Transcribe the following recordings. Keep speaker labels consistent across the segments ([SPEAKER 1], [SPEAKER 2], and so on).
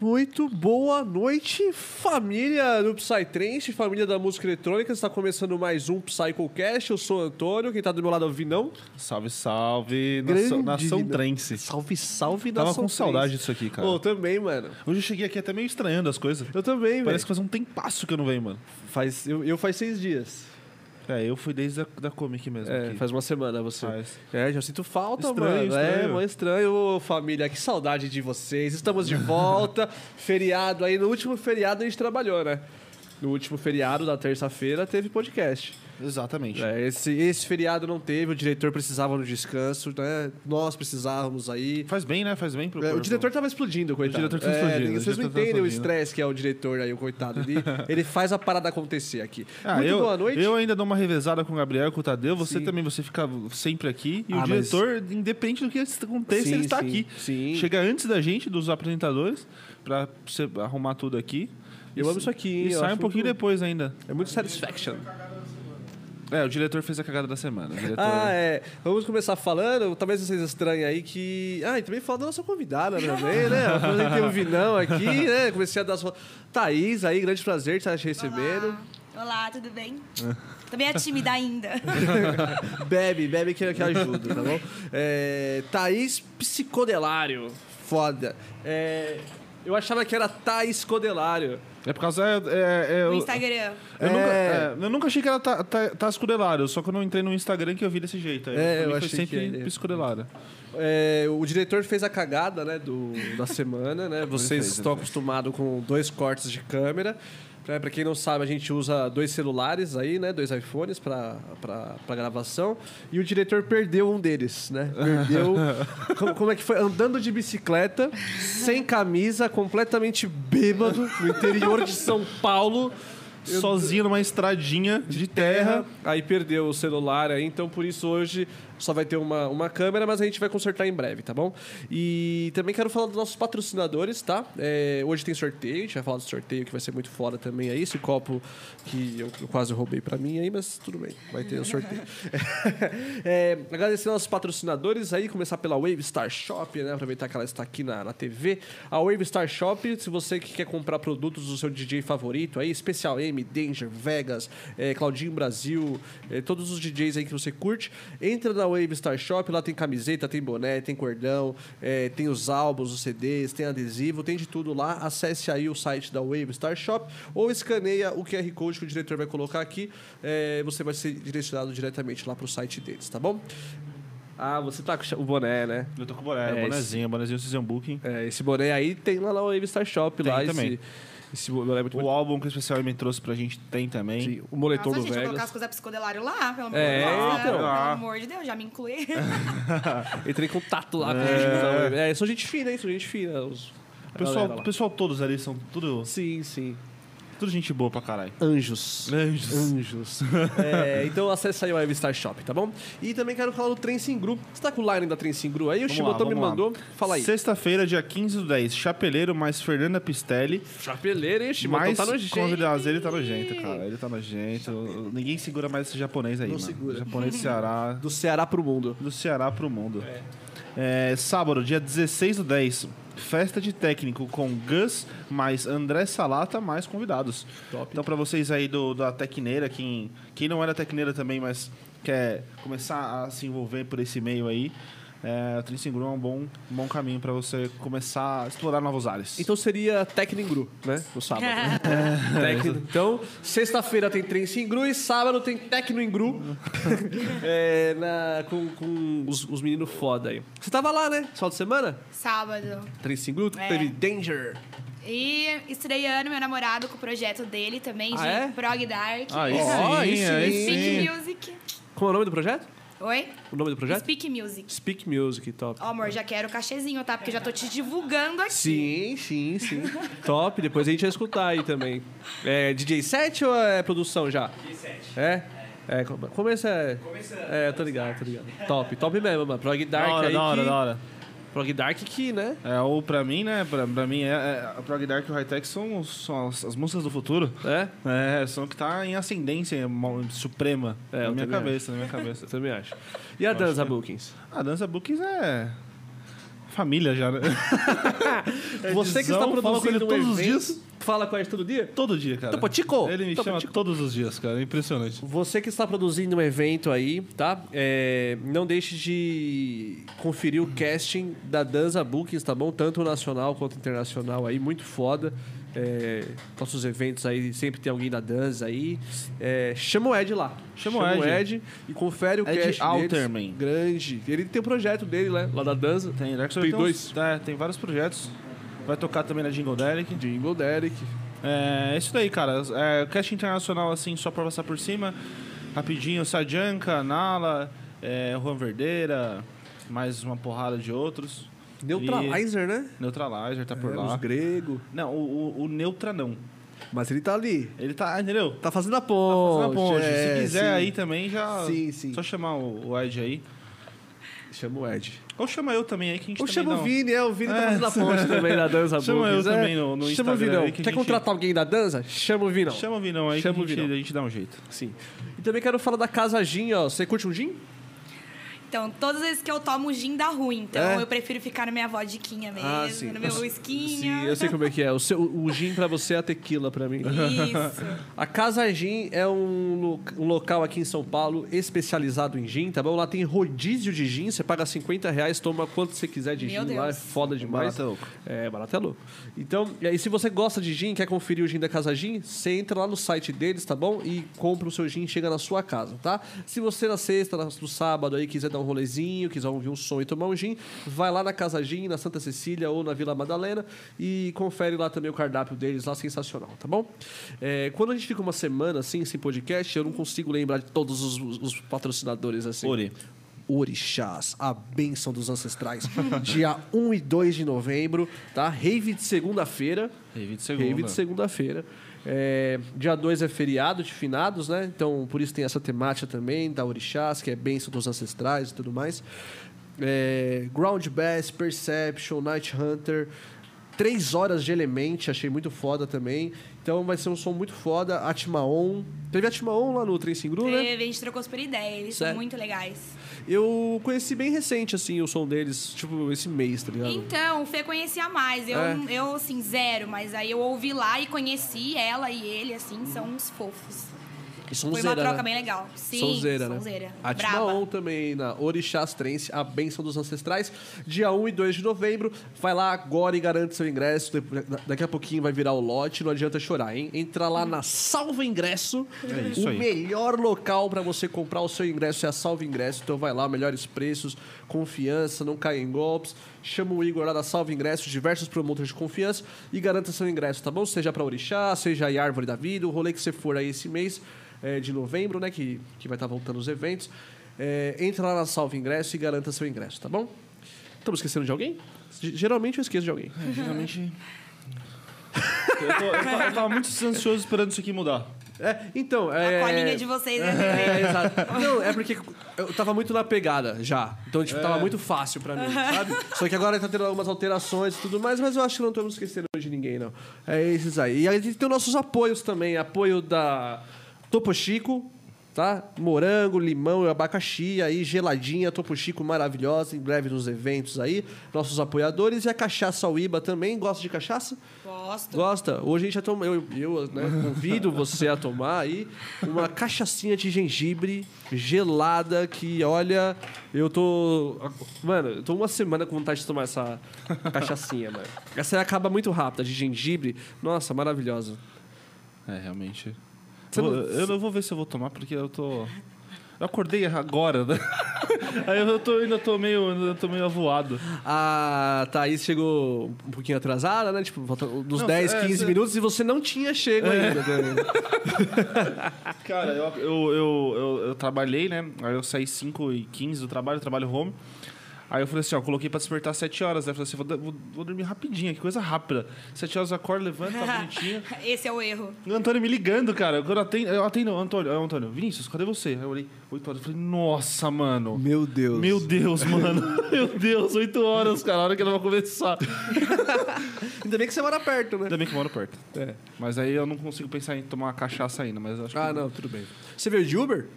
[SPEAKER 1] Muito boa noite, família do Psytrance, família da música eletrônica. Está começando mais um PsychoCast. Eu sou o Antônio, quem tá do meu lado é o Vinão.
[SPEAKER 2] Salve, salve,
[SPEAKER 1] Grande
[SPEAKER 2] nação, nação
[SPEAKER 1] vida.
[SPEAKER 2] Trense.
[SPEAKER 1] Salve, salve,
[SPEAKER 2] Tava
[SPEAKER 1] nação
[SPEAKER 2] com saudade
[SPEAKER 1] trance.
[SPEAKER 2] disso aqui, cara.
[SPEAKER 1] Pô, eu também, mano.
[SPEAKER 2] Hoje eu cheguei aqui até meio estranhando as coisas.
[SPEAKER 1] Eu também,
[SPEAKER 2] Parece que
[SPEAKER 1] velho.
[SPEAKER 2] faz um tempasso que eu não venho, mano.
[SPEAKER 1] Faz, eu, eu faz seis dias.
[SPEAKER 2] É, eu fui desde a da Comic mesmo
[SPEAKER 1] É,
[SPEAKER 2] aqui.
[SPEAKER 1] faz uma semana você.
[SPEAKER 2] Faz.
[SPEAKER 1] É, já sinto falta,
[SPEAKER 2] Estranho,
[SPEAKER 1] mano. É,
[SPEAKER 2] estranho.
[SPEAKER 1] mó estranho, Ô, família. Que saudade de vocês. Estamos de volta. feriado aí. No último feriado a gente trabalhou, né? No último feriado da terça-feira teve podcast.
[SPEAKER 2] Exatamente.
[SPEAKER 1] É, esse, esse feriado não teve, o diretor precisava no descanso, né? Nós precisávamos aí.
[SPEAKER 2] Faz bem, né? Faz bem pro
[SPEAKER 1] É, o
[SPEAKER 2] corpo.
[SPEAKER 1] diretor tava explodindo, coitado.
[SPEAKER 2] diretor tava
[SPEAKER 1] É,
[SPEAKER 2] explodindo,
[SPEAKER 1] Vocês
[SPEAKER 2] o
[SPEAKER 1] não
[SPEAKER 2] diretor tava
[SPEAKER 1] entendem o
[SPEAKER 2] explodindo.
[SPEAKER 1] estresse que é o diretor aí, o coitado. Ele, ele faz a parada acontecer aqui.
[SPEAKER 2] Ah,
[SPEAKER 1] Muito
[SPEAKER 2] eu,
[SPEAKER 1] boa noite.
[SPEAKER 2] Eu ainda dou uma revezada com o Gabriel e com o Tadeu. Você
[SPEAKER 1] Sim.
[SPEAKER 2] também, você fica sempre aqui. E
[SPEAKER 1] Ah,
[SPEAKER 2] o
[SPEAKER 1] mas-
[SPEAKER 2] diretor, independente do que aconteça,
[SPEAKER 1] Sim,
[SPEAKER 2] ele está
[SPEAKER 1] sim,
[SPEAKER 2] aqui.
[SPEAKER 1] sim.
[SPEAKER 2] Chega antes da gente, dos apresentadores, pra você arrumar tudo aqui.
[SPEAKER 1] Eu
[SPEAKER 2] E
[SPEAKER 1] amo
[SPEAKER 2] s-
[SPEAKER 1] isso aqui, hein?
[SPEAKER 2] E
[SPEAKER 1] Eu
[SPEAKER 2] sai
[SPEAKER 1] acho
[SPEAKER 2] um pouquinho
[SPEAKER 1] muito-
[SPEAKER 2] depois ainda.
[SPEAKER 1] É muito satisfaction.
[SPEAKER 2] É, o diretor fez a cagada da semana. O diretor...
[SPEAKER 1] Ah, é. Vamos começar falando, talvez vocês estranhem aí que. Ah, e também falando da nossa convidada também, né? Apresentei o Vinão aqui, né? Comecei a dar sua. Thaís aí, grande prazer estar te recebendo.
[SPEAKER 3] Olá. Ah, Olá, tudo bem? Também é tímida ainda.
[SPEAKER 1] Bebe, bebe que, que ajuda, tá bom? É, Thaís Psicodelário. Foda. É, eu achava que era Thaís Codelário.
[SPEAKER 2] É por causa. É, é, é,
[SPEAKER 3] No
[SPEAKER 2] eu-
[SPEAKER 3] Instagram.
[SPEAKER 2] Eu,
[SPEAKER 1] É.
[SPEAKER 2] Nunca, é, eu nunca achei que era ta, ta, Tasco Delário, tá só que eu não entrei no Instagram que eu vi desse jeito. Aí,
[SPEAKER 1] É,
[SPEAKER 2] pra mim
[SPEAKER 1] eu
[SPEAKER 2] foi
[SPEAKER 1] achei
[SPEAKER 2] sempre
[SPEAKER 1] que era.
[SPEAKER 2] Pisco Delário.
[SPEAKER 1] É, o diretor fez a cagada né, do, da semana, né? Vocês
[SPEAKER 2] fez, ele
[SPEAKER 1] estão acostumados com dois cortes de câmera. Né? Para quem não sabe, a gente usa dois celulares aí, né? Dois iPhones para gravação. E o diretor perdeu um deles, né? Perdeu. como, como é que foi? Andando de bicicleta, sem camisa, completamente bêbado, no interior de São Paulo.
[SPEAKER 2] Sozinho numa estradinha de terra.
[SPEAKER 1] Terra, aí perdeu o celular aí, então por isso hoje só vai ter uma, uma câmera, mas a gente vai consertar em breve, tá bom? E também quero falar dos nossos patrocinadores, tá? É, hoje tem sorteio, a gente vai falar do sorteio que vai ser muito foda também aí, esse copo que eu, eu quase roubei pra mim aí, mas tudo bem, vai ter o sorteio. É, agradecer aos nossos patrocinadores aí, começar pela Wave Star Shop, né? Aproveitar que ela está aqui na, na TV. A Wave Star Shop, se você que quer comprar produtos do seu DJ favorito aí, Special M, Danger, Vegas, eh, Claudinho Brasil, eh, todos os DJs aí que você curte, entra na Wave Star Shop, lá tem camiseta, tem boné, tem cordão, eh, tem os álbuns, os CDs, tem adesivo, tem de tudo lá. Acesse aí o site da Wave Star Shop ou escaneia o QR Code que o diretor vai colocar aqui. eh, você vai ser direcionado diretamente lá pro site deles, tá bom? Ah, você tá com o boné, né?
[SPEAKER 2] Eu tô com o boné,
[SPEAKER 1] É,
[SPEAKER 2] bonézinho, bonézinho Season Booking.
[SPEAKER 1] É, esse boné aí tem lá na Wave Star Shop.
[SPEAKER 2] Tem
[SPEAKER 1] lá
[SPEAKER 2] também.
[SPEAKER 1] Esse, esse boné é muito
[SPEAKER 2] O álbum que o especial me trouxe pra gente tem também.
[SPEAKER 1] bonito. O moletom
[SPEAKER 3] Nossa,
[SPEAKER 1] do
[SPEAKER 3] gente, vou colocar
[SPEAKER 1] Vegas.
[SPEAKER 3] as coisas da psicodelário lá, pelo amor
[SPEAKER 1] É,
[SPEAKER 3] de Deus. né?
[SPEAKER 1] então.
[SPEAKER 3] Pelo
[SPEAKER 2] Ah.
[SPEAKER 3] amor de Deus, já me incluí.
[SPEAKER 1] Entrei em contato lá com eles. É, são gente fina, hein? São gente fina. Os... a
[SPEAKER 2] O pessoal,
[SPEAKER 1] galera lá.
[SPEAKER 2] o pessoal todos ali são tudo,
[SPEAKER 1] Sim, sim.
[SPEAKER 2] tudo gente boa pra caralho.
[SPEAKER 1] Anjos.
[SPEAKER 2] Anjos.
[SPEAKER 1] Anjos. É, então acessa aí o Wave Star Shop, tá bom? E também quero falar do Trensing Gru. Você tá com o line da Trensing Gru aí? O
[SPEAKER 2] Vamos
[SPEAKER 1] Shimoto
[SPEAKER 2] lá,
[SPEAKER 1] me
[SPEAKER 2] vamos lá.
[SPEAKER 1] mandou. Fala aí.
[SPEAKER 2] Sexta-feira, dia 15 do 10, Chapeleiro mais Fernanda Pistelli.
[SPEAKER 1] Chapeleiro, hein? Shimoto
[SPEAKER 2] mais
[SPEAKER 1] tá nojento.
[SPEAKER 2] convidados. Ele tá nojento, cara. Ele tá nojento. Ninguém segura mais esse japonês aí,
[SPEAKER 1] Não
[SPEAKER 2] mano.
[SPEAKER 1] segura.
[SPEAKER 2] Japonês do Ceará.
[SPEAKER 1] Do Ceará pro mundo.
[SPEAKER 2] do Ceará pro mundo. É, sábado, dia 16 do 10. Festa de técnico com Gus mais André Salata mais convidados.
[SPEAKER 1] Top.
[SPEAKER 2] Então pra vocês aí do, da Tecneira, quem, quem não era Tecneira também, mas quer começar a se envolver por esse meio aí, é, o Trinsingru é um bom, um bom caminho pra você começar a explorar novos ares.
[SPEAKER 1] Então seria Tecnin Gru, né? No sábado. Tecnin- Então, sexta-feira tem Trance em Gru e sábado tem Tecno em Gru. É, na- com com os, os meninos foda aí. Você tava lá, né? Só de semana?
[SPEAKER 3] Sábado.
[SPEAKER 1] Trance em Gru,
[SPEAKER 3] É.
[SPEAKER 1] teve Danger.
[SPEAKER 3] E estreando meu namorado com o projeto dele também, de
[SPEAKER 1] Ah, é?
[SPEAKER 3] Prog Dark.
[SPEAKER 2] Aí
[SPEAKER 1] Ó, aí sim.
[SPEAKER 3] Speak Music.
[SPEAKER 1] Como é o nome do projeto?
[SPEAKER 3] Oi?
[SPEAKER 1] O nome do projeto? Speak,
[SPEAKER 3] Speak Music.
[SPEAKER 1] Music, top.
[SPEAKER 3] Ó, amor, já quero o cachezinho, tá? Porque já tô te divulgando aqui.
[SPEAKER 1] Sim, sim, sim. top, depois a gente vai escutar aí também. É DJ 7 ou é produção já? DJ 7. É? É, como- começa. É, tô ligado, tô ligado. Top, top mesmo, mano. Prog Dark
[SPEAKER 2] da hora,
[SPEAKER 1] aí.
[SPEAKER 2] da hora,
[SPEAKER 1] que-
[SPEAKER 2] da hora.
[SPEAKER 1] Prog Dark que, né?
[SPEAKER 2] É, ou pra mim, né? Pra, pra mim, é, é, a Prog Dark e o High Tech são, são as, as músicas do futuro.
[SPEAKER 1] É?
[SPEAKER 2] É, som que tá em ascendência mo- suprema
[SPEAKER 1] É, eu
[SPEAKER 2] na minha
[SPEAKER 1] também
[SPEAKER 2] cabeça, na minha
[SPEAKER 1] Eu
[SPEAKER 2] cabeça.
[SPEAKER 1] também acho. E a Danza Bookings?
[SPEAKER 2] A dança Bookies é Família já, né?
[SPEAKER 1] Você que está
[SPEAKER 2] Edição, É fala com ele
[SPEAKER 1] produzindo um
[SPEAKER 2] todos os
[SPEAKER 1] É evento,
[SPEAKER 2] dias.
[SPEAKER 1] fala com a gente todo dia?
[SPEAKER 2] Todo dia, cara.
[SPEAKER 1] Topo Chico?
[SPEAKER 2] Ele me
[SPEAKER 1] Topo
[SPEAKER 2] chama
[SPEAKER 1] Chico?
[SPEAKER 2] todos os dias, cara. É impressionante.
[SPEAKER 1] Você que está produzindo um evento aí, tá? É, não deixe de conferir o casting da Danza Bookings, tá bom? Tanto nacional quanto internacional aí, muito foda. É, nossos eventos aí, sempre tem alguém da Danza aí. É, chama o Ed lá.
[SPEAKER 2] Chama o Ed.
[SPEAKER 1] e confere o
[SPEAKER 2] Ed
[SPEAKER 1] casting
[SPEAKER 2] Alterman.
[SPEAKER 1] deles. Grande. Ele tem o projeto dele, né? Lá da Danza.
[SPEAKER 2] Tem, Dark Souls
[SPEAKER 1] Tem
[SPEAKER 2] uns-
[SPEAKER 1] dois.
[SPEAKER 2] tá, tem vários projetos. Vai tocar também na Jingle Derek.
[SPEAKER 1] Jingle Derek.
[SPEAKER 2] É, é isso daí, cara. É, cast internacional, assim, só pra passar por cima. Rapidinho, Sajanka, Nala, é, Juan Verdeira, mais uma porrada de outros.
[SPEAKER 1] Neutralizer, né?
[SPEAKER 2] Neutralizer tá por
[SPEAKER 1] É,
[SPEAKER 2] lá.
[SPEAKER 1] Os grego.
[SPEAKER 2] Não, o, o, o Neutra não.
[SPEAKER 1] Mas ele tá ali.
[SPEAKER 2] Ele tá, entendeu?
[SPEAKER 1] Tá fazendo a ponte.
[SPEAKER 2] Fazendo a ponte.
[SPEAKER 1] é,
[SPEAKER 2] Se quiser
[SPEAKER 1] sim.
[SPEAKER 2] aí também, já.
[SPEAKER 1] Sim, sim.
[SPEAKER 2] Só chamar o, o Ed aí.
[SPEAKER 1] Chama o Ed.
[SPEAKER 2] Ou chama eu também aí, que a gente
[SPEAKER 1] Ou
[SPEAKER 2] também
[SPEAKER 1] chama
[SPEAKER 2] dá
[SPEAKER 1] o
[SPEAKER 2] um-
[SPEAKER 1] Vini, é, o Vini
[SPEAKER 2] É.
[SPEAKER 1] tá fazendo a ponte também da dança
[SPEAKER 2] Chama
[SPEAKER 1] Bookies,
[SPEAKER 2] eu
[SPEAKER 1] é.
[SPEAKER 2] também no- no
[SPEAKER 1] Chama o
[SPEAKER 2] Instagram
[SPEAKER 1] Vinão.
[SPEAKER 2] aí que a
[SPEAKER 1] Quer
[SPEAKER 2] gente-
[SPEAKER 1] contratar alguém da dança? Chama o Vinão.
[SPEAKER 2] Chama o Vinão aí,
[SPEAKER 1] Chama o
[SPEAKER 2] que a gente,
[SPEAKER 1] Vinão.
[SPEAKER 2] a gente dá um jeito.
[SPEAKER 1] Sim. E também quero falar da Casa Gin, ó. Você curte um gin?
[SPEAKER 3] Então, todas as vezes que eu tomo gin dá ruim. Então,
[SPEAKER 1] É?
[SPEAKER 3] eu prefiro ficar na minha vodquinha mesmo, no
[SPEAKER 1] Eu
[SPEAKER 3] meu
[SPEAKER 1] sei-
[SPEAKER 3] whiskinho.
[SPEAKER 1] Ah, Sim, eu sei como é que é. O, seu, o gin pra você é a tequila pra mim.
[SPEAKER 3] Isso.
[SPEAKER 1] A Casa Gin é um, lo- um local aqui em São Paulo especializado em gin, tá bom? Lá tem rodízio de gin, você paga 50 reais, toma quanto você quiser de
[SPEAKER 3] Meu
[SPEAKER 1] gin lá, é
[SPEAKER 3] Deus.
[SPEAKER 1] foda demais.
[SPEAKER 2] Barato é louco.
[SPEAKER 1] É, barato é louco. Então, e aí, se você gosta de gin, quer conferir o gin da Casa Gin, você entra lá no site deles, tá bom? E compra o seu gin e chega na sua casa, tá? Se você na sexta, na- no sábado aí, quiser dar um rolezinho, quiser ouvir um som e tomar um gin, vai lá na Casa Gin, na Santa Cecília ou na Vila Madalena e confere lá também o cardápio deles, lá sensacional, tá bom? É, quando a gente fica uma semana assim, sem podcast, eu não consigo lembrar de todos os, os- os patrocinadores assim.
[SPEAKER 2] Ori.
[SPEAKER 1] Orixás, a bênção dos ancestrais. Dia 1 e 2 de novembro, tá? Rave de segunda-feira.
[SPEAKER 2] Rave de segunda.
[SPEAKER 1] Rave de segunda-feira. É, dia 2 é feriado de finados, né? Então, por isso tem essa temática também da Orixás, que é bênção dos ancestrais e tudo mais. É, Ground Bass, Perception, Night Hunter. Três horas de Element, achei muito foda também. Então vai ser um som muito foda. Atmaon. Teve Atmaon lá no Trensingru, né?
[SPEAKER 3] Teve, É, a gente trocou super ideia, eles
[SPEAKER 1] Certo. Tá
[SPEAKER 3] são muito legais.
[SPEAKER 1] Eu conheci bem recente, assim, o som deles, tipo, esse mês, tá ligado?
[SPEAKER 3] Então, o Fê conhecia mais. Eu,
[SPEAKER 1] É.
[SPEAKER 3] eu, assim, zero. Mas aí eu ouvi lá e conheci ela e ele, assim, são uns fofos.
[SPEAKER 1] E
[SPEAKER 3] Foi
[SPEAKER 1] sonzeira,
[SPEAKER 3] uma troca
[SPEAKER 1] né?
[SPEAKER 3] bem legal. Sim,
[SPEAKER 1] Sonzeira, né?
[SPEAKER 3] sonzeira.
[SPEAKER 1] Atimaon
[SPEAKER 3] Braba.
[SPEAKER 1] também na Orixás Trense, a Bênção dos Ancestrais, dia 1 e 2 de novembro. Vai lá agora e garante seu ingresso. Depo- da- Daqui a pouquinho vai virar o lote, não adianta chorar, hein? Entra lá na Salva Ingresso.
[SPEAKER 2] É isso
[SPEAKER 1] o
[SPEAKER 2] aí.
[SPEAKER 1] melhor local pra você comprar o seu ingresso é a Salva Ingresso. Então vai lá, melhores preços, confiança, não caia em golpes. Chama o Igor lá da Salva Ingresso, diversos promotores de confiança e garanta seu ingresso, tá bom? Seja pra Orixá, seja aí Árvore da Vida, o rolê que você for aí esse mês é, de novembro, né? Que, que vai estar voltando os eventos. É, entra lá na Salva Ingresso e garanta seu ingresso, tá bom? Estamos esquecendo de alguém? G- Geralmente eu esqueço de alguém.
[SPEAKER 3] É.
[SPEAKER 2] Geralmente. eu, tô- eu tava- eu tava muito ansioso esperando isso aqui mudar.
[SPEAKER 1] É, então,
[SPEAKER 3] A
[SPEAKER 1] é...
[SPEAKER 3] colinha de vocês é dele.
[SPEAKER 1] É, exato. Não, é porque eu tava muito na pegada já. Então, tipo, tava muito fácil pra mim, sabe? Só que agora tá tendo algumas alterações e tudo mais, mas eu acho que não estamos esquecendo de ninguém, não. É esses aí. E aí tem os nossos apoios também. Apoio da Topo Chico, tá? Morango, limão e abacaxi, aí geladinha, Topo Chico maravilhosa, em breve nos eventos aí. Nossos apoiadores. E a cachaça Uíba também. Gosta de cachaça?
[SPEAKER 3] Gosto.
[SPEAKER 1] Gosta? Hoje a gente já toma. Eu, eu né, convido você a tomar aí uma cachaçinha de gengibre gelada que, olha, eu tô. Mano, eu tô uma semana com vontade de tomar essa cachaçinha, mano. Essa aí acaba muito rápida, de gengibre. Nossa, maravilhosa.
[SPEAKER 2] É, realmente.
[SPEAKER 1] Você
[SPEAKER 2] Eu,
[SPEAKER 1] não-
[SPEAKER 2] eu não vou ver se eu vou tomar, porque eu tô. Eu acordei agora, né? Aí eu tô, ainda tô meio. Ainda tô meio avoado.
[SPEAKER 1] A Thaís chegou um pouquinho atrasada, né? Tipo, falta uns
[SPEAKER 2] Não,
[SPEAKER 1] 10,
[SPEAKER 2] é,
[SPEAKER 1] 15
[SPEAKER 2] cê-
[SPEAKER 1] minutos e você não tinha chego ainda. né?
[SPEAKER 2] Cara, eu, eu, eu, eu- eu trabalhei, né? Aí eu saí 5 e 15 do trabalho, eu trabalho home. Aí eu falei assim, ó, coloquei pra despertar 7 horas. Aí eu falei assim, vou, da- vou- vou dormir rapidinho, que coisa rápida. 7 horas eu acordo, levanto, tá bonitinho.
[SPEAKER 3] Esse é o erro.
[SPEAKER 2] E O Antônio me ligando, cara. Quando eu atendo, eu atendo, Antônio, eu, Antônio, Vinícius, cadê você? Aí eu olhei, 8 horas. Eu falei, nossa, mano.
[SPEAKER 1] Meu Deus.
[SPEAKER 2] Meu Deus, mano. Meu Deus, 8 horas, cara. A hora que ela vai começar.
[SPEAKER 1] Ainda bem que você mora perto, né?
[SPEAKER 2] Ainda bem que eu moro perto.
[SPEAKER 1] É.
[SPEAKER 2] Mas aí eu não consigo pensar em tomar uma cachaça ainda, mas eu acho que.
[SPEAKER 1] Ah, não, tudo bem. Você veio de Uber?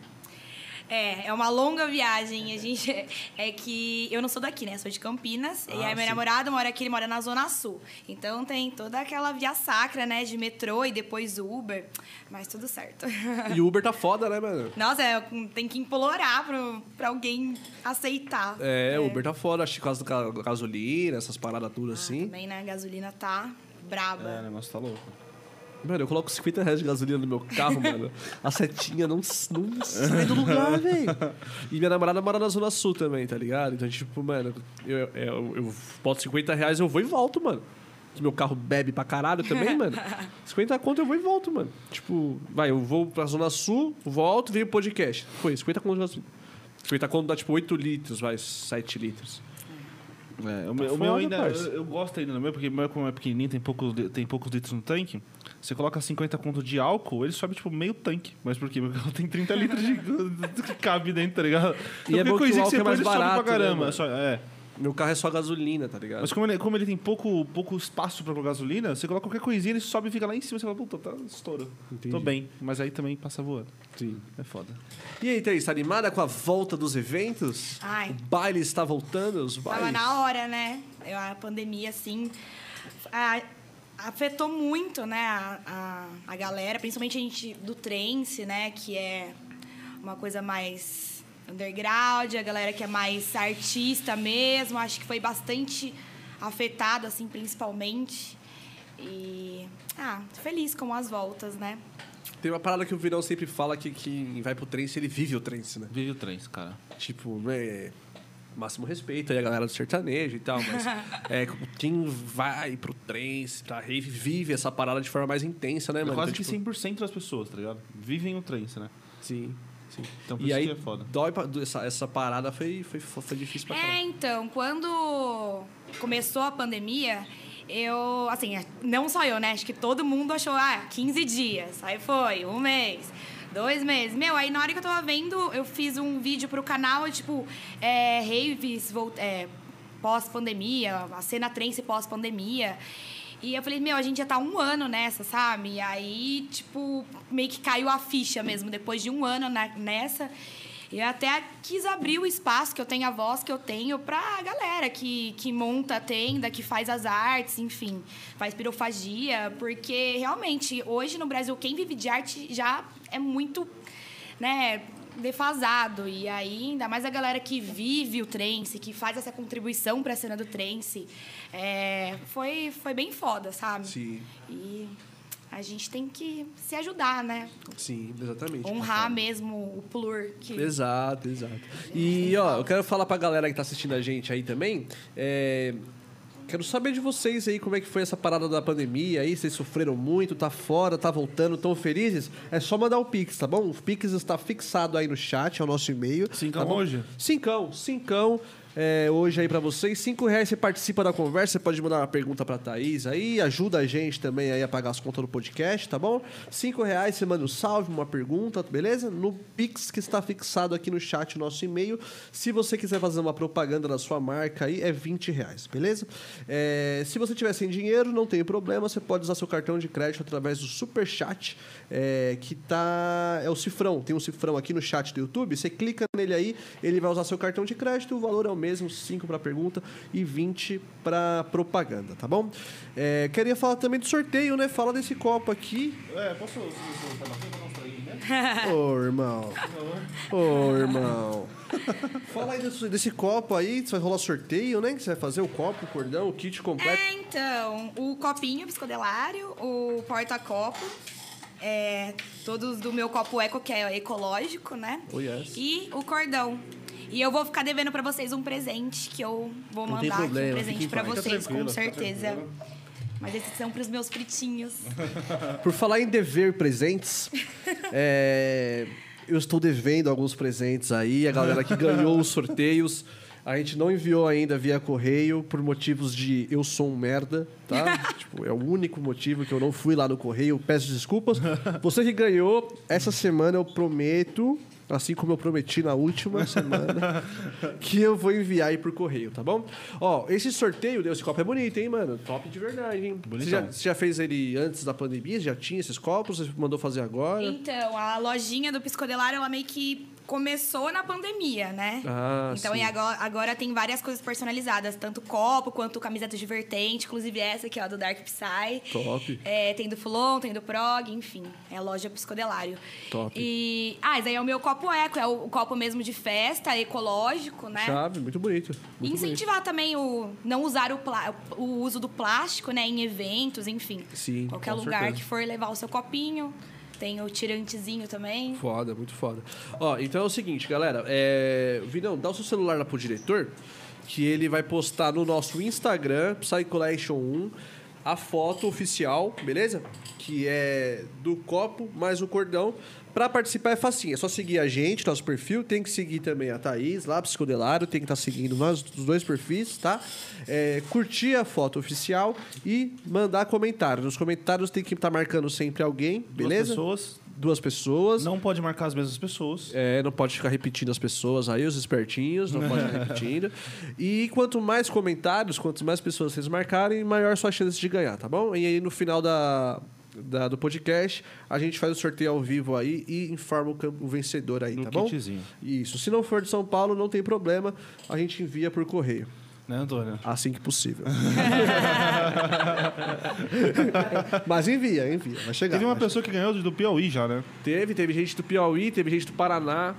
[SPEAKER 3] É, é uma longa viagem. A gente é que eu não sou daqui, né? Sou de Campinas. e
[SPEAKER 4] Ah,
[SPEAKER 3] aí meu
[SPEAKER 4] sim.
[SPEAKER 3] namorado mora aqui, ele mora na Zona Sul. Então tem toda aquela via sacra, né? De metrô e depois Uber. Mas tudo certo.
[SPEAKER 1] E o Uber tá foda, né, mano?
[SPEAKER 3] Nossa, é, tem que implorar pro, pra alguém aceitar.
[SPEAKER 1] É, o Uber tá foda, acho que por causa da gasolina, essas paradas tudo
[SPEAKER 3] Ah,
[SPEAKER 1] assim.
[SPEAKER 3] Também, né? A gasolina tá
[SPEAKER 4] É, o
[SPEAKER 2] né?
[SPEAKER 3] braba.
[SPEAKER 4] negócio tá louco.
[SPEAKER 1] Mano, eu coloco 50 reais de gasolina no meu carro, mano. A setinha não, s- não sai do lugar, velho. E minha namorada mora na Zona Sul também, tá ligado? Então, tipo, mano, eu, eu, eu, eu boto 50 reais, eu vou e volto, mano. Que Meu carro bebe pra caralho também, mano. 50 conto eu vou e volto, mano. Tipo, vai, eu vou pra Zona Sul, volto, veio o podcast. Foi, 50 conto de gasolina. 50 conto dá tipo 8 litros, vai, 7 litros.
[SPEAKER 4] É, o, meu, o
[SPEAKER 1] foda,
[SPEAKER 4] meu ainda.
[SPEAKER 1] parça.
[SPEAKER 4] Eu, eu gosto ainda do meu, porque o meu, como é pequenininho, tem poucos, li- tem poucos litros no tanque. Você coloca 50 conto de álcool, ele sobe tipo meio tanque. Mas por quê? Porque ela tem 30 litros de, do que cabe dentro, tá ligado?
[SPEAKER 1] E é bom que o
[SPEAKER 4] coisinha
[SPEAKER 1] álcool é
[SPEAKER 4] põe,
[SPEAKER 1] mais
[SPEAKER 4] ele sobe
[SPEAKER 1] barato, né,
[SPEAKER 4] pra caramba.
[SPEAKER 1] mano?
[SPEAKER 4] Só- é.
[SPEAKER 1] Meu carro é só gasolina, tá ligado?
[SPEAKER 4] Mas como ele, como ele tem pouco, pouco espaço pra colocar gasolina, você coloca qualquer coisinha, ele sobe e fica lá em cima. Você fala, puta, tá estouro.
[SPEAKER 1] Entendi.
[SPEAKER 4] Tô bem. Mas aí também passa voando.
[SPEAKER 1] Sim.
[SPEAKER 4] É foda.
[SPEAKER 1] E aí, Thaís, tá animada com a volta dos eventos?
[SPEAKER 3] Ai.
[SPEAKER 1] O baile está voltando, os
[SPEAKER 3] Tava
[SPEAKER 1] bailes?
[SPEAKER 3] na hora, né? Eu- A pandemia, assim, a- afetou muito, né? A, a, a galera, principalmente a gente do trance, né? Que é uma coisa mais underground, a galera que é mais artista mesmo. Acho que foi bastante afetada, assim, principalmente. E... Ah, tô feliz com as voltas, né?
[SPEAKER 1] Tem uma parada que o Virão sempre fala que quem vai pro trance, ele vive o trance, né?
[SPEAKER 4] Vive o trem, cara.
[SPEAKER 1] Tipo, é... Máximo respeito aí a galera do sertanejo e tal, mas é, quem vai pro trance, pra rave, vive essa parada de forma mais intensa, né,
[SPEAKER 4] É,
[SPEAKER 1] mano?
[SPEAKER 4] quase
[SPEAKER 1] Então,
[SPEAKER 4] que
[SPEAKER 1] tipo,
[SPEAKER 4] 100% das pessoas, tá ligado? Vivem o trem, né?
[SPEAKER 1] Sim, sim.
[SPEAKER 4] Então por
[SPEAKER 1] e
[SPEAKER 4] isso
[SPEAKER 1] aí,
[SPEAKER 4] que é foda.
[SPEAKER 1] dói pra- essa, essa parada foi, foi, foi difícil pra
[SPEAKER 3] É,
[SPEAKER 1] caralho.
[SPEAKER 3] então, quando começou a pandemia, eu, assim, não só eu, né? Acho que todo mundo achou, ah, 15 dias. Aí foi, um mês, dois meses. Meu, aí na hora que eu tava vendo, eu fiz um vídeo pro canal, tipo, é, raves volt- é, pós-pandemia, a cena trance pós-pandemia. E eu falei, meu, a gente já tá um ano nessa, sabe? E aí, tipo, meio que caiu a ficha mesmo, depois de um ano na- nessa. Eu até quis abrir o espaço que eu tenho, a voz que eu tenho, pra galera que, que monta a tenda, que faz as artes, enfim, faz pirofagia, porque realmente hoje no Brasil quem vive de arte já é muito, né, defasado. E aí, ainda mais a galera que vive o trance, que faz essa contribuição pra cena do trance, é, foi, foi bem foda, sabe?
[SPEAKER 1] Sim,
[SPEAKER 3] E a gente tem que se ajudar, né?
[SPEAKER 1] sim, exatamente.
[SPEAKER 3] Honrar mesmo o plur que.
[SPEAKER 1] Exato, exato. E, ó, eu quero falar pra galera que tá assistindo a gente aí também. é, Quero saber de vocês aí como é que foi essa parada da pandemia aí. Vocês sofreram muito, tá fora, tá voltando, tão felizes? É só mandar o Pix, tá bom? O Pix está fixado aí no chat, é o nosso e-mail.
[SPEAKER 4] Cincão
[SPEAKER 1] tá bom?
[SPEAKER 4] hoje?
[SPEAKER 1] Cincão, cincão. é, hoje aí pra vocês. Cinco reais você participa da conversa, você pode mandar uma pergunta pra Thaís aí, ajuda a gente também aí a pagar as contas do podcast, tá bom? Cinco reais você manda um salve, uma pergunta, beleza? No Pix que está fixado aqui no chat, o nosso e-mail. Se você quiser fazer uma propaganda da sua marca aí, é 20 reais, beleza? É, se você tiver sem dinheiro, não tem problema, você pode usar seu cartão de crédito através do Superchat, é, que tá. É o cifrão, tem um cifrão aqui no chat do YouTube. Você clica nele aí, ele vai usar seu cartão de crédito, o valor é o mesmo, 5 para pergunta e 20 para propaganda, tá bom? É, queria falar também do sorteio, né? Fala desse copo aqui.
[SPEAKER 4] É, posso colocar na frente? Mostra aí, né?
[SPEAKER 1] Ô, irmão. Ô, irmão. Fala aí desse, desse copo aí, você vai rolar sorteio, né? Que você vai fazer o copo, o cordão, o kit completo.
[SPEAKER 3] É, então, o copinho psicodelário, o porta-copo, é, todos do meu copo eco, que é ecológico, né?
[SPEAKER 1] Oh, yes.
[SPEAKER 3] E o cordão. E eu vou ficar devendo pra vocês um presente, que eu vou
[SPEAKER 1] Não tem
[SPEAKER 3] mandar aqui
[SPEAKER 1] problema,
[SPEAKER 3] um
[SPEAKER 1] fique
[SPEAKER 3] presente
[SPEAKER 1] em
[SPEAKER 3] pra
[SPEAKER 1] paz. Fica
[SPEAKER 3] vocês,
[SPEAKER 4] tranquila,
[SPEAKER 3] com
[SPEAKER 4] fica
[SPEAKER 3] certeza.
[SPEAKER 4] tranquila.
[SPEAKER 3] Mas esses são pros meus fritinhos.
[SPEAKER 1] Por falar em dever presentes, é, eu estou devendo alguns presentes aí, a galera que ganhou os sorteios. A gente não enviou ainda via correio por motivos de eu sou um merda, tá? tipo, é o único motivo que eu não fui lá no correio, peço desculpas. Você que ganhou, essa semana eu prometo, assim como eu prometi na última semana, que eu vou enviar aí por correio, tá bom? Ó, esse sorteio, esse copo é bonito, hein, mano? Top de verdade, hein? Você já,
[SPEAKER 4] Bonitão.
[SPEAKER 1] você já fez ele antes da pandemia? Já tinha esses copos? Você mandou fazer agora?
[SPEAKER 3] Então, a lojinha do psicodelário, ela meio que co- começou na pandemia, né?
[SPEAKER 1] Ah,
[SPEAKER 3] então,
[SPEAKER 1] sim.
[SPEAKER 3] e agora, agora tem várias coisas personalizadas, tanto copo quanto camiseta divertente, inclusive essa aqui, ó, do Dark Psy.
[SPEAKER 1] Top.
[SPEAKER 3] É, tem do Fulon, tem do Prog, enfim. É a loja Psicodelário.
[SPEAKER 1] Top.
[SPEAKER 3] E. Ah, esse aí é o meu copo eco, é o, o copo mesmo de festa, ecológico, né?
[SPEAKER 1] Chave, muito bonito.
[SPEAKER 3] E
[SPEAKER 1] Muito bonito.
[SPEAKER 3] incentivar também o não usar o, plá- o uso do plástico, né, em eventos, enfim.
[SPEAKER 1] Sim,
[SPEAKER 3] Qualquer
[SPEAKER 2] com
[SPEAKER 3] lugar
[SPEAKER 2] certeza.
[SPEAKER 3] que for levar o seu copinho, tem o tirantezinho também.
[SPEAKER 1] Foda, muito foda. Ó, então é o seguinte, galera. É... Vinão, dá o seu celular lá pro diretor, que ele vai postar no nosso Instagram, Psycollection 1, a foto oficial, beleza? Que é do copo mais o cordão. Pra participar é facinho, é só seguir a gente, nosso perfil. Tem que seguir também a Thaís, lá, Psicodelário. Tem que estar seguindo nós, os dois perfis, tá? É, curtir a foto oficial e mandar comentário. Nos comentários tem que estar marcando sempre alguém, beleza?
[SPEAKER 2] Duas pessoas.
[SPEAKER 1] Duas pessoas.
[SPEAKER 2] Não pode marcar as mesmas pessoas.
[SPEAKER 1] É, não pode ficar repetindo as pessoas aí, os espertinhos, não pode ficar repetindo. E quanto mais comentários, quanto mais pessoas vocês marcarem, maior sua chance de ganhar, tá bom? E aí no final da, da- do podcast, a gente faz o sorteio ao vivo aí e informa o, cam- o vencedor aí,
[SPEAKER 2] No
[SPEAKER 1] tá bom?
[SPEAKER 2] kitzinho.
[SPEAKER 1] Isso. Se não for de São Paulo, não tem problema, a gente envia por correio.
[SPEAKER 2] Né, Antônio?
[SPEAKER 1] Assim que possível. Mas envia, envia. Vai chegar.
[SPEAKER 2] Teve uma
[SPEAKER 1] vai
[SPEAKER 2] pessoa que ganhou do Piauí já, né?
[SPEAKER 1] Teve, teve gente do Piauí, teve gente do Paraná.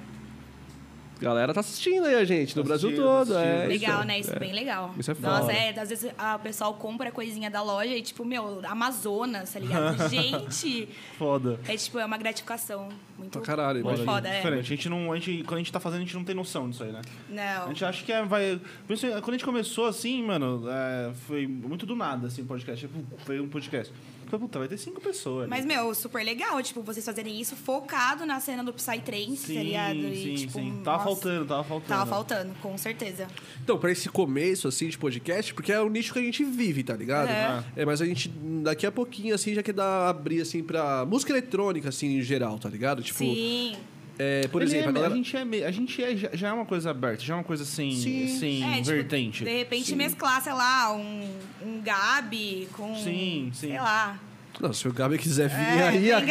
[SPEAKER 1] Galera tá assistindo aí a gente, no
[SPEAKER 2] Tá
[SPEAKER 1] Brasil
[SPEAKER 2] assistindo,
[SPEAKER 1] todo.
[SPEAKER 2] tá
[SPEAKER 1] É,
[SPEAKER 2] assistindo.
[SPEAKER 1] isso
[SPEAKER 3] Legal,
[SPEAKER 1] é.
[SPEAKER 3] né? Isso é bem legal.
[SPEAKER 1] Isso é
[SPEAKER 3] Nossa,
[SPEAKER 1] foda.
[SPEAKER 3] é, às vezes a- o pessoal compra coisinha da loja e, tipo, meu, Amazonas, tá ligado? Gente!
[SPEAKER 2] Foda.
[SPEAKER 3] É tipo, é uma gratificação. Muito,
[SPEAKER 1] Pra caralho,
[SPEAKER 3] muito
[SPEAKER 1] imagina.
[SPEAKER 3] foda, é.
[SPEAKER 2] Diferente. A gente não, a gente, quando a gente tá fazendo, a gente não tem noção disso aí, né? A
[SPEAKER 3] Não.
[SPEAKER 2] gente acha que é, vai. por isso, Quando a gente começou assim, mano, é, foi muito do nada, assim, o podcast. Tipo, Foi um podcast. Foi, puta, vai ter cinco pessoas. ali.
[SPEAKER 3] Mas, meu, super legal, tipo, vocês fazerem isso focado na cena do Psytrance, tá ligado? E,
[SPEAKER 2] sim,
[SPEAKER 3] tipo,
[SPEAKER 2] sim.
[SPEAKER 1] Tá
[SPEAKER 2] Tava
[SPEAKER 3] nossa,
[SPEAKER 2] faltando, tava faltando.
[SPEAKER 3] Tava faltando, com certeza.
[SPEAKER 1] Então, pra esse começo, assim, de podcast, porque é o nicho que a gente vive, tá ligado?
[SPEAKER 3] É.
[SPEAKER 1] É, mas a gente, daqui a pouquinho, assim, já quer dar, abrir, assim, pra música eletrônica, assim, em geral, tá ligado? Tipo,
[SPEAKER 3] Sim.
[SPEAKER 1] é, por
[SPEAKER 2] Ele
[SPEAKER 1] exemplo,
[SPEAKER 2] é,
[SPEAKER 1] a galera...
[SPEAKER 2] a gente, é, meio- a gente é, já, já é uma coisa aberta, já é uma coisa sem,
[SPEAKER 1] Sim.
[SPEAKER 2] sem
[SPEAKER 3] É, tipo,
[SPEAKER 2] vertente.
[SPEAKER 3] de repente mesclar, sei lá, um, um Gabi com.
[SPEAKER 2] Sim, sim.
[SPEAKER 3] Sei lá.
[SPEAKER 1] Não, se o Gabi quiser vir
[SPEAKER 3] É,
[SPEAKER 1] aí
[SPEAKER 3] vem,
[SPEAKER 1] agora...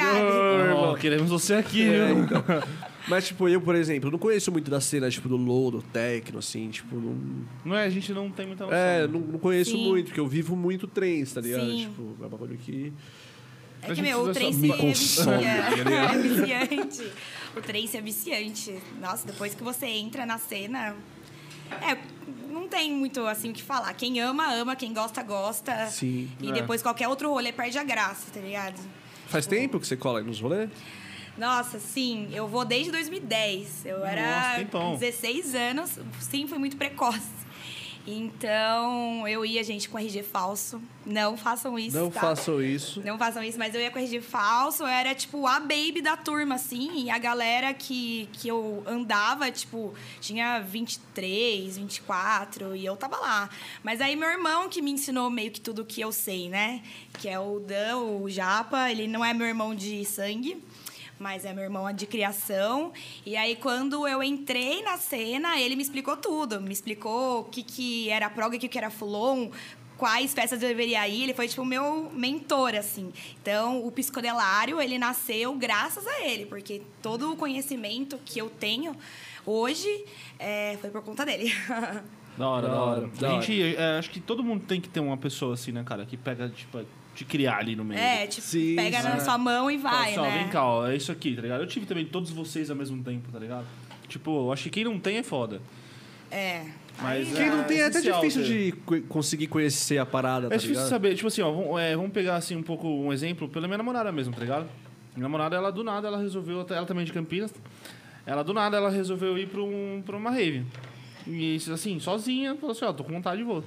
[SPEAKER 3] Gabi.
[SPEAKER 2] Ó, queremos você aqui, né?
[SPEAKER 1] É,
[SPEAKER 2] viu?
[SPEAKER 1] então. Mas, tipo, eu, por exemplo, não conheço muito da cena, tipo, do low, do techno, assim, tipo, não,
[SPEAKER 2] Não é, a gente não tem muita noção.
[SPEAKER 1] É,
[SPEAKER 2] né?
[SPEAKER 1] não, não conheço
[SPEAKER 3] Sim.
[SPEAKER 1] muito, porque eu vivo muito trens, tá ligado?
[SPEAKER 3] Sim.
[SPEAKER 1] Tipo, é um bagulho que.
[SPEAKER 2] A
[SPEAKER 3] É que,
[SPEAKER 2] gente
[SPEAKER 3] meu, o
[SPEAKER 2] precisa
[SPEAKER 3] trance
[SPEAKER 1] me
[SPEAKER 3] é
[SPEAKER 1] consome,
[SPEAKER 2] tá
[SPEAKER 3] viciante. É viciante. O trance é viciante. Nossa, depois que você entra na cena. É, não tem muito assim o que falar. Quem ama, ama, quem gosta, gosta.
[SPEAKER 1] Sim.
[SPEAKER 3] E
[SPEAKER 2] É.
[SPEAKER 3] depois qualquer outro rolê perde a graça, tá ligado?
[SPEAKER 1] Faz tempo que você cola aí nos rolê?
[SPEAKER 3] Nossa, sim, eu vou desde 2010. Eu
[SPEAKER 2] Nossa,
[SPEAKER 3] era
[SPEAKER 2] tempão.
[SPEAKER 3] com 16 anos, sim, fui muito precoce. Então, eu ia, gente, com RG falso. Não façam isso,
[SPEAKER 1] não
[SPEAKER 3] tá?
[SPEAKER 1] façam isso.
[SPEAKER 3] Não façam isso, mas eu ia com RG falso, eu era tipo a baby da turma, assim, e a galera que, que eu andava, tipo, tinha 23, 24, e eu tava lá. Mas aí meu irmão que me ensinou meio que tudo que eu sei, né? Que é o Dan, o Japa, ele não é meu irmão de sangue. Mas é meu irmão de criação. E aí, quando eu entrei na cena, ele me explicou tudo. Me explicou o que, que era prog, o que, que era fulon, quais festas eu deveria ir. Ele foi, tipo, o meu mentor, assim. Então, o psicodelário, ele nasceu graças a ele, porque todo o conhecimento que eu tenho hoje é, foi por conta dele.
[SPEAKER 2] Da hora,
[SPEAKER 1] Da
[SPEAKER 2] da hora.
[SPEAKER 1] hora, da
[SPEAKER 2] a gente, é, acho que todo mundo tem que ter uma pessoa assim, né, cara, que pega, tipo, te criar ali no meio.
[SPEAKER 3] é, tipo,
[SPEAKER 1] Sim,
[SPEAKER 3] pega
[SPEAKER 1] sim.
[SPEAKER 3] na sua mão e
[SPEAKER 2] Fala
[SPEAKER 3] vai,
[SPEAKER 2] assim, ó,
[SPEAKER 3] né?
[SPEAKER 2] vem cá, ó, é isso aqui, tá ligado? Eu tive também todos vocês ao mesmo tempo, tá ligado? Tipo, eu acho que quem não tem é foda.
[SPEAKER 3] É.
[SPEAKER 2] Mas
[SPEAKER 1] Quem não tem é até
[SPEAKER 2] essencial
[SPEAKER 1] difícil
[SPEAKER 2] ter.
[SPEAKER 1] de co- conseguir conhecer a parada, tá
[SPEAKER 2] É difícil
[SPEAKER 1] ligado?
[SPEAKER 2] saber, tipo assim, ó, vamos, é, vamos pegar assim um pouco um exemplo pela minha namorada mesmo, tá ligado? Minha namorada, ela do nada, ela resolveu, ela também é de Campinas, ela do nada, ela resolveu ir pra, um, pra uma rave. E assim, sozinha, falou assim, ó, tô com vontade e vou.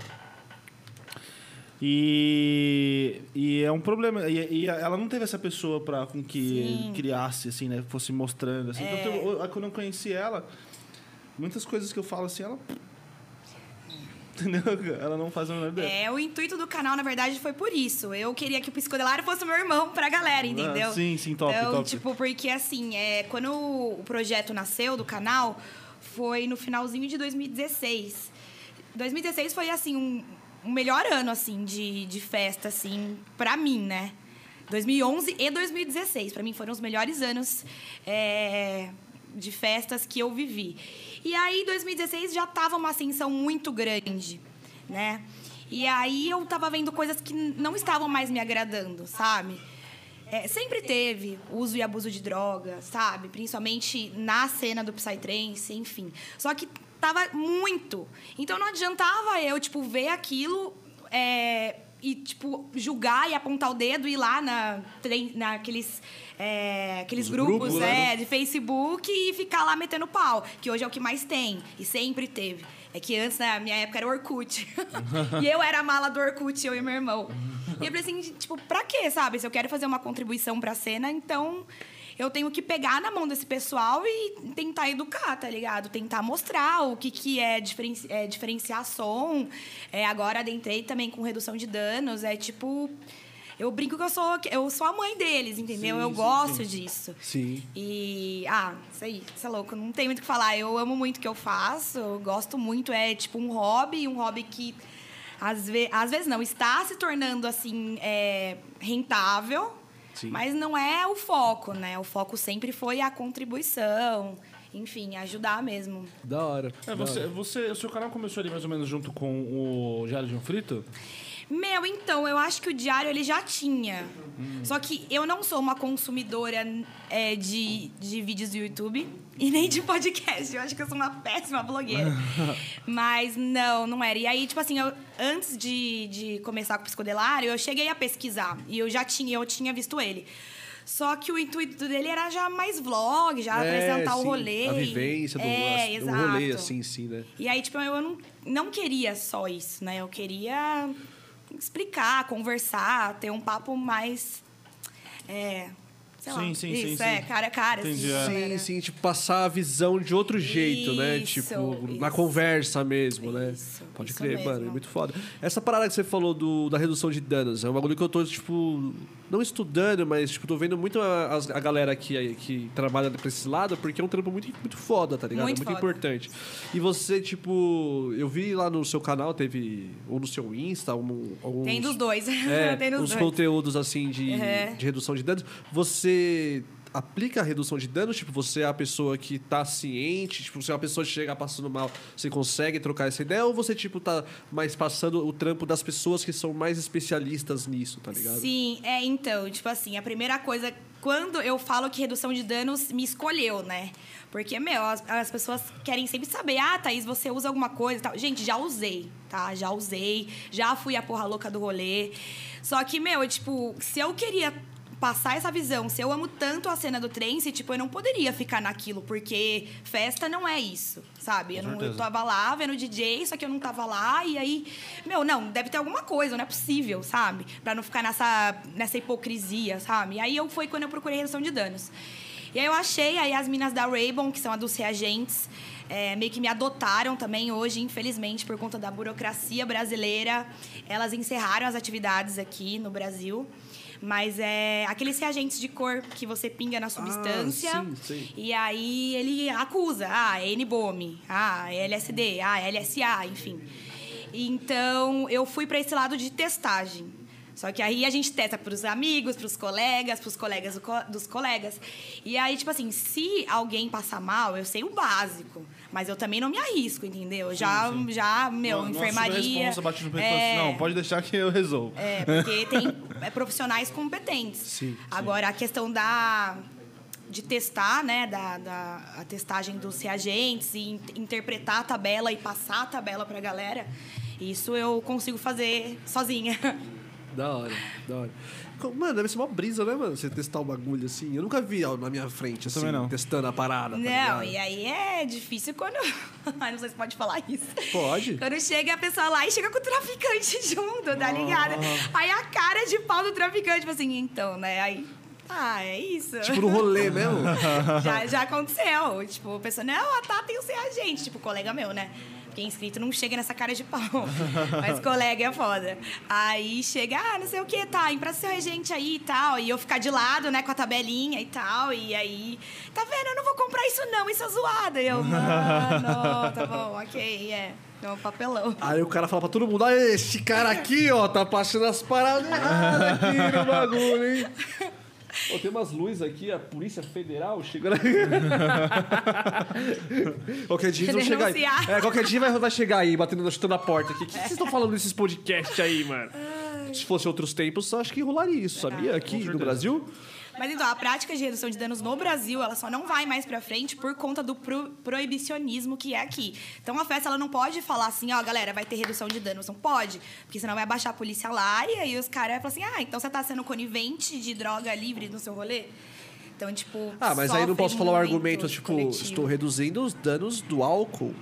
[SPEAKER 2] E, e é um problema. E, e ela não teve essa pessoa pra, com que
[SPEAKER 3] Sim.
[SPEAKER 2] criasse, assim, né? Fosse mostrando, assim. Tanto eu- eu- quando eu conheci ela, muitas coisas que eu falo assim, ela... Entendeu? Ela não faz a menor ideia.
[SPEAKER 3] É, o intuito do canal, na verdade, foi por isso. Eu queria que o psicodelário fosse o meu irmão pra galera, entendeu?
[SPEAKER 2] Ah, sim, sim, top,
[SPEAKER 3] então,
[SPEAKER 2] top.
[SPEAKER 3] tipo, porque assim, é, quando o projeto nasceu do canal, foi no finalzinho de 2016. 2016 foi, assim, um, um melhor ano, assim, de, de festa, assim, pra mim, né? 2011 e 2016, pra mim, foram os melhores anos é, de festas que eu vivi. E aí, 2016 já tava uma ascensão muito grande, né? E aí eu tava vendo coisas que não estavam mais me agradando, sabe? É, sempre teve uso e abuso de droga, sabe? Principalmente na cena do Psytrance, enfim. Só que tava muito. Então não adiantava eu, tipo, ver aquilo é, e, tipo, julgar e apontar o dedo e ir lá na, tre- naqueles é, aqueles
[SPEAKER 4] Os
[SPEAKER 3] grupos,
[SPEAKER 4] grupos, né?
[SPEAKER 3] é, de Facebook e ficar lá metendo pau, que hoje é o que mais tem e sempre teve. É que antes, na minha época, era o Orkut. e eu era a mala do Orkut, eu e meu irmão. E eu falei assim, tipo, pra quê, sabe? Se eu quero fazer uma contribuição pra cena, então eu tenho que pegar na mão desse pessoal e tentar educar, tá ligado? Tentar mostrar o que, que é, diferenci- é diferenciar som. É, agora adentrei também com redução de danos. É tipo. Eu brinco que eu sou, eu sou a mãe deles, entendeu?
[SPEAKER 4] Sim,
[SPEAKER 3] eu
[SPEAKER 4] sim,
[SPEAKER 3] gosto
[SPEAKER 4] sim.
[SPEAKER 3] disso.
[SPEAKER 1] Sim.
[SPEAKER 3] E, ah, isso aí, isso é louco, não tem muito o que falar. Eu amo muito o que eu faço, eu gosto muito, é tipo um hobby, um hobby que às, ve às vezes não, está se tornando assim, é, rentável,
[SPEAKER 1] Sim.
[SPEAKER 3] mas não é o foco, né? O foco sempre foi a contribuição, enfim, ajudar mesmo.
[SPEAKER 1] Da hora.
[SPEAKER 2] É,
[SPEAKER 1] da
[SPEAKER 2] você,
[SPEAKER 1] hora.
[SPEAKER 2] você, o seu canal começou ali mais ou menos junto com o Diário de um Frito?
[SPEAKER 3] Meu, então, eu acho que o diário ele já tinha.
[SPEAKER 1] Uhum.
[SPEAKER 3] Só que eu não sou uma consumidora é, de, de vídeos do YouTube e nem de podcast. Eu acho que eu sou uma péssima blogueira. Mas não, não era. E aí, tipo assim, eu- antes de, de começar com o psicodelário, eu cheguei a pesquisar. E eu já tinha, eu tinha visto ele. Só que o intuito dele era já mais vlog, já
[SPEAKER 1] É,
[SPEAKER 3] apresentar o
[SPEAKER 1] sim,
[SPEAKER 3] rolê.
[SPEAKER 1] A vivência do,
[SPEAKER 3] é,
[SPEAKER 1] as- do
[SPEAKER 3] exato.
[SPEAKER 1] rolê, assim, sim, né?
[SPEAKER 3] E aí, tipo, eu não, não queria só isso, né? Eu queria explicar, conversar, ter um papo mais. É. Sei lá.
[SPEAKER 4] Sim, sim, sim,
[SPEAKER 3] isso, é,
[SPEAKER 4] sim.
[SPEAKER 3] cara a cara.
[SPEAKER 4] Entendi, é.
[SPEAKER 3] assim,
[SPEAKER 1] Sim,
[SPEAKER 3] né?
[SPEAKER 1] sim, tipo, passar a visão de outro jeito, né?
[SPEAKER 3] Isso,
[SPEAKER 1] Tipo, na
[SPEAKER 3] isso.
[SPEAKER 1] conversa mesmo, né?
[SPEAKER 3] Isso,
[SPEAKER 1] Pode
[SPEAKER 3] isso
[SPEAKER 1] crer,
[SPEAKER 3] mesmo.
[SPEAKER 1] mano, é muito foda. Essa parada que você falou do, da redução de danos, é um bagulho que eu tô, tipo, não estudando, mas, tipo, tô vendo muito a, as- a galera que, que trabalha pra esse lado, porque é um trampo muito, muito foda, tá ligado?
[SPEAKER 3] Muito
[SPEAKER 1] é muito
[SPEAKER 3] foda.
[SPEAKER 1] importante. E você, tipo, eu vi lá no seu canal, teve, ou no seu Insta, um, alguns...
[SPEAKER 3] Tem dos dois.
[SPEAKER 1] É,
[SPEAKER 3] Tem dos
[SPEAKER 1] os
[SPEAKER 3] dois.
[SPEAKER 1] conteúdos assim de,
[SPEAKER 3] Uhum.
[SPEAKER 1] de redução de danos, você aplica a redução de danos? Tipo, você é a pessoa que tá ciente, tipo, se uma pessoa chega passando mal, você consegue trocar essa ideia, ou você, tipo, tá mais passando o trampo das pessoas que são mais especialistas nisso, tá ligado?
[SPEAKER 3] Sim, é, então, tipo assim, a primeira coisa, quando eu falo que redução de danos me escolheu, né? Porque, meu, as, as pessoas querem sempre saber, ah, Thaís, você usa alguma coisa e tal. Gente, já usei, tá? Já usei, já fui a porra louca do rolê. Só que, meu, eu, tipo, se eu queria passar essa visão, se eu amo tanto a cena do trance, tipo, eu não poderia ficar naquilo, porque festa não é isso, sabe? Eu, não, eu
[SPEAKER 4] certeza.
[SPEAKER 3] tô tava lá vendo DJ, só que eu não tava lá. E aí, meu, não, deve ter alguma coisa, não é possível, sabe? Pra não ficar nessa, nessa hipocrisia, sabe? E aí eu, foi quando eu procurei redução de danos. E aí eu achei, aí as minas da Raybon, que são a dos reagentes, é, meio que me adotaram também hoje, infelizmente, por conta da burocracia brasileira. Elas encerraram as atividades aqui no Brasil. Mas é aqueles reagentes de cor que você pinga
[SPEAKER 4] Ah,
[SPEAKER 3] na substância.
[SPEAKER 1] sim, sim.
[SPEAKER 3] E aí ele acusa, ah, é NBOME, ah, é LSD, ah, é LSA, enfim. Então eu fui para esse lado de testagem. Só que aí a gente testa para os amigos, para os colegas, para os colegas do co- dos colegas. E aí, tipo assim, se alguém passar mal, eu sei o básico. Mas eu também não me arrisco, entendeu? já, já, meu,
[SPEAKER 4] Não- não assume a
[SPEAKER 3] enfermaria.
[SPEAKER 4] responsa, bate no peito e fala assim,
[SPEAKER 3] é,
[SPEAKER 4] não, pode deixar que eu resolvo.
[SPEAKER 3] é, porque tem é, profissionais competentes.
[SPEAKER 1] Sim,
[SPEAKER 3] Agora, a questão da de testar, né, da, da a testagem dos reagentes e in- interpretar a tabela e passar a tabela para a galera, isso eu consigo fazer sozinha.
[SPEAKER 1] Da hora, da hora. Co- Mano, deve ser uma brisa, né, mano? Você testar o bagulho assim. Eu nunca vi ó, na minha frente, assim,
[SPEAKER 4] também não.
[SPEAKER 1] testando a parada. tá
[SPEAKER 3] Não,
[SPEAKER 1] ligado?
[SPEAKER 3] e aí é difícil quando. Ai, não sei se pode falar isso.
[SPEAKER 1] Pode.
[SPEAKER 3] Quando chega a pessoa lá e chega com o traficante junto, tá ligado?
[SPEAKER 1] Ah.
[SPEAKER 3] Aí a cara de pau do traficante, tipo assim, então, né? Aí. Ah, é isso.
[SPEAKER 1] Tipo, no rolê mesmo.
[SPEAKER 3] já, já aconteceu. Tipo, a pessoa, não, a Tata e o seu agente. Tipo, colega meu, né? Porque inscrito não chega nessa cara de pau. Mas colega é foda. Aí chega, ah, não sei o que, tá, empresta seu regente aí e tal. E eu ficar de lado, né, com a tabelinha e tal. E aí, tá vendo, eu não vou comprar isso não, isso é zoada. E eu, mano, tá bom, ok, é. É um papelão.
[SPEAKER 1] Aí o cara fala pra todo mundo, ah, esse cara aqui, ó, tá passando as paradas erradas aqui no bagulho, hein? Ó, tem umas luzes aqui, a Polícia Federal chegando. qualquer dia eles vão chegar aí.
[SPEAKER 3] Denunciar.
[SPEAKER 1] É, qualquer dia vai, vai chegar aí, batendo, chutando a porta aqui. O que que vocês estão falando nesses podcasts aí, mano? Se fosse outros tempos, acho que rolaria isso, sabia? Aqui no Brasil.
[SPEAKER 3] Mas então, a prática de redução de danos no Brasil, ela só não vai mais pra frente por conta do pro- proibicionismo que é aqui. Então, a festa, ela não pode falar assim, ó, galera, vai ter redução de danos. Não pode, porque senão vai baixar a polícia lá e aí os caras vão falar assim, ah, então você tá sendo conivente de droga livre no seu rolê? Então, tipo...
[SPEAKER 1] Ah, mas aí não
[SPEAKER 3] sofre
[SPEAKER 1] posso falar o
[SPEAKER 3] muito
[SPEAKER 1] argumento, tipo,
[SPEAKER 3] coletivo.
[SPEAKER 1] estou reduzindo os danos do álcool.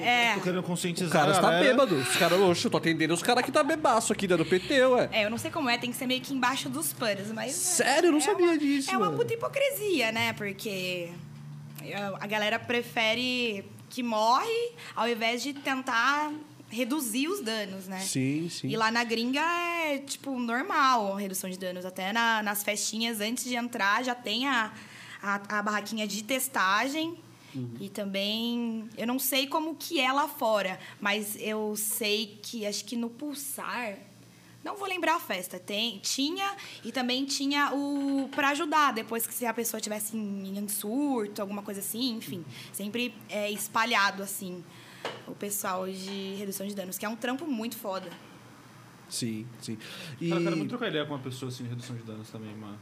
[SPEAKER 3] É,
[SPEAKER 4] Tô querendo
[SPEAKER 1] Os
[SPEAKER 4] conscientizar
[SPEAKER 1] caras
[SPEAKER 4] a
[SPEAKER 1] tá
[SPEAKER 4] galera.
[SPEAKER 1] bêbado. Os caras, oxe, eu tô atendendo os caras que tá bebaço aqui dando PT, ué.
[SPEAKER 3] é, eu não sei como é, tem que ser meio que embaixo dos panos, mas...
[SPEAKER 1] Sério, eu não
[SPEAKER 3] é
[SPEAKER 1] sabia
[SPEAKER 3] uma-
[SPEAKER 1] disso.
[SPEAKER 3] É uma
[SPEAKER 1] mano.
[SPEAKER 3] puta hipocrisia, né? Porque eu- a galera prefere que morre ao invés de tentar reduzir os danos, né?
[SPEAKER 1] Sim, sim.
[SPEAKER 3] E lá na gringa é, tipo, normal a redução de danos. Até na- nas festinhas, antes de entrar, já tem a, a, a barraquinha de testagem. E também, eu não sei como que é lá fora, mas eu sei que, acho que no Pulsar, não vou lembrar a festa, tem, tinha, e também tinha o para ajudar, depois que se a pessoa tivesse em, em surto, alguma coisa assim, enfim. Sempre é, espalhado, assim, o pessoal de redução de danos, que é um trampo muito foda.
[SPEAKER 1] Sim, sim. E
[SPEAKER 2] Cara, eu quero muito trocar ideia com uma pessoa assim, de redução de danos também, mano.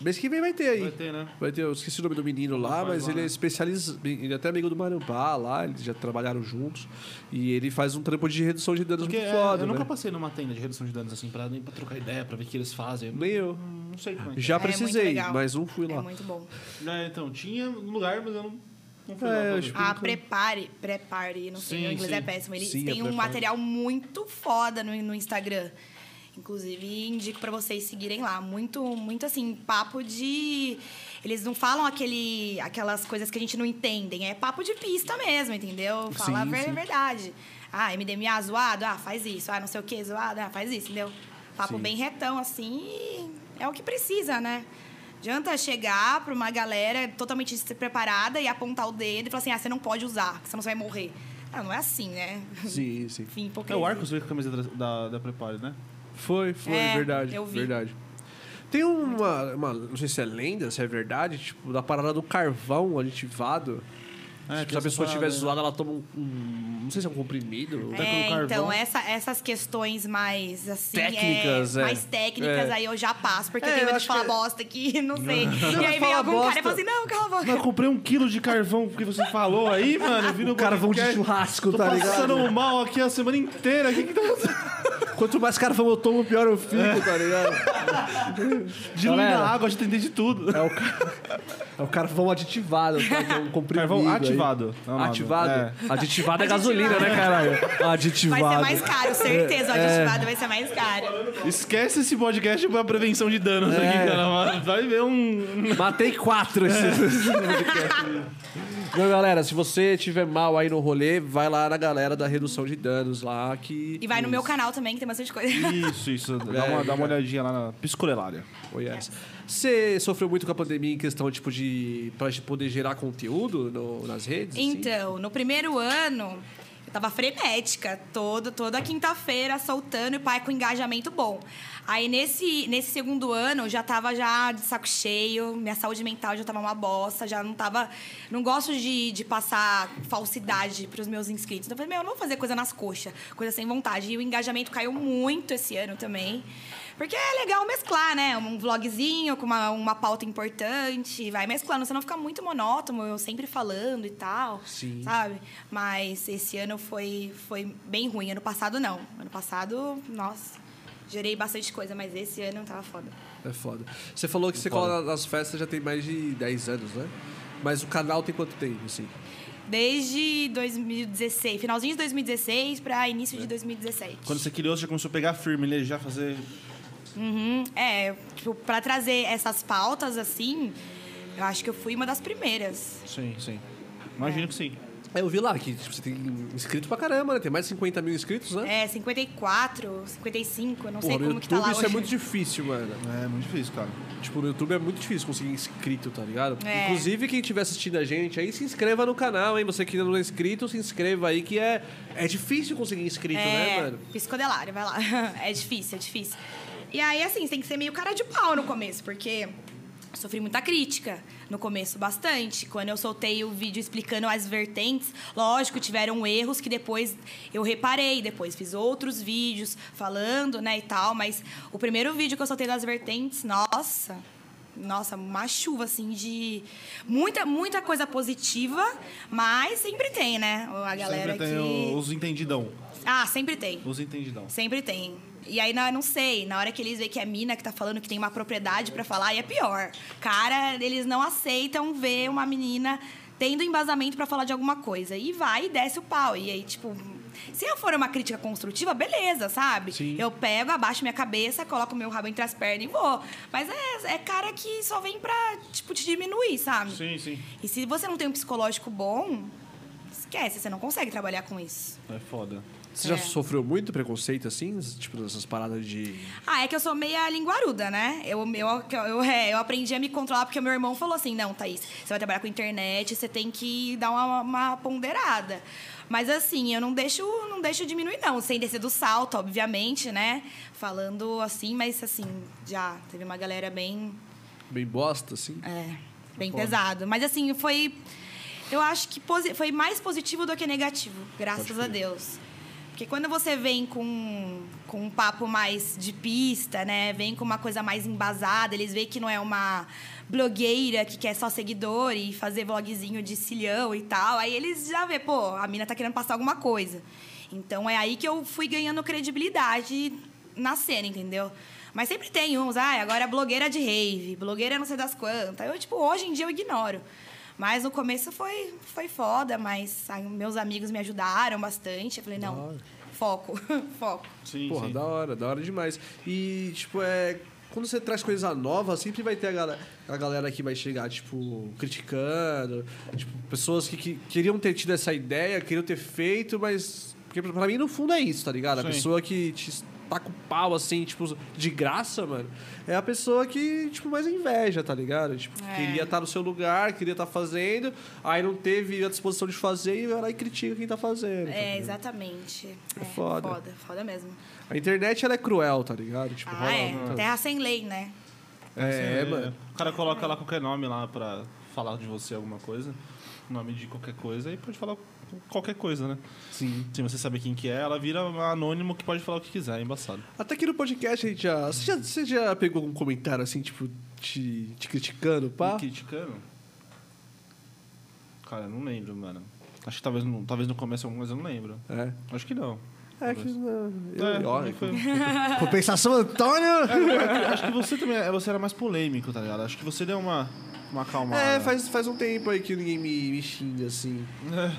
[SPEAKER 1] mês que vem vai ter aí.
[SPEAKER 2] Vai ter, né?
[SPEAKER 1] Vai ter, eu esqueci o nome do menino lá,
[SPEAKER 2] Vai
[SPEAKER 1] mas
[SPEAKER 2] lá,
[SPEAKER 1] ele é
[SPEAKER 2] né?
[SPEAKER 1] especialista. Ele é até amigo do Marambá lá, eles já trabalharam juntos. E ele faz um trampo de redução de danos
[SPEAKER 2] Porque
[SPEAKER 1] muito
[SPEAKER 2] é,
[SPEAKER 1] foda. né?
[SPEAKER 2] eu nunca
[SPEAKER 1] velho.
[SPEAKER 2] passei numa tenda de redução de danos assim, pra, nem pra trocar ideia, pra ver o que eles fazem.
[SPEAKER 1] Nem eu.
[SPEAKER 2] Hum, Não sei como é que
[SPEAKER 1] Já
[SPEAKER 3] É muito
[SPEAKER 1] precisei,
[SPEAKER 3] legal.
[SPEAKER 1] mas não fui
[SPEAKER 3] É
[SPEAKER 1] lá.
[SPEAKER 3] muito bom.
[SPEAKER 2] é. É, então, tinha um lugar, mas eu não, não fui
[SPEAKER 1] É,
[SPEAKER 2] lá. pra
[SPEAKER 1] eu
[SPEAKER 2] ver.
[SPEAKER 1] acho
[SPEAKER 3] Ah, prepare, prepare, não sei,
[SPEAKER 2] Sim,
[SPEAKER 3] o inglês
[SPEAKER 2] sim.
[SPEAKER 3] é péssimo. Eles
[SPEAKER 1] Sim, é
[SPEAKER 3] têm um
[SPEAKER 1] prepare.
[SPEAKER 3] material muito foda no, no Instagram. Inclusive, indico pra vocês seguirem lá. Muito, muito assim, papo de. Eles não falam aquele, aquelas coisas que a gente não entendem. É papo de pista mesmo, entendeu? Fala
[SPEAKER 1] Sim,
[SPEAKER 3] a ver-
[SPEAKER 1] sim.
[SPEAKER 3] verdade. Ah, MDMA zoado, ah, faz isso. Ah, não sei o que, zoado, ah, faz isso, entendeu? Papo
[SPEAKER 1] Sim.
[SPEAKER 3] bem retão, assim, e é o que precisa, né? Adianta chegar pra uma galera totalmente despreparada e apontar o dedo e falar assim, ah, você não pode usar, porque senão você vai morrer. Ah, não é assim, né?
[SPEAKER 1] Sim, sim.
[SPEAKER 3] Enfim, um
[SPEAKER 4] É
[SPEAKER 3] hipocrisia.
[SPEAKER 4] o
[SPEAKER 2] tá
[SPEAKER 4] Arcos veio com a camisa da, da, da Prepare, né?
[SPEAKER 1] Foi, foi,
[SPEAKER 3] É,
[SPEAKER 1] verdade.
[SPEAKER 3] eu vi.
[SPEAKER 1] Verdade. Tem uma, uma- Não sei se é lenda, se é verdade, tipo, da parada do carvão aditivado.
[SPEAKER 4] É,
[SPEAKER 1] se
[SPEAKER 4] tem
[SPEAKER 1] a pessoa
[SPEAKER 4] essa
[SPEAKER 1] estiver
[SPEAKER 4] parada,
[SPEAKER 1] zoada, ela toma um, um- Não sei se é um comprimido.
[SPEAKER 4] Tá com
[SPEAKER 3] É,
[SPEAKER 4] carvão.
[SPEAKER 3] então, essa- essas questões mais, assim...
[SPEAKER 1] Técnicas, é.
[SPEAKER 3] Mais técnicas,
[SPEAKER 1] É.
[SPEAKER 3] aí eu já passo, porque
[SPEAKER 1] É,
[SPEAKER 3] eu
[SPEAKER 1] eu
[SPEAKER 3] tenho medo
[SPEAKER 1] acho
[SPEAKER 3] de falar
[SPEAKER 1] que-
[SPEAKER 3] bosta aqui, não sei. e aí vem
[SPEAKER 1] fala
[SPEAKER 3] algum cara
[SPEAKER 1] bosta.
[SPEAKER 3] e fala assim, não, cala a boca.
[SPEAKER 4] Mas eu comprei um quilo de carvão porque você falou aí, mano. Eu vi no
[SPEAKER 1] O carvão de
[SPEAKER 4] podcast.
[SPEAKER 1] churrasco,
[SPEAKER 4] Tô
[SPEAKER 1] tá ligado?
[SPEAKER 4] passando mal aqui a semana inteira. O que que tá acontecendo?
[SPEAKER 1] um- Quanto mais carvão eu tomo, pior eu fico,
[SPEAKER 4] É.
[SPEAKER 1] tá ligado?
[SPEAKER 4] Diluindo
[SPEAKER 1] Galera.
[SPEAKER 4] a água, a gente tem de tudo.
[SPEAKER 1] É o, car- é o carvão aditivado, tá? Que é um comprimido.
[SPEAKER 4] Carvão
[SPEAKER 1] aí.
[SPEAKER 4] ativado, é o nome.
[SPEAKER 1] Ativado?
[SPEAKER 4] É.
[SPEAKER 1] Aditivado é gasolina, né, caralho?
[SPEAKER 3] Vai
[SPEAKER 1] Aditivado.
[SPEAKER 3] ser mais caro, certeza. O aditivado vai ser mais caro.
[SPEAKER 4] Esquece esse podcast pra prevenção de danos
[SPEAKER 1] É.
[SPEAKER 4] aqui, cara. Vai ver um.
[SPEAKER 1] Matei quatro esse esse podcast. Então, galera, se você tiver mal aí no rolê, vai lá na galera da redução de danos lá que.
[SPEAKER 3] E vai no meu canal também, que tem bastante coisa.
[SPEAKER 4] Isso, isso.
[SPEAKER 1] É,
[SPEAKER 4] Dá uma, dá uma olhadinha lá na piscorelária.
[SPEAKER 1] Oh, yes. Você sofreu muito com a pandemia em questão tipo de para poder gerar conteúdo no- nas redes? assim?
[SPEAKER 3] Então, no primeiro ano, eu tava frenética, todo, toda quinta-feira soltando e o pai com engajamento bom. Aí nesse, nesse segundo ano, eu já tava já de saco cheio, minha saúde mental já tava uma bosta, já não tava. Não gosto de, de passar falsidade pros meus inscritos. Então eu falei, meu, eu não vou fazer coisa nas coxas, coisa sem vontade. E o engajamento caiu muito esse ano também. Porque é legal mesclar, né? Um vlogzinho com uma, uma pauta importante, vai mesclando, senão fica muito monótono, eu sempre falando e tal.
[SPEAKER 1] Sim.
[SPEAKER 3] Sabe? Mas esse ano foi, foi bem ruim. Ano passado, não. Ano passado, nossa, gerei bastante coisa, mas esse ano tava foda.
[SPEAKER 1] É foda. Você falou que você cola nas festas já tem mais de 10 anos, né? Mas o canal tem quanto tempo, assim?
[SPEAKER 3] Desde 2016, finalzinho de 2016 pra início
[SPEAKER 1] É.
[SPEAKER 3] de 2017.
[SPEAKER 4] Quando você criou, você já começou a pegar firme, né? Já fazer.
[SPEAKER 3] Uhum. É, tipo, pra trazer essas pautas assim, eu acho que eu fui uma das primeiras.
[SPEAKER 4] Sim, sim. Imagino que sim.
[SPEAKER 1] É, eu vi lá que tipo, você tem inscrito pra caramba, né? Tem mais de 50 mil inscritos, né?
[SPEAKER 3] É, 54, 55, eu não sei
[SPEAKER 1] Porra, no
[SPEAKER 3] como
[SPEAKER 1] YouTube
[SPEAKER 3] que tá lá
[SPEAKER 1] isso
[SPEAKER 3] hoje.
[SPEAKER 1] é muito difícil, mano.
[SPEAKER 4] É muito difícil, cara.
[SPEAKER 1] Tipo, no YouTube é muito difícil conseguir inscrito, tá ligado?
[SPEAKER 3] É.
[SPEAKER 1] Inclusive, quem estiver assistindo a gente aí, se inscreva no canal, hein? Você que ainda não é inscrito, se inscreva aí, que é, é difícil conseguir inscrito, né,
[SPEAKER 3] é,
[SPEAKER 1] mano?
[SPEAKER 3] psicodelário, vai lá. É difícil, é difícil. E aí, assim, você tem que ser meio cara de pau no começo, porque Sofri muita crítica no começo, bastante. Quando eu soltei o vídeo explicando as vertentes, lógico, tiveram erros que depois eu reparei, depois fiz outros vídeos falando, né, e tal, mas o primeiro vídeo que eu soltei das vertentes, nossa, nossa, uma chuva assim de muita muita coisa positiva, mas sempre tem, né, a galera
[SPEAKER 4] Sempre
[SPEAKER 3] que
[SPEAKER 4] tem o- os entendidão.
[SPEAKER 3] Ah, sempre tem.
[SPEAKER 4] Os entendidão.
[SPEAKER 3] Sempre tem. E aí, na- não sei, na hora que eles veem que é mina que tá falando que tem uma propriedade pra falar, aí é pior. Cara, eles não aceitam ver uma menina tendo embasamento pra falar de alguma coisa. E vai e desce o pau. E aí, tipo, se eu for uma crítica construtiva, beleza, sabe? Eu pego, abaixo minha cabeça, coloco meu rabo entre as pernas e vou. Mas é, é cara que só vem pra, tipo, te diminuir, sabe?
[SPEAKER 4] Sim, sim.
[SPEAKER 3] E se você não tem um psicológico bom, esquece, você não consegue trabalhar com isso.
[SPEAKER 4] É foda.
[SPEAKER 1] Você já
[SPEAKER 3] É.
[SPEAKER 1] sofreu muito preconceito assim? Tipo, dessas paradas de.
[SPEAKER 3] Ah, é que eu sou meia linguaruda, né? Eu, eu, eu, é, eu aprendi a me controlar porque meu irmão falou assim: não, Thaís, você vai trabalhar com internet, você tem que dar uma, uma ponderada. Mas assim, eu não deixo, não deixo diminuir, não, sem descer do salto, obviamente, né? Falando assim, mas assim, já teve uma galera bem
[SPEAKER 1] bem bosta, assim?
[SPEAKER 3] é, bem pesado. Mas assim, foi. Eu acho que posi- foi mais positivo do que negativo, graças a Deus. Porque quando você vem com, com um papo mais de pista, né? Vem com uma coisa mais embasada, eles veem que não é uma blogueira que quer só seguidor e fazer vlogzinho de cilhão e tal. Aí eles já vê, pô, a mina tá querendo passar alguma coisa. Então é aí que eu fui ganhando credibilidade na cena, entendeu? Mas sempre tem uns, ah, agora é blogueira de rave, blogueira não sei das quantas. Eu, tipo, hoje em dia eu ignoro. Mas no começo foi, foi foda, mas ah, meus amigos me ajudaram bastante. Eu falei, não, foco, foco.
[SPEAKER 4] Sim,
[SPEAKER 1] Porra,
[SPEAKER 4] sim.
[SPEAKER 1] da hora, da hora demais. E, tipo, é. Quando você traz coisa nova, sempre vai ter a galera, a galera que vai chegar, tipo, criticando. Tipo, pessoas que, que queriam ter tido essa ideia, queriam ter feito, mas. Porque pra mim, no fundo, é isso, tá ligado?
[SPEAKER 4] Sim.
[SPEAKER 1] A pessoa que te taca o pau, assim, tipo, de graça, mano, é a pessoa que, tipo, mais inveja, tá ligado? Tipo,
[SPEAKER 3] É.
[SPEAKER 1] queria estar no seu lugar, queria estar fazendo, aí não teve a disposição de fazer e vai lá e critica quem tá fazendo. tá
[SPEAKER 3] É,
[SPEAKER 1] ligado?
[SPEAKER 3] exatamente.
[SPEAKER 1] É foda.
[SPEAKER 3] Foda, foda mesmo.
[SPEAKER 1] A internet ela é cruel, tá ligado? Tipo,
[SPEAKER 3] Ah,
[SPEAKER 1] rola
[SPEAKER 3] é.
[SPEAKER 1] muita-
[SPEAKER 3] Terra sem lei, né?
[SPEAKER 1] É,
[SPEAKER 4] É,
[SPEAKER 1] mano.
[SPEAKER 4] O cara coloca lá qualquer nome lá pra falar de você alguma coisa. Nome de qualquer coisa e pode falar qualquer coisa, né? Sim. Sem você saber quem que é, ela vira um anônimo que pode falar o que quiser, é embaçado.
[SPEAKER 1] Até aqui no podcast a gente já. Você já, você já pegou um comentário assim, tipo, te, te criticando, pá?
[SPEAKER 4] Me criticando? Cara, eu não lembro, mano. Acho que talvez, no- talvez no começo alguma coisa eu não lembro.
[SPEAKER 1] É.
[SPEAKER 4] Acho que não.
[SPEAKER 1] É que. não, Eu,
[SPEAKER 4] É,
[SPEAKER 1] ó,
[SPEAKER 4] não foi. É,
[SPEAKER 1] Compensação, Antônio!
[SPEAKER 4] Acho que você também você era mais polêmico, tá ligado? Acho que você deu uma, uma calmada.
[SPEAKER 1] É, faz, faz um tempo aí que ninguém me, me xinga, assim.
[SPEAKER 4] É.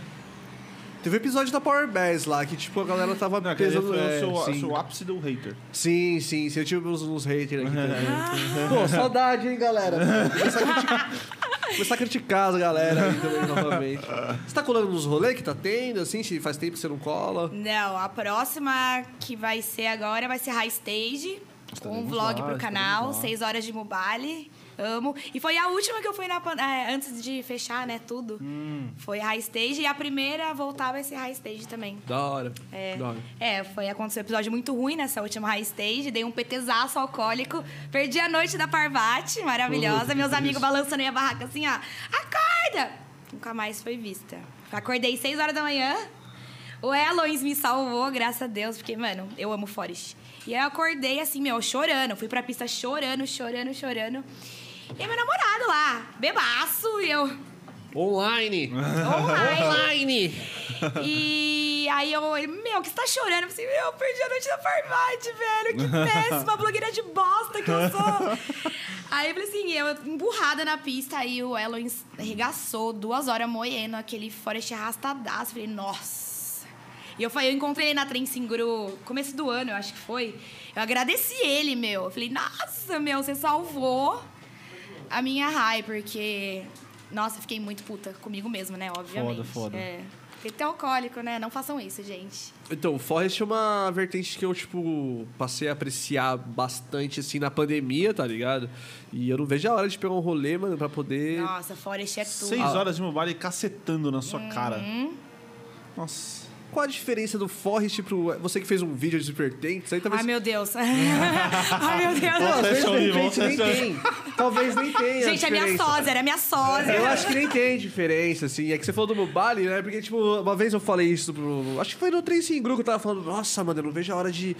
[SPEAKER 1] Teve um episódio da Power Bass lá, que tipo, a galera tava
[SPEAKER 4] Não, aquele
[SPEAKER 1] pesando...
[SPEAKER 4] foi
[SPEAKER 1] é,
[SPEAKER 4] o seu,
[SPEAKER 1] sim.
[SPEAKER 4] seu ápice do hater.
[SPEAKER 1] sim, sim, sim, eu tive uns, uns haters aqui também. Pô, saudade, hein, galera? Começar a criticar, começar a criticar as galera aí também, novamente. Você tá colando nos rolês que tá tendo, assim, se faz tempo que você não cola?
[SPEAKER 3] Não, a próxima que vai ser agora vai ser High Stage, com um
[SPEAKER 4] Estaremos
[SPEAKER 3] vlog
[SPEAKER 4] lá,
[SPEAKER 3] pro canal,
[SPEAKER 4] estaremos lá.
[SPEAKER 3] 6 horas de mobile. Amo. E foi a última que eu fui na pan- é, antes de fechar, né, tudo. Foi High Stage e a primeira a voltar vai ser High Stage também.
[SPEAKER 1] Da hora.
[SPEAKER 3] É,
[SPEAKER 1] Da hora.
[SPEAKER 3] é, foi aconteceu um episódio muito ruim nessa última high stage, dei um PTzaço alcoólico, perdi a noite da Parvati, maravilhosa, meus amigos balançando aí a barraca assim, ó, acorda! Nunca mais foi vista. Acordei 6 horas da manhã, o Elons me salvou, graças a Deus, porque, mano, eu amo Forest. E eu acordei assim, meu, chorando, fui pra pista chorando, chorando, chorando. E meu namorado lá, bebaço, e eu...
[SPEAKER 1] Online!
[SPEAKER 3] Online! e aí eu, ele, meu, que você tá chorando? Eu falei, assim, meu, eu perdi a noite da Farmate, velho. Que péssima blogueira de bosta que eu sou. aí eu falei assim, eu emburrada na pista, aí o Elon arregaçou duas horas moendo aquele forest arrastadaço. Falei, nossa. E eu falei, eu encontrei ele na Trensingru, começo do ano, eu acho que foi. Eu agradeci ele, meu. Eu falei, nossa, meu, você salvou a minha raia, porque. Nossa, eu fiquei muito puta comigo mesmo, né? Obviamente.
[SPEAKER 4] Foda, foda.
[SPEAKER 3] É. Fiquei até alcoólico, né? Não façam isso, gente.
[SPEAKER 1] Então, Forrest é uma vertente que eu, tipo, passei a apreciar bastante, assim, na pandemia, tá ligado? E eu não vejo a hora de pegar um rolê, mano, pra poder...
[SPEAKER 3] Nossa, Forest é tudo.
[SPEAKER 4] Seis horas de mobile cacetando na sua cara.
[SPEAKER 1] Uhum.
[SPEAKER 4] Nossa.
[SPEAKER 1] Qual a diferença do Forrest pro... Você que fez um vídeo de vertentes, aí talvez...
[SPEAKER 3] Ai, meu Deus. Ai, meu
[SPEAKER 1] Pô, às
[SPEAKER 3] Deus.
[SPEAKER 1] vezes
[SPEAKER 4] Sessão de
[SPEAKER 1] vertente
[SPEAKER 4] volta,
[SPEAKER 1] nem
[SPEAKER 4] sessão de-
[SPEAKER 1] tem. Talvez nem tenha.
[SPEAKER 3] Gente, é minha né?
[SPEAKER 1] diferença.
[SPEAKER 3] sósia, era minha sósia.
[SPEAKER 1] Eu acho que nem tem diferença, assim. É que você falou do Mubali, né? Porque, tipo, uma vez eu falei isso pro. Acho que foi no Trem Sem Grupo que eu tava falando, nossa, mano, eu não vejo a hora de.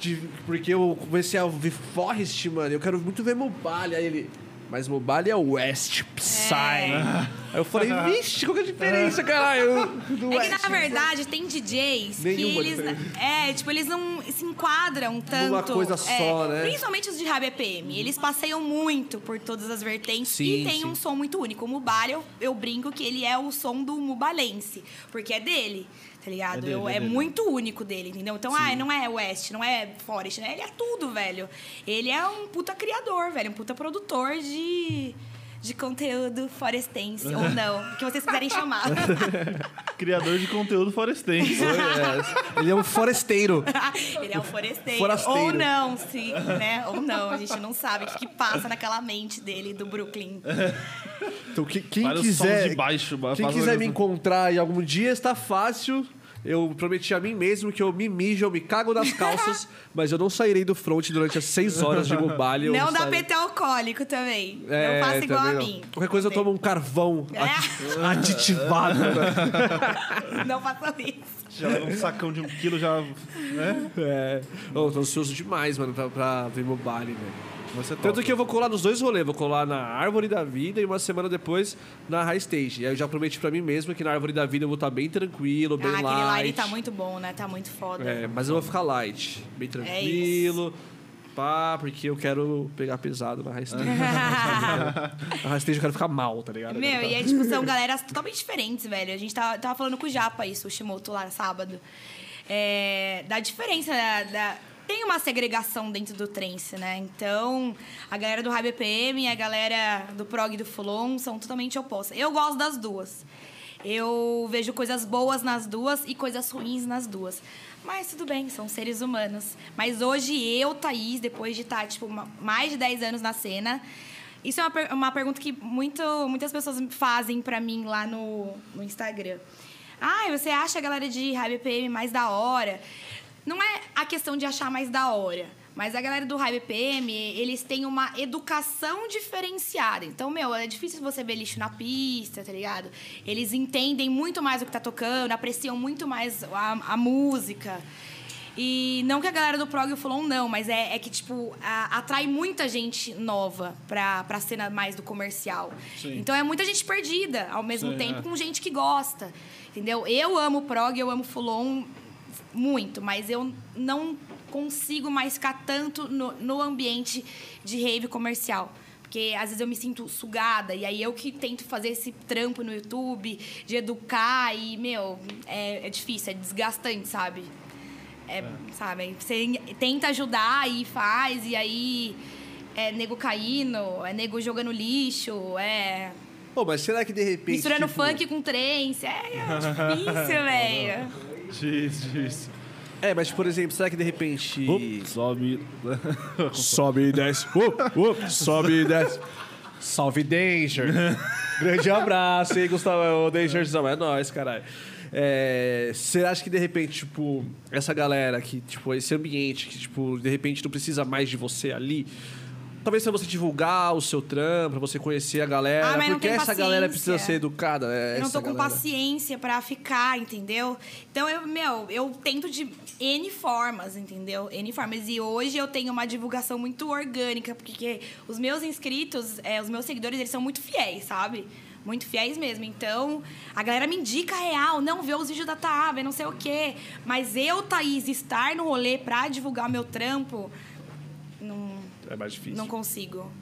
[SPEAKER 1] de... Porque eu comecei a ouvir Forrest, mano. Eu quero muito ver Mubali. Aí ele. Mas Mubali é West Psy.
[SPEAKER 3] É.
[SPEAKER 1] Aí eu falei, vixe, qual que é a diferença, caralho? Do
[SPEAKER 3] É que,
[SPEAKER 1] West?
[SPEAKER 3] na verdade, tem DJs que
[SPEAKER 1] Nenhuma
[SPEAKER 3] eles.
[SPEAKER 1] diferença.
[SPEAKER 3] É, tipo, eles não se enquadram tanto.
[SPEAKER 1] coisa
[SPEAKER 3] é,
[SPEAKER 1] só, né?
[SPEAKER 3] Principalmente os de Rádio EPM. Eles passeiam muito por todas as vertentes
[SPEAKER 1] Sim,
[SPEAKER 3] e tem
[SPEAKER 1] sim.
[SPEAKER 3] um som muito único. O Mubali, eu, eu brinco que ele é o som do mubalense, porque é dele. Tá ligado?
[SPEAKER 4] É dele,
[SPEAKER 3] Eu-
[SPEAKER 4] é
[SPEAKER 3] é
[SPEAKER 4] dele.
[SPEAKER 3] muito único dele, entendeu? Então, ah, não é West, não é Forest, né? Ele é tudo, velho. Ele é um puta criador, velho. Um puta produtor de, de conteúdo forestense, ou não. O que vocês quiserem chamar.
[SPEAKER 4] Criador de conteúdo forestense.
[SPEAKER 1] É, Ele é um foresteiro.
[SPEAKER 3] Ele é o foresteiro.
[SPEAKER 1] Forasteiro.
[SPEAKER 3] Ou não, sim, né? Ou não, a gente não sabe o que, que passa naquela mente dele do Brooklyn.
[SPEAKER 1] Então, que- quem
[SPEAKER 4] Vários sons
[SPEAKER 1] quiser,
[SPEAKER 4] de baixo, ba-
[SPEAKER 1] quem
[SPEAKER 4] faz
[SPEAKER 1] quiser
[SPEAKER 4] uma-
[SPEAKER 1] me encontrar em algum dia, está fácil. Eu prometi a mim mesmo que eu me mijo, eu me cago nas calças, mas eu não sairei do front durante as seis horas de mobile. eu
[SPEAKER 3] não dá
[SPEAKER 1] sairei-
[SPEAKER 3] PT alcoólico também.
[SPEAKER 1] É,
[SPEAKER 3] não faça igual a
[SPEAKER 1] também não.
[SPEAKER 3] mim.
[SPEAKER 1] Qualquer coisa eu tomo um carvão
[SPEAKER 3] É.
[SPEAKER 1] ati- aditivado. né?
[SPEAKER 3] Não faça isso.
[SPEAKER 4] Já leva um sacão de um quilo, já. Né?
[SPEAKER 1] É. Eu tô ansioso demais, mano, pra, pra ver mobile, velho.
[SPEAKER 4] Você topa.
[SPEAKER 1] Tanto que eu vou colar nos dois rolês. Vou colar na Árvore da Vida e uma semana depois na High Stage. E aí eu já prometi pra mim mesmo que na Árvore da Vida eu vou estar bem tranquilo, bem
[SPEAKER 3] ah,
[SPEAKER 1] light.
[SPEAKER 3] aquele lá ele tá muito bom, né? Tá muito foda.
[SPEAKER 1] É, mas eu vou ficar light, bem
[SPEAKER 3] É
[SPEAKER 1] tranquilo. Pá, porque eu quero pegar pesado na rasteja. É. na rasteja eu quero ficar mal, tá ligado? Eu
[SPEAKER 3] Meu,
[SPEAKER 1] quero
[SPEAKER 3] e é tipo, são galeras totalmente diferentes, velho. A gente tava, tava falando com o Japa isso, o Shimoto lá sábado. É, da diferença da, da- Tem uma segregação dentro do trance, né? Então, a galera do High BPM e a galera do Prog e do Fulon são totalmente opostas. Eu gosto das duas. Eu vejo coisas boas nas duas e coisas ruins nas duas. Mas tudo bem, são seres humanos. Mas hoje eu, Thaís, depois de estar, tipo, ma- mais de 10 anos na cena, isso é uma, per- uma pergunta que muito, muitas pessoas fazem pra mim lá no, no Instagram. Ah, você acha a galera de High BPM mais da hora? Não é a questão de achar mais da hora, mas a galera do High BPM, eles têm uma educação diferenciada. Então, meu, é difícil você ver lixo na pista, tá ligado? Eles entendem muito mais o que tá tocando, apreciam muito mais a, a música. E não que a galera do prog falou não, mas é, é que, tipo, a- atrai muita gente nova pra, pra cena mais do comercial. Então é muita gente perdida, ao mesmo
[SPEAKER 2] Sim,
[SPEAKER 3] tempo
[SPEAKER 2] é.
[SPEAKER 3] com gente que gosta. Entendeu? Eu amo prog, eu amo fulon muito, mas eu não consigo mais ficar tanto no, no ambiente de rave comercial. Porque às vezes eu me sinto sugada, e aí eu que tento fazer esse trampo no YouTube, de educar, e, meu, é- é difícil, é desgastante, sabe? É, Sabe? Você tenta ajudar e faz, e aí é nego caindo, é nego jogando lixo, é.
[SPEAKER 1] ficar- Pô, mas será que de repente.
[SPEAKER 3] misturando
[SPEAKER 1] tipo,
[SPEAKER 3] funk com trance. É, é difícil, velho.
[SPEAKER 4] Diz, diz.
[SPEAKER 1] É, mas por exemplo, será que de repente.
[SPEAKER 4] Up, sobe.
[SPEAKER 1] Sobe e desce. Up, up, sobe e desce. Salve Danger. Grande abraço, hein, Gustavo? O Dangerzão é nóis, caralho. É, Você acha que de repente, tipo, essa galera que, tipo, esse ambiente que, tipo, de repente não precisa mais de você ali? Talvez pra você divulgar o seu trampo, pra você conhecer a galera.
[SPEAKER 3] Ah, mas não
[SPEAKER 1] porque
[SPEAKER 3] tem
[SPEAKER 1] essa galera
[SPEAKER 3] paciência.
[SPEAKER 1] precisa ser educada. É,
[SPEAKER 3] Eu não
[SPEAKER 1] essa
[SPEAKER 3] tô com
[SPEAKER 1] galera.
[SPEAKER 3] paciência pra ficar, entendeu? Então, eu, meu, eu tento de N formas, entendeu? N formas. E hoje eu tenho uma divulgação muito orgânica, porque que os meus inscritos, é, os meus seguidores, eles são muito fiéis, sabe? Muito fiéis mesmo. Então, a galera me indica real, não vê os vídeos da Taaba, não sei o quê. Mas eu, Thaís, estar no rolê pra divulgar o meu trampo, não,
[SPEAKER 1] É mais difícil.
[SPEAKER 3] não consigo.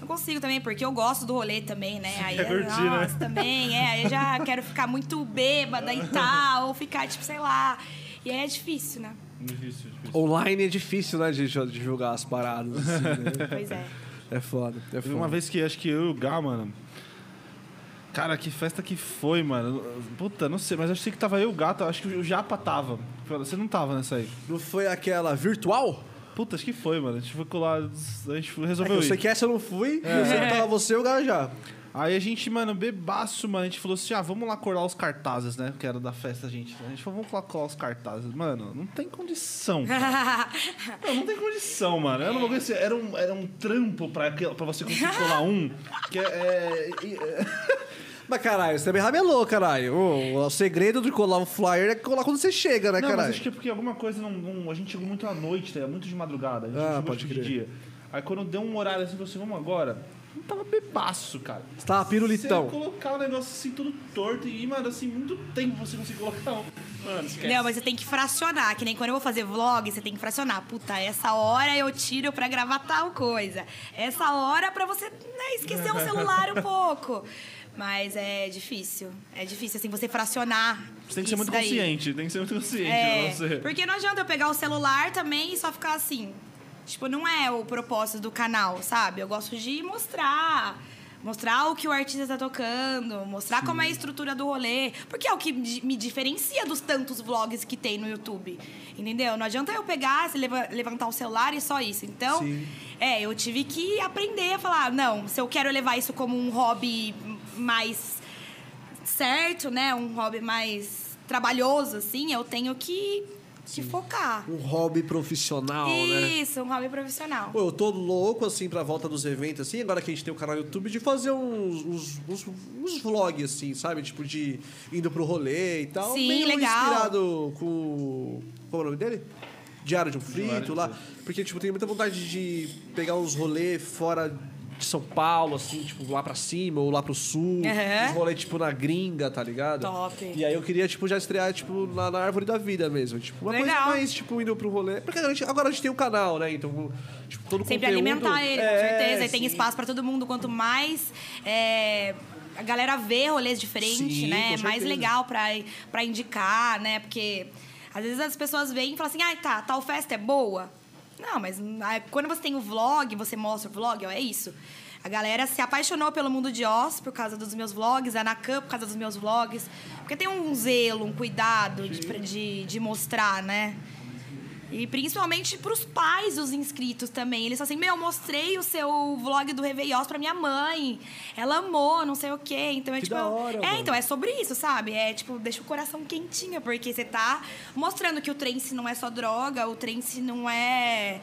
[SPEAKER 3] Não consigo também, porque eu gosto do rolê também, né? Aí
[SPEAKER 4] quer
[SPEAKER 3] eu
[SPEAKER 4] curtir, né?
[SPEAKER 3] nossa, também, é. Aí eu já quero ficar muito bêbada e tal, ou ficar, tipo, sei lá. E aí é difícil, né?
[SPEAKER 2] Difícil, difícil.
[SPEAKER 1] Online é difícil, né, de de divulgar as paradas. assim, né?
[SPEAKER 3] Pois é.
[SPEAKER 1] É foda. É
[SPEAKER 4] Teve
[SPEAKER 1] foda.
[SPEAKER 4] uma vez que acho que eu e o Gá, mano. Cara, que festa que foi, mano. Puta, não sei, mas eu sei que tava eu e o Gato, acho que o Japa tava. Você não tava nessa aí.
[SPEAKER 1] Não foi aquela virtual?
[SPEAKER 4] Puta, acho que foi, mano. A gente foi colar. A gente
[SPEAKER 1] É que
[SPEAKER 4] resolveu
[SPEAKER 1] eu
[SPEAKER 4] isso.
[SPEAKER 1] É. sei que essa eu não fui, eu sei que tava você e o Gajá.
[SPEAKER 4] Aí a gente, mano, bebaço, mano. A gente falou assim: ah, vamos lá colar os cartazes, né? Que era da festa, gente. A gente falou: vamos lá colar os cartazes. Mano, não tem condição. Não, não tem condição, mano. Era, uma coisa assim, era, um, era um trampo pra, aquela- pra você conseguir colar um. Que é, é- é-
[SPEAKER 1] Mas caralho, você também rabelou, caralho. Ô, O, segredo de colar um flyer é colar quando você chega, né,
[SPEAKER 4] Não, mas
[SPEAKER 1] caralho?
[SPEAKER 4] acho que é porque alguma coisa não, não- A gente chegou muito à noite, né? Muito de madrugada. A gente
[SPEAKER 1] Ah,
[SPEAKER 4] chegou
[SPEAKER 1] pode
[SPEAKER 4] tipo de
[SPEAKER 1] crer.
[SPEAKER 4] dia. Aí quando deu um horário assim, falou assim: vamos agora. Não tava bebaço, cara.
[SPEAKER 1] Você tava pirulitão.
[SPEAKER 4] Você colocar o negócio assim, tudo torto e, mano, assim, muito tempo pra você conseguir colocar um. Mano, esquece.
[SPEAKER 3] Não, mas você tem que fracionar, que nem quando eu vou fazer vlog, você tem que fracionar. Puta, essa hora eu tiro pra gravar tal coisa. Essa hora pra você né, esquecer o celular um pouco. Mas é difícil. É difícil, assim, você fracionar.
[SPEAKER 4] Você tem que ser muito
[SPEAKER 3] isso daí.
[SPEAKER 4] consciente, tem que ser muito consciente
[SPEAKER 3] É,
[SPEAKER 4] pra você.
[SPEAKER 3] porque não adianta eu pegar o celular também e só ficar assim. Tipo, não é o propósito do canal, sabe? Eu gosto de mostrar. Mostrar o que o artista tá tocando, mostrar como é a estrutura do rolê. Porque é o que di- me diferencia dos tantos vlogs que tem no YouTube. Entendeu? Não adianta eu pegar, se leva- levantar o celular e só isso. Então,
[SPEAKER 1] Sim.
[SPEAKER 3] é, eu tive que aprender a falar, não, se eu quero levar isso como um hobby mais certo, né? Um hobby mais trabalhoso, assim, eu tenho que te focar.
[SPEAKER 1] Um hobby profissional, né?
[SPEAKER 3] Isso, um hobby profissional.
[SPEAKER 1] Pô, eu tô louco, assim, pra volta dos eventos, assim, agora que a gente tem o canal no YouTube, de fazer uns, uns, uns, uns vlogs, assim, sabe? Tipo, de indo pro rolê e tal.
[SPEAKER 3] Sim,
[SPEAKER 1] Meio
[SPEAKER 3] legal.
[SPEAKER 1] inspirado com... Qual é o nome dele? Diário de um Frito, lá. Porque, tipo, tenho muita vontade de pegar uns rolê fora de São Paulo, assim, tipo, lá pra cima ou lá pro sul.
[SPEAKER 3] Aham.
[SPEAKER 1] Uns rolê, tipo, na gringa, tá ligado?
[SPEAKER 3] Top.
[SPEAKER 1] E aí eu queria, tipo, já estrear, tipo, na, na árvore da vida mesmo. Tipo, uma coisa
[SPEAKER 3] Legal.
[SPEAKER 1] mais mas, tipo, indo pro rolê. Porque a gente- agora a gente tem o canal, né? Então, tipo, todo
[SPEAKER 3] Sempre
[SPEAKER 1] conteúdo...
[SPEAKER 3] alimentar ele, com
[SPEAKER 1] É,
[SPEAKER 3] certeza. E tem
[SPEAKER 1] sim.
[SPEAKER 3] espaço pra todo mundo. Quanto mais é, a galera vê rolês diferentes,
[SPEAKER 1] Sim,
[SPEAKER 3] né?
[SPEAKER 1] com
[SPEAKER 3] Mais
[SPEAKER 1] certeza.
[SPEAKER 3] legal pra, pra indicar, né? Porque às vezes as pessoas vêm e falam assim, ai, tá, tal festa é boa. Não, mas ah, quando você tem o vlog, você mostra o vlog, ó, é isso. A galera se apaixonou pelo mundo de Oz por causa dos meus vlogs, a Nakan por causa dos meus vlogs. Porque tem um zelo, um cuidado de, pra- de, de mostrar, né? E principalmente pros pais dos inscritos também. Eles falam assim: Meu, eu mostrei o seu vlog do Réveillós pra minha mãe. Ela amou, não sei o quê. Então é
[SPEAKER 1] Que
[SPEAKER 3] tipo.
[SPEAKER 1] da hora,
[SPEAKER 3] é,
[SPEAKER 1] mano.
[SPEAKER 3] então é sobre isso, sabe? É tipo, deixa o coração quentinho, porque você tá mostrando que o trance não é só droga, o trance não é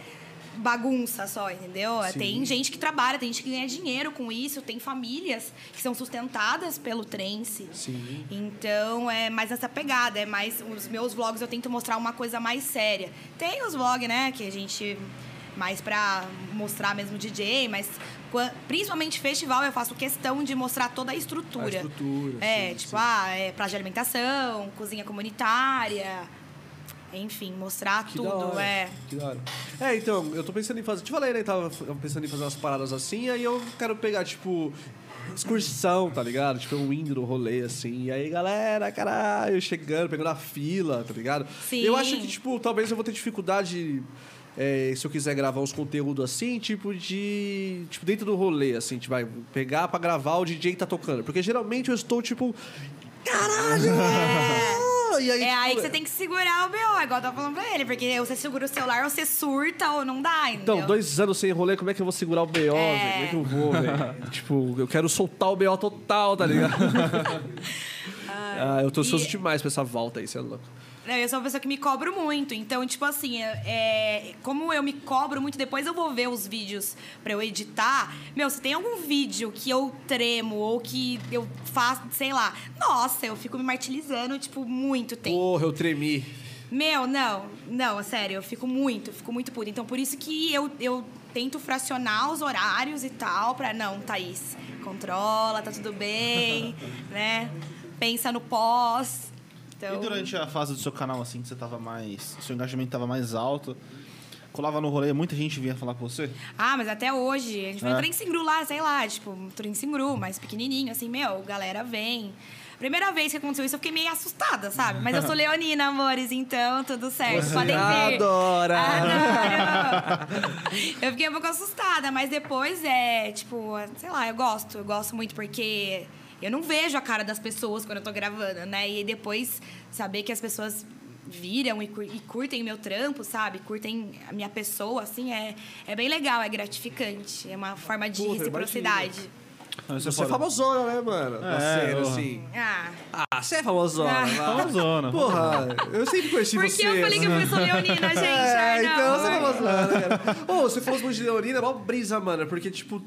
[SPEAKER 3] bagunça só, entendeu? É,
[SPEAKER 1] Sim.
[SPEAKER 3] Tem gente que trabalha, tem gente que ganha dinheiro com isso, tem famílias que são sustentadas pelo trance.
[SPEAKER 1] Sim.
[SPEAKER 3] Então é mais essa pegada, é mais os meus vlogs eu tento mostrar uma coisa mais séria. Tem os vlogs, né, que a gente mais pra mostrar mesmo DJ, mas qua- principalmente festival eu faço questão de mostrar toda a estrutura.
[SPEAKER 1] A estrutura,
[SPEAKER 3] É,
[SPEAKER 1] sim,
[SPEAKER 3] tipo,
[SPEAKER 1] sim.
[SPEAKER 3] ah, é praia de alimentação, cozinha comunitária, enfim, mostrar
[SPEAKER 1] Que da
[SPEAKER 3] tudo,
[SPEAKER 1] hora.
[SPEAKER 3] é.
[SPEAKER 1] Que da hora. É, então, eu tô pensando em fazer... Te falei, né? Tava f- pensando em fazer umas paradas assim, aí eu quero pegar, tipo... Excursão, tá ligado? Tipo, um indo no rolê, assim. E aí, galera, caralho, chegando, pegando a fila, tá ligado?
[SPEAKER 3] Sim.
[SPEAKER 1] Eu acho que, tipo, talvez eu vou ter dificuldade... é, se eu quiser gravar uns conteúdos assim, tipo de. Tipo, dentro do rolê, assim, tipo, vai pegar pra gravar o DJ que tá tocando. Porque geralmente eu estou, tipo. Caralho! E
[SPEAKER 3] É aí
[SPEAKER 1] tipo,
[SPEAKER 3] que você tem que segurar o BO, igual eu tava falando pra ele, porque ou você segura o celular ou você surta ou não dá, entendeu?
[SPEAKER 1] Então, dois anos sem rolê, como é que eu vou segurar o BO, velho? Como é que eu vou, velho? tipo, eu quero soltar o BO total, tá ligado? ah, eu tô ansioso
[SPEAKER 3] e-
[SPEAKER 1] demais pra essa volta aí, você é louco.
[SPEAKER 3] Não, eu sou uma pessoa que me cobro muito. Então, tipo assim, é- é, como eu me cobro muito, depois eu vou ver os vídeos pra eu editar. Meu, se tem algum vídeo que eu tremo ou que eu faço, sei lá. Nossa, eu fico me martirizando, tipo, muito tempo.
[SPEAKER 1] Porra, eu tremi.
[SPEAKER 3] Meu, não, não, sério, eu fico muito, eu fico muito puta. Então, por isso que eu, eu tento fracionar os horários e tal, pra não, Thaís, controla, tá tudo bem, né? Pensa no pós. Então...
[SPEAKER 4] E durante a fase do seu canal, assim, que você tava mais. Seu engajamento tava mais alto. Colava no rolê, muita gente vinha falar com você.
[SPEAKER 3] Ah, mas até hoje. A gente vai
[SPEAKER 4] É.
[SPEAKER 3] em Trensingru lá, sei lá, tipo, um Trensingru, mais pequenininho, assim, meu, galera vem. Primeira vez que aconteceu isso, eu fiquei meio assustada, sabe? Mas eu sou leonina, amores, então tudo certo. Podem
[SPEAKER 1] é
[SPEAKER 3] Ah, vir.
[SPEAKER 1] Ah, adora.
[SPEAKER 3] Adoro! eu fiquei um pouco assustada, mas depois é, tipo, sei lá, eu gosto. Eu gosto muito porque eu não vejo a cara das pessoas quando eu tô gravando, né? E depois saber que as pessoas viram e, cur- e curtem o meu trampo, sabe? Curtem a minha pessoa, assim, é, é bem legal, é gratificante. É uma forma de
[SPEAKER 1] Porra, imagina.
[SPEAKER 3] reciprocidade.
[SPEAKER 2] Não,
[SPEAKER 1] Você é famosona, né, mano? Na
[SPEAKER 2] É,
[SPEAKER 1] cena,
[SPEAKER 2] porra.
[SPEAKER 1] assim.
[SPEAKER 3] Ah.
[SPEAKER 1] Ah, você é famosona.
[SPEAKER 3] Ah.
[SPEAKER 1] vai.
[SPEAKER 2] Famosona.
[SPEAKER 1] Porra, eu sempre conheci
[SPEAKER 3] Por
[SPEAKER 1] você.
[SPEAKER 3] que eu falei que eu fui sou leonina, gente?
[SPEAKER 1] É,
[SPEAKER 3] Ai, não.
[SPEAKER 1] então você é famosona, cara. Ô, você falou muito de Leonina, é mó brisa, mano. Porque, tipo.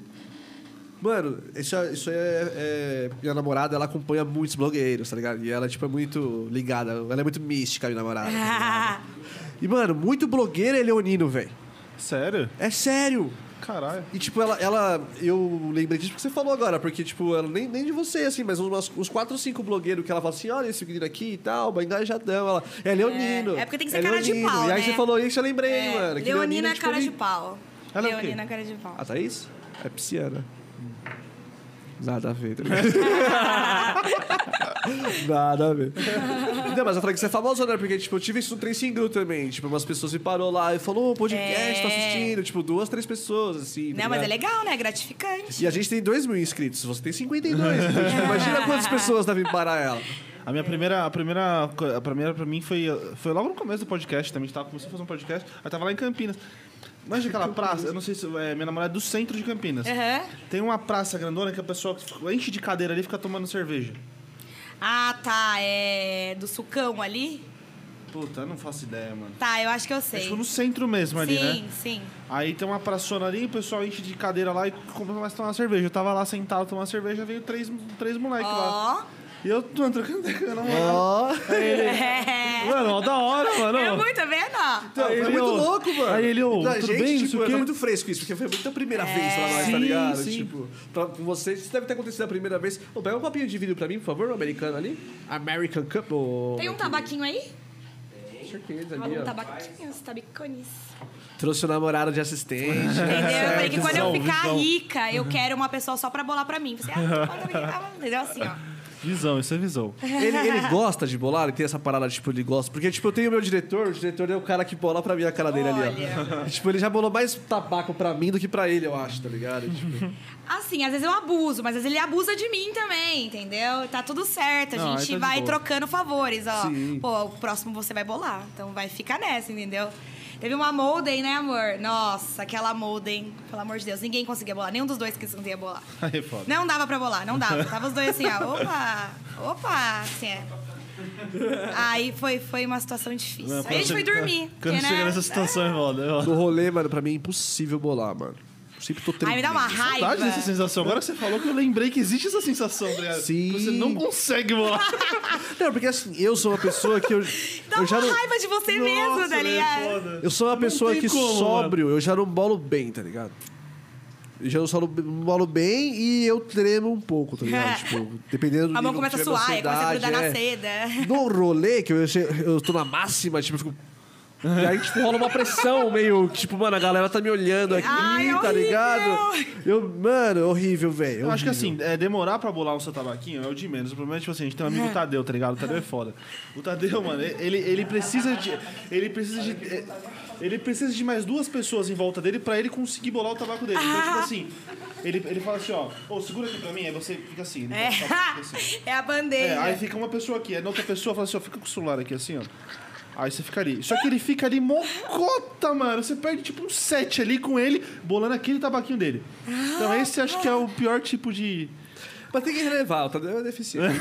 [SPEAKER 1] Mano, isso, é- isso é, é- Minha namorada, ela acompanha muitos blogueiros, tá ligado? E ela, tipo, é muito ligada. Ela é muito mística, minha namorada. tá
[SPEAKER 3] Ah.
[SPEAKER 1] ligado?
[SPEAKER 3] É,
[SPEAKER 1] E, mano, muito blogueiro é leonino, velho.
[SPEAKER 2] Sério?
[SPEAKER 1] É sério.
[SPEAKER 2] Caralho.
[SPEAKER 1] E, tipo, ela, ela. Eu lembrei disso porque você falou agora, porque, tipo, ela nem, nem de você, assim, mas umas- uns 4 ou 5 blogueiros que ela fala assim: olha esse menino aqui e tal, mas engajadão. Ela é Leonino.
[SPEAKER 3] É, é porque tem que ser cara de
[SPEAKER 1] leonino."
[SPEAKER 3] pau,
[SPEAKER 1] E aí
[SPEAKER 3] né?
[SPEAKER 1] você falou isso, eu lembrei,
[SPEAKER 3] É,
[SPEAKER 1] mano. que
[SPEAKER 3] Leonina
[SPEAKER 1] é, tipo,
[SPEAKER 3] cara
[SPEAKER 1] ele-
[SPEAKER 3] de pau.
[SPEAKER 2] Ela é o quê?
[SPEAKER 3] Leonina cara de pau.
[SPEAKER 1] Ah, tá isso? É pisciana. Nada a ver, tá ligado? Nada a ver. Não, mas eu falei que você é famosa, né? Porque, tipo, eu tive isso no Trensingru também. Tipo, umas pessoas me parou lá e falou, ô, podcast,
[SPEAKER 3] É.
[SPEAKER 1] tá assistindo. Tipo, duas, três pessoas, assim. tá
[SPEAKER 3] Não, mas é
[SPEAKER 1] ligado?
[SPEAKER 3] legal, né? É gratificante.
[SPEAKER 1] E a gente tem 2 mil inscritos, você tem 52. Então, tipo, imagina quantas pessoas devem parar ela.
[SPEAKER 2] A
[SPEAKER 3] É.
[SPEAKER 2] minha primeira, a primeira, co- a primeira pra mim foi, foi logo no começo do podcast também. A gente tava começando a fazer um podcast. Eu tava lá em Campinas. Imagina aquela praça, eu não sei se é, minha namorada é do centro de Campinas.
[SPEAKER 3] Aham.
[SPEAKER 2] Tem uma praça grandona que a pessoa enche de cadeira ali e fica tomando cerveja.
[SPEAKER 3] Ah, tá. É do sucão ali?
[SPEAKER 2] Puta, eu não faço ideia, mano.
[SPEAKER 3] Tá, eu acho que eu
[SPEAKER 2] É
[SPEAKER 3] sei.
[SPEAKER 2] tipo no centro mesmo ali, né?
[SPEAKER 3] sim, sim.
[SPEAKER 2] Aí tem uma praçona ali, o pessoal enche de cadeira lá e começa a tomar cerveja. Eu tava lá sentado tomando cerveja, veio três, três moleques lá.
[SPEAKER 3] Ó.
[SPEAKER 2] E eu tô trocando ideia com a namorada.
[SPEAKER 1] Ó.
[SPEAKER 3] É.
[SPEAKER 2] Mano, ó, da hora, mano.
[SPEAKER 3] É muito, tá vendo?
[SPEAKER 1] Então, foi
[SPEAKER 2] Aí ele,
[SPEAKER 1] muito
[SPEAKER 2] ô,
[SPEAKER 1] louco, mano.
[SPEAKER 2] aí ele, ô,
[SPEAKER 1] Da
[SPEAKER 2] tudo
[SPEAKER 1] gente,
[SPEAKER 2] bem, não sei
[SPEAKER 1] tipo,
[SPEAKER 2] o
[SPEAKER 1] eu
[SPEAKER 2] quê.
[SPEAKER 1] tô muito fresco isso, porque foi muito a primeira
[SPEAKER 3] É.
[SPEAKER 1] vez lá nós, tá
[SPEAKER 2] Sim,
[SPEAKER 1] ligado?
[SPEAKER 2] sim.
[SPEAKER 1] Tipo, pra com você, se deve ter acontecido a primeira vez. Ô, pega um copinho de vidro pra mim, por favor, o americano ali. American Cup, ô.
[SPEAKER 3] Tem um tabaquinho aí?
[SPEAKER 1] Com certeza ali,
[SPEAKER 3] Rola um
[SPEAKER 1] ó.
[SPEAKER 3] tabaquinho, os tabicones.
[SPEAKER 1] Trouxe o namorado de assistente.
[SPEAKER 3] Entendeu? Eu falei que quando eu
[SPEAKER 2] visão,
[SPEAKER 3] ficar
[SPEAKER 2] visão.
[SPEAKER 3] rica, eu quero uma pessoa só pra bolar pra mim. Você, ah, pode abrir, entendeu? Assim, ó.
[SPEAKER 2] Visão, isso é visão.
[SPEAKER 1] ele, ele gosta de bolar, ele tem essa parada, tipo, ele gosta. Porque, tipo, eu tenho o meu diretor, o diretor é o cara que bola pra mim a cara dele ali, ó. tipo, ele já bolou mais tabaco pra mim do que pra ele, eu acho, tá ligado? Tipo,
[SPEAKER 3] Assim, às vezes eu abuso, mas às vezes ele abusa de mim também, entendeu? Tá tudo certo, a
[SPEAKER 2] Não,
[SPEAKER 3] gente
[SPEAKER 2] aí tá de
[SPEAKER 3] vai
[SPEAKER 2] boa.
[SPEAKER 3] trocando favores, ó.
[SPEAKER 1] Sim.
[SPEAKER 3] Pô, o próximo você vai bolar, então vai ficar nessa, entendeu? Teve uma molden, né, amor? Nossa, aquela molden, pelo amor de Deus, ninguém conseguia bolar, nenhum dos dois que conseguia bolar.
[SPEAKER 2] Aí é foda.
[SPEAKER 3] Não dava pra bolar, não dava. Tava os dois assim, ó, opa, opa, assim é. Aí foi, foi uma situação difícil. Aí a gente foi dormir.
[SPEAKER 2] Quando
[SPEAKER 3] porque,
[SPEAKER 2] chega
[SPEAKER 3] né?
[SPEAKER 2] nessa situação, é foda. é foda.
[SPEAKER 1] no rolê, mano, pra mim é impossível bolar, mano. Eu Sempre tô
[SPEAKER 3] Aí me dá uma
[SPEAKER 1] tremendo.
[SPEAKER 3] raiva.
[SPEAKER 2] Saudade dessa sensação. Agora que você falou que eu lembrei que existe essa sensação, tá ligado?
[SPEAKER 1] Sim.
[SPEAKER 2] Que Você não consegue voar.
[SPEAKER 1] Não, porque assim, eu sou uma pessoa que eu.
[SPEAKER 3] Dá
[SPEAKER 1] eu
[SPEAKER 3] uma
[SPEAKER 1] já não,
[SPEAKER 3] raiva de você mesmo,
[SPEAKER 2] Nossa,
[SPEAKER 3] tá
[SPEAKER 2] velho,
[SPEAKER 3] ligado?
[SPEAKER 2] foda.
[SPEAKER 1] Eu sou uma
[SPEAKER 2] Não
[SPEAKER 1] pessoa
[SPEAKER 2] tem
[SPEAKER 1] que
[SPEAKER 2] como,
[SPEAKER 1] sóbrio, eu já não bolo bem, tá ligado? Eu já não solo- bolo bem e eu tremo um pouco, tá ligado? tipo, dependendo do
[SPEAKER 3] A mão
[SPEAKER 1] nível que
[SPEAKER 3] começa a
[SPEAKER 1] tiver
[SPEAKER 3] suar, aí
[SPEAKER 1] minha
[SPEAKER 3] começa a grudar
[SPEAKER 1] ansiedade,
[SPEAKER 3] na
[SPEAKER 1] é.
[SPEAKER 3] seda.
[SPEAKER 1] No rolê, que eu, che- eu tô na máxima, tipo, eu fico. E aí, tipo, rola uma pressão meio. Tipo, mano, a galera tá me olhando aqui,
[SPEAKER 3] Ai, é
[SPEAKER 1] tá
[SPEAKER 3] horrível.
[SPEAKER 1] mano Eu, mano, horrível, velho.
[SPEAKER 2] Eu acho que
[SPEAKER 1] horrível.
[SPEAKER 2] assim, é, demorar pra bolar o seu tabaquinho é o de menos. O problema é, tipo assim, a gente tem um amigo o Tadeu, tá ligado? O Tadeu é foda. O Tadeu, mano, ele, ele precisa de. Ele precisa de. é, Ele precisa de mais duas pessoas em volta dele pra ele conseguir bolar o tabaco dele. Então, tipo assim, ele, ele fala assim, ó, ô, segura aqui pra mim, aí você fica assim. ele
[SPEAKER 3] É,
[SPEAKER 2] fica assim.
[SPEAKER 3] é a bandeira.
[SPEAKER 2] É, aí fica uma pessoa aqui, aí na outra pessoa fala assim, ó, fica com o celular aqui assim, ó. Aí você fica ali. Só que ele fica ali mocota, mano. Você perde tipo um set ali com ele, bolando aquele tabaquinho dele.
[SPEAKER 4] Ah,
[SPEAKER 2] Então esse acho que é o pior tipo de.
[SPEAKER 1] Mas tem que relevar, o Tadeu é deficiente.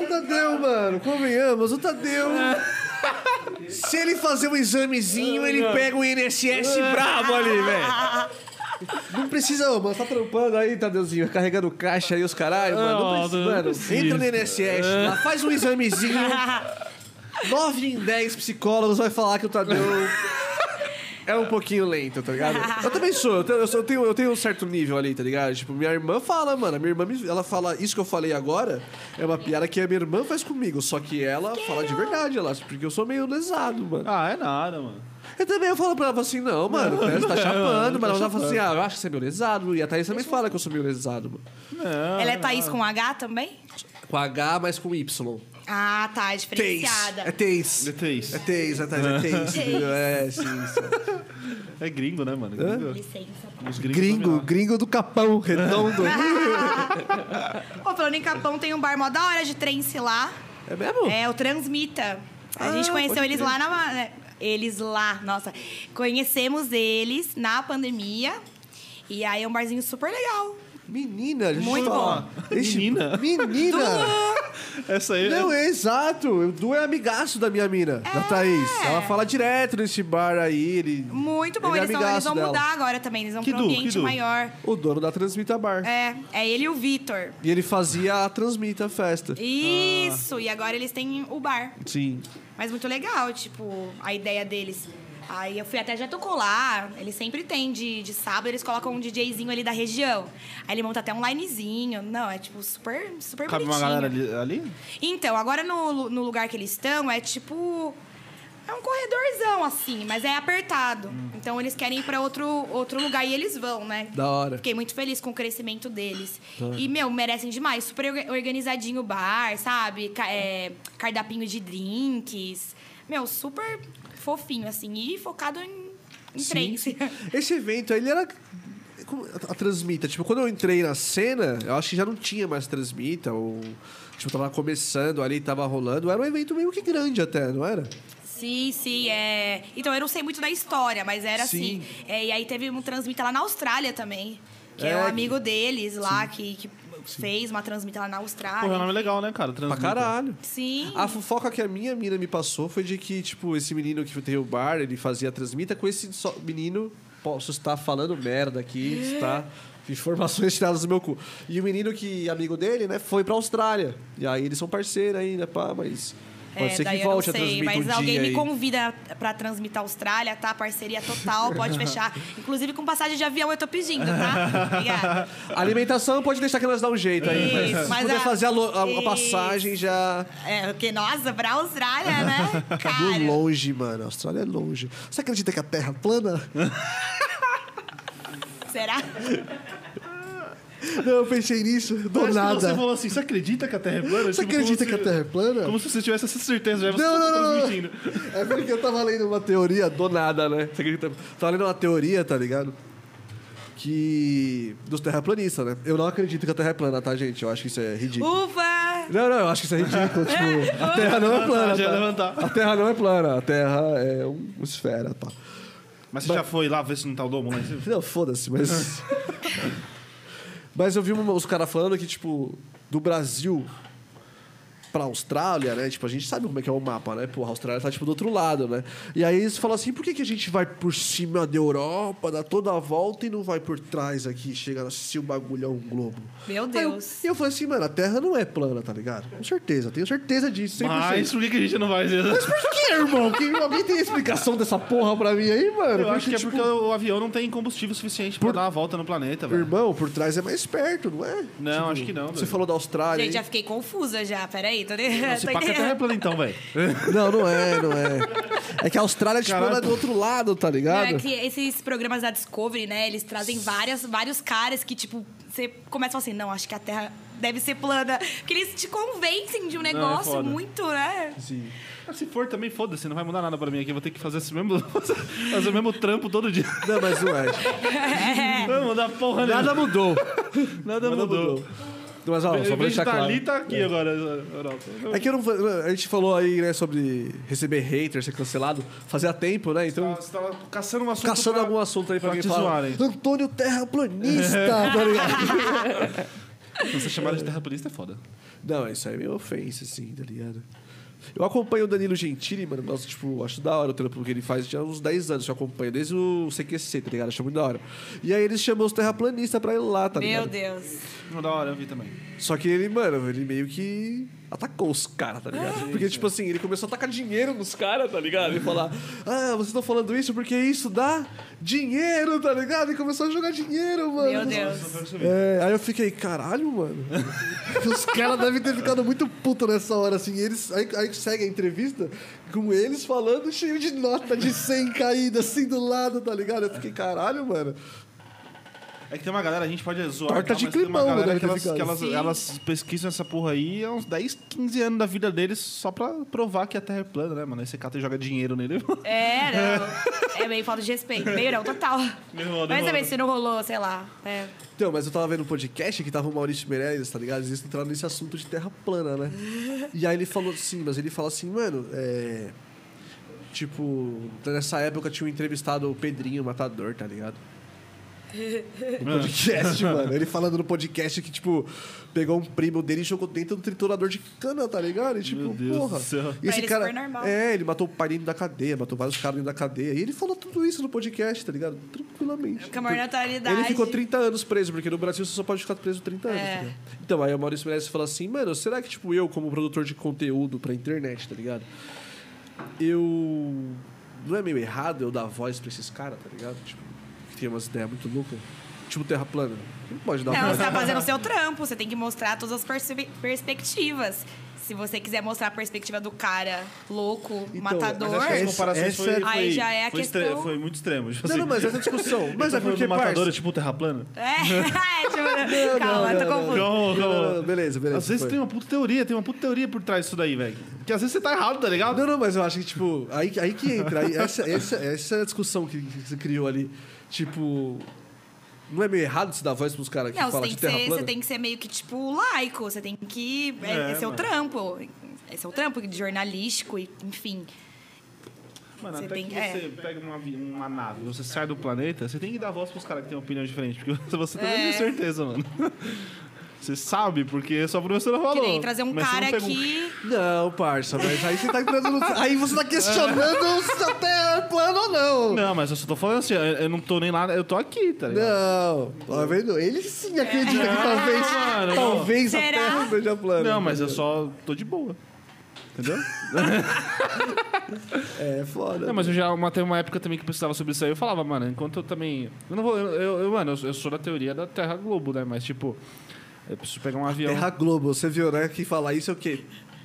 [SPEAKER 1] o Tadeu, mano, convenhamos, o Tadeu. Se ele fazer um examezinho, ele pega um INSS brabo ali, velho. Não precisa, ô, mano, tá trampando aí, Tadeuzinho, carregando caixa aí, os caralho, mano. Não
[SPEAKER 4] Não,
[SPEAKER 1] precisa,
[SPEAKER 4] não
[SPEAKER 1] mano.
[SPEAKER 4] precisa. É.
[SPEAKER 1] Entra no INSS, lá, faz um examezinho. 9 em 10 psicólogos vai falar que o Tadeu é um pouquinho lento, tá ligado? Eu também sou, eu tenho, eu sou- eu tenho, eu tenho um certo nível ali, tá ligado? Tipo, minha irmã fala, mano, minha irmã, me- ela fala, isso que eu falei agora é uma piada que a minha irmã faz comigo, só que ela fala de verdade, ela, porque eu sou meio lesado, mano.
[SPEAKER 2] Ah, é nada, mano.
[SPEAKER 1] Eu também eu falo pra ela assim, não, mano, você tá chapando, mas ela fala assim, ah, eu acho que você é meio lesado, e a Thaís também fala que eu sou meio lesado, mano.
[SPEAKER 3] Ela é Thaís com H também?
[SPEAKER 1] Com H, mas com Y.
[SPEAKER 3] Ah, tá, é
[SPEAKER 1] Tens.
[SPEAKER 3] diferenciada.
[SPEAKER 1] É Tens.
[SPEAKER 2] É três.
[SPEAKER 1] É Tens, a Thaís é Tens, entendeu? É, sim, sim.
[SPEAKER 2] É gringo, né, mano? Gringo.
[SPEAKER 3] Licença.
[SPEAKER 2] Os
[SPEAKER 1] Gringo,
[SPEAKER 2] dominam.
[SPEAKER 1] gringo do capão, redondo.
[SPEAKER 3] Ô, falando em Capão, tem um bar mó da hora de trance lá.
[SPEAKER 1] é mesmo?
[SPEAKER 3] É o Transmita. A
[SPEAKER 1] Ah,
[SPEAKER 3] gente conheceu
[SPEAKER 1] pode
[SPEAKER 3] eles
[SPEAKER 1] crer.
[SPEAKER 3] lá né, na. Eles lá, nossa. Conhecemos eles na pandemia. E aí é um barzinho super legal.
[SPEAKER 1] Menina, deixa
[SPEAKER 3] Muito
[SPEAKER 1] eu te falar.
[SPEAKER 4] bom.
[SPEAKER 1] Esse-
[SPEAKER 4] Menina?
[SPEAKER 1] Menina!
[SPEAKER 4] Essa aí.
[SPEAKER 1] Não, é exato. O Du é amigaço da minha mina,
[SPEAKER 3] É.
[SPEAKER 1] da Thaís. Ela fala direto nesse bar aí. Ele...
[SPEAKER 3] Muito bom.
[SPEAKER 1] Ele é
[SPEAKER 3] Eles, são- eles
[SPEAKER 1] amigaço
[SPEAKER 3] vão
[SPEAKER 1] dela.
[SPEAKER 3] mudar agora também. Eles vão
[SPEAKER 4] Que
[SPEAKER 3] pra um
[SPEAKER 4] Du, que
[SPEAKER 3] ambiente
[SPEAKER 4] Du?
[SPEAKER 3] maior.
[SPEAKER 1] O dono da Transmita Bar.
[SPEAKER 3] É, é ele e o Vitor.
[SPEAKER 1] E ele fazia a Transmita Festa.
[SPEAKER 3] Isso!
[SPEAKER 4] Ah.
[SPEAKER 3] E agora eles têm o bar.
[SPEAKER 1] Sim.
[SPEAKER 3] Mas muito legal, tipo, a ideia deles. Aí eu fui até já tocou lá, eles sempre tem de, de sábado, eles colocam um DJzinho ali da região. Aí ele monta até um linezinho. Não, é tipo super, super
[SPEAKER 4] Cabe uma
[SPEAKER 3] bonitinho.
[SPEAKER 4] galera ali. ali?
[SPEAKER 3] Então, agora no, lu- no lugar que eles estão, é tipo. É um corredorzão, assim, mas é apertado. Então eles querem ir pra outro, outro lugar e eles vão, né?
[SPEAKER 1] Hum. Da hora.
[SPEAKER 3] Fiquei muito feliz com o crescimento deles. E, meu, merecem demais. Super orga- organizadinho o bar, sabe? Ca- é, cardapinho de drinks. Meu, super fofinho, assim. E focado em, em três.
[SPEAKER 1] Esse evento, ele era. como- a- A Transmita, tipo, quando eu entrei na cena, eu acho que já não tinha mais Transmita, ou. Tipo, tava começando ali, tava rolando. Era um evento meio que grande até, não era?
[SPEAKER 3] Sim, sim, é. Então eu não sei muito da história, mas era
[SPEAKER 1] Sim.
[SPEAKER 3] assim. É, e aí teve um transmita lá na Austrália também. Que é,
[SPEAKER 1] É,
[SPEAKER 3] um
[SPEAKER 1] que-
[SPEAKER 3] amigo deles lá que, que fez uma transmita lá na
[SPEAKER 4] Pô, é um
[SPEAKER 3] Austrália.
[SPEAKER 4] nome legal, né, cara?
[SPEAKER 1] Pra
[SPEAKER 4] Transmita.
[SPEAKER 1] caralho.
[SPEAKER 3] Sim.
[SPEAKER 1] A fofoca que a minha mina me passou foi de que, tipo, esse menino que tem o bar, ele fazia a transmita com esse só- menino. Posso estar falando merda aqui, está.
[SPEAKER 3] É.
[SPEAKER 1] Informações tiradas do meu cu. E o menino que, amigo dele, né, foi pra Austrália. E aí eles são parceiros ainda, pá, mas. Pode
[SPEAKER 3] É,
[SPEAKER 1] ser
[SPEAKER 3] daí
[SPEAKER 1] que
[SPEAKER 3] eu não
[SPEAKER 1] volte a
[SPEAKER 3] sei,
[SPEAKER 1] transmitir.
[SPEAKER 3] Mas
[SPEAKER 1] um
[SPEAKER 3] alguém
[SPEAKER 1] dia
[SPEAKER 3] me
[SPEAKER 1] aí.
[SPEAKER 3] convida pra transmitir a Austrália, tá? Parceria total, pode fechar. Inclusive com passagem de avião eu tô pedindo, tá? Obrigada.
[SPEAKER 1] Alimentação pode deixar que nós dá um jeito aí.
[SPEAKER 3] Isso,
[SPEAKER 1] mas se
[SPEAKER 3] mas
[SPEAKER 1] puder
[SPEAKER 3] a-
[SPEAKER 1] fazer a, lo- a- a
[SPEAKER 3] Isso.
[SPEAKER 1] passagem já.
[SPEAKER 3] É, porque, nossa, pra Austrália, né?
[SPEAKER 1] Do
[SPEAKER 3] Cara.
[SPEAKER 1] longe, mano. A Austrália é longe. Você acredita que a Terra é plana?
[SPEAKER 3] Será?
[SPEAKER 1] Não, eu pensei nisso. Do
[SPEAKER 4] Parece que Você
[SPEAKER 1] nada.
[SPEAKER 4] falou assim, você acredita que a Terra é plana?
[SPEAKER 1] Você
[SPEAKER 4] Tipo,
[SPEAKER 1] acredita
[SPEAKER 4] como
[SPEAKER 1] que a
[SPEAKER 4] se-
[SPEAKER 1] Terra é plana?
[SPEAKER 4] Como se você tivesse essa certeza, já você
[SPEAKER 1] Não,
[SPEAKER 4] só
[SPEAKER 1] não,
[SPEAKER 4] tá
[SPEAKER 1] não, não.
[SPEAKER 4] transmitindo.
[SPEAKER 1] É porque eu tava lendo uma teoria do nada, né? Você acredita? Tava lendo uma teoria, tá ligado? Que. Dos terraplanistas, né? Eu não acredito que a Terra é plana, tá, gente? Eu acho que isso é
[SPEAKER 4] Uh!
[SPEAKER 1] ridículo.
[SPEAKER 3] Ufa!
[SPEAKER 1] Não, não, eu acho que isso é ridículo. tipo, a Terra não é plana.
[SPEAKER 4] Ah, Já ia
[SPEAKER 1] Tá?
[SPEAKER 4] levantar.
[SPEAKER 1] A Terra não é plana, a Terra é um- uma esfera, tá?
[SPEAKER 4] Mas você já foi lá ver se não tá o domo lá em cima?
[SPEAKER 1] Não, foda-se, mas. mas eu vi uma- os caras falando que, tipo, do Brasil pra Austrália, né? Tipo, a gente sabe como é que é o mapa, né? Porra, a Austrália tá, tipo, do outro lado, né? E aí eles falam assim, por que, que a gente vai por cima da Europa, dá toda a volta e não vai por trás aqui, chega se o bagulho é um globo?
[SPEAKER 3] Meu
[SPEAKER 1] Aí eu-
[SPEAKER 3] Deus.
[SPEAKER 1] E eu, falei assim, mano, a Terra não é plana, tá ligado? Com certeza, tenho certeza disso, 100%.
[SPEAKER 4] Mas por que que a gente não vai?
[SPEAKER 1] Por que, irmão? Que, alguém tem explicação dessa porra pra mim aí, mano?
[SPEAKER 4] Eu acho que é
[SPEAKER 1] tipo,
[SPEAKER 4] porque o avião não tem combustível suficiente pra dar uma volta no planeta, velho.
[SPEAKER 1] Irmão, por trás é mais perto, não é?
[SPEAKER 4] Não, acho tipo, que não,
[SPEAKER 1] Você
[SPEAKER 4] doido.
[SPEAKER 1] falou da Austrália.
[SPEAKER 3] Gente, já
[SPEAKER 1] hein?
[SPEAKER 3] fiquei confusa já. Peraí, tô, de...
[SPEAKER 4] Se
[SPEAKER 3] tô
[SPEAKER 4] pá que a Terra é
[SPEAKER 3] entendendo.
[SPEAKER 4] plana então, velho.
[SPEAKER 1] Não, não é, não é. É que a Austrália, tipo,
[SPEAKER 4] Caralho.
[SPEAKER 1] ela é do outro lado, tá
[SPEAKER 3] Não,
[SPEAKER 1] ligado?
[SPEAKER 3] é que esses programas da Discovery, né? Eles trazem várias, vários caras que, tipo, você começa assim, não, acho que a Terra deve ser plana. Porque eles te convencem de um negócio
[SPEAKER 4] foda.
[SPEAKER 3] muito, né?
[SPEAKER 1] Sim.
[SPEAKER 4] Ah, Se for também, foda-se, não vai mudar nada pra mim aqui. Eu Vou ter que fazer esse mesmo, fazer o mesmo trampo todo dia.
[SPEAKER 1] Não, mas não é.
[SPEAKER 4] Não vai mudar porra nenhuma.
[SPEAKER 1] Nada mudou.
[SPEAKER 4] Nada mudou.
[SPEAKER 1] Mas, ó,
[SPEAKER 4] Em
[SPEAKER 1] só pra
[SPEAKER 4] vez de
[SPEAKER 1] deixar
[SPEAKER 4] tá
[SPEAKER 1] claro.
[SPEAKER 4] ali, tá aqui agora, Europa.
[SPEAKER 1] É que eu não, a gente falou aí, né, sobre receber hater, ser cancelado. Fazia tempo, né? Então,
[SPEAKER 4] Você tava caçando um assunto
[SPEAKER 1] caçando
[SPEAKER 4] pra-
[SPEAKER 1] algum assunto aí pra
[SPEAKER 4] pra
[SPEAKER 1] mim
[SPEAKER 4] te
[SPEAKER 1] falar.
[SPEAKER 4] zoarem.
[SPEAKER 1] Antônio Terraplanista, tá ligado?
[SPEAKER 4] Você chamar de terraplanista é foda.
[SPEAKER 1] Não, isso aí é meio ofensa, assim, tá ligado? Eu acompanho o Danilo Gentili, mano. Nossa, tipo, acho da hora o trampo que ele faz. Já há uns 10 anos que eu acompanho, desde o CQC, tá ligado? Acho muito da hora. E aí ele chamou os terraplanistas pra ir lá, tá ligado?
[SPEAKER 3] Meu Deus.
[SPEAKER 4] Não, da hora, eu vi também.
[SPEAKER 1] Só que ele, mano, ele meio que atacou os caras, tá ligado? Porque, tipo assim, ele começou a tacar dinheiro nos caras, tá ligado? E falar, ah, vocês estão falando isso porque isso dá dinheiro, tá ligado? E começou a jogar dinheiro, mano.
[SPEAKER 3] Meu Deus.
[SPEAKER 1] É, aí eu fiquei, caralho, mano. Os caras devem ter ficado muito puto nessa hora, assim. E Eles, aí, aí segue a entrevista com eles falando cheio de nota de 100 caída, assim, do lado, tá ligado? Eu fiquei, caralho, mano.
[SPEAKER 4] É que tem uma galera, a gente pode zoar.
[SPEAKER 1] Torta
[SPEAKER 4] e tal,
[SPEAKER 1] de
[SPEAKER 4] mas tem uma
[SPEAKER 1] climão, né,
[SPEAKER 4] galera
[SPEAKER 1] deve
[SPEAKER 4] que
[SPEAKER 1] ter
[SPEAKER 4] elas,
[SPEAKER 1] ficado.
[SPEAKER 4] que elas,
[SPEAKER 3] Sim.
[SPEAKER 4] elas pesquisam essa porra aí há uns 10, 15 anos da vida deles só pra provar que a Terra é plana, né, mano? Aí você cata e joga dinheiro nele.
[SPEAKER 3] É, não. É meio falta de respeito. Meio não, total.
[SPEAKER 4] Derruba,
[SPEAKER 3] Mas
[SPEAKER 4] derruba.
[SPEAKER 3] também, se não rolou, sei lá. É.
[SPEAKER 1] Então, mas eu tava vendo um podcast que tava o Maurício Meirelles, tá ligado? Eles entraram nesse assunto de terra plana, né? E aí ele falou assim, mas ele fala assim, mano, é. Tipo, nessa época tinha um entrevistado o Pedrinho Matador, tá ligado? podcast, mano. Ele falando no podcast que, tipo, pegou um primo dele e jogou dentro do triturador de cana, tá ligado? E, tipo,
[SPEAKER 4] Meu Deus
[SPEAKER 1] porra.
[SPEAKER 4] do céu.
[SPEAKER 1] E
[SPEAKER 3] Pra ele super normal.
[SPEAKER 1] É, ele matou o pai dentro da cadeia, matou vários caras dentro da cadeia. E ele falou tudo isso no podcast, tá ligado? Tranquilamente.
[SPEAKER 3] Com a maior naturalidade.
[SPEAKER 1] Ele ficou 30 anos preso, porque no Brasil você só pode ficar preso 30 anos.
[SPEAKER 3] É.
[SPEAKER 1] tá ligado? Então, aí o Maurício Meirelles fala assim, mano, será que, tipo, eu, como produtor de conteúdo pra internet, tá ligado? Eu. Não é meio errado eu dar voz pra esses caras, tá ligado? Tipo, que tem umas ideias muito loucas. Tipo Terra Plana. Não pode dar
[SPEAKER 3] Não,
[SPEAKER 1] voz.
[SPEAKER 3] você tá fazendo o seu trampo, você tem que mostrar todas as perspe- perspectivas. Se você quiser mostrar a perspectiva do cara louco,
[SPEAKER 1] Então,
[SPEAKER 4] Mas
[SPEAKER 3] matador.
[SPEAKER 4] acho que as
[SPEAKER 1] Essa-
[SPEAKER 4] comparações
[SPEAKER 1] essa
[SPEAKER 4] foi,
[SPEAKER 1] é-
[SPEAKER 4] foi,
[SPEAKER 3] Aí já é a
[SPEAKER 4] foi,
[SPEAKER 3] questão-
[SPEAKER 4] extre- foi muito extremo. tipo
[SPEAKER 1] Não,
[SPEAKER 4] assim.
[SPEAKER 1] não, mas essa é a discussão. Mas
[SPEAKER 4] Tá
[SPEAKER 1] é
[SPEAKER 4] falando
[SPEAKER 1] porque,
[SPEAKER 4] do matador, é
[SPEAKER 1] parça...
[SPEAKER 4] tipo terra plana?
[SPEAKER 3] É, é, tipo, calma, eu tô confuso.
[SPEAKER 4] Calma,
[SPEAKER 1] Não,
[SPEAKER 4] calma.
[SPEAKER 1] não, beleza, beleza.
[SPEAKER 4] Às vezes
[SPEAKER 1] foi.
[SPEAKER 4] tem uma puta teoria, tem uma puta teoria por trás disso daí, velho. Que às vezes você tá errado, tá ligado?
[SPEAKER 1] Não, não, mas eu acho que, tipo, aí, aí que entra. Aí essa, essa, essa é a discussão que, que você criou ali. Tipo, não é meio errado se dar voz pros caras que
[SPEAKER 3] Não, você
[SPEAKER 1] falam de
[SPEAKER 3] tem que, ser,
[SPEAKER 1] terra
[SPEAKER 3] você
[SPEAKER 1] plana?
[SPEAKER 3] tem que ser meio que, tipo, laico. Você tem que... É,
[SPEAKER 4] É,
[SPEAKER 3] é seu
[SPEAKER 4] mano.
[SPEAKER 3] trampo. É seu trampo de jornalístico, e, enfim.
[SPEAKER 4] Mano,
[SPEAKER 3] Você
[SPEAKER 4] até
[SPEAKER 3] tem-
[SPEAKER 4] que
[SPEAKER 3] é.
[SPEAKER 4] você pega uma, avi- uma nave, você sai do planeta, você tem que dar voz pros caras que têm opinião diferente, porque você também
[SPEAKER 3] É.
[SPEAKER 4] tem certeza, mano. Você sabe, porque é sua professora falou.
[SPEAKER 3] Que nem trazer um
[SPEAKER 4] mas você não
[SPEAKER 3] cara
[SPEAKER 4] pega um-
[SPEAKER 3] que...
[SPEAKER 1] Não, parça, mas aí você tá entrando no... Aí você tá questionando se a terra é plana ou não.
[SPEAKER 4] um- Não, mas eu só tô falando assim, eu, eu não tô nem lá, eu tô aqui, tá ligado?
[SPEAKER 1] Não, tá vendo? Ele sim acredita que talvez,
[SPEAKER 4] mano.
[SPEAKER 1] talvez a
[SPEAKER 3] Será?
[SPEAKER 1] terra seja plana.
[SPEAKER 4] Não, mas eu só tô de boa. Entendeu?
[SPEAKER 1] É foda.
[SPEAKER 4] Não, mas eu já uma, teve uma época também que eu precisava sobre isso aí. Eu falava, mano, enquanto eu também. Eu não vou. Eu, eu- eu- mano, eu, eu sou da teoria da Terra Globo, né? Mas, tipo, eu preciso pegar um avião.
[SPEAKER 1] Terra Globo, você viu, né? Quem falar isso é o quê?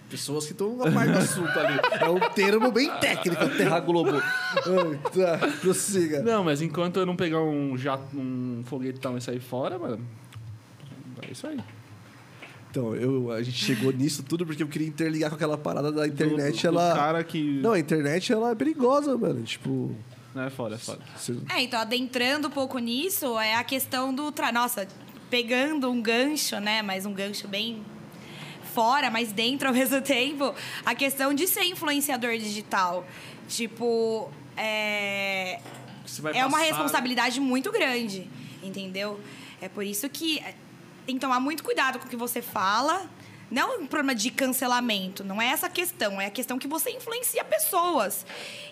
[SPEAKER 1] Pessoas que estão a par do assunto ali. É um termo bem técnico, Terra Globo. Ah, tá, prossiga.
[SPEAKER 4] Não, mas enquanto eu não pegar um jato, um foguetão e sair fora, mano. É isso aí.
[SPEAKER 1] Então, eu, a gente chegou nisso tudo porque eu queria interligar com aquela parada da internet.
[SPEAKER 4] Do- do
[SPEAKER 1] ela.
[SPEAKER 4] cara que.
[SPEAKER 1] Não, a internet ela é perigosa, mano. Tipo.
[SPEAKER 4] Não, é fora, é fora.
[SPEAKER 1] você-
[SPEAKER 3] É, então, adentrando um pouco nisso, é a questão do... Tra... Nossa, pegando um gancho, né? Mas um gancho bem fora, mas dentro ao mesmo tempo. A questão de ser influenciador digital. Tipo, é...
[SPEAKER 1] Você vai
[SPEAKER 3] é uma
[SPEAKER 1] passar- né?
[SPEAKER 3] responsabilidade muito grande, entendeu? É por isso que é, tem que tomar muito cuidado com o que você fala. Não é um problema de cancelamento, não é essa a questão. É a questão que você influencia pessoas.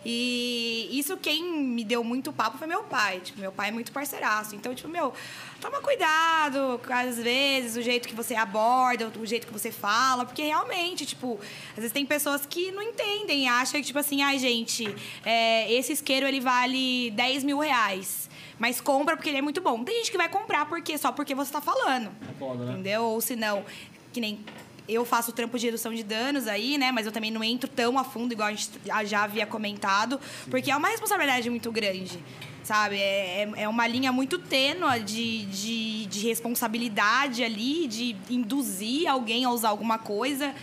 [SPEAKER 3] E isso quem me deu muito papo foi meu pai. Tipo, meu pai é muito parceiraço. Então, tipo, meu, toma cuidado, com, às vezes, o jeito que você aborda, o jeito que você fala. Porque realmente, tipo, às vezes tem pessoas que não entendem. Acham que, tipo assim, ai, gente, é, esse isqueiro, ele vale 10 mil reais. Mas compra porque ele é muito bom. Tem gente que vai comprar porque só porque você tá falando. Entendeu? Ou se não, que nem eu faço o trampo de redução de danos aí, né? Mas eu também não entro tão a fundo, igual a gente já havia comentado, porque é uma responsabilidade muito grande. Sabe? É, é- é uma linha muito tênua de, de, de responsabilidade ali, de induzir alguém a usar alguma coisa.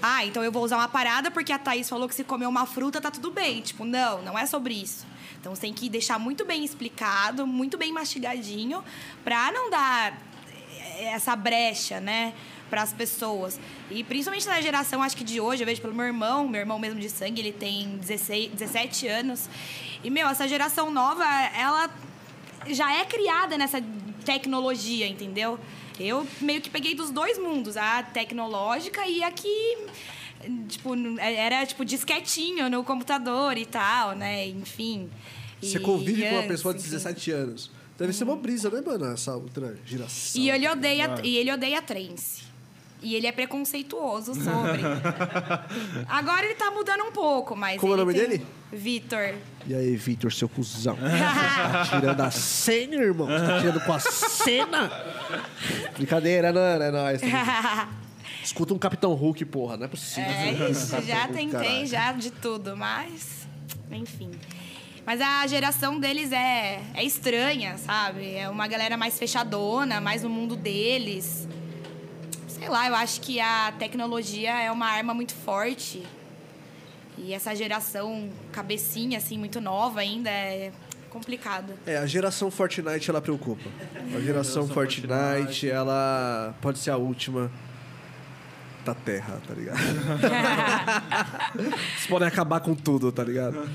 [SPEAKER 3] Ah, então eu vou usar uma parada porque a Thaís falou que se comer uma fruta tá tudo bem. Tipo, não, não é sobre isso. Então você tem que deixar muito bem explicado, muito bem mastigadinho, pra não dar é, essa brecha, né? Para as pessoas. E principalmente na geração, acho que de hoje, eu vejo pelo meu irmão, meu irmão mesmo de sangue, ele tem 16, 17 anos. E, meu, essa geração nova, ela já é criada nessa tecnologia, entendeu? Eu meio que peguei dos dois mundos, a tecnológica e a que, tipo, era tipo disquetinho no computador e tal, né? Enfim.
[SPEAKER 1] Você
[SPEAKER 3] E é,
[SPEAKER 1] convive com uma
[SPEAKER 3] antes,
[SPEAKER 1] pessoa de
[SPEAKER 3] enfim.
[SPEAKER 1] 17 anos. Deve ser uma brisa, né, mano? Essa outra geração.
[SPEAKER 3] E ele odeia, e ele odeia trance. E ele é preconceituoso sobre. Agora ele tá mudando um pouco, mas.
[SPEAKER 1] Como é o
[SPEAKER 3] ele
[SPEAKER 1] nome
[SPEAKER 3] tem-
[SPEAKER 1] dele?
[SPEAKER 3] Vitor.
[SPEAKER 1] E aí, Vitor, seu cuzão? Você tá tirando a cena, irmão? Você tá tirando com a cena? Brincadeira, não, não é nóis. tá bom. Escuta um Capitão Hulk, porra, não é possível.
[SPEAKER 3] é isso, já tentei,
[SPEAKER 1] Caralho.
[SPEAKER 3] já de tudo, mas. Enfim. Mas a geração deles é, é estranha, sabe? É uma galera mais fechadona, mais no mundo deles. Sei lá, eu acho que a tecnologia é uma arma muito forte. E essa geração cabecinha, assim, muito nova ainda, é complicado.
[SPEAKER 1] É, a geração Fortnite, ela preocupa. A geração Fortnite, ela pode ser a última da Terra, tá ligado? Vocês podem acabar com tudo, tá ligado?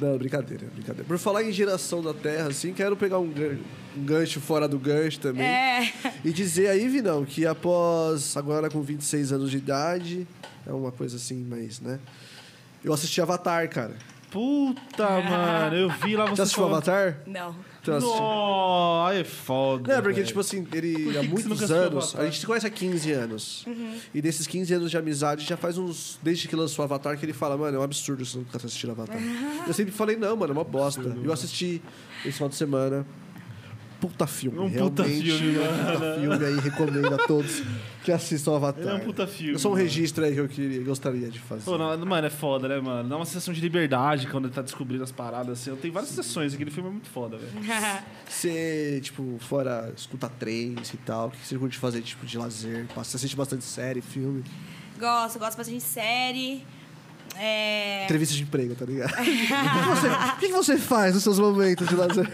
[SPEAKER 1] Não, brincadeira, brincadeira. Por falar em geração da Terra, assim, quero pegar um gan- um gancho fora do gancho também.
[SPEAKER 3] É.
[SPEAKER 1] E dizer aí, Vinão, que após, agora com 26 anos de idade, é uma coisa assim, mas, né? Eu assisti Avatar, cara.
[SPEAKER 4] Puta, mano, eu vi lá você.
[SPEAKER 1] Já assistiu
[SPEAKER 4] falando-
[SPEAKER 1] Avatar?
[SPEAKER 3] Não.
[SPEAKER 1] Então, assisti.
[SPEAKER 4] Nó, aí é foda.
[SPEAKER 1] Não, porque,
[SPEAKER 4] velho.
[SPEAKER 1] tipo assim, ele há
[SPEAKER 4] que você nunca
[SPEAKER 1] muitos
[SPEAKER 4] assistiu
[SPEAKER 1] anos.
[SPEAKER 4] Avatar?
[SPEAKER 1] A gente se conhece há 15 anos. E desses 15 anos de amizade, já faz uns. Desde que lançou Avatar, que ele fala, mano, é um absurdo você nunca ter assistido Avatar. Eu sempre falei, não, mano, é uma bosta. Eu assisti esse final de semana. Puta filme,
[SPEAKER 4] Um
[SPEAKER 1] realmente.
[SPEAKER 4] puta filme,
[SPEAKER 1] é um puta filme aí, recomendo a todos que assistam Avatar.
[SPEAKER 4] Ele é um puta filme,
[SPEAKER 1] É só um
[SPEAKER 4] mano.
[SPEAKER 1] registro aí que eu queria, gostaria de fazer.
[SPEAKER 4] Pô, não, mano, é foda, né, mano? Dá uma sensação de liberdade quando ele tá descobrindo as paradas, assim. Eu tenho várias sessões, aquele filme é muito foda, velho.
[SPEAKER 1] Você, tipo, fora escuta trens e tal, o que você curte fazer, tipo, de lazer? Você assiste bastante série, filme?
[SPEAKER 3] gosto, gosto bastante de série. É,
[SPEAKER 1] Entrevista de emprego, tá ligado? O que você- o que, que você faz nos seus momentos de lazer?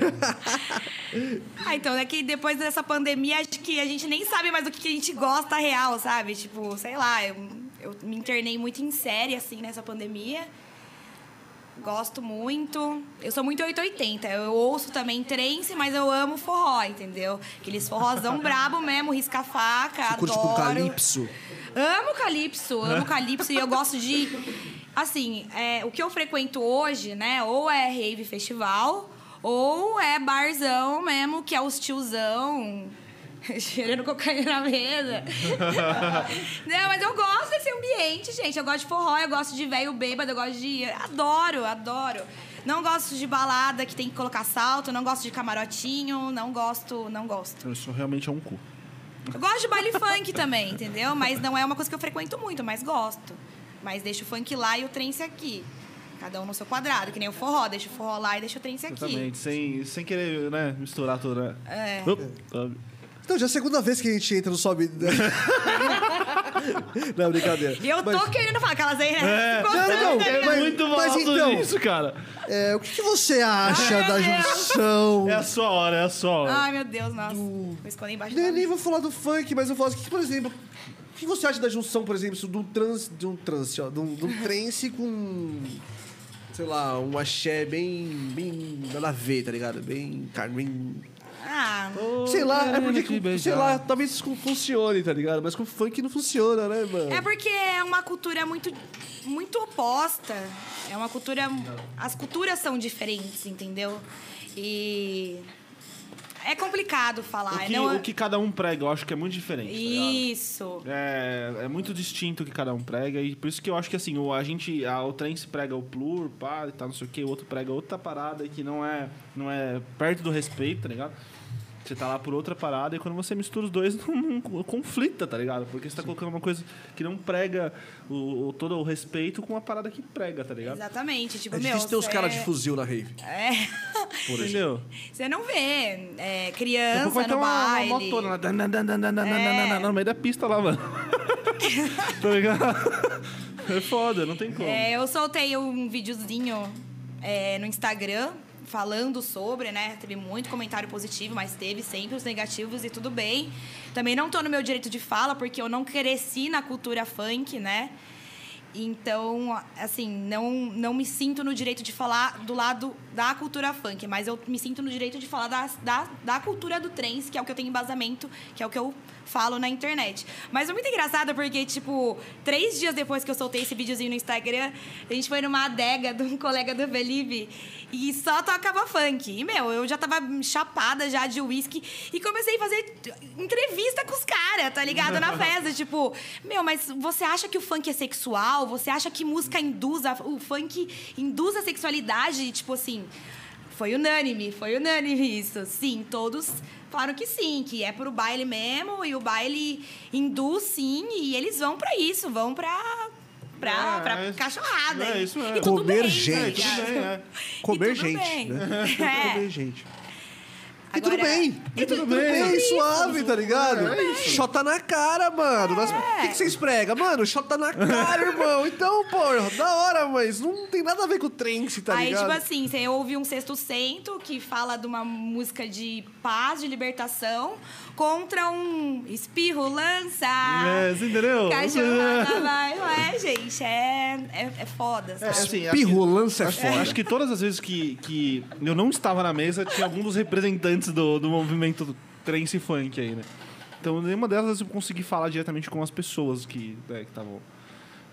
[SPEAKER 3] Ah, então, é que depois dessa pandemia, acho que a gente nem sabe mais o que que a gente gosta real, sabe? Tipo, sei lá, eu, eu me internei muito em série, assim, nessa pandemia. Gosto muito. Eu sou muito 880. Eu ouço também trance, mas eu amo forró, entendeu? Aqueles forrozão brabo mesmo, risca faca, adoro.
[SPEAKER 1] Curte tipo calypso.
[SPEAKER 3] Amo calypso, amo calypso e eu gosto de. Assim, é, o que eu frequento hoje, né? Ou é rave festival, ou é barzão mesmo, que é os tiozão. Cheirando cocaína na mesa. Não, mas eu gosto desse ambiente, gente. Eu gosto de forró, eu gosto de velho bêbado, eu gosto de. Adoro, adoro. Não gosto de balada que tem que colocar salto, não gosto de camarotinho, não gosto, não gosto.
[SPEAKER 4] Eu sou realmente é um cu.
[SPEAKER 3] Eu gosto de baile funk também, entendeu? Mas não é uma coisa que eu frequento muito, mas gosto. Mas deixo o funk lá e o trance aqui. Cada um no seu quadrado, que nem o forró. Deixa o forró lá e deixa o trance aqui.
[SPEAKER 4] Exatamente, sem, sem querer, né, misturar toda.
[SPEAKER 3] É.
[SPEAKER 4] Up, up.
[SPEAKER 1] Então, já é a segunda vez que a gente entra no sobe. Não, brincadeira.
[SPEAKER 3] E eu tô
[SPEAKER 1] Mas,
[SPEAKER 3] querendo falar aquelas aí, né? Ficou
[SPEAKER 1] Não,
[SPEAKER 3] tanto,
[SPEAKER 1] não,
[SPEAKER 3] né?
[SPEAKER 4] É
[SPEAKER 1] Mas-
[SPEAKER 4] muito
[SPEAKER 1] mas
[SPEAKER 4] barato
[SPEAKER 1] então-
[SPEAKER 4] isso, cara.
[SPEAKER 1] é, o que, que você acha
[SPEAKER 3] Ai, meu
[SPEAKER 1] da
[SPEAKER 3] Deus.
[SPEAKER 1] junção?
[SPEAKER 4] É a sua hora, é a sua hora.
[SPEAKER 3] Ai, meu Deus, nossa. Vou esconder embaixo da
[SPEAKER 1] Nem, nem
[SPEAKER 3] mesa.
[SPEAKER 1] vou falar do funk, mas eu falo assim, que, por exemplo... O que você acha da junção, por exemplo, de um trans... De um trans, ó, de um, de um trance com... Sei lá, um axé bem... Bem... Nada a ver, tá ligado? Bem... Carne... Bem
[SPEAKER 3] Ah,
[SPEAKER 1] Sei lá, é
[SPEAKER 4] Querendo
[SPEAKER 1] porque,
[SPEAKER 4] te
[SPEAKER 1] com- sei
[SPEAKER 4] beijar.
[SPEAKER 1] lá, talvez isso com- funcione, tá ligado? Mas com funk não funciona, né, mano?
[SPEAKER 3] É porque é uma cultura muito, muito oposta. É uma cultura. As culturas são diferentes, entendeu? E. É complicado
[SPEAKER 4] O
[SPEAKER 3] falar.
[SPEAKER 4] que,
[SPEAKER 3] não- é?
[SPEAKER 4] o que cada um prega, eu acho que é muito diferente. tá ligado?
[SPEAKER 3] Isso.
[SPEAKER 4] É, é muito distinto o que cada um prega, e por isso que eu acho que assim, o, a gente, a, o trem se prega o plur, pá, e tal, não sei o que, o outro prega outra parada que não é, não é perto do respeito, tá ligado? Você tá lá por outra parada e quando você mistura os dois, não, não conflita, tá ligado? Porque você tá colocando uma coisa que não prega o, o- todo o respeito com uma parada que prega, tá ligado?
[SPEAKER 3] Exatamente. Tipo,
[SPEAKER 1] É
[SPEAKER 3] meu,
[SPEAKER 1] difícil ter os
[SPEAKER 3] cê-
[SPEAKER 1] caras de fuzil na rave.
[SPEAKER 3] É.
[SPEAKER 4] Entendeu?
[SPEAKER 3] Você não vê é,
[SPEAKER 4] Daqui a
[SPEAKER 3] criança
[SPEAKER 4] pouco vai ter
[SPEAKER 3] no
[SPEAKER 4] uma, uma
[SPEAKER 3] baile. É.
[SPEAKER 4] motona lá, dan, dan, dan, dan, dan, dan, dan, dan, no meio da pista lá, mano. tá ligado? É foda, não tem como.
[SPEAKER 3] É, eu soltei um videozinho é, no Instagram falando sobre, né? Teve muito comentário positivo, mas teve sempre os negativos e tudo bem. Também não tô no meu direito de fala, porque eu não cresci na cultura funk, né? Então, assim, não, não me sinto no direito de falar do lado da cultura funk, mas eu me sinto no direito de falar da, da, da cultura do trens, que é o que eu tenho embasamento, que é o que eu falo na internet. Mas foi muito engraçado porque, tipo, três dias depois que eu soltei esse videozinho no Instagram, a gente foi numa adega de um colega do Felipe e só tocava funk. E, meu, eu já tava chapada já de uísque e comecei a fazer entrevista com os caras, tá ligado? Na festa, tipo, meu, mas você acha que o funk é sexual? Você acha que música induz a, o funk induz a sexualidade? E, tipo assim, foi unânime, foi unânime isso. Sim, todos falaram que sim, que é pro baile mesmo e o baile induz sim e eles vão pra isso, vão pra pra,
[SPEAKER 4] É,
[SPEAKER 3] Ah, pra
[SPEAKER 4] é isso.
[SPEAKER 3] cachorrada.
[SPEAKER 4] É
[SPEAKER 3] E-
[SPEAKER 4] isso mesmo.
[SPEAKER 3] e tudo
[SPEAKER 1] Comer
[SPEAKER 3] bem, tá
[SPEAKER 1] gente.
[SPEAKER 4] É,
[SPEAKER 3] ligado?
[SPEAKER 4] tudo bem, é.
[SPEAKER 3] E
[SPEAKER 1] Comer
[SPEAKER 3] tudo
[SPEAKER 1] gente,
[SPEAKER 3] bem.
[SPEAKER 1] né?
[SPEAKER 3] É.
[SPEAKER 1] Comer gente. E tudo
[SPEAKER 3] Agora- é
[SPEAKER 1] bem. E tudo bem, suave, tá ligado? Chota na cara, mano. Mas
[SPEAKER 3] É.
[SPEAKER 1] por que, que você esprega? Mano, chota na cara, irmão. Então, porra, da hora, mas não tem nada a ver com o trance, tá
[SPEAKER 3] Aí,
[SPEAKER 1] ligado?
[SPEAKER 3] tipo assim, você ouve um sexto cento que fala de uma música de paz, de libertação, contra um espirro, lança.
[SPEAKER 4] É, você entendeu?
[SPEAKER 3] Cachorrada vai. Não é, gente. É, é, é foda,
[SPEAKER 4] É,
[SPEAKER 3] sabe?
[SPEAKER 4] assim, acho que-
[SPEAKER 1] Pirro, lança é
[SPEAKER 4] Acho, acho
[SPEAKER 1] foda.
[SPEAKER 4] que todas as vezes que, que eu não estava na mesa, tinha algum dos representantes do, do movimento trance funk aí, né? Então, nenhuma delas eu consegui falar diretamente com as pessoas que né, que estavam.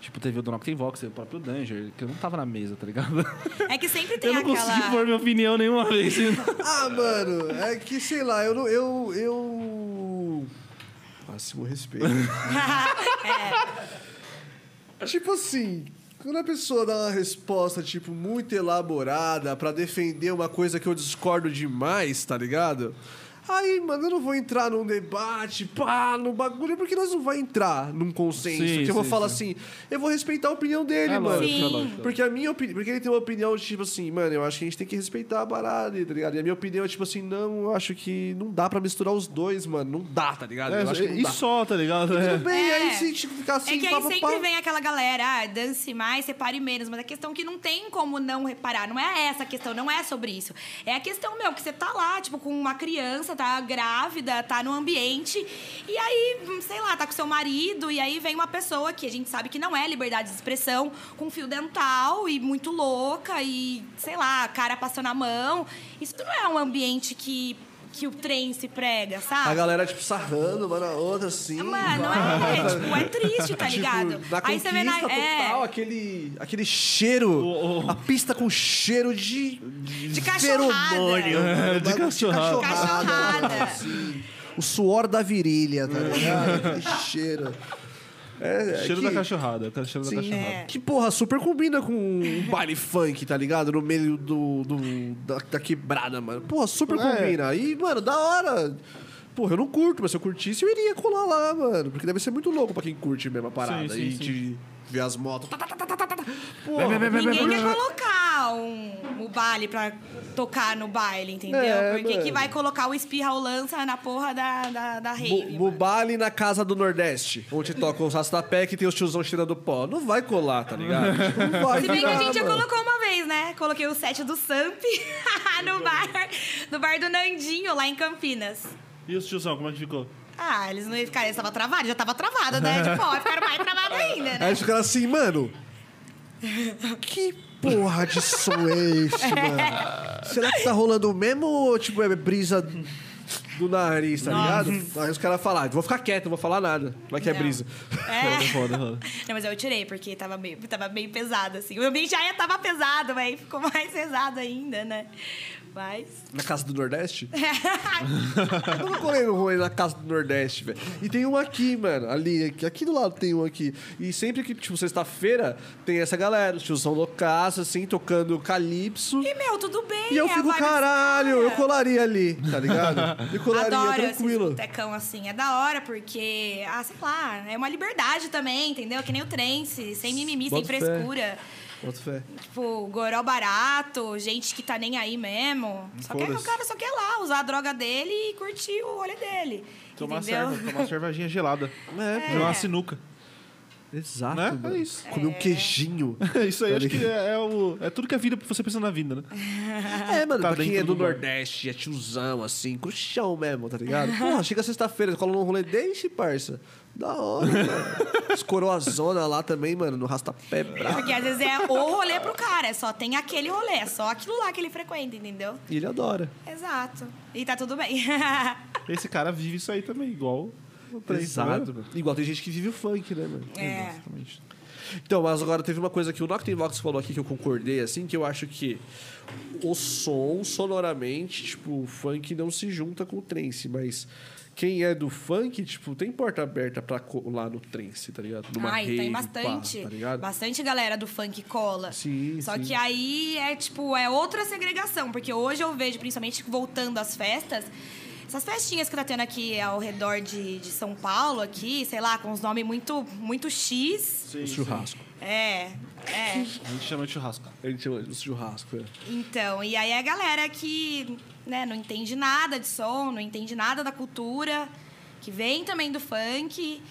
[SPEAKER 4] tipo, teve o Donock Tem Vox, teve o próprio Danger, que eu não tava na mesa, tá ligado?
[SPEAKER 3] É que sempre tem
[SPEAKER 4] Eu não consegui
[SPEAKER 3] aquela.
[SPEAKER 4] pôr minha opinião nenhuma vez.
[SPEAKER 1] Ah, mano, é que sei lá, eu não. Eu. eu... Máximo respeito. É Tipo assim, quando a pessoa dá uma resposta, tipo, muito elaborada pra defender uma coisa que eu discordo demais, tá ligado? Aí, mano, eu não vou entrar num debate, pá, no bagulho, porque nós não vai entrar num consenso.
[SPEAKER 4] Sim,
[SPEAKER 1] que eu vou
[SPEAKER 4] sim,
[SPEAKER 1] falar
[SPEAKER 4] sim.
[SPEAKER 1] assim, eu vou respeitar a opinião dele,
[SPEAKER 4] É
[SPEAKER 1] mano.
[SPEAKER 4] lógico,
[SPEAKER 3] é Sim. lógico.
[SPEAKER 1] Porque a minha opinião. Porque ele tem uma opinião, tipo assim, mano, eu acho que a gente tem que respeitar a parada, tá ligado? E a minha opinião é, tipo assim, não, eu acho que não dá pra misturar os dois, mano. Não dá, tá ligado? eu acho que
[SPEAKER 4] É,
[SPEAKER 1] não
[SPEAKER 4] e
[SPEAKER 1] dá.
[SPEAKER 4] só, tá ligado? É.
[SPEAKER 1] Tudo bem,
[SPEAKER 3] É.
[SPEAKER 1] aí se tipo, ficar assim,
[SPEAKER 3] é que
[SPEAKER 1] pá,
[SPEAKER 3] aí
[SPEAKER 1] pá,
[SPEAKER 3] sempre
[SPEAKER 1] pá.
[SPEAKER 3] vem aquela galera, ah, dance mais, separe menos. Mas a questão é que não tem como não reparar. Não é essa a questão, não é sobre isso. É a questão, meu, que você tá lá, tipo, com uma criança, tá grávida, tá no ambiente. E aí, hum, sei lá, tá com seu marido. E aí vem uma pessoa que a gente sabe que não é liberdade de expressão, com um fio dental e muito louca. E, sei lá, a cara passando a mão. Isso não é um ambiente que, que o trem se prega, sabe?
[SPEAKER 1] A galera, tipo, sarrando uma na outra, assim.
[SPEAKER 3] Ah. Mano,
[SPEAKER 1] pá.
[SPEAKER 3] é, tipo, é triste, tá ligado?
[SPEAKER 1] Da
[SPEAKER 3] Aí
[SPEAKER 1] conquista
[SPEAKER 3] você vê na. É,
[SPEAKER 1] total, aquele, aquele cheiro,
[SPEAKER 4] O- o-
[SPEAKER 1] a pista com cheiro de... De
[SPEAKER 3] cachorrada.
[SPEAKER 1] feromônio,
[SPEAKER 4] É,
[SPEAKER 1] mano,
[SPEAKER 4] de
[SPEAKER 1] bagulho
[SPEAKER 4] cachorrada.
[SPEAKER 3] Cachorrada.
[SPEAKER 1] mano, assim. O suor da virilha,
[SPEAKER 4] É.
[SPEAKER 1] tá ligado? Aquele cheiro. É, é
[SPEAKER 4] Cheiro
[SPEAKER 1] que-
[SPEAKER 4] da cachorrada, tá cheiro da
[SPEAKER 1] Sim.
[SPEAKER 4] cachorrada.
[SPEAKER 3] É.
[SPEAKER 1] Que, porra, super combina com um baile funk, tá ligado? No meio do, do- da, da quebrada, mano. Porra, super
[SPEAKER 4] É.
[SPEAKER 1] combina. Aí, mano, da hora. Porra, eu não curto, mas se eu curtisse, eu iria colar lá, mano. Porque deve ser muito louco pra quem curte mesmo a parada.
[SPEAKER 4] Sim, sim,
[SPEAKER 1] e
[SPEAKER 4] sim.
[SPEAKER 1] de ver as motos. Tá, tá, tá, tá, tá, tá, tá.
[SPEAKER 4] Vai,
[SPEAKER 1] Porra,
[SPEAKER 4] vai, vai, vai,
[SPEAKER 3] ninguém quer colocar um, o baile pra tocar no baile, entendeu?
[SPEAKER 1] É,
[SPEAKER 3] Por que,
[SPEAKER 1] mano.
[SPEAKER 3] que vai colocar o espirra ou lança na porra da, da, da rave?
[SPEAKER 1] Bo-
[SPEAKER 3] mano?
[SPEAKER 1] Bobale na casa do Nordeste, onde toca os rastapé e tem os tiozão tirando pó. Não vai colar, tá ligado? Tipo, Não vai
[SPEAKER 3] Se bem que a
[SPEAKER 1] virar,
[SPEAKER 3] gente é já
[SPEAKER 1] mano.
[SPEAKER 3] colocou uma vez, né? Coloquei o set do Samp no bar, no bar do Nandinho, lá em Campinas.
[SPEAKER 4] E os tiozão, como é que ficou?
[SPEAKER 3] Ah, eles não iam ficar, eles estavam travados, já tava travado, né? Tipo, ó, ficaram mais travados ainda, né?
[SPEAKER 1] Aí os caras assim, mano. Que porra de som é esse, mano? Será que tá rolando mesmo ou tipo, é brisa do nariz, tá ligado? Aí os caras falaram, vou ficar quieto, não vou falar nada. Vai que é
[SPEAKER 3] Não.
[SPEAKER 1] brisa.
[SPEAKER 3] É.
[SPEAKER 4] Foda, foda.
[SPEAKER 3] Não, mas eu tirei, porque tava meio, tava meio pesado, assim. O ambiente já ia- tava pesado, mas aí ficou mais pesado ainda, né? Mas.
[SPEAKER 1] Na casa do Nordeste? Eu nunca colei no rolê na casa do Nordeste, velho. E tem um aqui, mano. Ali, aqui, aqui do lado tem um aqui. E sempre que, tipo, sexta-feira, tem essa galera, os tiozão loucaço, assim, tocando calypso.
[SPEAKER 3] e, meu, tudo bem.
[SPEAKER 1] E eu
[SPEAKER 3] é a
[SPEAKER 1] fico,
[SPEAKER 3] vibe dos
[SPEAKER 1] caralho, eu
[SPEAKER 3] caras.
[SPEAKER 1] colaria ali, tá ligado? Eu colaria,
[SPEAKER 3] Adoro esse
[SPEAKER 1] tranquilo.
[SPEAKER 3] botecão, assim. É da hora, porque, ah, sei lá, é uma liberdade também, entendeu? Que nem o trance, sem mimimi,
[SPEAKER 1] Boto fé.
[SPEAKER 3] sem frescura.
[SPEAKER 1] Boto fé.
[SPEAKER 3] Tipo, goró barato, gente que tá nem aí mesmo. Só quer que é, o
[SPEAKER 4] Foda-se.
[SPEAKER 3] cara só quer lá usar a droga dele e curtir o rolê dele.
[SPEAKER 4] Tomar
[SPEAKER 3] entendeu?
[SPEAKER 4] cerveja, tomar cervejinha gelada.
[SPEAKER 1] É,
[SPEAKER 4] Jogar uma sinuca.
[SPEAKER 1] Exato.
[SPEAKER 4] Né? É
[SPEAKER 1] mano.
[SPEAKER 4] isso.
[SPEAKER 1] Comer um queijinho.
[SPEAKER 4] Isso aí, acho que é, é o, é tudo que a vida você precisa na vida, né?
[SPEAKER 1] É, mano,
[SPEAKER 4] Tá
[SPEAKER 1] pra quem
[SPEAKER 4] dentro
[SPEAKER 1] é do
[SPEAKER 4] do bar.
[SPEAKER 1] Nordeste, é tiozão, assim, colchão mesmo, tá ligado? Porra, chega sexta-feira, cola num rolê desse, parça. Da hora, mano. As coroazona lá também, mano, no rastapé brabo.
[SPEAKER 3] Porque às vezes é o rolê pro cara, é só tem aquele rolê, é só aquilo lá que ele frequenta, entendeu?
[SPEAKER 1] E ele adora.
[SPEAKER 3] Exato. E tá tudo bem.
[SPEAKER 4] Esse cara vive isso aí também, igual o trem,
[SPEAKER 1] Exato.
[SPEAKER 4] né?
[SPEAKER 1] mano. Igual tem gente que vive o funk, né, mano?
[SPEAKER 3] é.
[SPEAKER 4] Exatamente.
[SPEAKER 1] Então, mas agora teve uma coisa que o Noctem Vox falou aqui que eu concordei, assim, que eu acho que o som, sonoramente, tipo, o funk não se junta com o trance, mas quem é do funk, tipo, tem porta aberta pra colar no trance, tá ligado? Numa
[SPEAKER 3] Ai,
[SPEAKER 1] rave,
[SPEAKER 3] tem
[SPEAKER 1] pá,
[SPEAKER 3] bastante.
[SPEAKER 1] tá ligado?
[SPEAKER 3] bastante galera do funk cola.
[SPEAKER 1] Sim,
[SPEAKER 3] Só
[SPEAKER 1] sim.
[SPEAKER 3] que aí é tipo, é outra segregação, porque hoje eu vejo, principalmente voltando às festas, essas festinhas que tá tendo aqui ao redor de, de São Paulo, aqui, sei lá, com os nomes muito, muito X.
[SPEAKER 1] O churrasco.
[SPEAKER 3] É, é.
[SPEAKER 4] A gente chama de churrasco.
[SPEAKER 1] A gente chama de churrasco, é.
[SPEAKER 3] Então, e aí a galera que né, não entende nada de som, não entende nada da cultura, que vem também do funk,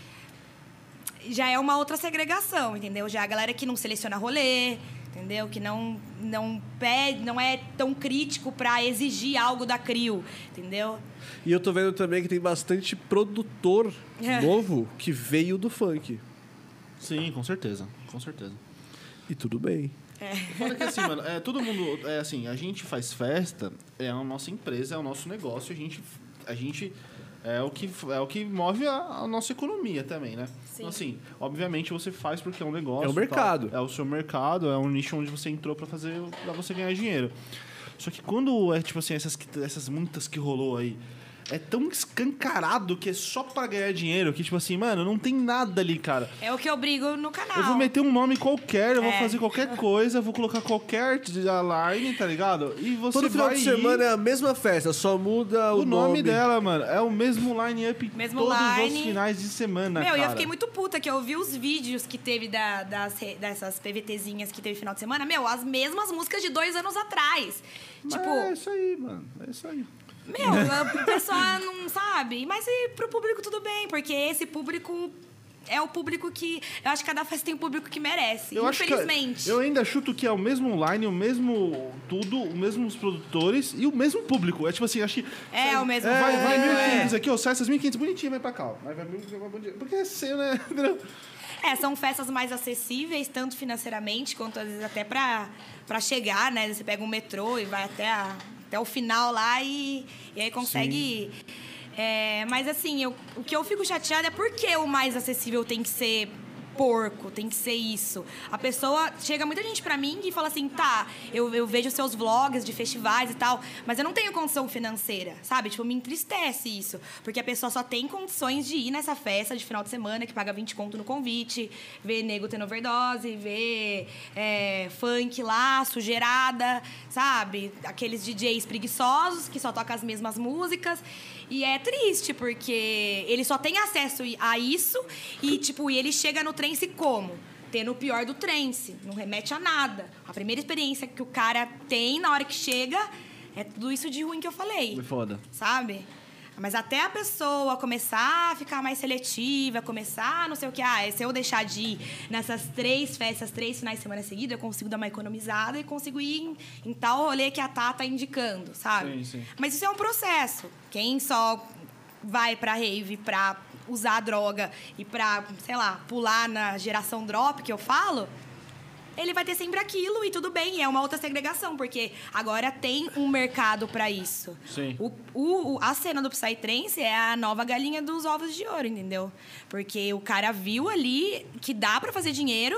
[SPEAKER 3] já é uma outra segregação, entendeu? Já é a galera que não seleciona rolê, entendeu? Que não não pede, não é tão crítico para exigir algo da CRIO, entendeu?
[SPEAKER 1] E eu tô vendo também que tem bastante produtor
[SPEAKER 3] É.
[SPEAKER 1] novo que veio do funk.
[SPEAKER 4] Sim, com certeza. Com certeza.
[SPEAKER 1] E tudo bem.
[SPEAKER 4] Fora que assim, mano, é, todo mundo. É assim, a gente faz festa, é a nossa empresa, é o nosso negócio, a gente. A gente é o que, é o que move a, a nossa economia também, né? Então, assim, obviamente você faz porque é um negócio.
[SPEAKER 1] É o
[SPEAKER 4] tal,
[SPEAKER 1] mercado.
[SPEAKER 4] é o seu mercado, é um nicho onde você entrou pra fazer para você ganhar dinheiro. Só que quando é tipo assim, essas, que- essas muitas que rolou aí. É tão escancarado que é só pra ganhar dinheiro que, tipo assim, mano, não tem nada ali, cara.
[SPEAKER 3] É o que eu brigo no canal.
[SPEAKER 4] Eu vou meter um nome qualquer, eu vou
[SPEAKER 3] É.
[SPEAKER 4] fazer qualquer coisa, eu vou colocar qualquer line, tá ligado? E você
[SPEAKER 1] Todo final
[SPEAKER 4] vai
[SPEAKER 1] de semana
[SPEAKER 4] ir-
[SPEAKER 1] é a mesma festa, só muda o,
[SPEAKER 4] o nome dela, mano. É o mesmo line-up
[SPEAKER 3] Mesmo
[SPEAKER 4] todos os
[SPEAKER 3] line.
[SPEAKER 4] finais de semana,
[SPEAKER 3] Meu,
[SPEAKER 4] cara.
[SPEAKER 3] e eu fiquei muito puta que eu vi os vídeos que teve da- das, re- dessas PVTzinhas que teve final de semana. Meu, as mesmas músicas de dois anos atrás.
[SPEAKER 4] Mas é
[SPEAKER 3] Tipo,
[SPEAKER 4] isso aí, mano. É isso aí.
[SPEAKER 3] meu, a pessoa não sabe. Mas e pro público tudo bem, porque esse público é o público que. Eu acho que cada festa tem um público que merece.
[SPEAKER 4] Eu acho que-
[SPEAKER 3] infelizmente.
[SPEAKER 4] eu ainda chuto que é o mesmo line, o mesmo tudo, os mesmos produtores e o mesmo público. É tipo assim, acho que.
[SPEAKER 3] É, o mesmo
[SPEAKER 4] Vai, vai
[SPEAKER 3] público, é.
[SPEAKER 4] 1.500 aqui, ó, sai essas 1.500 bonitinho, vai pra cá. ó. Vai, vai, bonitinho. Porque é seu, né?
[SPEAKER 3] É, são festas mais acessíveis, tanto financeiramente quanto às vezes até pra, pra chegar, né? Você pega um metrô e vai até, a- até o final lá e, e aí consegue ir. É, mas assim, eu- o que eu fico chateada é por que o mais acessível tem que ser porco, tem que ser isso. A pessoa. Chega muita gente pra mim e fala assim, tá, eu, eu vejo seus vlogs de festivais e tal, mas eu não tenho condição financeira, sabe? Tipo, me entristece isso. Porque a pessoa só tem condições de ir nessa festa de final de semana que paga 20 conto no convite, ver nego tendo overdose, ver é, funk lá, sujeirada, sabe? Aqueles DJs preguiçosos que só tocam as mesmas músicas. E é triste, porque ele só tem acesso a isso e, tipo, e ele chega no trance como? tendo o pior do trance, não remete a nada. A primeira experiência que o cara tem na hora que chega é tudo isso de ruim que eu falei,
[SPEAKER 4] foda.
[SPEAKER 3] sabe? Mas até a pessoa começar a ficar mais seletiva, começar a não sei o que, ah, se eu deixar de ir nessas três festas, três finais de semana seguida, eu consigo dar uma economizada e consigo ir em, em tal rolê que a Tata tá indicando, sabe?
[SPEAKER 4] Sim, sim.
[SPEAKER 3] Mas isso é um processo. Quem só vai pra rave pra usar droga e pra, sei lá, pular na geração drop que eu falo, ele vai ter sempre aquilo e tudo bem, é uma outra segregação, porque agora tem um mercado pra isso.
[SPEAKER 4] Sim.
[SPEAKER 3] O, o- o- a cena do Psytrance é a nova galinha dos ovos de ouro, entendeu? Porque o cara viu ali que dá pra fazer dinheiro,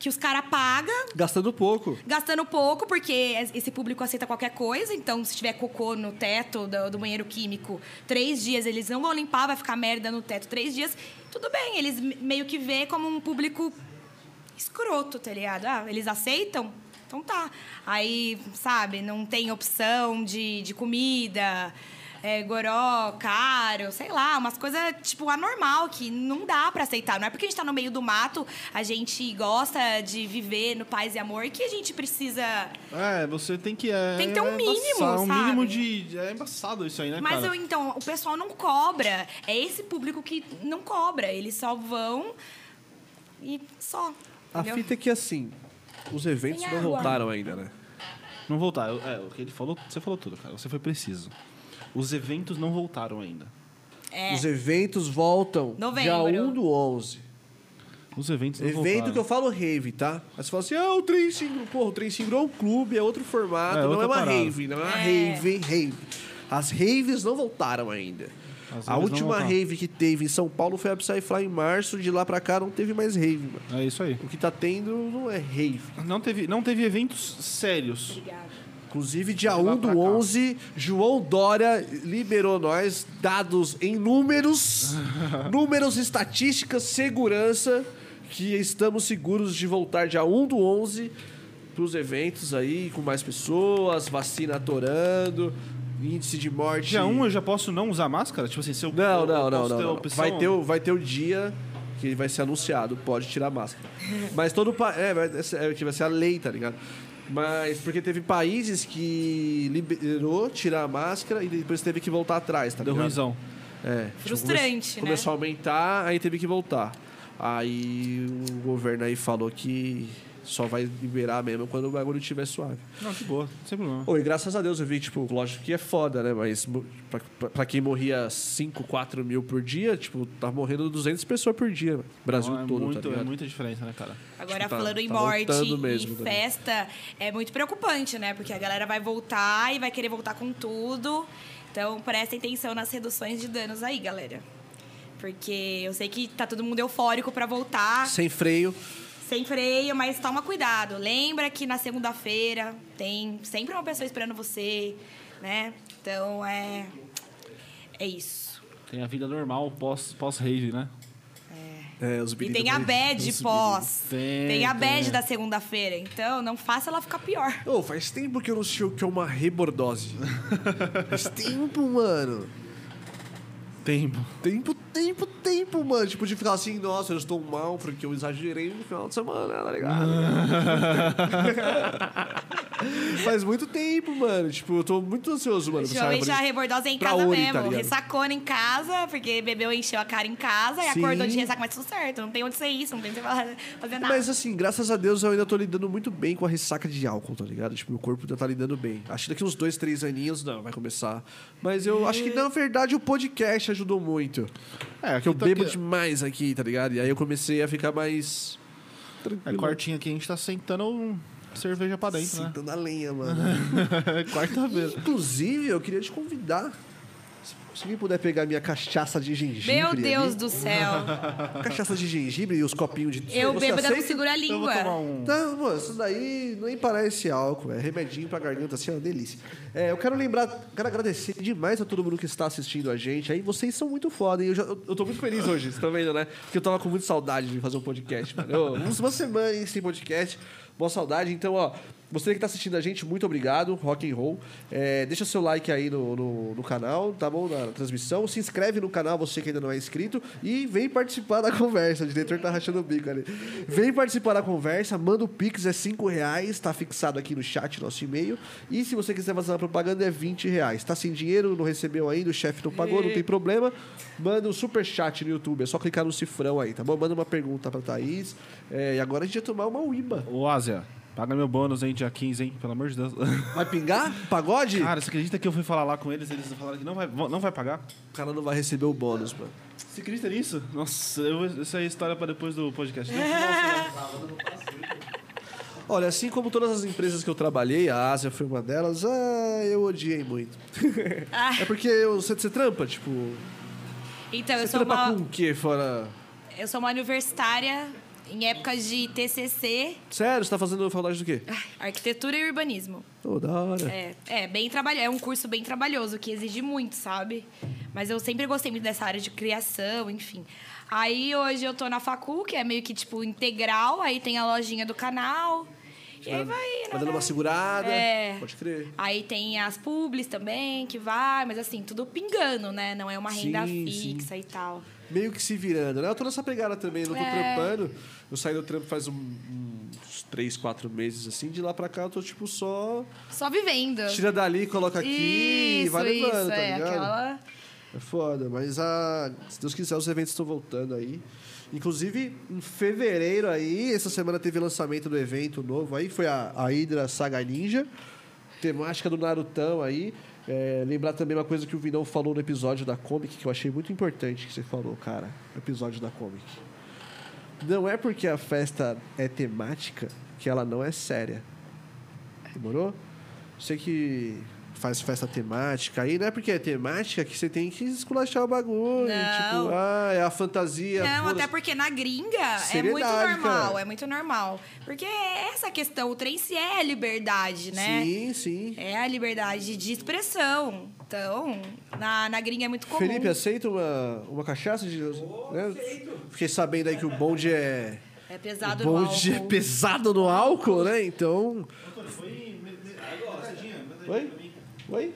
[SPEAKER 3] que os caras pagam
[SPEAKER 1] Gastando pouco.
[SPEAKER 3] gastando pouco, porque esse público aceita qualquer coisa. Então, se tiver cocô no teto do, do banheiro químico, três dias eles não vão limpar, vai ficar merda no teto três dias. Tudo bem, eles me- meio que vê como um público escroto, tá ligado? Ah, eles aceitam? Então tá. Aí, sabe, não tem opção de, de comida, é, goró, caro, sei lá, umas coisas, tipo, anormal, que não dá pra aceitar. Não é porque a gente tá no meio do mato, a gente gosta de viver no paz e amor, que a gente precisa.
[SPEAKER 4] É, você tem que. É,
[SPEAKER 3] Tem que ter um
[SPEAKER 4] é
[SPEAKER 3] mínimo,
[SPEAKER 4] embaçado, Um
[SPEAKER 3] sabe?
[SPEAKER 4] mínimo de. É embaçado isso aí, né,
[SPEAKER 3] Mas
[SPEAKER 4] cara?
[SPEAKER 3] eu, então, o pessoal não cobra. É esse público que não cobra. Eles só vão e só.
[SPEAKER 1] A
[SPEAKER 3] entendeu?
[SPEAKER 1] fita é que assim, os eventos
[SPEAKER 3] Tem
[SPEAKER 1] não
[SPEAKER 3] água.
[SPEAKER 1] voltaram ainda, né?
[SPEAKER 4] Não voltar. eu- é, o que ele falou, você falou tudo, cara. Você foi preciso. Os eventos não voltaram ainda.
[SPEAKER 3] É.
[SPEAKER 1] Os eventos voltam dia
[SPEAKER 3] Novembro.
[SPEAKER 1] 1 do 11.
[SPEAKER 4] Os eventos não voltaram.
[SPEAKER 1] Evento que eu falo rave, tá? Aí você fala assim, ah, o Trem Singro. Porra, o Trem Singro é um clube, é outro formato,
[SPEAKER 4] É,
[SPEAKER 1] não
[SPEAKER 4] outra
[SPEAKER 1] é uma
[SPEAKER 4] parada.
[SPEAKER 1] rave, não é uma rave, rave. As raves não voltaram ainda.
[SPEAKER 4] As
[SPEAKER 1] a
[SPEAKER 4] raves não
[SPEAKER 1] última
[SPEAKER 4] voltaram.
[SPEAKER 1] rave que teve em São Paulo foi a Psyfly em março, de lá pra cá não teve mais rave, mano.
[SPEAKER 4] É isso aí.
[SPEAKER 1] O que tá tendo não é rave.
[SPEAKER 4] Não teve, não teve eventos sérios.
[SPEAKER 3] Obrigada.
[SPEAKER 1] Inclusive, dia
[SPEAKER 4] Vai lá
[SPEAKER 1] 1
[SPEAKER 4] pra
[SPEAKER 1] do
[SPEAKER 4] cá.
[SPEAKER 1] 11, João Dória liberou nós dados em números, números, estatísticas, segurança, que estamos seguros de voltar dia 1 do 11 para os eventos aí, com mais pessoas, vacina atorando, índice de morte...
[SPEAKER 4] Dia 1 um, eu já posso não usar máscara? Tipo assim, se eu.
[SPEAKER 1] Não,
[SPEAKER 4] eu
[SPEAKER 1] não, não,
[SPEAKER 4] posso
[SPEAKER 1] não.
[SPEAKER 4] ter a
[SPEAKER 1] não.
[SPEAKER 4] opção-
[SPEAKER 1] Vai, ter o, vai ter o dia que vai ser anunciado, pode tirar a máscara. Mas todo país. É, vai- é, que vai ser a lei, tá ligado? Mas porque teve países que liberou tirar a máscara e depois teve que voltar atrás, tá
[SPEAKER 4] Deu
[SPEAKER 1] ligado?
[SPEAKER 4] ruimzão.
[SPEAKER 1] É. tipo,
[SPEAKER 3] Frustrante,
[SPEAKER 1] come-
[SPEAKER 3] né?
[SPEAKER 1] Começou a aumentar, aí teve que voltar. Aí o governo aí falou que só vai liberar mesmo quando o bagulho estiver suave.
[SPEAKER 4] Não, de boa, sem problema.
[SPEAKER 1] Pô, e graças a Deus eu vi, tipo, lógico que é foda, né? Mas mo- pra, pra- pra quem morria 5, 4 mil por dia, tipo, tá morrendo 200 pessoas por dia. mano. Brasil
[SPEAKER 4] Não, é
[SPEAKER 1] todo,
[SPEAKER 4] muito,
[SPEAKER 1] tá
[SPEAKER 4] é
[SPEAKER 1] ligado?
[SPEAKER 4] muita diferença, né, cara?
[SPEAKER 3] Agora,
[SPEAKER 1] Tipo, tá-
[SPEAKER 3] falando em
[SPEAKER 1] tá
[SPEAKER 3] morte
[SPEAKER 1] voltando
[SPEAKER 3] e
[SPEAKER 1] mesmo também.
[SPEAKER 3] festa, é muito preocupante, né? Porque a galera vai voltar e vai querer voltar com tudo. Então, prestem atenção nas reduções de danos aí, galera. Porque eu sei que tá todo mundo eufórico pra voltar,
[SPEAKER 1] Sem freio.
[SPEAKER 3] sem freio, mas toma cuidado. Lembra que na segunda-feira tem sempre uma pessoa esperando você, né? Então, é... É isso.
[SPEAKER 4] Tem a vida normal pós- pós-rave, né?
[SPEAKER 1] É, os
[SPEAKER 3] E
[SPEAKER 1] meninos
[SPEAKER 3] tem a
[SPEAKER 1] meio-
[SPEAKER 3] bad
[SPEAKER 1] os
[SPEAKER 3] pós.
[SPEAKER 4] Tem,
[SPEAKER 3] Tem a bad
[SPEAKER 4] tem.
[SPEAKER 3] da segunda-feira. Então, não faça ela ficar pior.
[SPEAKER 1] Ô, faz tempo que eu não sei o que é uma rebordose. faz tempo, mano.
[SPEAKER 4] Tempo.
[SPEAKER 1] Tempo, tempo, tempo, mano. Tipo, de ficar assim, nossa, eu estou mal porque eu exagerei no final de semana, tá ligado? faz muito tempo, mano. Tipo, eu tô muito ansioso, mano. pra essa
[SPEAKER 3] Ultimamente a
[SPEAKER 1] árvore.
[SPEAKER 3] rebordosa é em
[SPEAKER 1] pra
[SPEAKER 3] casa
[SPEAKER 1] Ori, tá
[SPEAKER 3] mesmo.
[SPEAKER 1] ligado?
[SPEAKER 3] Ressacona em casa, porque bebeu, encheu a cara em casa e
[SPEAKER 1] Sim.
[SPEAKER 3] acordou de ressaca, mas tudo certo. Não tem onde ser isso, não tem onde você fazer nada.
[SPEAKER 1] Mas assim, graças a Deus eu ainda tô lidando muito bem com a ressaca de álcool, tá ligado? Tipo, meu corpo ainda tá lidando bem. Acho que daqui uns dois, três aninhos, não, vai começar. Mas eu acho que, na verdade, o podcast ajudou muito.
[SPEAKER 4] É,
[SPEAKER 1] Porque
[SPEAKER 4] aqui
[SPEAKER 1] eu
[SPEAKER 4] tá
[SPEAKER 1] bebo
[SPEAKER 4] aqui-
[SPEAKER 1] demais aqui, tá ligado? E aí eu comecei a ficar mais.
[SPEAKER 4] É,
[SPEAKER 1] Tranquilo.
[SPEAKER 4] quartinha aqui a gente tá sentando um cerveja pra dentro,
[SPEAKER 1] Sentando a lenha, mano.
[SPEAKER 4] né? Quarta-feira.
[SPEAKER 1] Inclusive, eu queria te convidar. Se- Se alguém puder pegar minha cachaça de gengibre.
[SPEAKER 3] Meu
[SPEAKER 1] ali,
[SPEAKER 3] Deus do céu.
[SPEAKER 1] Cachaça de gengibre e os copinhos de.
[SPEAKER 3] Eu
[SPEAKER 1] Você
[SPEAKER 3] bebo da
[SPEAKER 1] aceita?
[SPEAKER 3] que segura a
[SPEAKER 4] Eu vou
[SPEAKER 3] língua.
[SPEAKER 4] tomar um.
[SPEAKER 1] Não, Então, pô, isso daí nem parece álcool, é remedinho pra garganta, assim, é uma delícia. É, eu quero lembrar, quero agradecer demais a todo mundo que está assistindo a gente. Aí vocês são muito foda, hein? Eu, já, eu, eu tô muito feliz hoje, vocês estão vendo, né? Porque eu tava com muita saudade de fazer um podcast, mano. Eu, uns- uma semana hein, sem podcast, boa saudade. Então, ó, você que tá assistindo a gente, muito obrigado, rock and roll. É, deixa seu like aí no, no, no canal, tá bom? Na transmissão. Se inscreve no canal, você que ainda não é inscrito. E vem participar da conversa. O diretor tá rachando o bico ali. Vem participar da conversa, manda o Pix, é 5 reais, tá fixado aqui no chat, nosso e-mail. E se você quiser fazer uma propaganda, é 20 reais. Tá sem dinheiro, não recebeu ainda, o chefe não pagou, não tem problema. Manda um super chat no YouTube, é só clicar no cifrão aí, tá bom? Manda uma pergunta pra Thaís. É, e agora a gente ia tomar uma uíba.
[SPEAKER 4] Ô, Ásia, paga meu bônus, hein, dia 15, hein? Pelo amor de Deus.
[SPEAKER 1] Vai pingar? Pagode?
[SPEAKER 4] Cara, você acredita que eu fui falar lá com eles eles falaram que não vai, vão- não vai pagar?
[SPEAKER 1] O cara não vai receber o bônus, mano.
[SPEAKER 4] Você acredita nisso? Nossa, eu, essa é a história pra depois do podcast.
[SPEAKER 3] É.
[SPEAKER 1] Olha, assim como todas as empresas que eu trabalhei, a Ásia foi uma delas, ah, eu odiei muito.
[SPEAKER 3] Ah.
[SPEAKER 1] é porque eu- você, você trampa, tipo.
[SPEAKER 3] Então, eu
[SPEAKER 1] Você
[SPEAKER 3] sou,
[SPEAKER 1] trampa
[SPEAKER 3] uma,
[SPEAKER 1] com um. o quê fora.
[SPEAKER 3] eu sou uma universitária em épocas de TCC,
[SPEAKER 1] Sério, você tá fazendo faculdade do quê?
[SPEAKER 3] arquitetura e urbanismo.
[SPEAKER 1] Ô, da hora.
[SPEAKER 3] É, é bem trabalho, é um curso bem trabalhoso que exige muito, sabe? Mas eu sempre gostei muito dessa área de criação, enfim. Aí hoje eu tô na facu, que é meio que tipo integral, aí tem a lojinha do canal. E aí vai, né?
[SPEAKER 1] Tá dando uma segurada.
[SPEAKER 3] É.
[SPEAKER 1] Pode crer.
[SPEAKER 3] Aí tem as publis também, que vai, mas assim, tudo pingando, né? Não é uma renda
[SPEAKER 1] Sim,
[SPEAKER 3] fixa e tal.
[SPEAKER 1] Meio que se virando, né? Eu tô nessa pegada também, eu não tô
[SPEAKER 3] É.
[SPEAKER 1] trampando. Eu saí do trampo faz um- uns três, quatro meses assim. De lá pra cá eu tô, tipo, só.
[SPEAKER 3] Só vivendo.
[SPEAKER 1] Tira dali, coloca aqui e
[SPEAKER 3] isso,
[SPEAKER 1] vai levando,
[SPEAKER 3] isso,
[SPEAKER 1] tá
[SPEAKER 3] é.
[SPEAKER 1] ligado?
[SPEAKER 3] Aquela...
[SPEAKER 1] É foda, mas a, se Deus quiser, os eventos estão voltando aí. Inclusive, em fevereiro aí, essa semana teve lançamento do evento novo aí, foi a, a Hydra Saga Ninja, temática do Narutão aí. É, lembrar também uma coisa que o Vinão falou no episódio da Comic, que eu achei muito importante que você falou, cara, no episódio da Comic. Não é porque a festa é temática que ela não é séria. Demorou? Você que faz festa temática aí, não é porque é temática que você tem que esculachar o bagulho.
[SPEAKER 3] Não.
[SPEAKER 1] Tipo, ah, é a fantasia.
[SPEAKER 3] Não,
[SPEAKER 1] foda-se.
[SPEAKER 3] até porque na gringa é
[SPEAKER 1] Seriedade,
[SPEAKER 3] muito normal,
[SPEAKER 1] cara.
[SPEAKER 3] é muito normal. Porque é essa questão, o trance é a liberdade, né?
[SPEAKER 1] Sim, sim.
[SPEAKER 3] É a liberdade de expressão. Então, na, na gringa é muito comum.
[SPEAKER 1] Felipe, aceita uma, uma cachaça de. né? Fiquei sabendo aí que o bonde é.
[SPEAKER 3] é pesado
[SPEAKER 1] o
[SPEAKER 3] no
[SPEAKER 1] bonde é
[SPEAKER 3] álcool.
[SPEAKER 1] pesado no álcool, né? Então.
[SPEAKER 4] Foi.
[SPEAKER 1] Oi? Oi?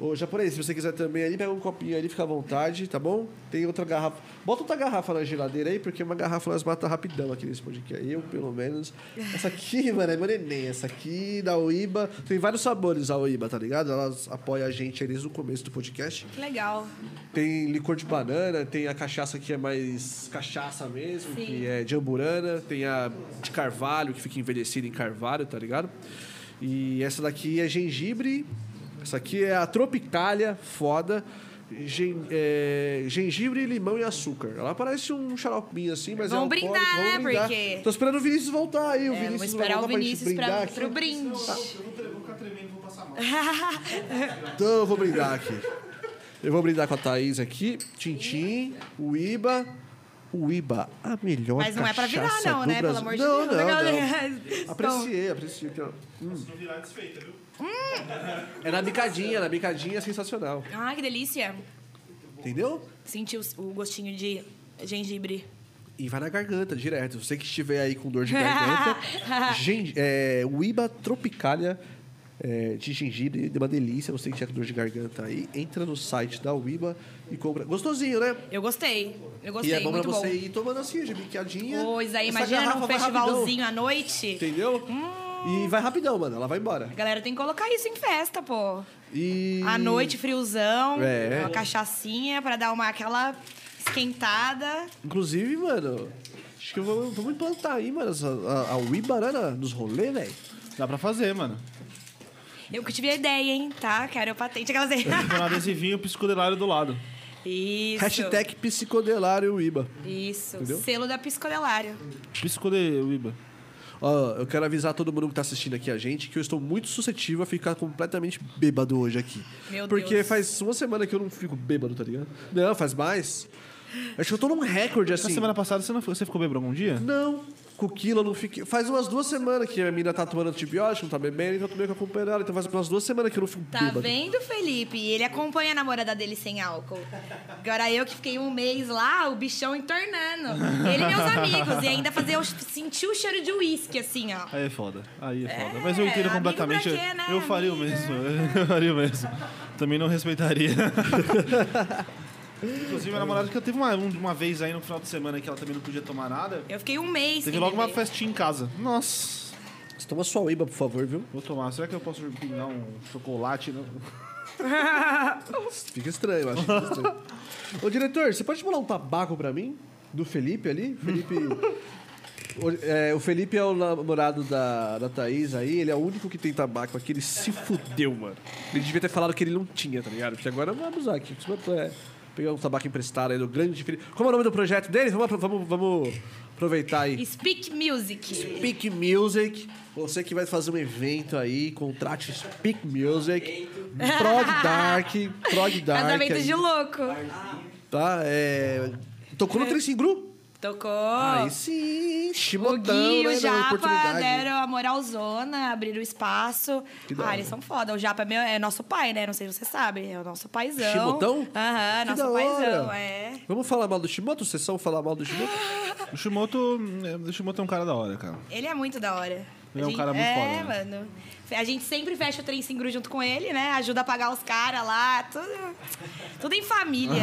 [SPEAKER 1] Ô, japonês, se você quiser também ali, pega um copinho ali, fica à vontade, tá bom? Tem outra garrafa. Bota outra garrafa na geladeira aí, porque uma garrafa nós mata rapidão aqui nesse podcast. Eu, pelo menos. Essa aqui, mano, é meu neném. Essa aqui da Uiba. Tem vários sabores a Uiba, tá ligado? Elas apoiam a gente aí desde o começo do podcast.
[SPEAKER 3] Que legal.
[SPEAKER 1] Tem licor de banana, tem a cachaça que é mais cachaça mesmo,
[SPEAKER 3] Sim.
[SPEAKER 1] que é de amburana, tem a de carvalho, que fica envelhecida em carvalho, tá ligado? E essa daqui é gengibre, essa aqui é a tropicalha, foda, gen- é, gengibre, limão e açúcar. Ela parece um xaropinho assim, mas
[SPEAKER 3] Vamos
[SPEAKER 1] é alcoólico,
[SPEAKER 3] brindar, né?
[SPEAKER 1] vamos brindar.
[SPEAKER 3] Porque-
[SPEAKER 1] Tô esperando o Vinícius voltar aí, o
[SPEAKER 3] É,
[SPEAKER 1] Vinícius
[SPEAKER 3] vou
[SPEAKER 1] vai
[SPEAKER 3] esperar o
[SPEAKER 1] voltar
[SPEAKER 3] Vinícius
[SPEAKER 1] pra gente brindar
[SPEAKER 3] pra,
[SPEAKER 1] aqui.
[SPEAKER 3] pro brinde.
[SPEAKER 4] Eu vou, ficar tremendo, vou passar mal.
[SPEAKER 1] Então eu vou brindar aqui. Eu vou brindar com a Thaís aqui. Tintim, o Iba. O Iba, a melhor
[SPEAKER 3] Mas não é pra virar,
[SPEAKER 1] cachaça
[SPEAKER 3] não,
[SPEAKER 1] do
[SPEAKER 3] né? Pelo
[SPEAKER 1] Brasil.
[SPEAKER 3] amor
[SPEAKER 1] não,
[SPEAKER 3] de Deus.
[SPEAKER 1] Não,
[SPEAKER 3] Legal. né?
[SPEAKER 1] não. Apreciei, apreciei. aqui, ó. Hum.
[SPEAKER 4] Não virar desfeita, viu?
[SPEAKER 1] É na bicadinha, na bicadinha é sensacional.
[SPEAKER 3] Ai, Ah, que delícia.
[SPEAKER 1] Entendeu?
[SPEAKER 3] Senti o, o gostinho de gengibre.
[SPEAKER 1] E vai na garganta, direto. Você que estiver aí com dor de garganta, gen- é, o Iba Tropicalia é, de gengibre, é uma delícia. Você que tiver com dor de garganta aí, entra no site da Uiba e compra. Gostosinho, né?
[SPEAKER 3] Eu gostei. Eu gostei,
[SPEAKER 1] e é bom pra
[SPEAKER 3] muito
[SPEAKER 1] você
[SPEAKER 3] bom.
[SPEAKER 1] ir tomando assim, de biquiadinha.
[SPEAKER 3] Pois aí,
[SPEAKER 1] Essa
[SPEAKER 3] imagina
[SPEAKER 1] garrafa
[SPEAKER 3] num
[SPEAKER 1] vai
[SPEAKER 3] festivalzinho Hum. à noite.
[SPEAKER 1] rapidão, entendeu? E vai rapidão, mano. Ela vai embora.
[SPEAKER 3] A galera tem que colocar isso em festa, pô.
[SPEAKER 1] E...
[SPEAKER 3] À noite, friozão,
[SPEAKER 1] É.
[SPEAKER 3] uma cachaçinha pra dar uma aquela esquentada.
[SPEAKER 1] Inclusive, mano, acho que eu vou, vamos implantar aí, mano, essa- a, a Uiba, né, na- nos rolês, velho.
[SPEAKER 4] Dá pra fazer, mano.
[SPEAKER 3] Eu que tive a ideia, hein, tá? Quero patente aquelas aí.
[SPEAKER 4] Tem um adesivinho psicodelário do lado.
[SPEAKER 3] Isso.
[SPEAKER 1] Hashtag psicodelário Uiba.
[SPEAKER 3] Isso.
[SPEAKER 1] Entendeu?
[SPEAKER 3] Selo da Piscodelário.
[SPEAKER 4] Psicodelário.
[SPEAKER 1] Ó, eu quero avisar todo mundo que tá assistindo aqui a gente que eu estou muito suscetível a ficar completamente bêbado hoje aqui.
[SPEAKER 3] Meu
[SPEAKER 1] Porque
[SPEAKER 3] Deus.
[SPEAKER 1] faz uma semana que eu não fico bêbado, tá ligado? Não, faz mais. Acho que eu tô num recorde, assim.
[SPEAKER 4] Na semana passada você, não foi, você ficou bêbado algum dia?
[SPEAKER 1] Não, coquila eu não fiquei. Faz umas duas semanas que a mina tá tomando antibiótico, não tá bebendo, então eu tô meio que acompanhando ela. Então faz umas duas semanas que eu não fico
[SPEAKER 3] Tá
[SPEAKER 1] bêbado.
[SPEAKER 3] vendo, Felipe? Ele acompanha a namorada dele sem álcool. Agora eu que fiquei um mês lá, o bichão entornando. Ele e meus amigos. E ainda fazer eu sentir o cheiro de uísque, assim, ó.
[SPEAKER 4] Aí é foda. Aí é foda. Mas eu entendo
[SPEAKER 3] amigo
[SPEAKER 4] completamente.
[SPEAKER 3] pra quê, né,
[SPEAKER 4] eu faria o
[SPEAKER 3] amiga?
[SPEAKER 4] mesmo. Eu faria o mesmo. Também não respeitaria. Inclusive, minha namorada que eu teve uma, um- uma vez aí no final de semana que ela também não podia tomar nada.
[SPEAKER 3] Eu fiquei um mês.
[SPEAKER 4] Teve
[SPEAKER 3] sem
[SPEAKER 4] logo uma
[SPEAKER 3] beber.
[SPEAKER 4] festinha em casa. Nossa.
[SPEAKER 1] Você toma sua uíba, por favor, viu?
[SPEAKER 4] Vou tomar. Será que eu posso pingar um chocolate? Não?
[SPEAKER 1] Fica estranho, eu acho. Fica estranho. Ô, diretor, você pode bolar um tabaco pra mim? Do Felipe ali? Felipe. O, é, o Felipe é o namorado da, da Thaís aí, ele é o único que tem tabaco aqui, ele se fudeu, mano. Ele devia ter falado que ele não tinha, tá ligado? Porque agora eu vou abusar aqui. Isso é- Pegar um tabaco emprestado aí do grande Felipe. Como é o nome do projeto dele? Vamos, apro- vamos, vamos aproveitar aí.
[SPEAKER 3] Speak Music.
[SPEAKER 1] Speak Music. Você que vai fazer um evento aí, contrate o Speak Music. Prog Dark. Prog Dark.
[SPEAKER 3] Casamento
[SPEAKER 1] aí,
[SPEAKER 3] de louco.
[SPEAKER 1] Tá? É... Tocou no Tricingru?
[SPEAKER 3] Tocou.
[SPEAKER 1] Aí sim,
[SPEAKER 3] o
[SPEAKER 1] chimotão,
[SPEAKER 3] Gui e
[SPEAKER 1] né?
[SPEAKER 3] o
[SPEAKER 1] na
[SPEAKER 3] Japa
[SPEAKER 1] oportunidade.
[SPEAKER 3] deram a moralzona, abriram o espaço.
[SPEAKER 1] Que da
[SPEAKER 3] Ah,
[SPEAKER 1] hora.
[SPEAKER 3] eles são foda. O Japa é, meu, é nosso pai, né? Não sei se você sabe. É o nosso paizão.
[SPEAKER 1] Chimotão?
[SPEAKER 3] Aham,
[SPEAKER 1] Que da
[SPEAKER 3] nosso
[SPEAKER 1] hora.
[SPEAKER 3] paizão, é.
[SPEAKER 1] Vamos falar mal do Shimoto? Vocês são falar mal do Shimoto?
[SPEAKER 4] O Shimoto, é, o Shimoto é um cara da hora, cara.
[SPEAKER 3] Ele é muito da hora.
[SPEAKER 4] Ele é um
[SPEAKER 3] A gente-
[SPEAKER 4] cara muito
[SPEAKER 3] é,
[SPEAKER 4] foda, né?
[SPEAKER 3] mano. A gente sempre fecha o trem singru junto com ele, né? Ajuda a pagar os caras lá, tudo. Tudo em família.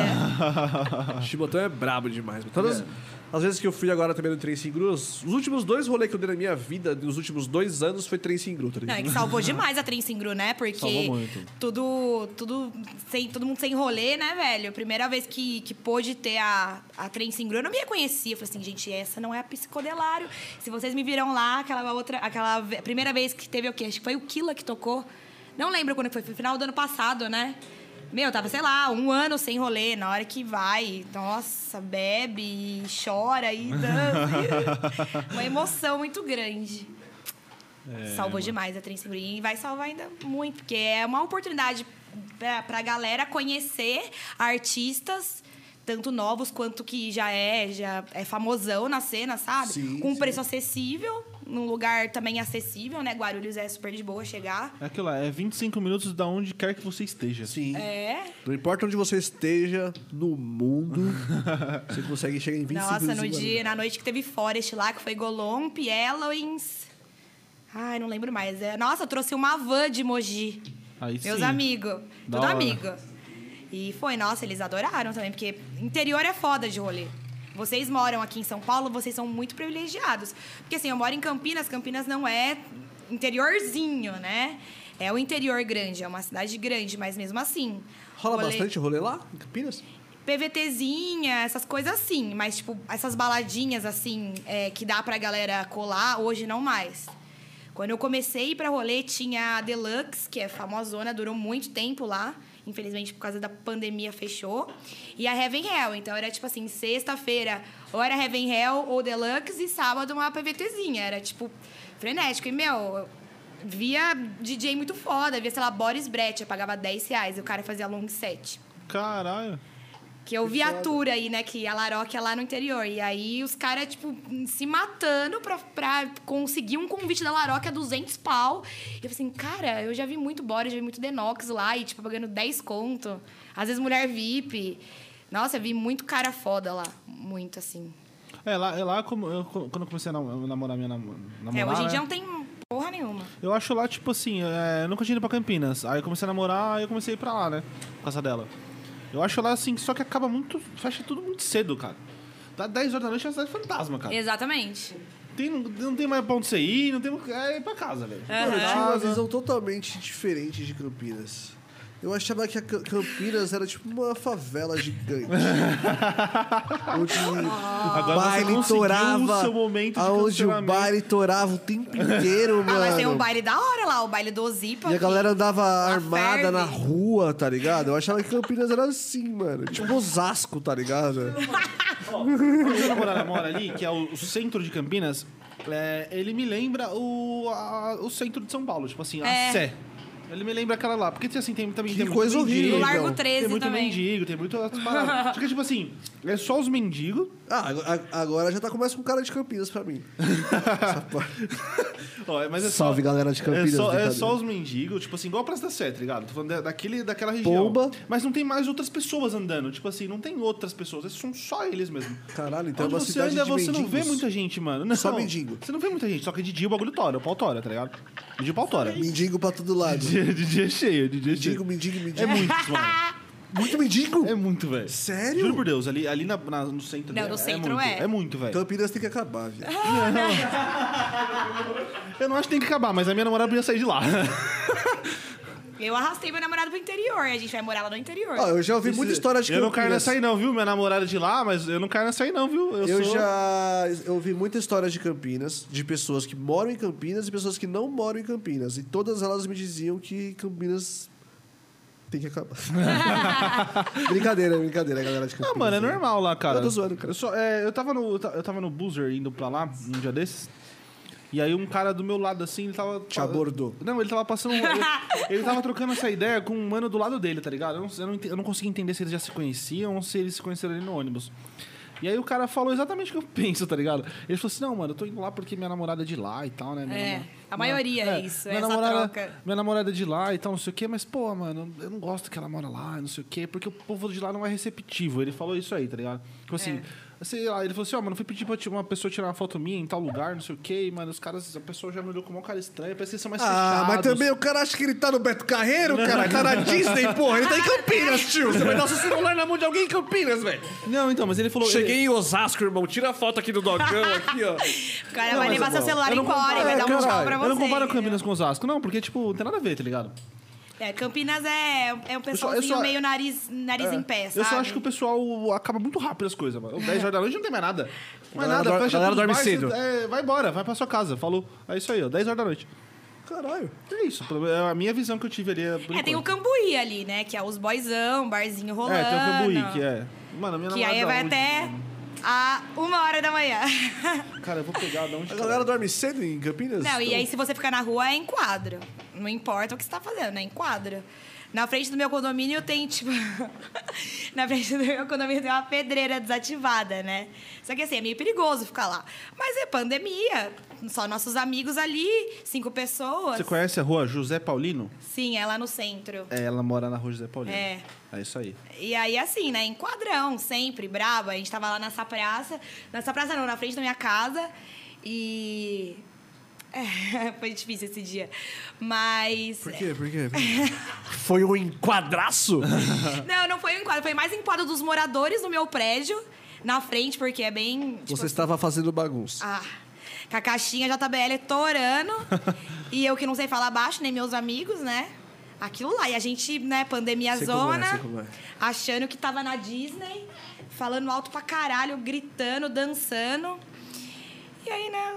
[SPEAKER 1] Shimotão é brabo demais. mano. Todas as vezes que eu fui agora também no Tricingru, os os últimos dois rolês que eu dei na minha vida, nos últimos dois anos, foi Tricingru, tá
[SPEAKER 3] Não,
[SPEAKER 1] ligado?
[SPEAKER 3] é que salvou demais a trem singru, né? Porque
[SPEAKER 4] Salvou muito.
[SPEAKER 3] tudo, tudo sem, todo mundo sem rolê, né, velho? Primeira vez que, que pôde ter a, a trem singru, eu não me reconhecia. Eu falei assim, gente, essa não é a psicodelário. Se vocês me viram lá, aquela outra, aquela ve- primeira vez que teve o quê? Acho que foi o Kila que tocou. Não lembro quando foi, foi final do ano passado, né? Meu, tava, sei lá, um ano sem rolê. Na hora que vai, nossa, bebe, e chora e dança. Uma emoção muito grande.
[SPEAKER 1] É,
[SPEAKER 3] Salvou demais a Trem Green e vai salvar ainda muito, porque é uma oportunidade pra, pra galera conhecer artistas, tanto novos quanto que já é, já é famosão na cena, sabe?
[SPEAKER 1] Sim,
[SPEAKER 3] Com um
[SPEAKER 1] sim.
[SPEAKER 3] preço acessível, num lugar também acessível, né? Guarulhos é super de boa chegar.
[SPEAKER 4] É aquilo lá, é 25 minutos da onde quer que você esteja. assim.
[SPEAKER 1] Sim.
[SPEAKER 3] É.
[SPEAKER 1] Não importa onde você esteja no mundo, você consegue chegar em 25
[SPEAKER 3] Nossa,
[SPEAKER 1] minutos
[SPEAKER 3] no
[SPEAKER 1] em
[SPEAKER 3] dia, na noite que teve Forest lá, que foi Golomp, Yellowings. Ai, não lembro mais. É, Nossa, eu trouxe uma van de Mogi.
[SPEAKER 4] Aí
[SPEAKER 3] Meus
[SPEAKER 4] sim.
[SPEAKER 3] amigos.
[SPEAKER 4] Da
[SPEAKER 3] Tudo
[SPEAKER 4] hora.
[SPEAKER 3] amigo. E foi, nossa, eles adoraram também, porque interior é foda de rolê. Vocês moram aqui em São Paulo, vocês são muito privilegiados. Porque assim, eu moro em Campinas, Campinas não é interiorzinho, né? É o interior grande, é uma cidade grande, mas mesmo assim.
[SPEAKER 5] Rola
[SPEAKER 3] rolê-
[SPEAKER 5] bastante rolê lá, em Campinas?
[SPEAKER 3] PVTzinha, essas coisas assim, mas tipo, essas baladinhas assim, é, que dá pra galera colar, hoje não mais. Quando eu comecei a ir pra rolê, tinha a Deluxe, que é famosona, durou muito tempo lá. Infelizmente, por causa da pandemia, fechou. E a Heaven Hell. Então, era tipo assim, sexta-feira, ou era Heaven Hell ou Deluxe, e sábado uma PVTzinha. Era tipo, frenético. E, meu, eu via DJ muito foda, via, sei lá, Boris Brett, eu pagava 10 reais, e o cara fazia long set.
[SPEAKER 4] Caralho.
[SPEAKER 3] Que eu vi a Tura aí, né? Que a Laroque é lá no interior. E aí os caras, tipo, se matando pra, pra conseguir um convite da Laroque a 200 pau. E eu falei assim, cara, eu já vi muito Boris, já vi muito Denox lá. E, tipo, pagando 10 conto. Às vezes mulher VIP. Nossa, eu vi muito cara foda lá. Muito, assim.
[SPEAKER 4] É, lá, é lá como eu- quando eu comecei a nam- namorar minha nam- namorada.
[SPEAKER 3] é, hoje em
[SPEAKER 4] né?
[SPEAKER 3] dia não tem porra nenhuma.
[SPEAKER 4] Eu acho lá, tipo assim, é, eu nunca tinha ido pra Campinas. Aí eu comecei a namorar, aí eu comecei a ir pra lá, né? Por causa dela. Eu acho lá, assim, só que acaba muito. Fecha tudo muito cedo, cara. Dá 10 horas da noite é uma cidade fantasma,
[SPEAKER 1] Tá.
[SPEAKER 4] cara.
[SPEAKER 3] Exatamente.
[SPEAKER 4] Tem, não, não tem mais pra onde você ir, não tem. É ir pra casa, velho.
[SPEAKER 1] Mano, eu tinha uma visão totalmente diferente de Campinas. Eu achava que a Ca- Campinas era tipo uma favela gigante. onde o
[SPEAKER 4] você
[SPEAKER 1] baile
[SPEAKER 4] conseguiu o
[SPEAKER 1] torava.
[SPEAKER 4] seu momento de
[SPEAKER 1] Aonde o
[SPEAKER 4] cancelamento.
[SPEAKER 1] baile torava o tempo inteiro,
[SPEAKER 3] Ah,
[SPEAKER 1] mano.
[SPEAKER 3] mas tem um baile da hora lá, o baile do Ozipa.
[SPEAKER 1] E a
[SPEAKER 3] que-
[SPEAKER 1] galera andava armada
[SPEAKER 3] ferve.
[SPEAKER 1] na rua, tá ligado? Eu achava que Campinas era assim, mano. Tipo Osasco, tá ligado?
[SPEAKER 4] Onde minha namorada mora ali, que é o centro de Campinas, é, ele me lembra o, a- o centro de São Paulo, tipo assim,
[SPEAKER 3] É.
[SPEAKER 4] a Sé. Ele me lembra aquela lá, porque tipo assim, tem também
[SPEAKER 1] Que
[SPEAKER 4] tem muito
[SPEAKER 1] coisa horrível.
[SPEAKER 3] No
[SPEAKER 1] Então,
[SPEAKER 3] Largo
[SPEAKER 4] Tem
[SPEAKER 3] 13
[SPEAKER 4] muito
[SPEAKER 3] também.
[SPEAKER 4] mendigo, tem muito outras paradas. Só que, tipo assim, é só os mendigos.
[SPEAKER 1] Ah, agora- agora já tá começa com cara de Campinas pra mim.
[SPEAKER 4] Ó, é- mas é só-
[SPEAKER 1] Salve, galera de Campinas,
[SPEAKER 4] É só, é
[SPEAKER 1] brincadeira.
[SPEAKER 4] só os mendigos, tipo assim, igual a Praça da Sé, tá ligado? Tô falando da- daquele, daquela região.
[SPEAKER 1] Pomba.
[SPEAKER 4] Mas não tem mais outras pessoas andando. Tipo assim, não tem outras pessoas. esses São só eles mesmo.
[SPEAKER 1] Caralho, então
[SPEAKER 4] Onde
[SPEAKER 1] é uma
[SPEAKER 4] você
[SPEAKER 1] cidade
[SPEAKER 4] anda,
[SPEAKER 1] de
[SPEAKER 4] você não vê
[SPEAKER 1] mendigos.
[SPEAKER 4] muita gente, mano. Não,
[SPEAKER 1] Só mendigo.
[SPEAKER 4] Você não vê muita gente. Só que de dia o bagulho tora, o pau tora, tá ligado? De dia o pau tora. De
[SPEAKER 1] Mendigo pra todo lado.
[SPEAKER 4] dia, de dia é cheio, de dia é
[SPEAKER 1] Mendigo,
[SPEAKER 4] cheio.
[SPEAKER 1] mendigo, mendigo.
[SPEAKER 4] É muito, mano.
[SPEAKER 1] Muito mendigo?
[SPEAKER 4] É muito, velho.
[SPEAKER 1] Sério?
[SPEAKER 4] Juro por Deus, ali, ali na- na- no centro.
[SPEAKER 3] Não,
[SPEAKER 4] é-
[SPEAKER 3] no
[SPEAKER 4] é
[SPEAKER 3] centro
[SPEAKER 4] muito,
[SPEAKER 3] é.
[SPEAKER 4] É muito, velho.
[SPEAKER 1] Campinas tem que acabar, velho.
[SPEAKER 4] Eu não acho que tem que acabar, mas a minha namorada podia sair de lá.
[SPEAKER 3] Eu arrastei meu namorado pro interior. A gente vai morar lá no interior.
[SPEAKER 1] Ó, Ah, eu já ouvi muita história de
[SPEAKER 4] Eu
[SPEAKER 1] Campinas.
[SPEAKER 4] não caio nessa aí não, viu? Minha namorada é de lá, mas eu não caio nessa aí não, viu? Eu,
[SPEAKER 1] Eu
[SPEAKER 4] sou-
[SPEAKER 1] já eu ouvi muita história de Campinas, de pessoas que moram em Campinas e pessoas que não moram em Campinas. E todas elas me diziam que Campinas tem que acabar. brincadeira, brincadeira, galera de Campinas.
[SPEAKER 4] Ah, mano, é
[SPEAKER 1] né?
[SPEAKER 4] normal lá, cara.
[SPEAKER 1] Eu tô zoando, cara.
[SPEAKER 4] Eu, só, é, eu tava no, eu ta- eu tava no Boozer indo pra lá, um dia desses. E aí um cara do meu lado, assim, ele tava...
[SPEAKER 1] Te abordou.
[SPEAKER 4] Não, ele tava passando... um, ele, ele tava trocando essa ideia com um mano do lado dele, tá ligado? Eu não, eu, não, ente- eu não consegui entender se eles já se conheciam ou se eles se conheceram ali no ônibus. E aí o cara falou exatamente o que eu penso, tá ligado? Ele falou assim, não, mano, eu tô indo lá porque minha namorada é de lá e tal, né? Minha
[SPEAKER 3] É,
[SPEAKER 4] namora-
[SPEAKER 3] a maioria é isso, é essa troca.
[SPEAKER 4] minha namorada é de lá e tal, não sei o quê, mas, pô, mano, eu não gosto que ela mora lá, não sei o quê, porque o povo de lá não é receptivo. Ele falou isso aí, tá ligado? Tipo assim, sei lá, ele falou assim, ó, mano, fui pedir pra ti- uma pessoa tirar uma foto minha em tal lugar, não sei o quê, e, mano, os caras, a pessoa já me olhou com uma cara estranha, parece que eles são mais
[SPEAKER 1] Ah,
[SPEAKER 4] fechados.
[SPEAKER 1] mas também o cara acha que ele tá no Beto Carreiro, cara. Tá na Disney, porra. Ele tá em Campinas, tio. Você vai dar seu celular na mão de alguém em Campinas, velho.
[SPEAKER 4] Não, então, mas ele falou...
[SPEAKER 5] Cheguei em Osasco, irmão. Tira a foto aqui do dogão, aqui, ó.
[SPEAKER 3] O cara
[SPEAKER 4] Não,
[SPEAKER 3] vai
[SPEAKER 4] mas
[SPEAKER 3] levar
[SPEAKER 4] eu-
[SPEAKER 3] seu celular
[SPEAKER 4] eu não
[SPEAKER 3] embora e
[SPEAKER 4] comparo-
[SPEAKER 3] vai dar um tchau
[SPEAKER 1] caralho,
[SPEAKER 3] pra
[SPEAKER 4] Ele,
[SPEAKER 3] você.
[SPEAKER 4] eu não comparo
[SPEAKER 3] entendeu?
[SPEAKER 4] Campinas com Osasco, não, porque, tipo, não tem nada a ver, tá ligado?
[SPEAKER 3] É, Campinas é, é um pessoalzinho
[SPEAKER 4] só- É.
[SPEAKER 3] meio nariz, nariz em pé, sabe?
[SPEAKER 4] Eu só acho que o pessoal acaba muito rápido as coisas, mano. 10 horas da noite não tem mais nada. Não é
[SPEAKER 5] Galera
[SPEAKER 4] nada,
[SPEAKER 5] dor-
[SPEAKER 4] fecha
[SPEAKER 5] galera
[SPEAKER 4] tudo
[SPEAKER 5] dorme
[SPEAKER 4] mais,
[SPEAKER 5] cedo.
[SPEAKER 4] é, vai embora, vai pra sua casa. Falou. É isso aí, ó. 10 horas da noite.
[SPEAKER 1] Caralho.
[SPEAKER 4] É isso. É a minha visão que eu tive ali. por
[SPEAKER 3] É, tem o
[SPEAKER 4] enquanto.
[SPEAKER 3] Cambuí ali, né? Que é os boyzão, barzinho rolando.
[SPEAKER 4] É, tem o Cambuí, que é. Mano, a minha
[SPEAKER 3] Que
[SPEAKER 4] namorada
[SPEAKER 3] aí
[SPEAKER 4] é
[SPEAKER 3] vai
[SPEAKER 4] onde,
[SPEAKER 3] até
[SPEAKER 4] mano?
[SPEAKER 3] a uma hora da manhã.
[SPEAKER 4] Cara, eu vou pegar da onde. é.
[SPEAKER 1] A galera dorme cedo em Campinas?
[SPEAKER 3] Não, e aí se você ficar na rua é enquadro. Não importa o que você tá fazendo, é enquadro. Na frente do meu condomínio tem, tipo. na frente do meu condomínio tem uma pedreira desativada, né? Só que assim, é meio perigoso ficar lá. Mas é pandemia. Só nossos amigos ali, cinco pessoas.
[SPEAKER 4] Você conhece a rua José Paulino?
[SPEAKER 3] Sim, é lá no centro.
[SPEAKER 4] É, ela mora na rua José Paulino.
[SPEAKER 3] É.
[SPEAKER 4] É isso aí.
[SPEAKER 3] E aí, assim, né? Em quadrão, sempre, braba. A gente tava lá nessa praça. Nessa praça não, na frente da minha casa. E. É, foi difícil esse dia. Mas.
[SPEAKER 1] Por quê? Por quê? Por quê? Foi um enquadraço?
[SPEAKER 3] Não, não foi um enquadro. Foi mais enquadro dos moradores do meu prédio, na frente, porque é bem. tipo,
[SPEAKER 1] Você estava fazendo bagunça.
[SPEAKER 3] Ah, com a caixinha JBL torando. e eu que não sei falar baixo, nem meus amigos, né? Aquilo lá. E a gente, né, pandemia
[SPEAKER 1] Sei como é,
[SPEAKER 3] zona,
[SPEAKER 1] sei como é.
[SPEAKER 3] achando que tava na Disney, falando alto pra caralho, gritando, dançando. E aí, né?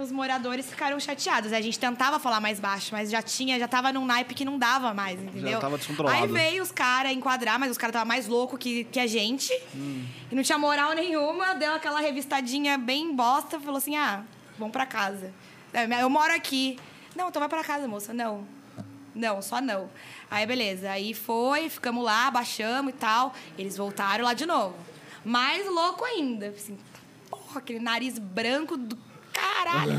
[SPEAKER 3] Os moradores ficaram chateados. A gente tentava falar mais baixo, mas já tinha, já tava num naipe que não dava mais, entendeu?
[SPEAKER 4] tava descontrolado.
[SPEAKER 3] Aí veio os caras enquadrar, mas os caras estavam mais louco que, que a gente. E não tinha moral nenhuma, deu aquela revistadinha bem bosta, falou assim: ah, vamos pra casa. É, Eu moro aqui. Não, então vai pra casa, moça. Não. Não, só não. Aí beleza. Aí foi, ficamos lá, baixamos e tal. Eles voltaram lá de novo. Mais louco ainda. Assim, porra, aquele nariz branco do caralho.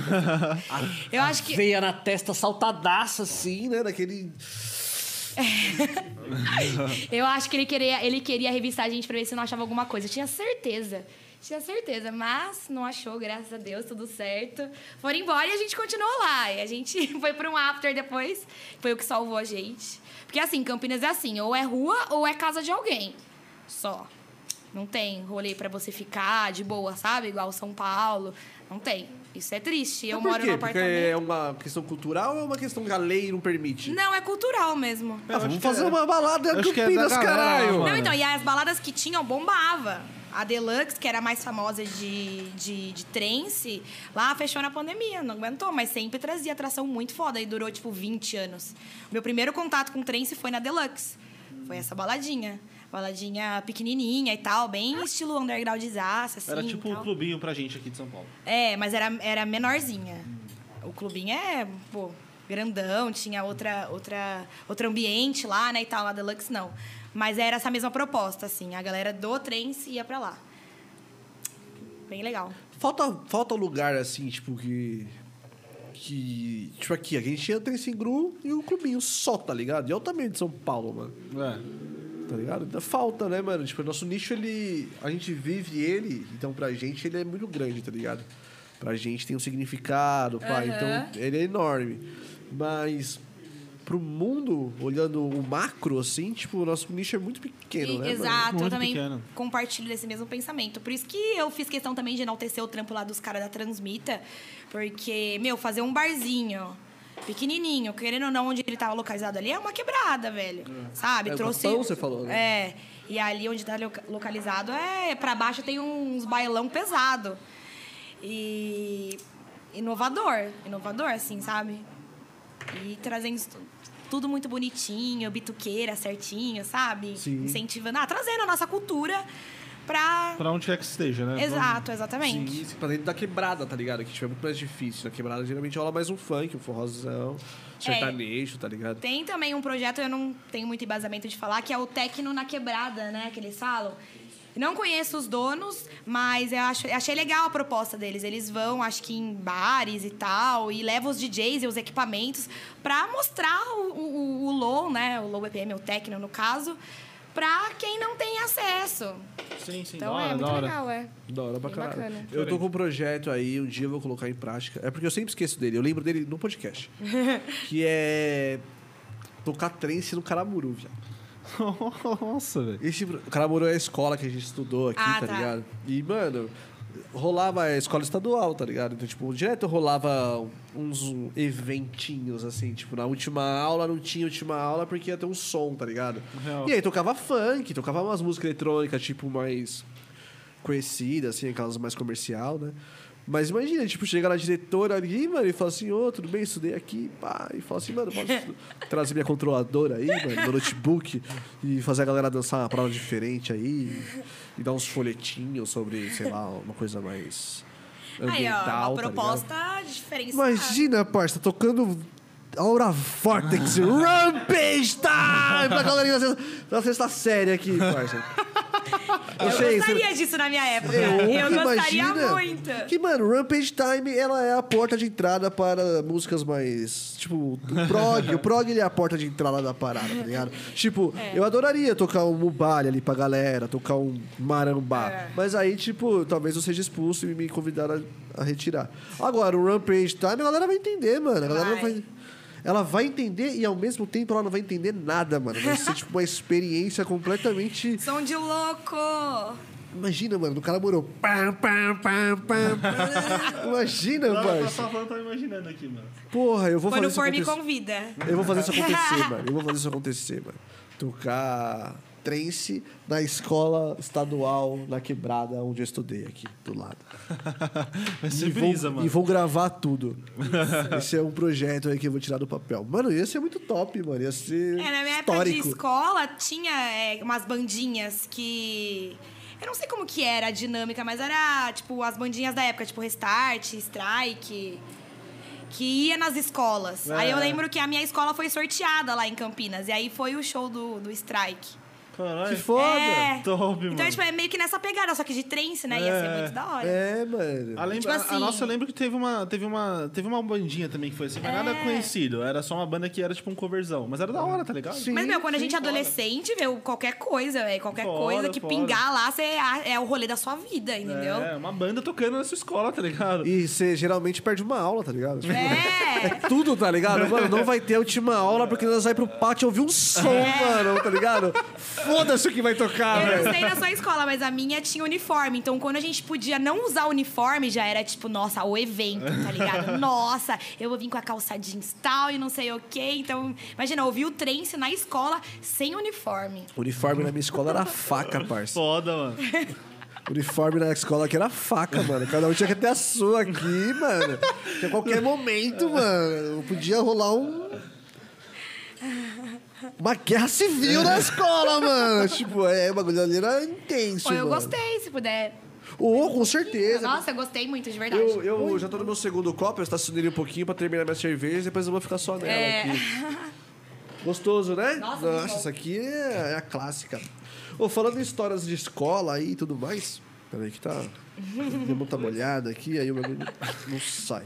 [SPEAKER 3] Eu acho que.
[SPEAKER 6] Veia na testa saltadaça, assim.
[SPEAKER 1] Sim, né? Daquele.
[SPEAKER 3] Eu acho que ele queria, ele queria revistar a gente pra ver se não achava alguma coisa. Eu tinha certeza. Tinha certeza, mas não achou, graças a Deus, tudo certo. Foram embora e a gente continuou lá. E a gente foi pra um after depois. Foi o que salvou a gente. Porque assim, Campinas é assim, ou é rua ou é casa de alguém. Só. Não tem rolê pra você ficar de boa, sabe? Igual São Paulo. Não tem. Isso é triste. Eu
[SPEAKER 1] Mas por
[SPEAKER 3] moro
[SPEAKER 1] quê?
[SPEAKER 3] no
[SPEAKER 1] Porque
[SPEAKER 3] apartamento.
[SPEAKER 1] é uma questão cultural ou é uma questão que a lei não permite?
[SPEAKER 3] Não, é cultural mesmo.
[SPEAKER 1] Ah, vamos fazer uma balada em
[SPEAKER 4] acho que é da
[SPEAKER 1] Campinas,
[SPEAKER 4] galera,
[SPEAKER 1] caralho!
[SPEAKER 4] mano.
[SPEAKER 3] Não, então, e as baladas que tinham bombava. A Deluxe, que era a mais famosa de, de, de trance, lá fechou na pandemia, não aguentou, mas sempre trazia atração muito foda e durou tipo 20 anos. Meu primeiro contato com trance foi na Deluxe. Foi essa baladinha. Baladinha pequenininha e tal, bem estilo underground assim.
[SPEAKER 4] Era
[SPEAKER 3] e
[SPEAKER 4] tipo um
[SPEAKER 3] tal.
[SPEAKER 4] clubinho pra gente aqui de São Paulo.
[SPEAKER 3] É, mas era, era menorzinha. O clubinho é, pô, grandão, tinha outra, outra, outro ambiente lá, né, e tal, a Deluxe não. Mas era essa mesma proposta, assim, a galera do Trens ia pra lá. Bem legal.
[SPEAKER 1] Falta, falta lugar assim, tipo, que. Que. Tipo aqui, a gente tinha o Trensing Gru e o clubinho só, tá ligado? E olha o tamanho de São Paulo, mano.
[SPEAKER 4] É.
[SPEAKER 1] Tá ligado? Ainda Falta, né, mano? Tipo, o nosso nicho, ele. A gente vive ele, então pra gente ele é muito grande, tá ligado? Pra gente tem um significado, pá. Então ele é enorme. Mas. Pro mundo, olhando o macro, assim, tipo, o nosso nicho é muito pequeno, né?
[SPEAKER 3] E-
[SPEAKER 1] mano?
[SPEAKER 3] exato, eu
[SPEAKER 4] Muito
[SPEAKER 3] também
[SPEAKER 4] pequeno.
[SPEAKER 3] compartilho desse mesmo pensamento. Por isso que eu fiz questão também de enaltecer o trampo lá dos caras da Transmita, porque, meu, fazer um barzinho pequenininho, querendo ou não, onde ele tava localizado ali, é uma quebrada, velho. Sabe?
[SPEAKER 1] É, o
[SPEAKER 3] Trouxe.
[SPEAKER 1] Capão, você falou, né?
[SPEAKER 3] É. E ali onde tá loca- localizado é para baixo tem uns bailão pesado. E inovador, inovador assim, sabe? E trazendo isso tu- tudo muito bonitinho, bituqueira certinho, sabe?
[SPEAKER 1] Sim.
[SPEAKER 3] Incentivando, ah, trazendo a nossa cultura pra
[SPEAKER 4] Pra onde quer que esteja, né?
[SPEAKER 3] Exato, exatamente.
[SPEAKER 1] Sim, isso pra dentro da quebrada, tá ligado? Que tipo, é muito mais difícil. Na quebrada geralmente rola mais um funk, um forrozão,
[SPEAKER 3] É.
[SPEAKER 1] sertanejo, tá ligado?
[SPEAKER 3] Tem também um projeto, eu não tenho muito embasamento de falar, que é o Tecno na Quebrada, né? Que eles falam. Não conheço os donos, mas eu acho- achei legal a proposta deles. Eles vão, acho que em bares e tal, e levam os DJs e os equipamentos pra mostrar o, o, o low, né? O low BPM, o Tecno no caso, pra quem não tem acesso.
[SPEAKER 4] Sim, sim.
[SPEAKER 3] Então
[SPEAKER 4] da hora,
[SPEAKER 3] é
[SPEAKER 4] da
[SPEAKER 3] muito
[SPEAKER 4] hora.
[SPEAKER 3] legal, é.
[SPEAKER 1] Da hora pra
[SPEAKER 3] Bem
[SPEAKER 1] caralho.
[SPEAKER 3] bacana.
[SPEAKER 1] Eu tô com um projeto aí, um dia eu vou colocar em prática. É porque eu sempre esqueço dele, eu lembro dele no podcast. que é tocar trance no Caramuru, viado.
[SPEAKER 4] Nossa, velho.
[SPEAKER 1] Esse pro- o Caramuru é a escola que a gente estudou aqui,
[SPEAKER 3] Ah,
[SPEAKER 1] tá,
[SPEAKER 3] tá.
[SPEAKER 1] ligado? E, mano, rolava a escola estadual, tá ligado? Então, tipo, direto rolava uns eventinhos, assim, tipo, na última aula não tinha última aula porque ia ter um som, tá ligado?
[SPEAKER 4] Real.
[SPEAKER 1] E aí tocava funk, tocava umas músicas eletrônicas, tipo, mais conhecidas, assim, aquelas mais comercial, né? Mas imagina, tipo, chegar na diretora ali, mano, e falar assim, ô, tudo bem, estudei aqui, pá, e fala assim, mano, posso trazer minha controladora aí, mano, meu notebook, e fazer a galera dançar uma prova diferente aí, e dar uns folhetinhos sobre, sei lá, uma coisa mais
[SPEAKER 3] Aí, ó,
[SPEAKER 1] ambiental,
[SPEAKER 3] uma
[SPEAKER 1] tá ligado?
[SPEAKER 3] proposta diferenciada.
[SPEAKER 1] Imagina, parça, tocando Aura Vortex, Rampage Time, pra galerinha da sexta, da sexta série aqui, parça.
[SPEAKER 3] Eu
[SPEAKER 1] sei,
[SPEAKER 3] gostaria disso na minha época. Eu,
[SPEAKER 1] nunca
[SPEAKER 3] gostaria
[SPEAKER 1] É, imagina
[SPEAKER 3] muito.
[SPEAKER 1] Que, mano, Rampage Time, ela é a porta de entrada para músicas mais. Tipo, o prog. o prog, ele é a porta de entrada da parada, tá ligado? Tipo,
[SPEAKER 3] É.
[SPEAKER 1] eu adoraria tocar um Mubali ali pra galera, tocar um Marambá.
[SPEAKER 3] É.
[SPEAKER 1] Mas aí, tipo, talvez eu seja expulso e me convidaram a, a retirar. Agora, o Rampage Time, a galera vai entender, mano. A galera não
[SPEAKER 3] Vai.
[SPEAKER 1] vai. Ela vai entender e ao mesmo tempo ela não vai entender nada, mano. Vai ser tipo uma experiência completamente.
[SPEAKER 3] Som de louco.
[SPEAKER 1] Imagina, mano, o cara morou. Pá, pá, pá, pá, pá. Imagina, parça.
[SPEAKER 4] falando, tá imaginando aqui, mano.
[SPEAKER 1] Porra, eu vou fazer
[SPEAKER 3] Quando
[SPEAKER 1] isso
[SPEAKER 3] for, me
[SPEAKER 1] acontecer.
[SPEAKER 3] convida.
[SPEAKER 1] Eu vou fazer isso acontecer, mano. Eu vou fazer isso acontecer, mano. Tocar trance na escola estadual na quebrada onde eu estudei aqui, do lado.
[SPEAKER 4] Vai
[SPEAKER 1] e
[SPEAKER 4] ser
[SPEAKER 1] vou,
[SPEAKER 4] brisa,
[SPEAKER 1] E
[SPEAKER 4] mano.
[SPEAKER 1] vou gravar tudo. Esse é um projeto aí que eu vou tirar do papel. Mano, ia ser muito top, mano. Ia ser
[SPEAKER 3] É, na minha época de
[SPEAKER 1] histórico.
[SPEAKER 3] escola, tinha é, umas bandinhas que... Eu não sei como que era a dinâmica, mas era, tipo, as bandinhas da época. Tipo, Restart, Strike... Que ia nas escolas. Aí
[SPEAKER 1] É.
[SPEAKER 3] eu lembro que a minha escola foi sorteada lá em Campinas. E aí foi o show do, do Strike.
[SPEAKER 4] Caralho.
[SPEAKER 1] Que foda!
[SPEAKER 3] É.
[SPEAKER 4] Top,
[SPEAKER 3] Então,
[SPEAKER 4] mano.
[SPEAKER 3] tipo, é meio que nessa pegada, só que de trance, né? Ia ser
[SPEAKER 4] É.
[SPEAKER 3] muito da hora.
[SPEAKER 1] É, mano.
[SPEAKER 4] A, lembra-
[SPEAKER 3] Tipo
[SPEAKER 4] a- a
[SPEAKER 3] assim.
[SPEAKER 4] nossa, eu lembro que teve uma, teve uma, teve uma bandinha também que foi assim, mas nada
[SPEAKER 3] É.
[SPEAKER 4] conhecido. Era só uma banda que era tipo um coverzão. Mas era da hora, tá ligado?
[SPEAKER 1] Sim.
[SPEAKER 3] Mas, meu, quando a gente é adolescente, meu, qualquer coisa, velho. Qualquer
[SPEAKER 4] Fora,
[SPEAKER 3] coisa que
[SPEAKER 4] fora.
[SPEAKER 3] pingar lá, cê a- é o rolê da sua vida, entendeu?
[SPEAKER 4] É, uma banda tocando na sua escola, tá ligado?
[SPEAKER 1] E você geralmente perde uma aula, tá ligado? Tipo,
[SPEAKER 3] É.
[SPEAKER 1] É tudo, tá ligado? Mano, não vai ter a última aula porque nós vai pro pátio ouvir um som,
[SPEAKER 3] É.
[SPEAKER 1] mano, tá ligado? Foda-se o que vai tocar,
[SPEAKER 3] Eu não
[SPEAKER 1] velho.
[SPEAKER 3] sei na sua escola, mas a minha tinha uniforme. Então, quando a gente podia não usar uniforme, já era tipo, nossa, o evento, tá ligado? Nossa, eu vou vir com a calça jeans tal e não sei o quê. Então, imagina, ouvir o trance na escola sem uniforme.
[SPEAKER 1] Uniforme na minha escola era faca, parça.
[SPEAKER 4] Foda, mano.
[SPEAKER 1] Uniforme na escola aqui era faca, mano. Cada um tinha que ter a sua aqui, mano. Que a qualquer momento, mano, podia rolar um. Uma guerra civil na escola, mano. Tipo, é, o bagulho ali era intenso.
[SPEAKER 3] Pô, eu
[SPEAKER 1] mano.
[SPEAKER 3] gostei, se puder.
[SPEAKER 1] Ô, com certeza.
[SPEAKER 3] Nossa, eu gostei muito, de verdade.
[SPEAKER 1] Eu, eu já tô no meu segundo copo, eu estacionei um pouquinho pra terminar minha cerveja e depois eu vou ficar só nela
[SPEAKER 3] É.
[SPEAKER 1] aqui. Gostoso, né?
[SPEAKER 3] Nossa, muito bom.
[SPEAKER 1] essa aqui é é a clássica. Ô, falando em histórias de escola aí e tudo mais. Peraí que tá. Minha mão tá molhada aqui, aí o meu não sai.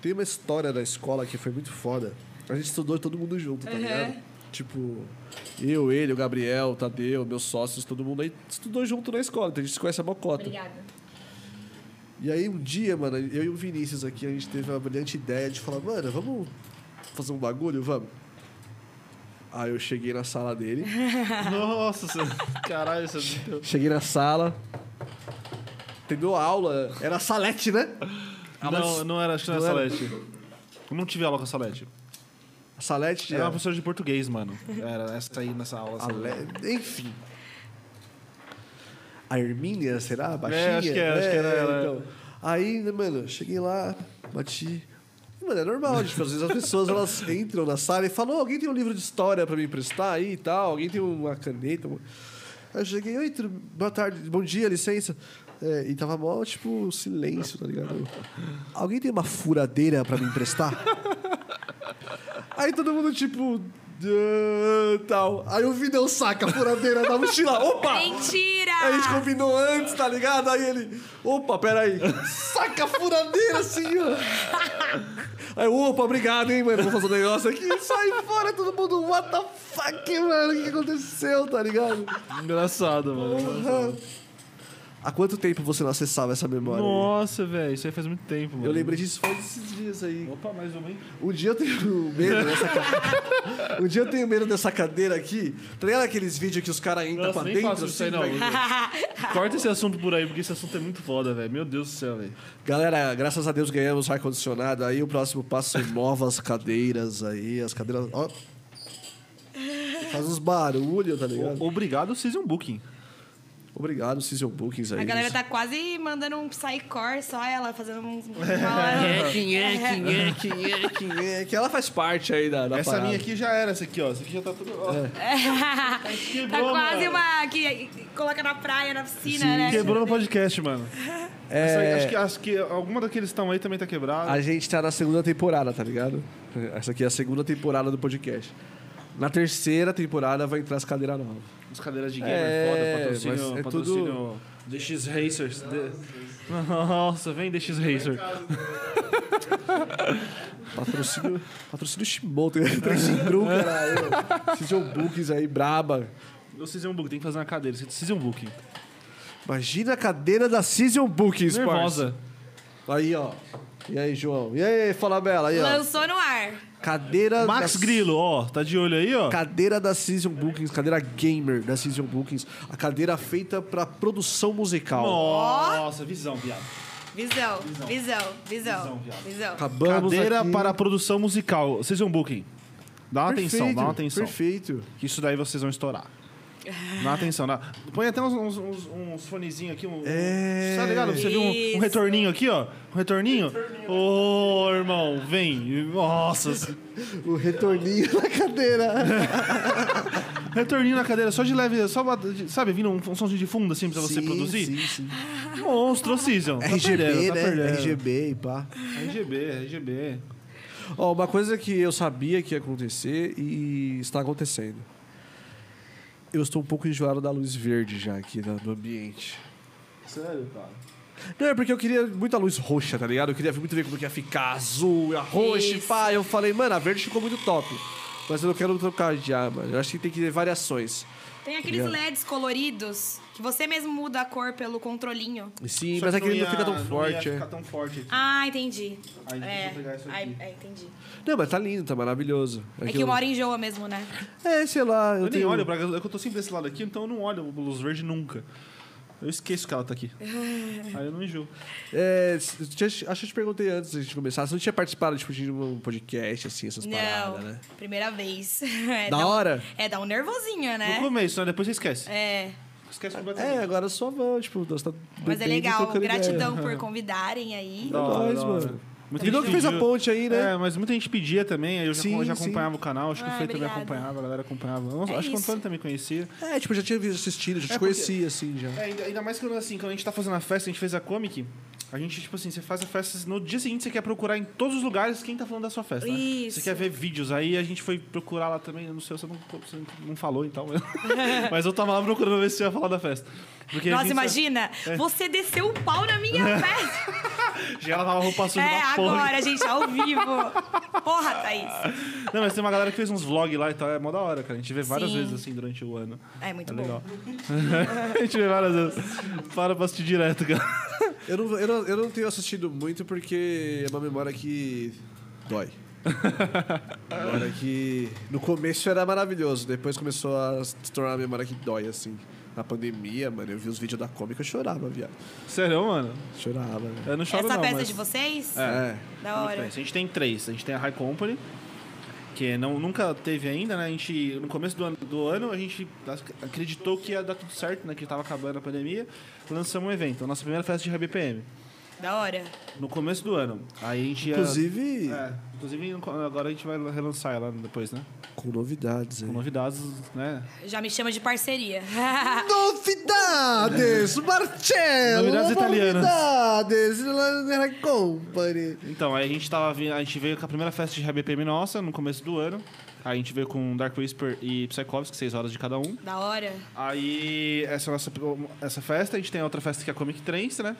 [SPEAKER 1] Tem uma história da escola que foi muito foda. A gente estudou todo mundo junto, tá
[SPEAKER 3] Uhum.
[SPEAKER 1] ligado? Tipo, eu, ele, o Gabriel, o Tadeu, meus sócios, todo mundo aí estudou junto na escola, então a gente se conhece a mocota.
[SPEAKER 3] Obrigada.
[SPEAKER 1] E aí um dia, mano, eu e o Vinícius aqui, a gente teve uma brilhante ideia de falar, mano, vamos fazer um bagulho, vamos. Aí eu cheguei na sala dele,
[SPEAKER 4] Nossa, você- caralho, você...
[SPEAKER 1] cheguei na sala, tendo aula, era salete, né?
[SPEAKER 4] Não, não era, acho que não era
[SPEAKER 1] Não era.
[SPEAKER 4] Salete. Eu não tive aula com a Salete.
[SPEAKER 1] A salete é.
[SPEAKER 4] Era uma
[SPEAKER 1] era...
[SPEAKER 4] professora de português, mano. Era essa aí nessa aula. assim. sabe?
[SPEAKER 1] Ale... Enfim. A Hermínia, será? A Baixinha? então.
[SPEAKER 4] É, acho que era, acho que era ela.
[SPEAKER 1] Aí, né, mano, cheguei lá, bati... Mano, é normal, tipo, às vezes as pessoas elas entram na sala e falam, "Ô, alguém tem um livro de história pra me emprestar aí e tal, alguém tem uma caneta. Aí eu cheguei, oi, tudo... boa tarde, bom dia, licença. É, e tava mó, tipo, silêncio, tá ligado? Alguém tem uma furadeira pra me emprestar? Aí todo mundo, tipo. "Ah, tal. Aí o Vinão saca a furadeira da mochila. Opa!
[SPEAKER 3] Mentira!
[SPEAKER 1] Ah, A gente combinou antes, tá ligado? Aí ele. Opa, peraí. Saca a furadeira assim, ó. Aí, eu, opa, obrigado, hein, mano. Vou fazer um negócio aqui. Sai fora, todo mundo. What the fuck, mano? O que aconteceu, tá ligado?
[SPEAKER 4] Engraçado, mano.
[SPEAKER 1] Aham. Há quanto tempo você não acessava essa memória? aí?
[SPEAKER 4] Nossa, velho, isso aí faz muito tempo, mano.
[SPEAKER 1] Eu lembrei disso faz esses dias aí.
[SPEAKER 4] Opa, mais uma, hein?
[SPEAKER 1] Um dia eu tenho medo dessa cadeira. um dia eu tenho medo dessa cadeira aqui. Tá ligado aqueles vídeos que os caras entram
[SPEAKER 4] Nossa,
[SPEAKER 1] pra
[SPEAKER 4] nem
[SPEAKER 1] dentro?
[SPEAKER 4] faço isso aí,
[SPEAKER 1] assim,
[SPEAKER 4] não.
[SPEAKER 1] vai-
[SPEAKER 4] Corta esse assunto por aí, porque esse assunto é muito foda, velho. Meu Deus do céu, velho.
[SPEAKER 1] Galera, graças a Deus ganhamos ar-condicionado. Aí o próximo passo são novas cadeiras aí. As cadeiras. Ó. Faz uns barulhos, tá ligado?
[SPEAKER 4] O- Obrigado, Season Booking.
[SPEAKER 1] Obrigado, Season Bookings
[SPEAKER 4] É
[SPEAKER 1] aí.
[SPEAKER 3] A galera tá quase mandando um psycore, só ela fazendo um. uma-
[SPEAKER 2] Quem é, quem é, quem é?
[SPEAKER 1] Quem é? Que ela faz parte aí da, da
[SPEAKER 4] Essa
[SPEAKER 1] parada.
[SPEAKER 4] minha aqui já era, essa aqui, ó. Essa aqui já tá tudo. ó.
[SPEAKER 1] É.
[SPEAKER 3] tá
[SPEAKER 4] Quebrou,
[SPEAKER 3] quase
[SPEAKER 4] mano.
[SPEAKER 3] uma. que coloca na praia, na piscina, né?
[SPEAKER 4] Quebrou no podcast, mano.
[SPEAKER 1] É,
[SPEAKER 4] Essa aí, acho, que, acho que alguma daqueles que estão aí também tá quebrada.
[SPEAKER 1] A gente tá na segunda temporada, tá ligado? Essa aqui é a segunda temporada do podcast. Na terceira temporada vai entrar as cadeiras novas.
[SPEAKER 4] As cadeiras de gamer
[SPEAKER 1] É,
[SPEAKER 4] foda, patrocínio,
[SPEAKER 1] mas é
[SPEAKER 4] patrocínio DX Racers. De- Nossa, vem DX Racer.
[SPEAKER 1] Patrocínio, patrocínio Shimoto, Trexindru,
[SPEAKER 4] É.
[SPEAKER 1] caralho. Season Bookings aí, braba.
[SPEAKER 4] Eu Season Book, tem que fazer na cadeira. Você Season Book.
[SPEAKER 1] Imagina a cadeira da Season Bookings, parça.
[SPEAKER 4] Nervosa.
[SPEAKER 1] Aí, ó. E aí, João? E aí, Fala Bela? Aí, ó.
[SPEAKER 3] Lançou no ar.
[SPEAKER 1] Cadeira
[SPEAKER 4] Max
[SPEAKER 1] da...
[SPEAKER 4] Grilo, ó, tá de olho aí, ó.
[SPEAKER 1] Cadeira da Season Bookings, cadeira gamer da Season Bookings. A cadeira feita pra produção musical.
[SPEAKER 4] Nossa, visão, viado.
[SPEAKER 3] Visão, visão, visão, visão.
[SPEAKER 4] Tá
[SPEAKER 1] Acabamos
[SPEAKER 4] Cadeira
[SPEAKER 1] aqui.
[SPEAKER 4] para produção musical. Season Booking. Dá uma atenção, dá uma atenção.
[SPEAKER 1] Perfeito.
[SPEAKER 4] Que isso daí vocês vão estourar. Dá uma atenção, dá. Põe até uns, uns, uns- uns fonezinhos aqui. Um,
[SPEAKER 1] É.
[SPEAKER 4] Tá ligado? Pra você ver um- um,
[SPEAKER 3] Isso.
[SPEAKER 4] retorninho aqui, ó. Um retorninho. Ô, irmão, vem. Nossa.
[SPEAKER 1] O retorninho na cadeira.
[SPEAKER 4] retorninho na cadeira, só de leve, só bate- de- sabe, vindo um, um somzinho de fundo assim pra você
[SPEAKER 7] Sim,
[SPEAKER 4] produzir.
[SPEAKER 7] Sim, sim.
[SPEAKER 4] Monstro, Season. Tá
[SPEAKER 7] RGB,
[SPEAKER 4] perdendo, tá
[SPEAKER 7] né?
[SPEAKER 4] perdendo.
[SPEAKER 7] RGB e pá.
[SPEAKER 4] RGB, RGB.
[SPEAKER 1] Ó, uma coisa que eu sabia que ia acontecer e está acontecendo. Eu estou um pouco enjoado da luz verde já aqui na- no ambiente.
[SPEAKER 4] Sério, cara.
[SPEAKER 1] Não, é porque eu queria muita luz roxa, tá ligado? Eu queria muito ver como que ia ficar azul, a roxa, e
[SPEAKER 3] Isso.
[SPEAKER 1] pá. Eu falei, mano, a verde ficou muito top. Mas eu não quero trocar de ar, mano. Eu acho que tem que ter variações.
[SPEAKER 3] Tem aqueles
[SPEAKER 1] Obrigado.
[SPEAKER 3] LEDs coloridos que você mesmo muda a cor pelo controlinho.
[SPEAKER 1] Sim, mas aquele não fica tão forte, é.
[SPEAKER 4] Não ia ficar tão forte aqui.
[SPEAKER 3] Ah, entendi.
[SPEAKER 4] Aí, deixa eu pegar
[SPEAKER 3] é,
[SPEAKER 4] isso
[SPEAKER 3] aí-
[SPEAKER 4] aqui.
[SPEAKER 3] é, entendi.
[SPEAKER 1] Não, mas tá lindo, tá maravilhoso.
[SPEAKER 3] É que
[SPEAKER 1] Aquilo-
[SPEAKER 3] uma hora enjoa mesmo, né?
[SPEAKER 1] É, sei lá. Eu,
[SPEAKER 4] Eu nem
[SPEAKER 1] tenho...
[SPEAKER 4] olho pra é eu tô sempre desse lado aqui, então eu não olho pra luz verde nunca. Eu esqueço que ela tá aqui. Aí eu não enjoo.
[SPEAKER 1] É, eu te- acho que eu te perguntei antes da gente começar. Você não tinha participado tipo, de um podcast, assim, essas
[SPEAKER 3] Não,
[SPEAKER 1] paradas, né?
[SPEAKER 3] primeira vez. É,
[SPEAKER 1] Da
[SPEAKER 3] dá um-
[SPEAKER 1] hora?
[SPEAKER 3] É, dá um nervosinho, né?
[SPEAKER 4] No começo, né? Depois você esquece.
[SPEAKER 3] É,
[SPEAKER 4] Esquece
[SPEAKER 1] É,
[SPEAKER 4] completamente.
[SPEAKER 1] agora é sua van, tipo, nós tá
[SPEAKER 3] mas é
[SPEAKER 1] bebendo e
[SPEAKER 3] legal.
[SPEAKER 1] trocando ideia.
[SPEAKER 3] Gratidão por convidarem aí.
[SPEAKER 1] É
[SPEAKER 4] Da hora,
[SPEAKER 1] nóis,
[SPEAKER 4] da hora.
[SPEAKER 1] mano.
[SPEAKER 4] Muita
[SPEAKER 1] E não
[SPEAKER 4] gente
[SPEAKER 1] que fez a
[SPEAKER 4] pediu.
[SPEAKER 1] ponte aí, né?
[SPEAKER 4] É, mas muita gente pedia também, aí eu já,
[SPEAKER 1] Sim,
[SPEAKER 4] eu já
[SPEAKER 1] sim.
[SPEAKER 4] acompanhava o canal, acho que
[SPEAKER 3] Ah,
[SPEAKER 4] o Fê também
[SPEAKER 3] obrigada.
[SPEAKER 4] acompanhava, a galera acompanhava. Nossa,
[SPEAKER 3] É
[SPEAKER 4] acho que o
[SPEAKER 3] isso.
[SPEAKER 4] Antônio também conhecia.
[SPEAKER 1] É, tipo, eu já tinha visto assistido, já te
[SPEAKER 4] É, porque-
[SPEAKER 1] conhecia, assim, já.
[SPEAKER 4] É, ainda, ainda mais quando assim, quando a gente tá fazendo a festa, a gente fez a comic, a gente, tipo assim, você faz a festa, no dia seguinte você quer procurar em todos os lugares quem tá falando da sua festa. né?
[SPEAKER 3] Isso.
[SPEAKER 4] Você quer ver vídeos, aí a gente foi procurar lá também, eu não sei, você não, você não falou então. Mas, mas eu tava lá procurando ver se você ia falar da festa. Porque a
[SPEAKER 3] Nossa,
[SPEAKER 4] gente-
[SPEAKER 3] imagina! Você desceu o pau na minha festa!
[SPEAKER 4] Já lavava roupa suja
[SPEAKER 3] É,
[SPEAKER 4] da porra.
[SPEAKER 3] agora, gente, ao vivo! Porra, Thaís!
[SPEAKER 4] Não, mas tem uma galera que fez uns vlogs lá e tal, é mó da hora, cara. A gente vê várias
[SPEAKER 3] Sim.
[SPEAKER 4] vezes assim durante o ano.
[SPEAKER 3] É muito
[SPEAKER 4] É
[SPEAKER 3] bom.
[SPEAKER 4] legal. a gente vê várias vezes. Para pra assistir direto, cara.
[SPEAKER 1] Eu, não, eu, não, eu não tenho assistido muito porque é uma memória que dói. Uma memória que no começo era maravilhoso, depois começou a se tornar uma memória que dói, assim. Na pandemia, mano, eu vi os vídeos da cômica, eu chorava, viado.
[SPEAKER 4] Sério, mano?
[SPEAKER 1] Chorava, velho.
[SPEAKER 4] Eu não choro
[SPEAKER 3] Essa
[SPEAKER 4] não,
[SPEAKER 3] festa
[SPEAKER 4] mas...
[SPEAKER 3] de vocês?
[SPEAKER 1] É.
[SPEAKER 3] Da
[SPEAKER 4] Muito bem.
[SPEAKER 3] hora.
[SPEAKER 4] A gente tem três. A gente tem a High Company, que é não, nunca teve ainda, né? A gente, no começo do ano, do ano, a gente ac- acreditou que ia dar tudo certo, né? Que tava acabando a pandemia. Lançamos um evento, a nossa primeira festa de High BPM,
[SPEAKER 3] Da hora.
[SPEAKER 4] no começo do ano. Aí a gente ia-
[SPEAKER 1] Inclusive,
[SPEAKER 4] É, inclusive, agora a gente vai relançar ela depois, né?
[SPEAKER 1] com novidades aí.
[SPEAKER 4] Com novidades, né?
[SPEAKER 3] Já me chama de parceria.
[SPEAKER 7] Novidades, Marcello!
[SPEAKER 4] Novidades italianas.
[SPEAKER 7] Novidades, Lanera Company.
[SPEAKER 4] Então, aí a gente tava vindo, a gente veio com a primeira festa de BPM nossa no começo do ano. Aí a gente veio com Dark Whisper e Psychovic, 6 horas de cada um.
[SPEAKER 3] Da hora.
[SPEAKER 4] Aí essa é a nossa essa festa, a gente tem a outra festa que é a Comic Trance, né?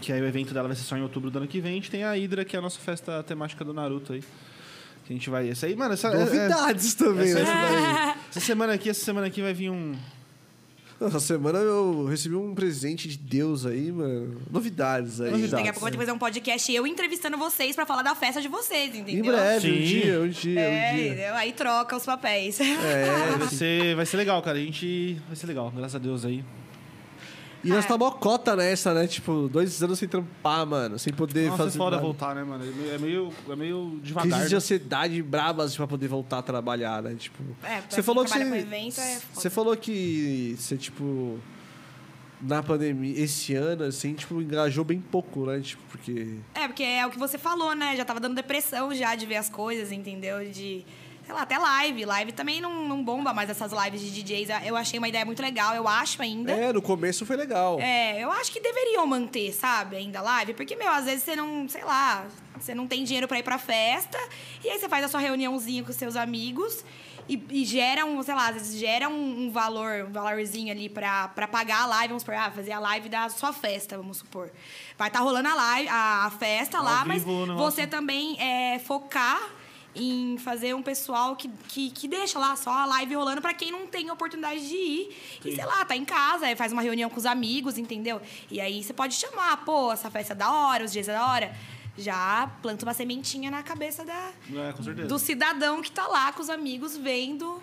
[SPEAKER 4] Que aí o evento dela vai ser só em outubro do ano que vem. A gente tem a Hydra, que é a nossa festa temática do Naruto aí. Que a gente vai. Essa aí, mano, essa. é- é-
[SPEAKER 7] Novidades também,
[SPEAKER 4] essa,
[SPEAKER 7] né?
[SPEAKER 4] essa- essa semana aqui, essa semana aqui vai vir um.
[SPEAKER 1] Essa semana eu recebi um presente de Deus aí, mano. Novidades aí.
[SPEAKER 4] Novidades.
[SPEAKER 3] Daqui a pouco eu vou ter que fazer um podcast eu entrevistando vocês pra falar da festa de vocês, entendeu?
[SPEAKER 1] Em breve, um
[SPEAKER 4] Sim.
[SPEAKER 1] dia, um dia,
[SPEAKER 3] É,
[SPEAKER 1] um dia.
[SPEAKER 3] entendeu? aí troca os papéis.
[SPEAKER 1] É.
[SPEAKER 4] Vai ser, vai ser legal, cara. A gente. Vai ser legal, graças a Deus aí.
[SPEAKER 1] E nós tá mocota nessa, né? Tipo, dois anos sem trampar, mano. Sem poder
[SPEAKER 4] Nossa, é
[SPEAKER 1] fazer.
[SPEAKER 4] foda
[SPEAKER 1] nada.
[SPEAKER 4] voltar, né, mano? É meio- É meio, é meio devagar.
[SPEAKER 1] Crises de
[SPEAKER 4] né?
[SPEAKER 1] ansiedade brabas pra poder voltar a trabalhar, né? Tipo.
[SPEAKER 3] É, pra
[SPEAKER 1] Você
[SPEAKER 3] quem
[SPEAKER 1] falou que.
[SPEAKER 3] trabalha
[SPEAKER 1] você-
[SPEAKER 3] com evento é foda.
[SPEAKER 1] Você falou que você, tipo. Na pandemia, esse ano, assim, tipo, engajou bem pouco, né? Tipo, porque.
[SPEAKER 3] É, porque é o que você falou, né? Já tava dando depressão já de ver as coisas, entendeu? De. Sei lá, até live. Live também não, não bomba mais essas lives de DJs. Eu achei uma ideia muito legal, eu acho ainda.
[SPEAKER 1] É, no começo foi legal.
[SPEAKER 3] É, eu acho que deveriam manter, sabe, ainda a live, porque, meu, às vezes você não, sei lá, você não tem dinheiro pra ir pra festa, e aí você faz a sua reuniãozinha com seus amigos, E, e gera um, sei lá, às vezes gera um, um valor, um valorzinho ali pra, pra pagar a live, vamos supor, ah, fazer a live da sua festa, vamos supor. Vai estar rolando a live, a, a festa lá, mas
[SPEAKER 4] vivo o negócio.
[SPEAKER 3] você também é, focar em fazer um pessoal que, que, que deixa lá só a live rolando pra quem não tem oportunidade de ir. E sei lá, tá em casa, aí faz uma reunião com os amigos, entendeu? E aí você pode chamar, pô, essa festa é da hora, os dias é da hora. Já planta uma sementinha na cabeça da,
[SPEAKER 4] É, com certeza.
[SPEAKER 3] do cidadão que tá lá com os amigos vendo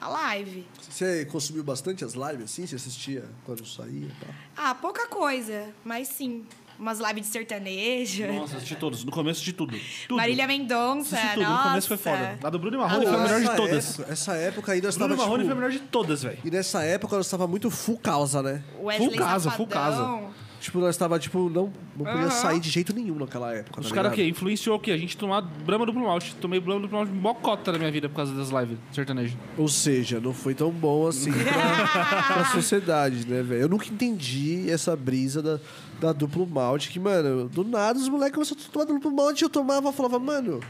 [SPEAKER 3] a live.
[SPEAKER 1] Você consumiu bastante as lives, assim? Você assistia quando saía e tal?
[SPEAKER 3] Ah, pouca coisa, mas sim. Umas lives de sertaneja.
[SPEAKER 4] Nossa, assisti todos. No começo de tudo. tudo.
[SPEAKER 3] Marília Mendonça,
[SPEAKER 4] Assisti tudo.
[SPEAKER 3] nossa.
[SPEAKER 4] No começo foi foda. A do Bruno e Marrone Ah, foi a melhor de
[SPEAKER 1] Essa
[SPEAKER 4] todas. tipo,
[SPEAKER 1] época- essa época aí nós
[SPEAKER 4] é.
[SPEAKER 1] estávamos.
[SPEAKER 4] Bruno e Marrone foi a melhor de todas, velho.
[SPEAKER 1] E nessa época nós estava muito full causa, né?
[SPEAKER 3] Wesley
[SPEAKER 4] Full casa, full
[SPEAKER 3] Safadão.
[SPEAKER 1] Tipo, nós estava, tipo, não, não podia sair de jeito nenhum naquela época.
[SPEAKER 2] Os
[SPEAKER 1] tá
[SPEAKER 2] caras o
[SPEAKER 1] ligado?
[SPEAKER 2] quê? Influenciou o quê? A gente tomar Brahma duplo malte. Tomei Brahma duplo malte mocota na minha vida por causa das lives sertanejo.
[SPEAKER 1] Ou seja, não foi tão bom assim pra, pra sociedade, né, velho? Eu nunca entendi essa brisa da, da duplo malte, que, mano, do nada os moleques começaram a tomar duplo malte, eu tomava, eu falava, mano,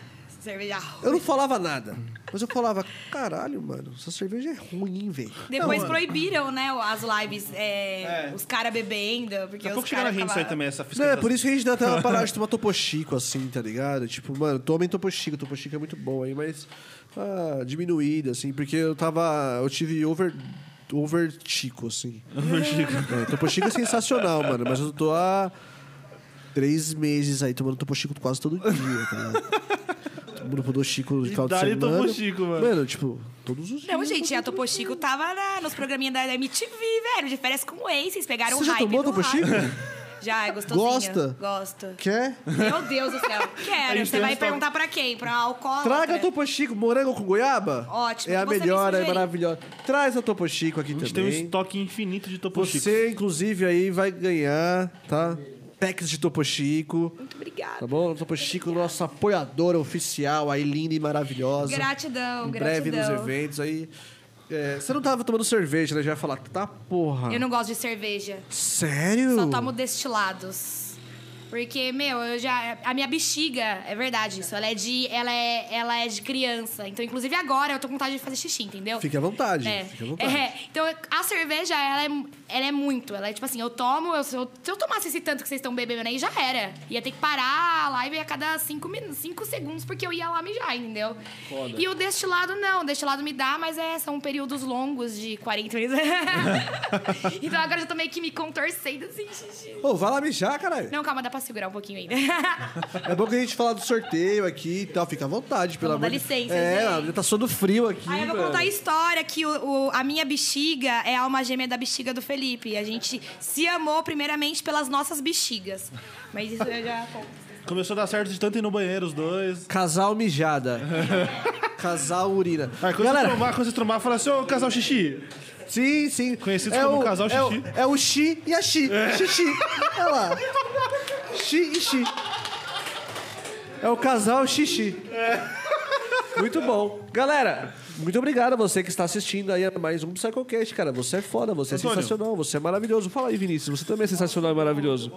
[SPEAKER 3] Cerveja.
[SPEAKER 1] eu não falava nada. Mas eu falava, caralho, mano, essa cerveja é ruim, velho.
[SPEAKER 3] Depois proibiram, né, as lives, é,
[SPEAKER 4] É.
[SPEAKER 3] os caras bebendo, porque
[SPEAKER 4] Daqui a pouco
[SPEAKER 3] os
[SPEAKER 4] chega na
[SPEAKER 3] caras
[SPEAKER 4] gente isso aí também, essa
[SPEAKER 1] Não, é
[SPEAKER 4] fiscalização.
[SPEAKER 1] por isso que a gente dá até uma parada de tomar Topo Chico, assim, tá ligado? Tipo, mano, tomem Topo Chico, Topo Chico é muito bom aí, mas ah, diminuída, assim, porque eu tava. Eu tive over. Over Chico, assim. Over Chico. É, Topo Chico é sensacional, mano, mas eu tô há três meses aí tomando Topo Chico quase todo dia, tá ligado? Tomando Topo Chico de final de
[SPEAKER 4] Dá-lhe
[SPEAKER 1] semana.
[SPEAKER 4] Topo Chico, mano.
[SPEAKER 1] Mano, tipo, todos os dias.
[SPEAKER 3] Não, gente, a Topo Chico tava na- nos programinhas da MTV, velho, de férias com o Ace, vocês pegaram
[SPEAKER 1] Você
[SPEAKER 3] o
[SPEAKER 1] já
[SPEAKER 3] hype
[SPEAKER 1] tomou
[SPEAKER 3] do
[SPEAKER 1] Topo
[SPEAKER 3] hype.
[SPEAKER 1] Chico?
[SPEAKER 3] Já, é gostosinho.
[SPEAKER 1] Gosta?
[SPEAKER 3] Gosto.
[SPEAKER 1] Quer?
[SPEAKER 3] Meu Deus do céu.
[SPEAKER 4] A
[SPEAKER 3] Quero.
[SPEAKER 4] gente
[SPEAKER 3] Você
[SPEAKER 4] tem um
[SPEAKER 3] vai
[SPEAKER 4] essa-
[SPEAKER 3] perguntar pra quem? Pra alcoólatra?
[SPEAKER 1] Traga a Topo Chico, morango com goiaba?
[SPEAKER 3] Ótimo,
[SPEAKER 1] É a
[SPEAKER 3] você me
[SPEAKER 1] melhor, é
[SPEAKER 3] sugeriu.
[SPEAKER 1] maravilhosa. Traz a Topo Chico aqui
[SPEAKER 4] A gente tem um
[SPEAKER 1] também.
[SPEAKER 4] estoque infinito de Topo Chico.
[SPEAKER 1] Você, inclusive, aí vai ganhar, tá? Packs de Topo Chico,
[SPEAKER 3] Muito obrigada.
[SPEAKER 1] tá bom? Topo Chico, nossa apoiadora oficial aí, linda e maravilhosa.
[SPEAKER 3] Gratidão,
[SPEAKER 1] Em breve
[SPEAKER 3] gratidão.
[SPEAKER 1] nos eventos aí. É, você não tava tomando cerveja, né? Já ia falar, tá porra.
[SPEAKER 3] Eu não gosto de cerveja.
[SPEAKER 1] Sério?
[SPEAKER 3] Só tá tomo destilados. Porque, meu, eu já. A minha bexiga, é verdade isso. Ela é de. Ela é, ela é de criança. Então, inclusive agora, eu tô com vontade de fazer xixi, entendeu?
[SPEAKER 1] Fique à vontade,
[SPEAKER 3] É.
[SPEAKER 1] fique à vontade.
[SPEAKER 3] É, Então, a cerveja, ela é, ela é muito. Ela é tipo assim, eu tomo, eu, se, eu, se eu tomasse esse tanto que vocês estão bebendo aí, já era. Ia ter que parar a live a cada cinco, minu- cinco segundos, porque eu ia lá mijar, entendeu? E o destilado, não. O destilado me dá, mas é, são períodos longos de 40 minutos. então, agora eu tô meio que me contorcendo assim, xixi.
[SPEAKER 1] Ô, vai lá mijar, caralho.
[SPEAKER 3] Não, calma, dá pra segurar um pouquinho ainda.
[SPEAKER 1] É bom que a gente fala do sorteio aqui e tal. Fica à vontade, pelo
[SPEAKER 3] Vamos
[SPEAKER 1] amor
[SPEAKER 3] dar licença,
[SPEAKER 1] É,
[SPEAKER 3] gente.
[SPEAKER 1] tá suando frio aqui,
[SPEAKER 3] Aí eu vou
[SPEAKER 1] mano.
[SPEAKER 3] contar a história que o- o- a minha bexiga é a alma gêmea da bexiga do Felipe. A gente se amou primeiramente pelas nossas bexigas. Mas isso eu já conto.
[SPEAKER 4] Começou a dar certo de tanto ir no banheiro, os dois.
[SPEAKER 1] Casal mijada. Casal urina.
[SPEAKER 4] Aí Ah, quando você trombar, quando você trombar, fala assim, ô casal xixi.
[SPEAKER 1] Sim, sim.
[SPEAKER 4] Conhecidos como
[SPEAKER 1] o,
[SPEAKER 4] casal
[SPEAKER 1] é
[SPEAKER 4] xixi.
[SPEAKER 1] O, é o Xi e a Xi. Xixi. Olha lá. Xi e Xi. É o casal xixi. É. Muito bom. Galera, muito obrigado a você que está assistindo aí a mais um PsychoCast, cara. Você é foda, você é
[SPEAKER 4] Antônio.
[SPEAKER 1] sensacional, você é maravilhoso. Fala aí, Vinícius, você também é sensacional e maravilhoso.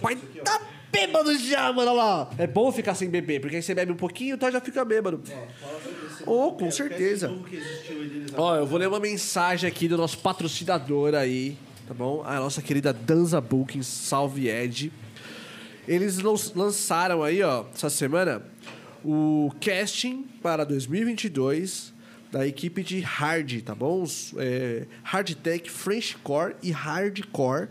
[SPEAKER 1] Pai, tá bêbado já, mano, olha lá. É bom ficar sem beber, porque aí você bebe um pouquinho, então já fica bêbado. Oh, com certeza. Ó, eu vou ler uma mensagem aqui do nosso patrocinador aí, tá bom? A nossa querida Danza Booking, salve Ed. Eles lan- lançaram aí, ó, essa semana, o casting para 2022 da equipe de hard, tá bom? Os, É, hard tech, Frenchcore e hardcore.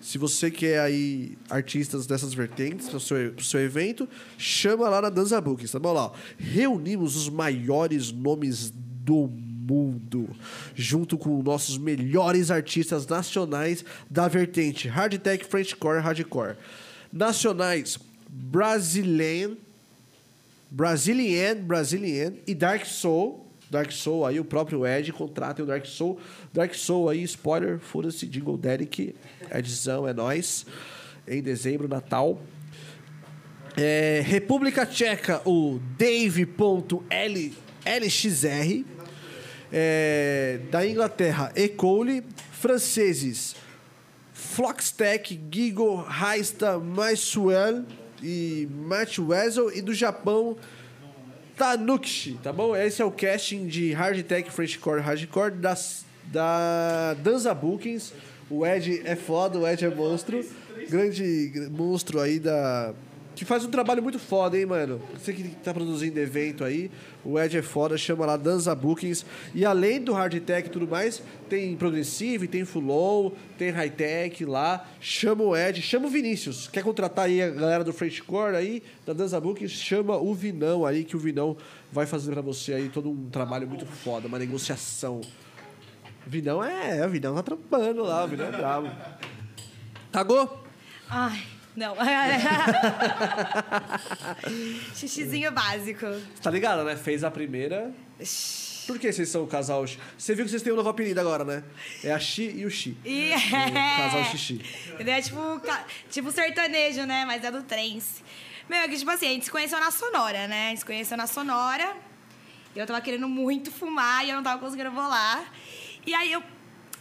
[SPEAKER 1] Se você quer aí artistas dessas vertentes para o seu, pro seu evento, chama lá na Danza Bookings, tá bom? Lá, ó. reunimos os maiores nomes do mundo, junto com nossos melhores artistas nacionais da vertente hard tech, Frenchcore e hardcore. Nacionais Brazilian, Brazilian, Brazilian e Dark Soul. Dark Soul aí, o próprio Ed, contratem o Dark Soul. Dark Soul aí, spoiler, foda-se, Jingle Derek, edição é nós. Em dezembro, Natal. É, República Tcheca, o Dave.lxr. É, da Inglaterra, E. Cole. Franceses, Floxtech, Gigo, Raista, Maisuel e Matt Wesel. E do Japão, Tanukishi, tá bom? Esse é o casting de Hardtech, Frenchcore, Hardcore das, da Danza Bookings. O Ed é foda, o Ed é monstro. Grande gr- monstro aí da... Que faz um trabalho muito foda, hein, mano? Você que tá produzindo evento aí, o Ed é foda, chama lá Danza Bookings. E além do Hardtech e tudo mais, tem Progressive, tem Full-On, tem Hightech lá. Chama o Ed, chama o Vinícius. Quer contratar aí a galera do Frenchcore aí, da Danza Bookings? Chama o Vinão aí, que o Vinão vai fazer pra você aí todo um trabalho muito foda, uma negociação. Vinão é, é, o Vinão tá trampando lá, o Vinão é brabo. Cagou?
[SPEAKER 3] Ai, não. Xixizinho básico.
[SPEAKER 1] Tá ligado, né? Fez a primeira. Por que vocês são o casal? Xi? Você viu que vocês têm um novo apelido agora, né? É a Xi e o Xi.
[SPEAKER 3] E...
[SPEAKER 1] Né? Tipo,
[SPEAKER 3] é.
[SPEAKER 1] um casal xixi.
[SPEAKER 3] Entendeu? É tipo, ca- tipo sertanejo, né? Mas é do trance. Meu, é que tipo assim, a gente se conheceu na Sonora, né? A gente se conheceu na Sonora. E eu tava querendo muito fumar e eu não tava conseguindo bolar. E aí eu,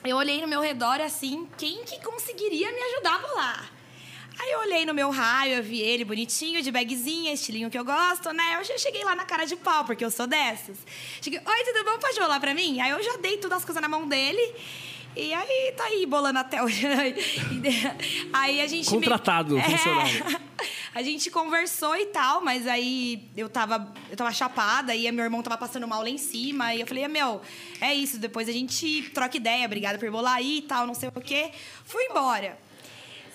[SPEAKER 3] eu olhei no meu redor assim, quem que conseguiria me ajudar a bolar? Aí eu olhei no meu raio, eu vi ele bonitinho, de bagzinha, estilinho que eu gosto, né? Eu já cheguei lá na cara de pau, porque eu sou dessas. Cheguei, oi, tudo bom? Pode bolar pra mim? Aí eu já dei todas as coisas na mão dele. E aí tá aí bolando até hoje. E de- aí a gente. meio- É.
[SPEAKER 1] Contratado, funcionário.
[SPEAKER 3] a gente conversou e tal, mas aí eu tava, eu tava chapada e meu irmão tava passando mal lá em cima. E eu falei, meu, é isso, depois a gente troca ideia, obrigada por bolar aí e tal, não sei o quê. Fui embora.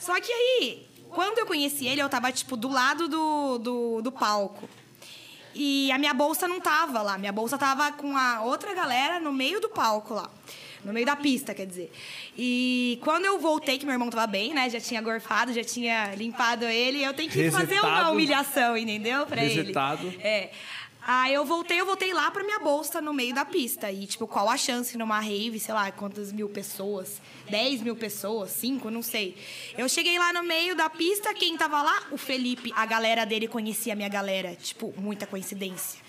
[SPEAKER 3] Só que aí, quando eu conheci ele, eu tava, tipo, do lado do, do, do palco. E a minha bolsa não tava lá. Minha bolsa tava com a outra galera no meio do palco lá. No meio da pista, quer dizer. E quando eu voltei, que meu irmão tava bem, né? Já tinha gorfado, já tinha limpado ele. Eu tenho que fazer uma
[SPEAKER 1] Resetado.
[SPEAKER 3] humilhação, entendeu? Pra
[SPEAKER 1] Resetado.
[SPEAKER 3] ele. É. Aí eu voltei, eu voltei lá pra minha bolsa no meio da pista. E, tipo, qual a chance numa rave, sei lá, quantas mil pessoas? 10 mil pessoas? 5, não sei. Eu cheguei lá no meio da pista, quem tava lá? O Felipe. A galera dele conhecia a minha galera. Tipo, muita coincidência.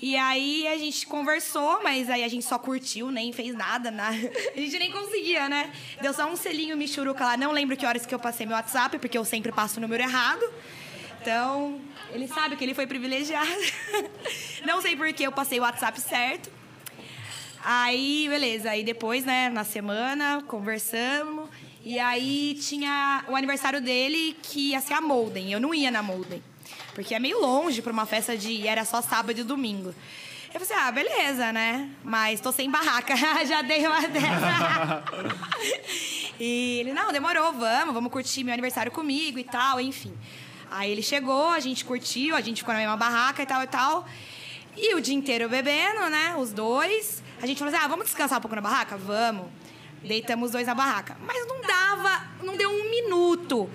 [SPEAKER 3] E aí a gente conversou, mas aí a gente só curtiu, nem fez nada, na- a gente nem conseguia, né? Deu só um selinho michuruca lá, não lembro que horas que eu passei meu WhatsApp, porque eu sempre passo o número errado. Então, ele sabe que ele foi privilegiado. Não sei por que eu passei o WhatsApp certo. Aí, beleza. Aí depois, né, na semana, conversamos. E aí tinha o aniversário dele que ia ser a Molden. Eu não ia na Molden. Porque é meio longe pra uma festa de. Era só sábado e domingo. Eu falei assim, ah, beleza, né? Mas tô sem barraca. Já dei uma dessa. e ele, não, demorou, vamos, vamos curtir meu aniversário comigo e tal, enfim. Aí ele chegou, a gente curtiu, a gente ficou na mesma barraca e tal e tal. E o dia inteiro bebendo, né? Os dois. A gente falou assim: ah, vamos descansar um pouco na barraca? Vamos. Deitamos os dois na barraca. Mas não dava, não deu um minuto.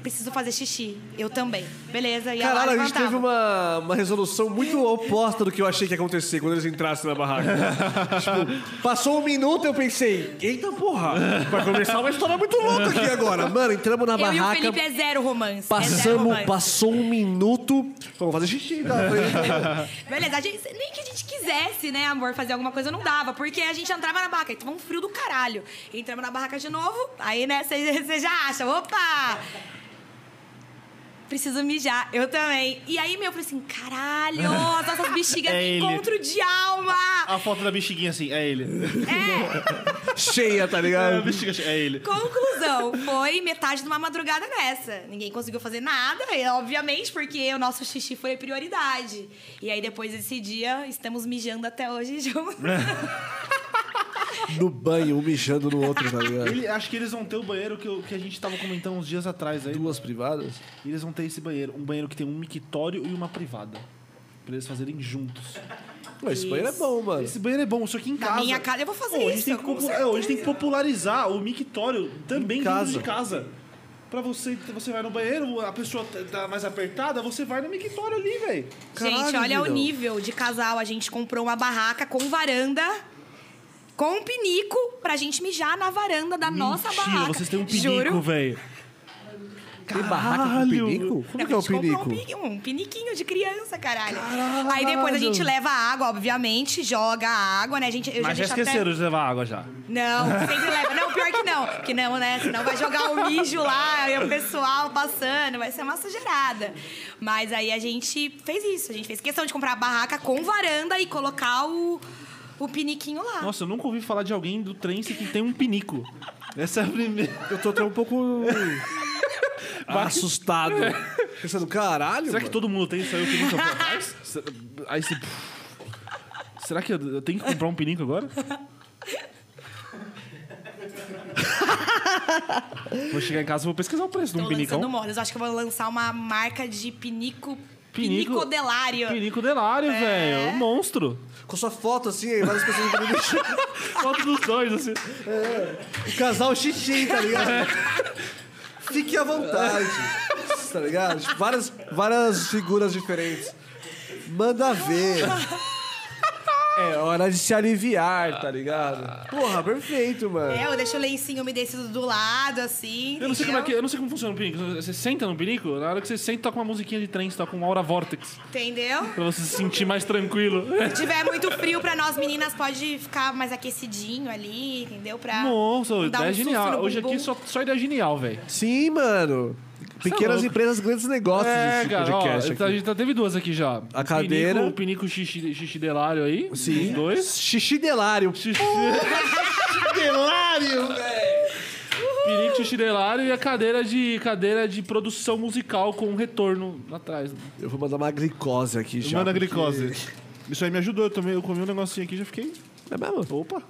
[SPEAKER 3] Preciso fazer xixi. Eu também. Beleza. E
[SPEAKER 1] Caralho,
[SPEAKER 3] a
[SPEAKER 1] a
[SPEAKER 3] Lara
[SPEAKER 1] gente teve
[SPEAKER 3] levantava.
[SPEAKER 1] uma, uma resolução muito oposta do que eu achei que ia acontecer quando eles entrassem na barraca. tipo, passou um minuto eu pensei, eita porra, vai começar uma história muito louca aqui agora. Mano, entramos na
[SPEAKER 3] Eu e o
[SPEAKER 1] barraca,
[SPEAKER 3] Felipe é zero romance. é zero
[SPEAKER 1] passamos,
[SPEAKER 3] romance.
[SPEAKER 1] passou um minuto, vamos fazer xixi. Tá?
[SPEAKER 3] Beleza, a gente- nem que a gente quisesse, né, amor, fazer alguma coisa, não dava. Porque a gente entrava na barraca, e tava um frio do caralho. Entramos na barraca de novo, aí, né, você já acha, opa! Preciso mijar, eu também. E aí, meu, eu falei assim, caralho, as nossas bexigas
[SPEAKER 4] É ele.
[SPEAKER 3] encontro de alma!
[SPEAKER 4] A foto da bexiguinha assim, é ele.
[SPEAKER 3] É,
[SPEAKER 1] Cheia, tá
[SPEAKER 4] É, a
[SPEAKER 1] ligado?
[SPEAKER 4] bexiga che- é ele.
[SPEAKER 3] Conclusão, foi metade de uma madrugada nessa. Ninguém conseguiu fazer nada, e obviamente, porque o nosso xixi foi prioridade. E aí, depois desse dia, estamos mijando até hoje juntos.
[SPEAKER 1] No banho, um mijando no outro, tá ligado?
[SPEAKER 4] Ele- acho que eles vão ter o banheiro que, eu- que a gente tava comentando uns dias atrás aí.
[SPEAKER 1] Duas privadas?
[SPEAKER 4] Eles vão ter esse banheiro. Um banheiro que tem um mictório e uma privada. Pra eles fazerem juntos.
[SPEAKER 1] Pô, esse banheiro é bom, mano.
[SPEAKER 4] Esse banheiro é bom, só que em casa.
[SPEAKER 3] minha casa, eu vou fazer
[SPEAKER 4] Pô, a
[SPEAKER 3] isso,
[SPEAKER 4] gente tem que
[SPEAKER 3] com
[SPEAKER 4] popu- é, a gente tem que popularizar o mictório também dentro
[SPEAKER 1] casa.
[SPEAKER 4] de casa. Pra você, você vai no banheiro, a pessoa tá- tá mais apertada, você vai no mictório ali, velho.
[SPEAKER 3] gente,
[SPEAKER 1] Caralho,
[SPEAKER 3] olha o
[SPEAKER 1] Vidal.
[SPEAKER 3] nível de casal. A gente comprou uma barraca com varanda, com um pinico, pra gente mijar na varanda da nossa
[SPEAKER 4] Mentira,
[SPEAKER 3] barraca.
[SPEAKER 4] vocês têm um
[SPEAKER 3] Juro.
[SPEAKER 4] pinico, velho.
[SPEAKER 1] Tem barraca com
[SPEAKER 4] Caralho.
[SPEAKER 1] pinico? Como
[SPEAKER 3] Não,
[SPEAKER 1] que é
[SPEAKER 3] a
[SPEAKER 1] o
[SPEAKER 3] gente comprou
[SPEAKER 1] pinico?
[SPEAKER 3] um pini- Um, piniquinho de criança, caralho. Aí depois a gente leva a água, obviamente, joga a água, né? A gente, eu
[SPEAKER 4] Mas
[SPEAKER 3] já
[SPEAKER 4] já
[SPEAKER 3] deixo até-
[SPEAKER 4] esqueceram de levar água já.
[SPEAKER 3] Não, sempre leva. Não, Não, pior que não. Que não, né? Senão vai jogar o mijo lá, e o pessoal passando, vai ser uma sujeirada. Mas aí a gente fez isso. A gente fez questão de comprar a barraca com varanda e colocar o, o piniquinho lá.
[SPEAKER 2] Nossa, eu nunca ouvi falar de alguém do trance que tem um pinico. Essa é a primeira.
[SPEAKER 1] Eu tô até um pouco assustado. Pensando, caralho,
[SPEAKER 2] Será que
[SPEAKER 1] mano.
[SPEAKER 2] todo mundo tem isso aí? O pinico faz? Será- Aí você. Será que eu eu tenho que comprar um pinico agora? Vou chegar em casa e vou pesquisar o preço de
[SPEAKER 3] Tô
[SPEAKER 2] um pinicão.
[SPEAKER 3] lançando modas. Acho que eu vou lançar uma marca de pinico.
[SPEAKER 2] Pinico-
[SPEAKER 3] Pinico delário.
[SPEAKER 2] Pinico delário,
[SPEAKER 3] É.
[SPEAKER 2] velho. Um monstro.
[SPEAKER 1] Com sua foto assim, aí várias pessoas me deixando.
[SPEAKER 2] Foto dos dois, assim.
[SPEAKER 1] O casal xixi, tá ligado? Fique à vontade. Tá ligado? Tipo, Várias, várias figuras diferentes. Manda ver. É hora de se aliviar, tá ligado? Porra, perfeito, mano.
[SPEAKER 3] É, eu deixo o lencinho umedecido do lado, assim.
[SPEAKER 2] Eu não sei como é
[SPEAKER 3] entendeu?
[SPEAKER 2] que. Eu não sei como funciona o pinico. Você senta no pinico, na hora que você senta, toca uma musiquinha de trem, você toca um Aura Vortex.
[SPEAKER 3] Entendeu?
[SPEAKER 2] Pra você se sentir mais tranquilo.
[SPEAKER 3] Se tiver muito frio pra nós meninas, pode ficar mais aquecidinho ali, entendeu? Pra
[SPEAKER 2] Nossa,
[SPEAKER 3] não dar um
[SPEAKER 2] ideia
[SPEAKER 3] susto
[SPEAKER 2] genial.
[SPEAKER 3] no
[SPEAKER 2] Hoje aqui
[SPEAKER 3] bumbum.
[SPEAKER 2] só, só ideia genial, velho.
[SPEAKER 1] Sim, mano. Pequenas
[SPEAKER 2] é louco.
[SPEAKER 1] empresas, grandes negócios
[SPEAKER 2] É,
[SPEAKER 1] esse
[SPEAKER 2] cara, ó,
[SPEAKER 1] podcast
[SPEAKER 2] a
[SPEAKER 1] aqui.
[SPEAKER 2] gente já teve duas aqui já.
[SPEAKER 1] A cadeira.
[SPEAKER 2] O pinico, o pinico xixi, xixi delário aí.
[SPEAKER 1] Sim.
[SPEAKER 2] Os dois.
[SPEAKER 1] Xixi delário.
[SPEAKER 2] Xixi. Pinico, xixi delário e a cadeira de, cadeira de produção musical com um retorno atrás.
[SPEAKER 1] Eu vou mandar uma glicose aqui já.
[SPEAKER 4] Manda glicose. Isso aí me ajudou, eu, tomei, eu comi um negocinho aqui e já fiquei.
[SPEAKER 1] É mesmo? Opa.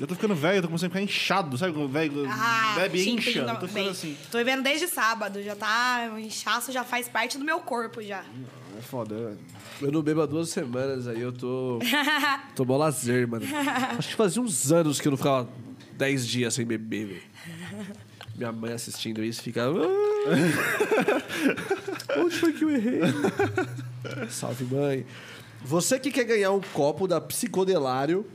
[SPEAKER 4] Já tô ficando velho, eu tô começando a ficar inchado, sabe? quando Velho,
[SPEAKER 3] É. Ah,
[SPEAKER 4] bebe e
[SPEAKER 3] gente,
[SPEAKER 4] incha.
[SPEAKER 3] não-
[SPEAKER 4] Eu tô ficando
[SPEAKER 3] bem,
[SPEAKER 4] assim.
[SPEAKER 3] Tô vivendo desde sábado, já tá. O inchaço já faz parte do meu corpo já.
[SPEAKER 4] É foda. é.
[SPEAKER 1] Eu não bebo há duas semanas, aí eu tô. tô mó lazer, mano. Acho que fazia uns anos que eu não ficava dez dias sem beber, velho. Minha mãe assistindo isso ficava. "Ah, Onde foi que eu errei? Salve, mãe. Você que quer ganhar um copo da Psicodelário.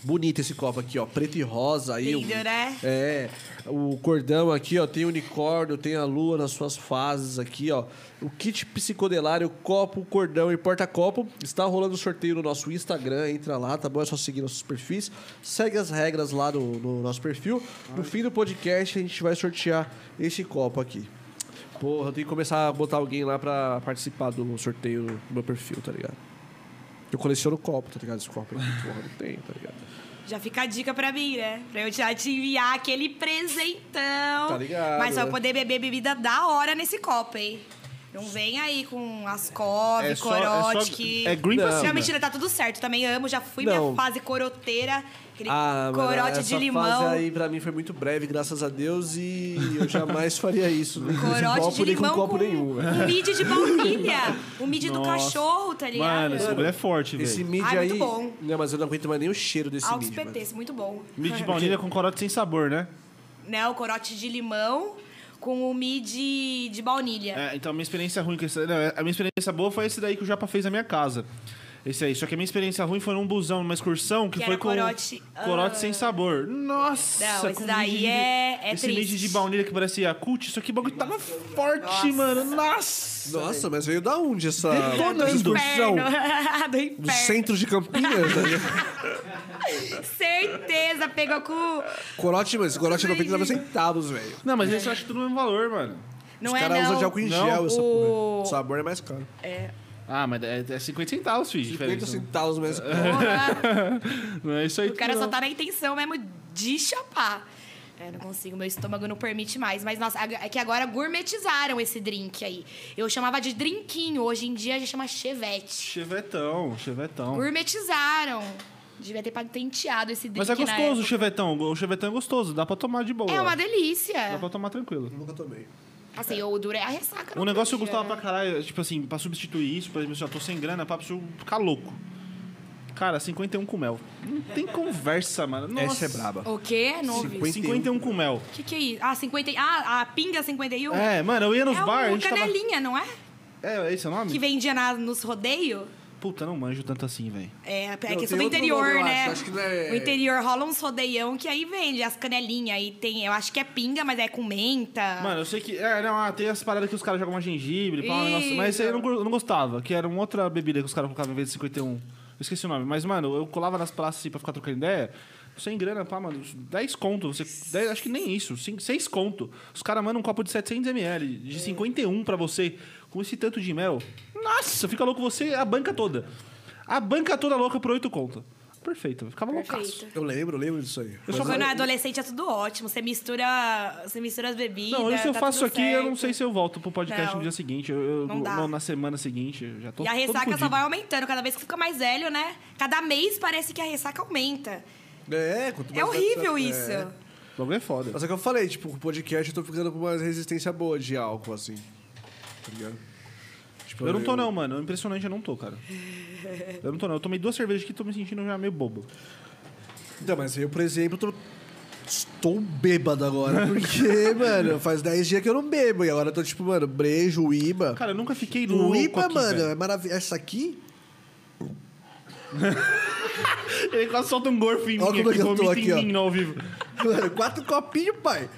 [SPEAKER 1] Bonito esse copo aqui, ó. Preto e rosa. Aí,
[SPEAKER 3] Lindo,
[SPEAKER 1] o-
[SPEAKER 3] né?
[SPEAKER 1] É. O cordão aqui, ó. Tem o unicórnio, tem a lua nas suas fases aqui, ó. O kit psicodelário, copo, cordão e porta-copo. Está rolando sorteio no nosso Instagram. Entra lá, tá bom? É só seguir nossos perfis. Segue as regras lá no, no nosso perfil. No fim do podcast, a gente vai sortear esse copo aqui. Porra, eu tenho que começar a botar alguém lá pra participar do sorteio no meu perfil, tá ligado? Eu coleciono copo, tá ligado? Esse copo aqui, porra, não tem, tá ligado?
[SPEAKER 3] Já fica a dica pra mim, né? Pra eu já te enviar aquele presentão.
[SPEAKER 1] Tá ligado,
[SPEAKER 3] Mas só
[SPEAKER 1] né?
[SPEAKER 3] eu poder beber bebida da hora nesse copo, hein? Não vem aí com Ascov,
[SPEAKER 4] É só- é
[SPEAKER 3] corote,
[SPEAKER 4] só-
[SPEAKER 3] que...
[SPEAKER 4] é green pra
[SPEAKER 3] Não,
[SPEAKER 4] cima.
[SPEAKER 3] mentira, tá tudo certo. Também amo, já fui
[SPEAKER 1] assim, né? Não. Ah,
[SPEAKER 3] minha fase coroteira. Aquele
[SPEAKER 1] mano,
[SPEAKER 3] corote de
[SPEAKER 1] essa
[SPEAKER 3] limão.
[SPEAKER 1] fase aí pra mim foi muito breve, graças a Deus, e eu jamais faria isso. Nem com esse
[SPEAKER 3] Corote
[SPEAKER 1] copo,
[SPEAKER 3] de
[SPEAKER 1] nem com
[SPEAKER 3] limão
[SPEAKER 1] copo
[SPEAKER 3] com,
[SPEAKER 1] nenhum. né?
[SPEAKER 3] um mid de baunilha. O mid do
[SPEAKER 4] Nossa.
[SPEAKER 3] cachorro, tá ligado?
[SPEAKER 4] Mano, esse bagulho é forte,
[SPEAKER 1] Esse
[SPEAKER 4] velho.
[SPEAKER 1] mid
[SPEAKER 3] Ai,
[SPEAKER 1] aí.
[SPEAKER 3] Ah, é muito bom.
[SPEAKER 1] Não, mas eu não aguento mais nem o cheiro desse
[SPEAKER 3] Altos
[SPEAKER 1] mid. mano.
[SPEAKER 3] PTs, é muito bom.
[SPEAKER 4] Mid de baunilha com corote sem sabor, né?
[SPEAKER 3] Né, o corote de limão com o mid de baunilha.
[SPEAKER 4] É, então a minha experiência ruim com esse. Não, é, a minha experiência boa foi esse daí que o Japa fez na minha casa. Esse aí. Só que a minha experiência ruim foi num busão, numa excursão, que,
[SPEAKER 3] Que
[SPEAKER 4] foi
[SPEAKER 3] era
[SPEAKER 4] com.
[SPEAKER 3] corote. ah.
[SPEAKER 4] corote sem sabor. Nossa!
[SPEAKER 3] Não, esse
[SPEAKER 4] com
[SPEAKER 3] daí
[SPEAKER 4] midi de-
[SPEAKER 3] é- é
[SPEAKER 4] Esse
[SPEAKER 3] triste.
[SPEAKER 4] midi de baunilha que parecia cult, isso aqui o bagulho tava forte, mano. Nossa!
[SPEAKER 3] né?
[SPEAKER 1] Nossa, mas veio da onde essa.
[SPEAKER 3] É
[SPEAKER 4] Detonando.
[SPEAKER 1] essa excursão?
[SPEAKER 3] Inferno. Do
[SPEAKER 1] Do
[SPEAKER 3] inferno.
[SPEAKER 1] centro de Campinas? né?
[SPEAKER 3] Certeza, pegou com...
[SPEAKER 1] corote, mas corote é 99 centavos, velho.
[SPEAKER 4] Não, mas esse eu acho tudo no mesmo valor, mano.
[SPEAKER 3] Não
[SPEAKER 1] Os
[SPEAKER 3] é,
[SPEAKER 1] caras
[SPEAKER 3] não.
[SPEAKER 1] usam de álcool em
[SPEAKER 4] Não,
[SPEAKER 1] gel essa porra.
[SPEAKER 3] o-
[SPEAKER 1] O sabor é mais caro.
[SPEAKER 4] Ah, mas é, 50 centavos, filho.
[SPEAKER 1] 50 centavos mais
[SPEAKER 4] É.
[SPEAKER 1] caro.
[SPEAKER 3] Porra,
[SPEAKER 4] Não é isso aí.
[SPEAKER 3] o cara só tá na intenção mesmo de chapar. É, não consigo, meu estômago não permite mais. Mas, nossa, ag- é que agora gourmetizaram esse drink aí. Eu chamava de drinquinho, hoje em dia já chama chevette.
[SPEAKER 4] Chevetão, chevetão.
[SPEAKER 3] Gourmetizaram. Devia ter patenteado esse drink
[SPEAKER 4] Mas é
[SPEAKER 3] na
[SPEAKER 4] gostoso o
[SPEAKER 3] época.
[SPEAKER 4] chevetão. O chevetão é gostoso, dá pra tomar de boa.
[SPEAKER 3] É uma
[SPEAKER 4] Dá
[SPEAKER 3] delícia.
[SPEAKER 4] pra tomar tranquilo.
[SPEAKER 1] Nunca tomei.
[SPEAKER 3] Assim, o duro é a ressaca.
[SPEAKER 4] Um
[SPEAKER 3] no
[SPEAKER 4] negócio que eu
[SPEAKER 3] dia,
[SPEAKER 4] gostava
[SPEAKER 3] né?
[SPEAKER 4] pra caralho, tipo assim, pra substituir isso, por exemplo, se eu tô sem grana, é pra eu ficar louco. Cara, 51 com mel. Não tem conversa, mano.
[SPEAKER 1] Essa
[SPEAKER 4] Nossa.
[SPEAKER 1] é braba.
[SPEAKER 3] O quê? Não ouvi.
[SPEAKER 4] 51. 51 com mel.
[SPEAKER 3] O que, que é isso? Ah, 50... ah, a pinga 51?
[SPEAKER 4] É, mano, eu ia nos
[SPEAKER 3] é
[SPEAKER 4] bar, a
[SPEAKER 3] o
[SPEAKER 4] gente tava...
[SPEAKER 3] canelinha, não é?
[SPEAKER 4] É, esse é o nome?
[SPEAKER 3] Que vendia na- nos rodeios.
[SPEAKER 4] Puta, não manjo tanto assim, velho.
[SPEAKER 3] É, é
[SPEAKER 1] tem
[SPEAKER 3] questão do
[SPEAKER 1] outro
[SPEAKER 3] interior,
[SPEAKER 1] nome, eu
[SPEAKER 3] né?
[SPEAKER 1] acho. Acho que não é-
[SPEAKER 3] O interior rola uns rodeião que aí vende as canelinhas. Aí tem, eu acho que é pinga, mas é com menta.
[SPEAKER 4] Mano, eu sei que... É, não, ah, tem as paradas que os caras jogam uma gengibre, pá, um negócio... Mas isso aí eu não, go- eu não gostava, que era uma outra bebida que os caras colocavam em vez de 51. Eu esqueci o nome. Mas, mano, eu colava nas praças assim pra ficar trocando ideia. Sem grana, pá, mano, 10 conto. Você, 10, acho que nem isso, 6 conto. Os caras mandam um copo de 700ml, de 51 pra você, com esse tanto de mel. Nossa, fica louco você, a banca toda. A banca toda louca por 8 conto. Perfeito, eu ficava loucaço.
[SPEAKER 3] Perfeito.
[SPEAKER 7] Eu lembro, eu lembro disso aí.
[SPEAKER 4] só-
[SPEAKER 3] Quando é adolescente é tudo ótimo. Você mistura, você mistura as bebidas.
[SPEAKER 4] Não, hoje se eu
[SPEAKER 3] tá
[SPEAKER 4] faço isso
[SPEAKER 3] tudo
[SPEAKER 4] aqui, eu não
[SPEAKER 3] certo.
[SPEAKER 4] sei se eu volto pro podcast
[SPEAKER 3] Não.
[SPEAKER 4] no dia seguinte. Eu, eu-
[SPEAKER 3] Não dá.
[SPEAKER 4] não, na semana seguinte, eu já tô.
[SPEAKER 3] E a
[SPEAKER 4] todo
[SPEAKER 3] ressaca só
[SPEAKER 4] fudido.
[SPEAKER 3] vai aumentando. Cada vez que fica mais velho, né? Cada mês parece que a ressaca aumenta.
[SPEAKER 7] É, quanto mais
[SPEAKER 3] é horrível
[SPEAKER 7] é.
[SPEAKER 3] isso.
[SPEAKER 4] O bagulho é foda.
[SPEAKER 7] Mas é o que eu falei, tipo, o podcast eu tô ficando com uma resistência boa de álcool, assim. Tá ligado? Tipo,
[SPEAKER 4] Eu não tô, não, mano. Impressionante, eu não tô, cara. Eu não tô, não. Eu tomei duas cervejas aqui e tô me sentindo já meio bobo.
[SPEAKER 7] Não, Então, mas eu, por exemplo, tô... estou bêbado agora. Porque, mano, faz 10 dias que eu não bebo. E agora eu tô, tipo, mano, brejo, IBA.
[SPEAKER 4] Cara, eu nunca fiquei louco.
[SPEAKER 7] o IBA,
[SPEAKER 4] aqui,
[SPEAKER 7] mano,
[SPEAKER 4] velho.
[SPEAKER 7] é maravilhoso. Essa aqui?
[SPEAKER 4] Ele quase solta um gorfo em mim
[SPEAKER 7] Olha
[SPEAKER 4] aqui,
[SPEAKER 7] como é que eu tô
[SPEAKER 4] vomita
[SPEAKER 7] aqui,
[SPEAKER 4] em
[SPEAKER 7] ó.
[SPEAKER 4] mim não, ao vivo.
[SPEAKER 7] Mano, quatro copinhos, pai.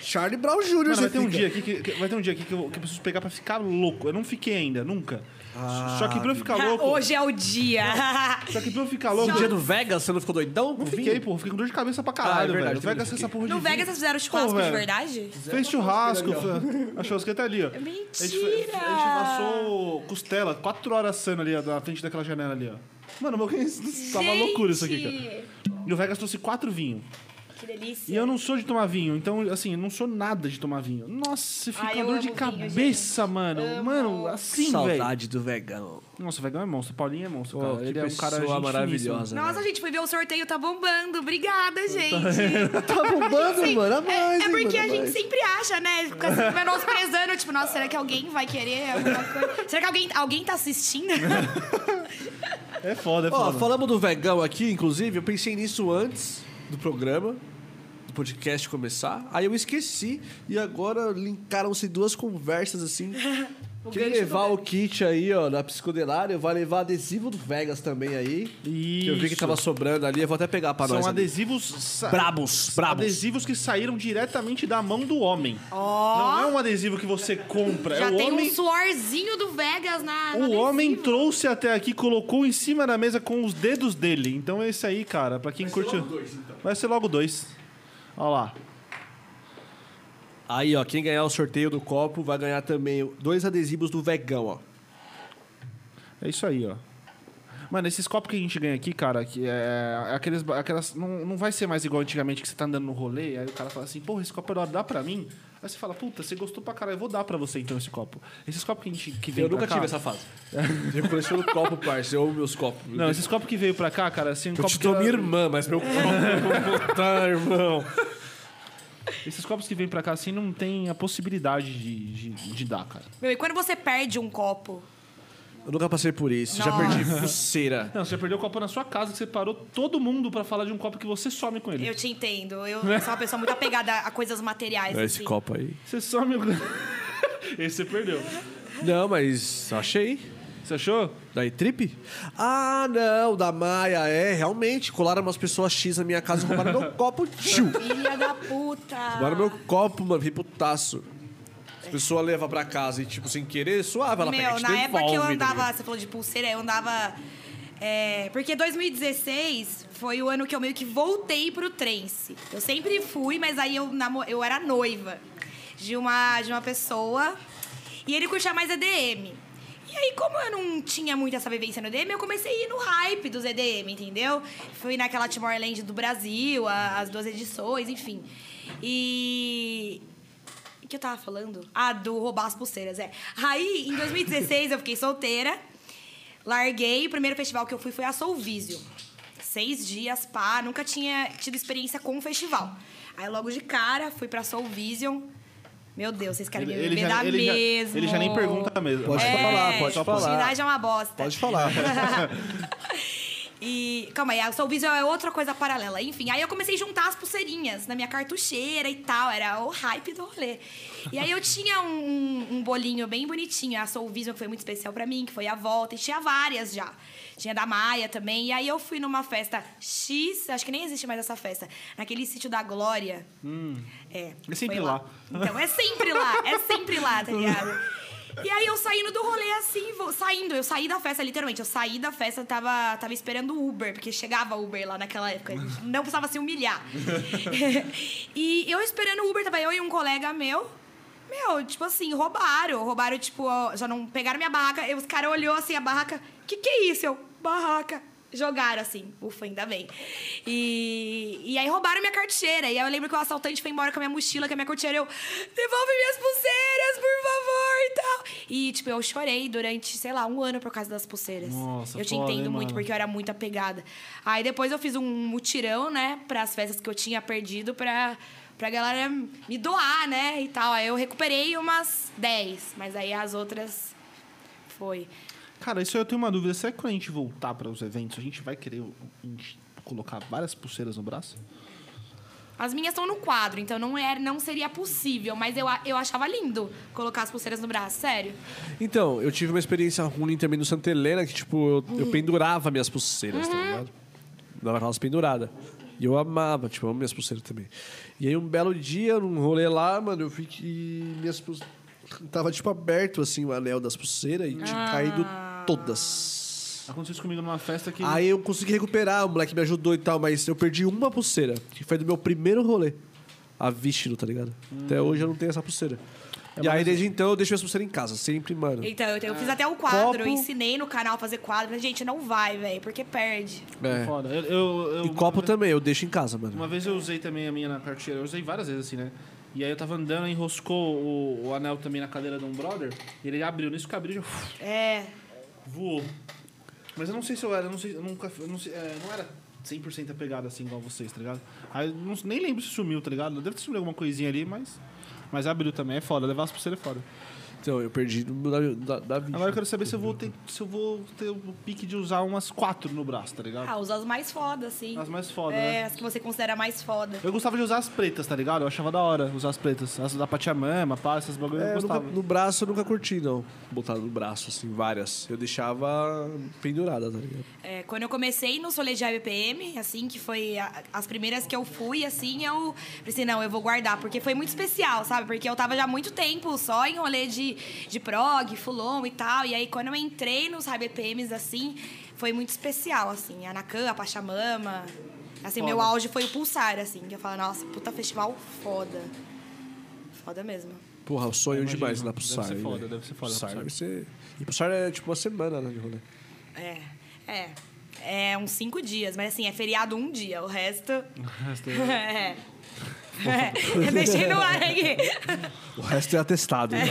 [SPEAKER 7] Charlie Brown Jr.
[SPEAKER 4] Mano,
[SPEAKER 7] você
[SPEAKER 4] vai ter um
[SPEAKER 7] fica.
[SPEAKER 4] dia aqui que, que- vai ter um dia aqui que eu, que eu preciso pegar pra ficar louco. Eu não fiquei ainda, nunca. só que pra eu ficar Tá louco.
[SPEAKER 3] Hoje é o dia.
[SPEAKER 4] Só que pra eu ficar louco.
[SPEAKER 1] No dia do Vegas, você não ficou doidão?
[SPEAKER 4] Não fiquei, porra. Fiquei com dor de cabeça pra
[SPEAKER 1] Ah, é
[SPEAKER 4] caralho,
[SPEAKER 1] verdade,
[SPEAKER 4] velho.
[SPEAKER 1] também
[SPEAKER 4] Vegas
[SPEAKER 1] fiquei.
[SPEAKER 4] essa porra de
[SPEAKER 3] No
[SPEAKER 4] vinho.
[SPEAKER 3] Vegas eles fizeram churrasco
[SPEAKER 4] Pô,
[SPEAKER 3] de
[SPEAKER 4] velho,
[SPEAKER 3] verdade?
[SPEAKER 4] Fez churrasco, a churrasqueira tá ali, ó. A gente, foi- a gente
[SPEAKER 3] Mentira!
[SPEAKER 4] passou costela, quatro horas assando ali, ó, na frente daquela janela ali, ó. Mano, meu, um- tava uma loucura isso aqui, cara.
[SPEAKER 3] Gente,
[SPEAKER 4] E o Vegas trouxe quatro vinhos.
[SPEAKER 3] Que
[SPEAKER 4] E
[SPEAKER 3] delícia.
[SPEAKER 4] eu não sou de tomar vinho, então, assim, eu não sou nada de tomar vinho. Nossa, fica
[SPEAKER 3] Ai, eu
[SPEAKER 4] dor de
[SPEAKER 3] amo
[SPEAKER 4] cabeça, mano. Mano, assim, velho.
[SPEAKER 1] Saudade do vegão.
[SPEAKER 4] Nossa, o Vegão é monstro, o Paulinho é monstro,
[SPEAKER 1] Pô,
[SPEAKER 4] cara.
[SPEAKER 1] que
[SPEAKER 4] Ele é um cara
[SPEAKER 1] pessoa
[SPEAKER 4] gente
[SPEAKER 1] maravilhosa.
[SPEAKER 4] né?
[SPEAKER 3] Nossa, gente, fui ver o sorteio, tá bombando. Obrigada, gente.
[SPEAKER 7] Tá bombando, mano. A mais,
[SPEAKER 3] É
[SPEAKER 7] hein,
[SPEAKER 3] porque
[SPEAKER 7] mano,
[SPEAKER 3] a
[SPEAKER 7] mais.
[SPEAKER 3] gente sempre acha, né? Fica assim, menosprezando, tipo, nossa, será que alguém vai querer alguma coisa? Será que alguém, alguém tá assistindo?
[SPEAKER 4] É, finíssima. É foda, é
[SPEAKER 1] Ó,
[SPEAKER 4] foda.
[SPEAKER 1] falamos do vegão aqui, inclusive, eu pensei nisso antes do programa, do podcast começar. Aí eu esqueci e agora linkaram-se duas conversas assim. Quem levar o kit aí, ó, da psicodelária, vai levar adesivo do Vegas também aí. Que eu vi que
[SPEAKER 4] Isso.
[SPEAKER 1] tava sobrando ali, eu vou até pegar pra
[SPEAKER 4] São
[SPEAKER 1] nós. ali.
[SPEAKER 4] adesivos... sa-
[SPEAKER 1] Brabos, brabos.
[SPEAKER 4] Adesivos que saíram diretamente da mão do homem. Não é um adesivo que você compra,
[SPEAKER 3] Já
[SPEAKER 4] é o
[SPEAKER 3] tem
[SPEAKER 4] homem.
[SPEAKER 3] um suorzinho do Vegas na.
[SPEAKER 4] O homem trouxe até aqui, colocou em cima da mesa com os dedos dele. Então é isso aí, cara. Pra quem curte.
[SPEAKER 1] então.
[SPEAKER 4] Vai ser logo dois. Olha lá.
[SPEAKER 1] Aí, ó, quem ganhar o sorteio do copo vai ganhar também dois adesivos do vegão, ó.
[SPEAKER 4] É isso aí, ó. Mano, esses copos que a gente ganha aqui, cara, que é. Aqueles, aquelas, não, não vai ser mais igual antigamente que você tá andando no rolê, aí o cara fala assim, porra, esse copo é da hora, dá pra mim? Aí você fala, puta, você gostou pra caralho, eu vou dar pra você então esse copo. Esses copos que a gente que vem
[SPEAKER 1] Eu
[SPEAKER 4] pra
[SPEAKER 1] nunca
[SPEAKER 4] cá-
[SPEAKER 1] tive essa fase. Eu coleciono copo, parça. Eu amo meus copos.
[SPEAKER 4] Não, esses copos que veio pra cá, cara, assim, um
[SPEAKER 1] eu
[SPEAKER 4] copo
[SPEAKER 1] te
[SPEAKER 4] que
[SPEAKER 1] dou
[SPEAKER 4] era-
[SPEAKER 1] minha irmã, mas meu copo eu vou botar, irmão.
[SPEAKER 4] Esses copos que vêm pra cá assim não tem a possibilidade de, de, de dar, cara.
[SPEAKER 3] Meu, e quando você perde um copo?
[SPEAKER 1] Eu nunca passei por isso. Já
[SPEAKER 3] Nossa.
[SPEAKER 1] perdi pulseira.
[SPEAKER 4] Não, você perdeu o copo na sua casa, que você parou todo mundo pra falar de um copo que você some com ele.
[SPEAKER 3] Eu te entendo. Eu sou uma pessoa muito apegada a coisas materiais. assim.
[SPEAKER 1] copo aí.
[SPEAKER 4] Você some o. Esse você perdeu.
[SPEAKER 1] Não, mas achei.
[SPEAKER 4] Você achou?
[SPEAKER 1] Da E-Trip? Ah, não, da Maia, é, realmente. Colaram umas pessoas X na minha casa e roubaram meu copo, tio.
[SPEAKER 3] Filha da puta.
[SPEAKER 1] Roubaram meu copo, mano, fiquei putaço. As pessoas levam pra casa e, tipo, sem querer, suave, ela pega
[SPEAKER 3] Meu,
[SPEAKER 1] e te
[SPEAKER 3] na época que eu
[SPEAKER 1] devolve, tá
[SPEAKER 3] andava,
[SPEAKER 1] ligado?
[SPEAKER 3] você falou de pulseira, eu andava. é, porque 2016 foi o ano que eu meio que voltei pro trance. Eu sempre fui, mas aí eu, namo- eu era noiva de uma, de uma pessoa. E ele curtia mais EDM. E aí, como eu não tinha muito essa vivência no EDM, eu comecei a ir no hype dos EDM, entendeu? Fui naquela Timor-Leste do Brasil, a- as duas edições, enfim. E o que eu tava falando? Ah, do roubar as pulseiras, é. Aí, em 2016, eu fiquei solteira. Larguei. O primeiro festival que eu fui foi a Solvísio. Seis dias, pá. Nunca tinha tido experiência com o festival. Aí, logo de cara, fui pra Solvision. Meu Deus, vocês querem me me dar
[SPEAKER 4] ele, já,
[SPEAKER 3] mesmo.
[SPEAKER 4] ele já nem pergunta mesmo.
[SPEAKER 7] Pode
[SPEAKER 3] É,
[SPEAKER 7] falar, pode
[SPEAKER 3] só
[SPEAKER 7] falar.
[SPEAKER 3] viragem é uma bosta.
[SPEAKER 7] Pode falar.
[SPEAKER 3] E, calma aí, a Soul Visual é outra coisa paralela. Enfim, aí eu comecei a juntar as pulseirinhas na minha cartucheira e tal. Era o hype do rolê. E aí eu tinha um, um- um bolinho bem bonitinho. A Soul Visual que foi muito especial pra mim, que foi a volta. E tinha várias já. Tinha da Maia também. E aí eu fui numa festa X, acho que nem existe mais essa festa. Naquele sítio da Glória. É.
[SPEAKER 4] É sempre
[SPEAKER 3] foi
[SPEAKER 4] lá.
[SPEAKER 3] Então é sempre lá, é sempre lá, tá ligado? E aí eu saindo do rolê assim, vou- saindo, eu saí da festa, literalmente, eu saí da festa, tava, tava esperando o Uber, porque chegava Uber lá naquela época, não precisava se humilhar. e eu esperando o Uber, tava eu e um colega meu. Meu, tipo assim, roubaram, roubaram, tipo, ó, já não pegaram minha barraca, e os caras olhou assim a barraca, que que é isso? Eu, barraca jogaram assim, ufa, ainda bem. E, e aí roubaram minha carteira. E aí eu lembro que o assaltante foi embora com a minha mochila, com a minha carteira. Eu, devolve minhas pulseiras, por favor, e tal. E, tipo, eu chorei durante, sei lá, um ano por causa das pulseiras.
[SPEAKER 2] Nossa,
[SPEAKER 3] Eu te
[SPEAKER 2] foda,
[SPEAKER 3] entendo
[SPEAKER 2] hein, mano?
[SPEAKER 3] muito, porque eu era muito apegada. Aí depois eu fiz um mutirão, né, pras festas que eu tinha perdido pra. Pra galera me doar, né? E tal. Aí eu recuperei umas 10, mas aí as outras foi.
[SPEAKER 4] Cara, isso eu tenho uma dúvida. Será que quando a gente voltar para os eventos, a gente vai querer a gente colocar várias pulseiras no braço?
[SPEAKER 3] As minhas estão no quadro, então não, era, não seria possível, mas eu, a- eu achava lindo colocar as pulseiras no braço, sério.
[SPEAKER 1] Então, eu tive uma experiência ruim também no Santa Helena, que, tipo, eu, eu pendurava minhas pulseiras, tá ligado? Dava aquelas penduradas. E eu amava, tipo, eu amo minhas pulseiras também. E aí, um belo dia, num rolê lá, mano, eu fiquei... Minhas pulse- Tava, tipo, aberto, assim, o anel das pulseiras e tinha caído todas.
[SPEAKER 4] Aconteceu isso comigo numa festa que.
[SPEAKER 1] Aí eu consegui recuperar, o moleque me ajudou e tal, mas eu perdi uma pulseira, que foi do meu primeiro rolê. A Vishnu, tá ligado? Até hoje eu não tenho essa pulseira. e aí, desde então, eu deixo minhas pulseiras em casa, sempre, mano.
[SPEAKER 3] Então, eu, eu
[SPEAKER 4] É.
[SPEAKER 3] fiz até o quadro, eu
[SPEAKER 1] Copo.
[SPEAKER 3] ensinei no canal a fazer quadro, mas, gente, não vai, velho, porque perde.
[SPEAKER 1] É.
[SPEAKER 4] Foda. Eu, eu, eu-
[SPEAKER 1] E copo também, eu deixo em casa, mano.
[SPEAKER 4] Uma vez eu usei também a minha na carteira, eu usei várias vezes assim, né? E aí eu tava andando, enroscou o, o anel também na cadeira de um brother, e ele abriu, nisso que abriu já uf,
[SPEAKER 3] É.
[SPEAKER 4] voou. Mas eu não sei se eu era, eu não sei, eu nunca, eu não, sei, é, eu não era 100% apegado assim igual vocês, tá ligado? Aí eu não- nem lembro se sumiu, tá ligado? Deve ter sumido alguma coisinha ali, mas mas abriu também, é foda, levar as pulseiras é foda.
[SPEAKER 1] Então, eu perdi no- da, da, da Vishnu.
[SPEAKER 4] Agora eu quero saber se eu vou ter, se eu vou ter o pique de usar umas quatro no braço, tá ligado?
[SPEAKER 3] Ah, usa as mais fodas, assim.
[SPEAKER 4] As mais foda,
[SPEAKER 3] É,
[SPEAKER 4] né?
[SPEAKER 3] as que você considera mais foda.
[SPEAKER 4] Eu gostava de usar as pretas, tá ligado? Eu achava da hora usar as pretas. As da Pachamama, pá, essas bagulho
[SPEAKER 1] É,
[SPEAKER 4] eu
[SPEAKER 1] eu nunca-
[SPEAKER 4] gostava.
[SPEAKER 1] no braço eu nunca curti, não. Botar no braço, assim, várias. Eu deixava pendurada, tá ligado?
[SPEAKER 3] É, quando eu comecei no Solê de IBPM, assim, que foi a- as primeiras que eu fui, assim, eu pensei, não, eu vou guardar, porque foi muito especial, sabe? Porque eu tava já há muito tempo só em um rolê de, de prog, fulon e tal, e aí quando eu entrei nos IBPMs, assim, foi muito especial, assim, Anacan, a Pachamama, assim, meu auge foi o Pulsar, assim, que eu falo, nossa, puta festival foda. Foda mesmo.
[SPEAKER 1] Porra, eu sonho
[SPEAKER 4] Imagino.
[SPEAKER 1] demais lá pro
[SPEAKER 4] Deve
[SPEAKER 1] SAR.
[SPEAKER 4] ser foda,
[SPEAKER 1] né?
[SPEAKER 4] deve ser foda
[SPEAKER 1] SAR
[SPEAKER 4] pro
[SPEAKER 1] deve ser- E pro SAR é tipo uma semana, né, de rolê.
[SPEAKER 3] É, é. É uns cinco dias, mas assim, é feriado um dia, o resto. O resto é. é. Deixei no ar aqui.
[SPEAKER 1] O resto é atestado, né?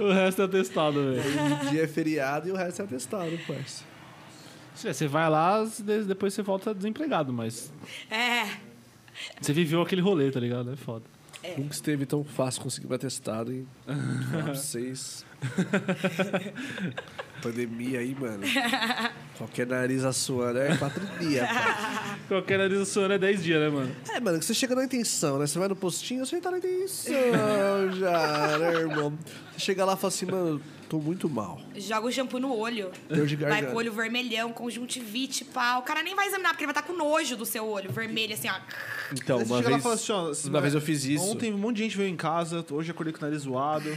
[SPEAKER 4] O resto é testado, velho.
[SPEAKER 7] Um dia é feriado e o resto é atestado, parça.
[SPEAKER 4] É, Você vai lá, de- depois você volta desempregado, mas
[SPEAKER 3] É.
[SPEAKER 4] você viveu aquele rolê, tá ligado? É foda.
[SPEAKER 1] Nunca esteve tão fácil conseguir um atestado, hein? Falar pra vocês. Pandemia aí, mano. Qualquer nariz assoando é quatro dias, pá.
[SPEAKER 4] Qualquer nariz suando é 10 dias, né, mano?
[SPEAKER 1] É, mano, que você chega na intenção, né? Você vai no postinho, você tá na intenção já, né, irmão? Você chega lá e fala assim, mano, tô muito mal.
[SPEAKER 3] Joga o shampoo no olho.
[SPEAKER 1] Deu de
[SPEAKER 3] Vai com o
[SPEAKER 1] garganta.
[SPEAKER 3] olho vermelhão, conjuntivite, pá. O cara nem vai examinar, porque ele vai estar com nojo do seu olho, vermelho, assim, ó.
[SPEAKER 1] Então,
[SPEAKER 4] Aí você
[SPEAKER 1] uma
[SPEAKER 4] chega lá e
[SPEAKER 1] vez,
[SPEAKER 4] fala assim, ó,
[SPEAKER 1] uma vez eu fiz isso.
[SPEAKER 4] Ontem um monte de gente veio em casa, hoje eu acordei com o nariz zoado.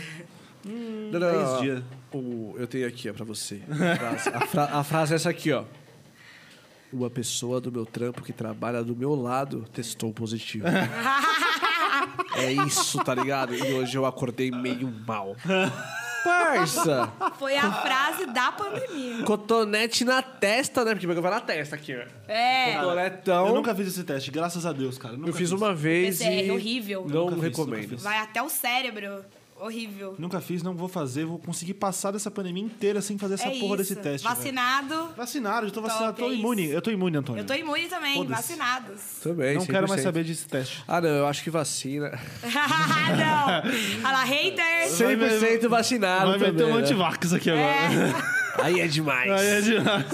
[SPEAKER 1] Não, não, não,
[SPEAKER 4] Dez
[SPEAKER 1] não.
[SPEAKER 4] dias.
[SPEAKER 1] O- eu tenho aqui, ó, pra você. A frase, a fra- a frase é essa aqui, ó. Uma pessoa do meu trampo que trabalha do meu lado testou positivo. é isso, tá ligado? E hoje eu acordei meio mal. Parça!
[SPEAKER 3] Foi a frase da pandemia.
[SPEAKER 1] Cotonete na testa, né? Porque vai na testa aqui, ó.
[SPEAKER 3] É.
[SPEAKER 1] Cotonetão.
[SPEAKER 4] eu
[SPEAKER 1] Eu,
[SPEAKER 4] nunca fiz esse teste, graças a Deus, cara. Nunca
[SPEAKER 1] Então- fiz uma vez
[SPEAKER 3] PCR
[SPEAKER 1] e...
[SPEAKER 3] é horrível.
[SPEAKER 1] Não
[SPEAKER 4] Nunca fiz, nunca
[SPEAKER 1] recomendo.
[SPEAKER 4] fiz.
[SPEAKER 3] Vai até o cérebro. Horrível.
[SPEAKER 4] Nunca fiz, não vou fazer, vou conseguir passar dessa pandemia inteira sem fazer essa
[SPEAKER 3] é
[SPEAKER 4] porra
[SPEAKER 3] isso.
[SPEAKER 4] desse teste. velho.
[SPEAKER 3] Vacinado.
[SPEAKER 4] Vacinado, eu tô
[SPEAKER 3] Top,
[SPEAKER 4] vacinado, tô
[SPEAKER 3] é
[SPEAKER 4] imune.
[SPEAKER 3] isso.
[SPEAKER 4] Eu tô imune, Antônio.
[SPEAKER 1] É
[SPEAKER 3] Eu tô imune também,
[SPEAKER 4] Foda-se.
[SPEAKER 3] vacinados.
[SPEAKER 1] Também,
[SPEAKER 4] Não quero mais
[SPEAKER 1] 100%.
[SPEAKER 4] saber desse teste.
[SPEAKER 1] Ah, não, eu acho que vacina.
[SPEAKER 3] Ah, não! Olha lá, haters!
[SPEAKER 1] 100% vacinado
[SPEAKER 4] Vai meter
[SPEAKER 1] também,
[SPEAKER 4] um
[SPEAKER 1] né?
[SPEAKER 4] antivax aqui agora.
[SPEAKER 1] Aí é demais.
[SPEAKER 4] Aí é demais.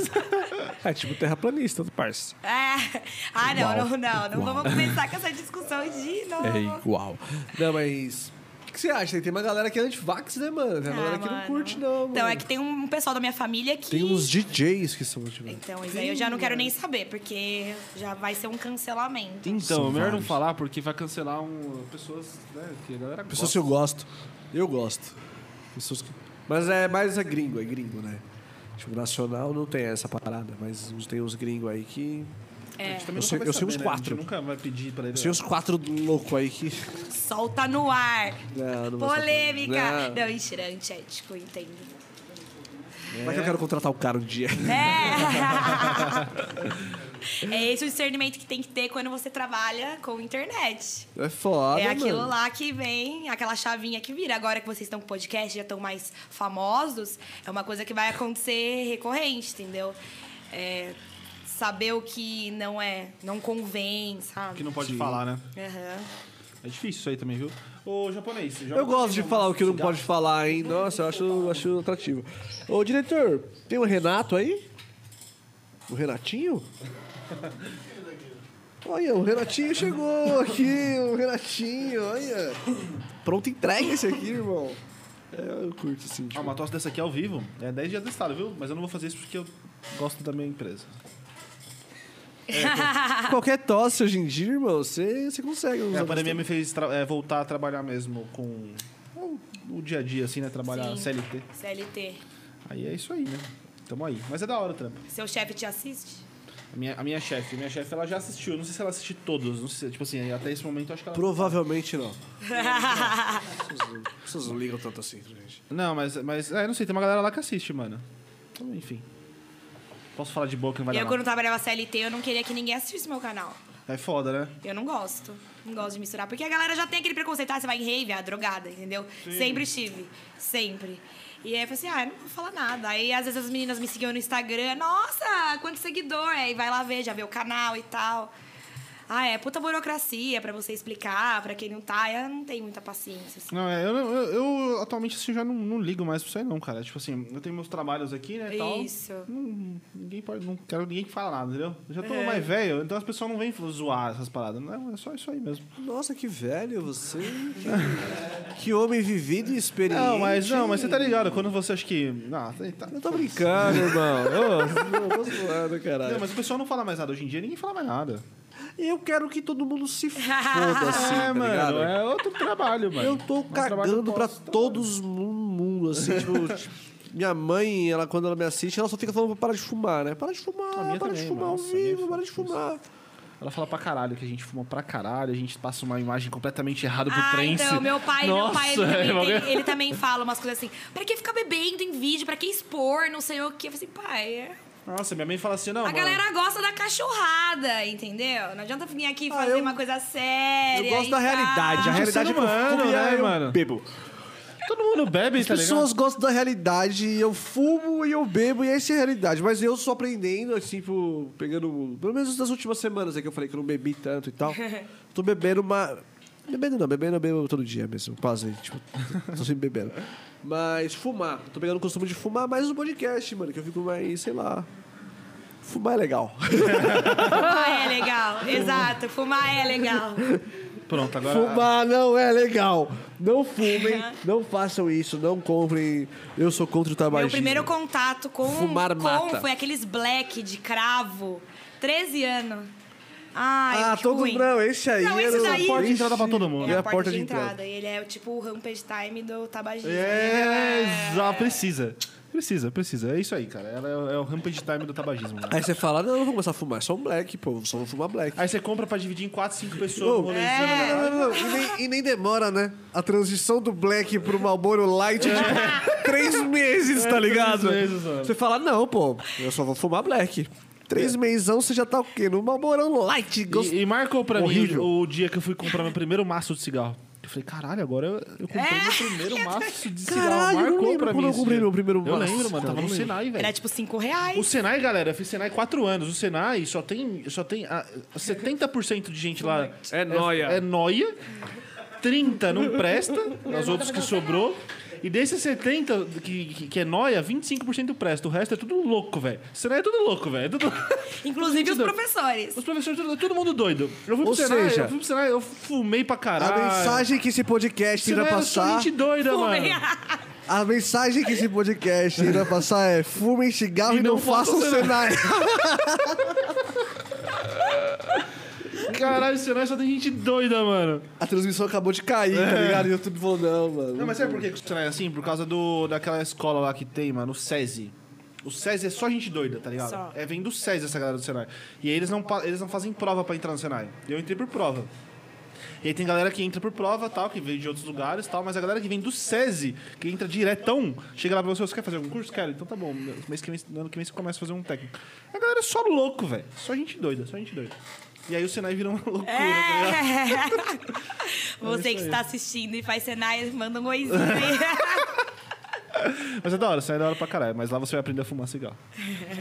[SPEAKER 1] É tipo terraplanista do parça.
[SPEAKER 3] É. Ah, não,
[SPEAKER 1] Uau.
[SPEAKER 3] não, não. Não
[SPEAKER 1] Uau.
[SPEAKER 4] É
[SPEAKER 1] É,
[SPEAKER 3] vamos começar com essa discussão de novo.
[SPEAKER 1] igual. Não, mas
[SPEAKER 2] O que você acha? Tem uma galera que é anti-vax, né, mano? Tem uma galera
[SPEAKER 3] Ah,
[SPEAKER 2] que não
[SPEAKER 3] mano.
[SPEAKER 2] curte, não.
[SPEAKER 3] Então,
[SPEAKER 2] mano.
[SPEAKER 3] é que tem um pessoal da minha família que...
[SPEAKER 1] Tem uns DJs que são motivados.
[SPEAKER 3] Então, isso aí eu já não quero nem saber, porque já vai ser um cancelamento.
[SPEAKER 4] Então,
[SPEAKER 1] São
[SPEAKER 4] melhor não
[SPEAKER 1] vários.
[SPEAKER 4] falar porque vai cancelar um, pessoas, né, que a galera
[SPEAKER 1] Pessoas
[SPEAKER 4] gosta.
[SPEAKER 1] que eu gosto. Eu gosto. Pessoas que... Mas é mais é gringo, é gringo, né? Tipo, nacional não tem essa parada, mas tem uns gringos aí que.
[SPEAKER 3] É.
[SPEAKER 4] A gente
[SPEAKER 1] Eu
[SPEAKER 4] também nunca
[SPEAKER 1] sei-
[SPEAKER 4] vai
[SPEAKER 1] eu sei
[SPEAKER 4] saber,
[SPEAKER 1] uns
[SPEAKER 4] né? A
[SPEAKER 1] quatro.
[SPEAKER 4] gente nunca É. vai pedir pra
[SPEAKER 1] Eu
[SPEAKER 4] ele.
[SPEAKER 1] sei uns quatro loucos aí que.
[SPEAKER 3] Solta no ar.
[SPEAKER 1] Não, não vou soltar.
[SPEAKER 3] Polêmica.
[SPEAKER 1] Não.
[SPEAKER 3] Não, mentira, antiético, entendo.
[SPEAKER 1] Vai é que eu quero contratar o cara um dia.
[SPEAKER 3] É. é esse o discernimento que tem que ter quando você trabalha com internet.
[SPEAKER 1] É foda,
[SPEAKER 3] é aquilo
[SPEAKER 1] mano.
[SPEAKER 3] lá que vem, aquela chavinha que vira. Agora que vocês estão com podcast, já estão mais famosos, é uma coisa que vai acontecer recorrente, entendeu? É, saber o que não é, não convém, sabe?
[SPEAKER 4] Que não pode falar, né?
[SPEAKER 3] Aham.
[SPEAKER 4] É difícil isso aí também, viu? Ô, japonês, você joga
[SPEAKER 2] Eu gosto de falar o que não pode falar, hein? Nossa, eu acho, acho atrativo. Ô, diretor, tem o Renato aí? O Renatinho? Olha, o Renatinho chegou aqui, o Renatinho, olha. Pronto, entrega esse aqui, irmão. É, eu curto assim,
[SPEAKER 4] Ah,
[SPEAKER 2] tipo,
[SPEAKER 4] uma tosse dessa aqui ao vivo é 10 dias testado, viu? Mas eu não vou fazer isso porque eu gosto da minha empresa.
[SPEAKER 2] Qualquer tosse hoje em dia, irmão, você, você consegue.
[SPEAKER 4] É,
[SPEAKER 2] usar
[SPEAKER 4] a pandemia me fez tra- é, voltar a trabalhar mesmo com o, o dia a dia, assim, né? Trabalhar
[SPEAKER 3] Sim.
[SPEAKER 4] CLT.
[SPEAKER 3] CLT.
[SPEAKER 4] Aí é isso aí, né? Tamo aí. Mas é da hora o trampo.
[SPEAKER 3] Seu chefe te assiste?
[SPEAKER 4] A minha, a minha chefe, minha chefe, ela já assistiu. Não sei se ela assistiu todos. Não sei, tipo assim, até esse momento eu acho que ela.
[SPEAKER 1] Provavelmente não. Vocês não ligam tanto assim, gente.
[SPEAKER 4] Não, mas, mas é, não sei, tem uma galera lá que assiste, mano. Então, enfim. Posso falar de boa que não vai
[SPEAKER 3] eu,
[SPEAKER 4] dar
[SPEAKER 3] quando
[SPEAKER 4] nada.
[SPEAKER 3] trabalhava CLT, eu não queria que ninguém assistisse meu canal.
[SPEAKER 4] É foda, né?
[SPEAKER 3] Eu não gosto. Não gosto de misturar. Porque a galera já tem aquele preconceito, ah, você vai em rave, ah, drogada, entendeu? Sempre estive. Sempre. E aí eu falei assim, ah, eu não vou falar nada. Aí às vezes as meninas me seguiam no Instagram, nossa, quanto seguidor. Aí vai lá ver, já vê o canal e tal. Ah, é puta burocracia pra você explicar, pra quem não tá. Eu não tenho muita paciência. assim.
[SPEAKER 4] Não, é, eu, não- eu, eu atualmente assim, já não, não ligo mais pra isso aí, não, cara. Tipo assim, eu tenho meus trabalhos aqui, né? Tal.
[SPEAKER 3] Isso.
[SPEAKER 4] Não, ninguém pode, não quero ninguém que fala nada, entendeu? Eu já tô mais velho, então as pessoas não vêm zoar essas paradas. Não, é só isso aí mesmo.
[SPEAKER 1] Nossa, que velho você. Que, que homem vivido e experiente.
[SPEAKER 4] Não, mas não, mas você tá ligado, quando você acha que. Não, tá,
[SPEAKER 1] Eu tô brincando, irmão.
[SPEAKER 2] Não, eu tô zoando, caralho.
[SPEAKER 4] Não, mas o pessoal não fala mais nada. Hoje em dia ninguém fala mais nada.
[SPEAKER 1] Eu quero que todo mundo se foda assim,
[SPEAKER 4] é,
[SPEAKER 1] tá
[SPEAKER 4] mano,
[SPEAKER 1] ligado?
[SPEAKER 4] é outro trabalho, tá mano.
[SPEAKER 1] Eu tô cagando pra todos no mundo, assim, tipo... Minha mãe, ela, quando ela me assiste, ela só fica falando pra parar de fumar, né? Para de fumar,
[SPEAKER 4] A minha
[SPEAKER 1] para de
[SPEAKER 4] também,
[SPEAKER 1] fumar
[SPEAKER 4] mano.
[SPEAKER 1] ao
[SPEAKER 4] Nossa, a minha
[SPEAKER 1] vivo,
[SPEAKER 4] fala
[SPEAKER 1] para de fumar.
[SPEAKER 4] Ela fala pra caralho que a gente fuma pra caralho, a gente passa uma imagem completamente errada pro
[SPEAKER 3] ah,
[SPEAKER 4] trance.
[SPEAKER 3] então, meu pai, meu pai, ele
[SPEAKER 8] Nossa, é,
[SPEAKER 3] também,
[SPEAKER 8] bagulho-
[SPEAKER 3] tem- ele também fala umas coisas assim, pra que ficar bebendo em vídeo, pra que expor, não sei o quê. Eu falei assim, pai, é...
[SPEAKER 4] Nossa, minha mãe fala assim, não,
[SPEAKER 3] A
[SPEAKER 4] mano.
[SPEAKER 3] galera gosta da cachorrada, entendeu? Não adianta vir aqui fazer uma coisa
[SPEAKER 1] Ah, Eu
[SPEAKER 3] séria.
[SPEAKER 1] gosto
[SPEAKER 3] e
[SPEAKER 1] da
[SPEAKER 3] tal.
[SPEAKER 1] realidade. A
[SPEAKER 4] Gente,
[SPEAKER 1] realidade é
[SPEAKER 4] ser
[SPEAKER 1] que eu
[SPEAKER 4] humano,
[SPEAKER 1] fumo e
[SPEAKER 4] né,
[SPEAKER 1] eu
[SPEAKER 4] mano?
[SPEAKER 1] bebo.
[SPEAKER 4] Todo mundo bebe,
[SPEAKER 1] As
[SPEAKER 4] tá
[SPEAKER 1] pessoas gostam da realidade, e eu fumo e eu bebo, e essa é a realidade. Mas eu sou aprendendo, assim, tipo, pegando. Pelo menos nas últimas semanas é que eu falei que eu não bebi tanto e tal. Tô bebendo uma. Bebendo não, bebendo eu bebo todo dia mesmo, quase. Tipo, tô sempre bebendo. Mas fumar. Tô pegando o costume de fumar mais no podcast, mano, que eu fico mais, sei lá. Fumar é legal.
[SPEAKER 3] Fumar é legal. Exato, fumar é legal.
[SPEAKER 4] ligado? Pronto, agora.
[SPEAKER 1] Fumar não é legal. Não fumem, não façam isso, não comprem. Eu sou contra o tabagismo.
[SPEAKER 3] Meu primeiro contato com, um
[SPEAKER 1] Fumar
[SPEAKER 3] com
[SPEAKER 1] mata.
[SPEAKER 3] foi aqueles black de cravo. 13 anos. Ai,
[SPEAKER 1] Ah,
[SPEAKER 3] muito
[SPEAKER 4] tipo,
[SPEAKER 1] todo
[SPEAKER 3] ruim.
[SPEAKER 1] não, esse aí.
[SPEAKER 3] Não,
[SPEAKER 1] era
[SPEAKER 3] esse
[SPEAKER 1] o-
[SPEAKER 3] daí- Porta
[SPEAKER 4] de entrada pra todo mundo.
[SPEAKER 1] É
[SPEAKER 3] É
[SPEAKER 1] a porta de entrada.
[SPEAKER 3] E ele é tipo o Rampage Time do né? tabagismo.
[SPEAKER 4] É, exa- precisa. Precisa, precisa. É isso aí, cara. Ela é, o- é o rampage time do tabagismo. né?
[SPEAKER 1] Aí você fala, não, eu não vou começar a fumar, é só um black, pô, só vou fumar black.
[SPEAKER 4] Aí você compra pra dividir em 4, 5 pessoas.
[SPEAKER 1] Ô,
[SPEAKER 4] no rolezinho, né?
[SPEAKER 1] É, Não, não, não, E, nem, e nem demora, né? A transição do black pro Marlboro Light, tipo, três meses, tá ligado?
[SPEAKER 4] É. três meses, mano. É.
[SPEAKER 1] você fala, não, pô, eu só vou fumar black. Três mesão, você já tá o quê? No Malborão Light. gost-
[SPEAKER 4] E, e marcou pra
[SPEAKER 1] Horrível.
[SPEAKER 4] mim o, o dia que eu fui comprar meu primeiro maço de cigarro. Eu falei, caralho, agora eu, eu comprei
[SPEAKER 3] É.
[SPEAKER 4] meu primeiro maço de cigarro.
[SPEAKER 1] Caralho, eu não
[SPEAKER 4] marcou
[SPEAKER 1] lembro
[SPEAKER 4] pra
[SPEAKER 1] quando
[SPEAKER 4] mim.
[SPEAKER 1] eu
[SPEAKER 4] esse
[SPEAKER 1] comprei
[SPEAKER 4] dia.
[SPEAKER 1] meu primeiro
[SPEAKER 4] Eu
[SPEAKER 1] maço,
[SPEAKER 4] lembro, mano. tá-
[SPEAKER 1] cara,
[SPEAKER 4] Tava
[SPEAKER 1] eu
[SPEAKER 4] no
[SPEAKER 1] lembro.
[SPEAKER 4] Senai, velho.
[SPEAKER 3] Era tipo 5 reais.
[SPEAKER 4] O Senai, galera, eu fiz Senai 4 anos. O Senai só tem, só tem ah, 70% de gente lá.
[SPEAKER 2] É nóia.
[SPEAKER 4] É, noia. 30 não presta, as outras que sobrou. E desses 70 que, que, que é nóia, 25% presta. O resto é tudo louco, velho. Senai é tudo louco, velho. É tudo...
[SPEAKER 3] Inclusive os
[SPEAKER 4] Tudo.
[SPEAKER 3] professores.
[SPEAKER 4] Os professores, tudo, todo mundo doido. Eu fui
[SPEAKER 1] Ou
[SPEAKER 4] pro Senai,
[SPEAKER 1] seja,
[SPEAKER 4] eu fui pro Senai, eu fumei pra
[SPEAKER 1] A
[SPEAKER 4] caralho.
[SPEAKER 1] mensagem que esse podcast irá
[SPEAKER 4] Senai é. era só
[SPEAKER 1] passar.
[SPEAKER 4] gente doida, mano.
[SPEAKER 3] Fumem.
[SPEAKER 1] A mensagem que esse podcast irá passar é: fumem cigarro e,
[SPEAKER 4] E
[SPEAKER 1] não,
[SPEAKER 4] não
[SPEAKER 1] façam
[SPEAKER 4] façam
[SPEAKER 1] Senai.
[SPEAKER 4] Caralho, o Senai só tem gente doida, mano.
[SPEAKER 1] A transmissão acabou de cair, tá ligado? E o YouTube falou: não, mano.
[SPEAKER 4] Não, mas sabe por que que o Senai é assim? Por causa do, daquela escola lá que tem, mano, o SESI. O SESI é só gente doida, tá ligado?
[SPEAKER 3] Só.
[SPEAKER 4] É, vem do SESI essa galera do Senai. E aí eles não, pa- eles não fazem prova pra entrar no Senai. Eu entrei por prova. E aí tem galera que entra por prova, tal, que veio de outros lugares, tal, mas a galera que vem do SESI, que entra diretão, chega lá pra você, você quer fazer algum curso? Quero, então tá bom, mês que vem, no ano que vem você começa a fazer um técnico. A galera é só louco, velho. Só gente doida, só gente doida. E aí o Senai vira uma loucura,
[SPEAKER 3] É.
[SPEAKER 4] tá ligado?
[SPEAKER 3] Você que está assistindo e faz Senai, manda um oizinho aí.
[SPEAKER 4] Mas é da hora, o Senai é da hora pra caralho, mas lá você vai aprender a fumar cigarro.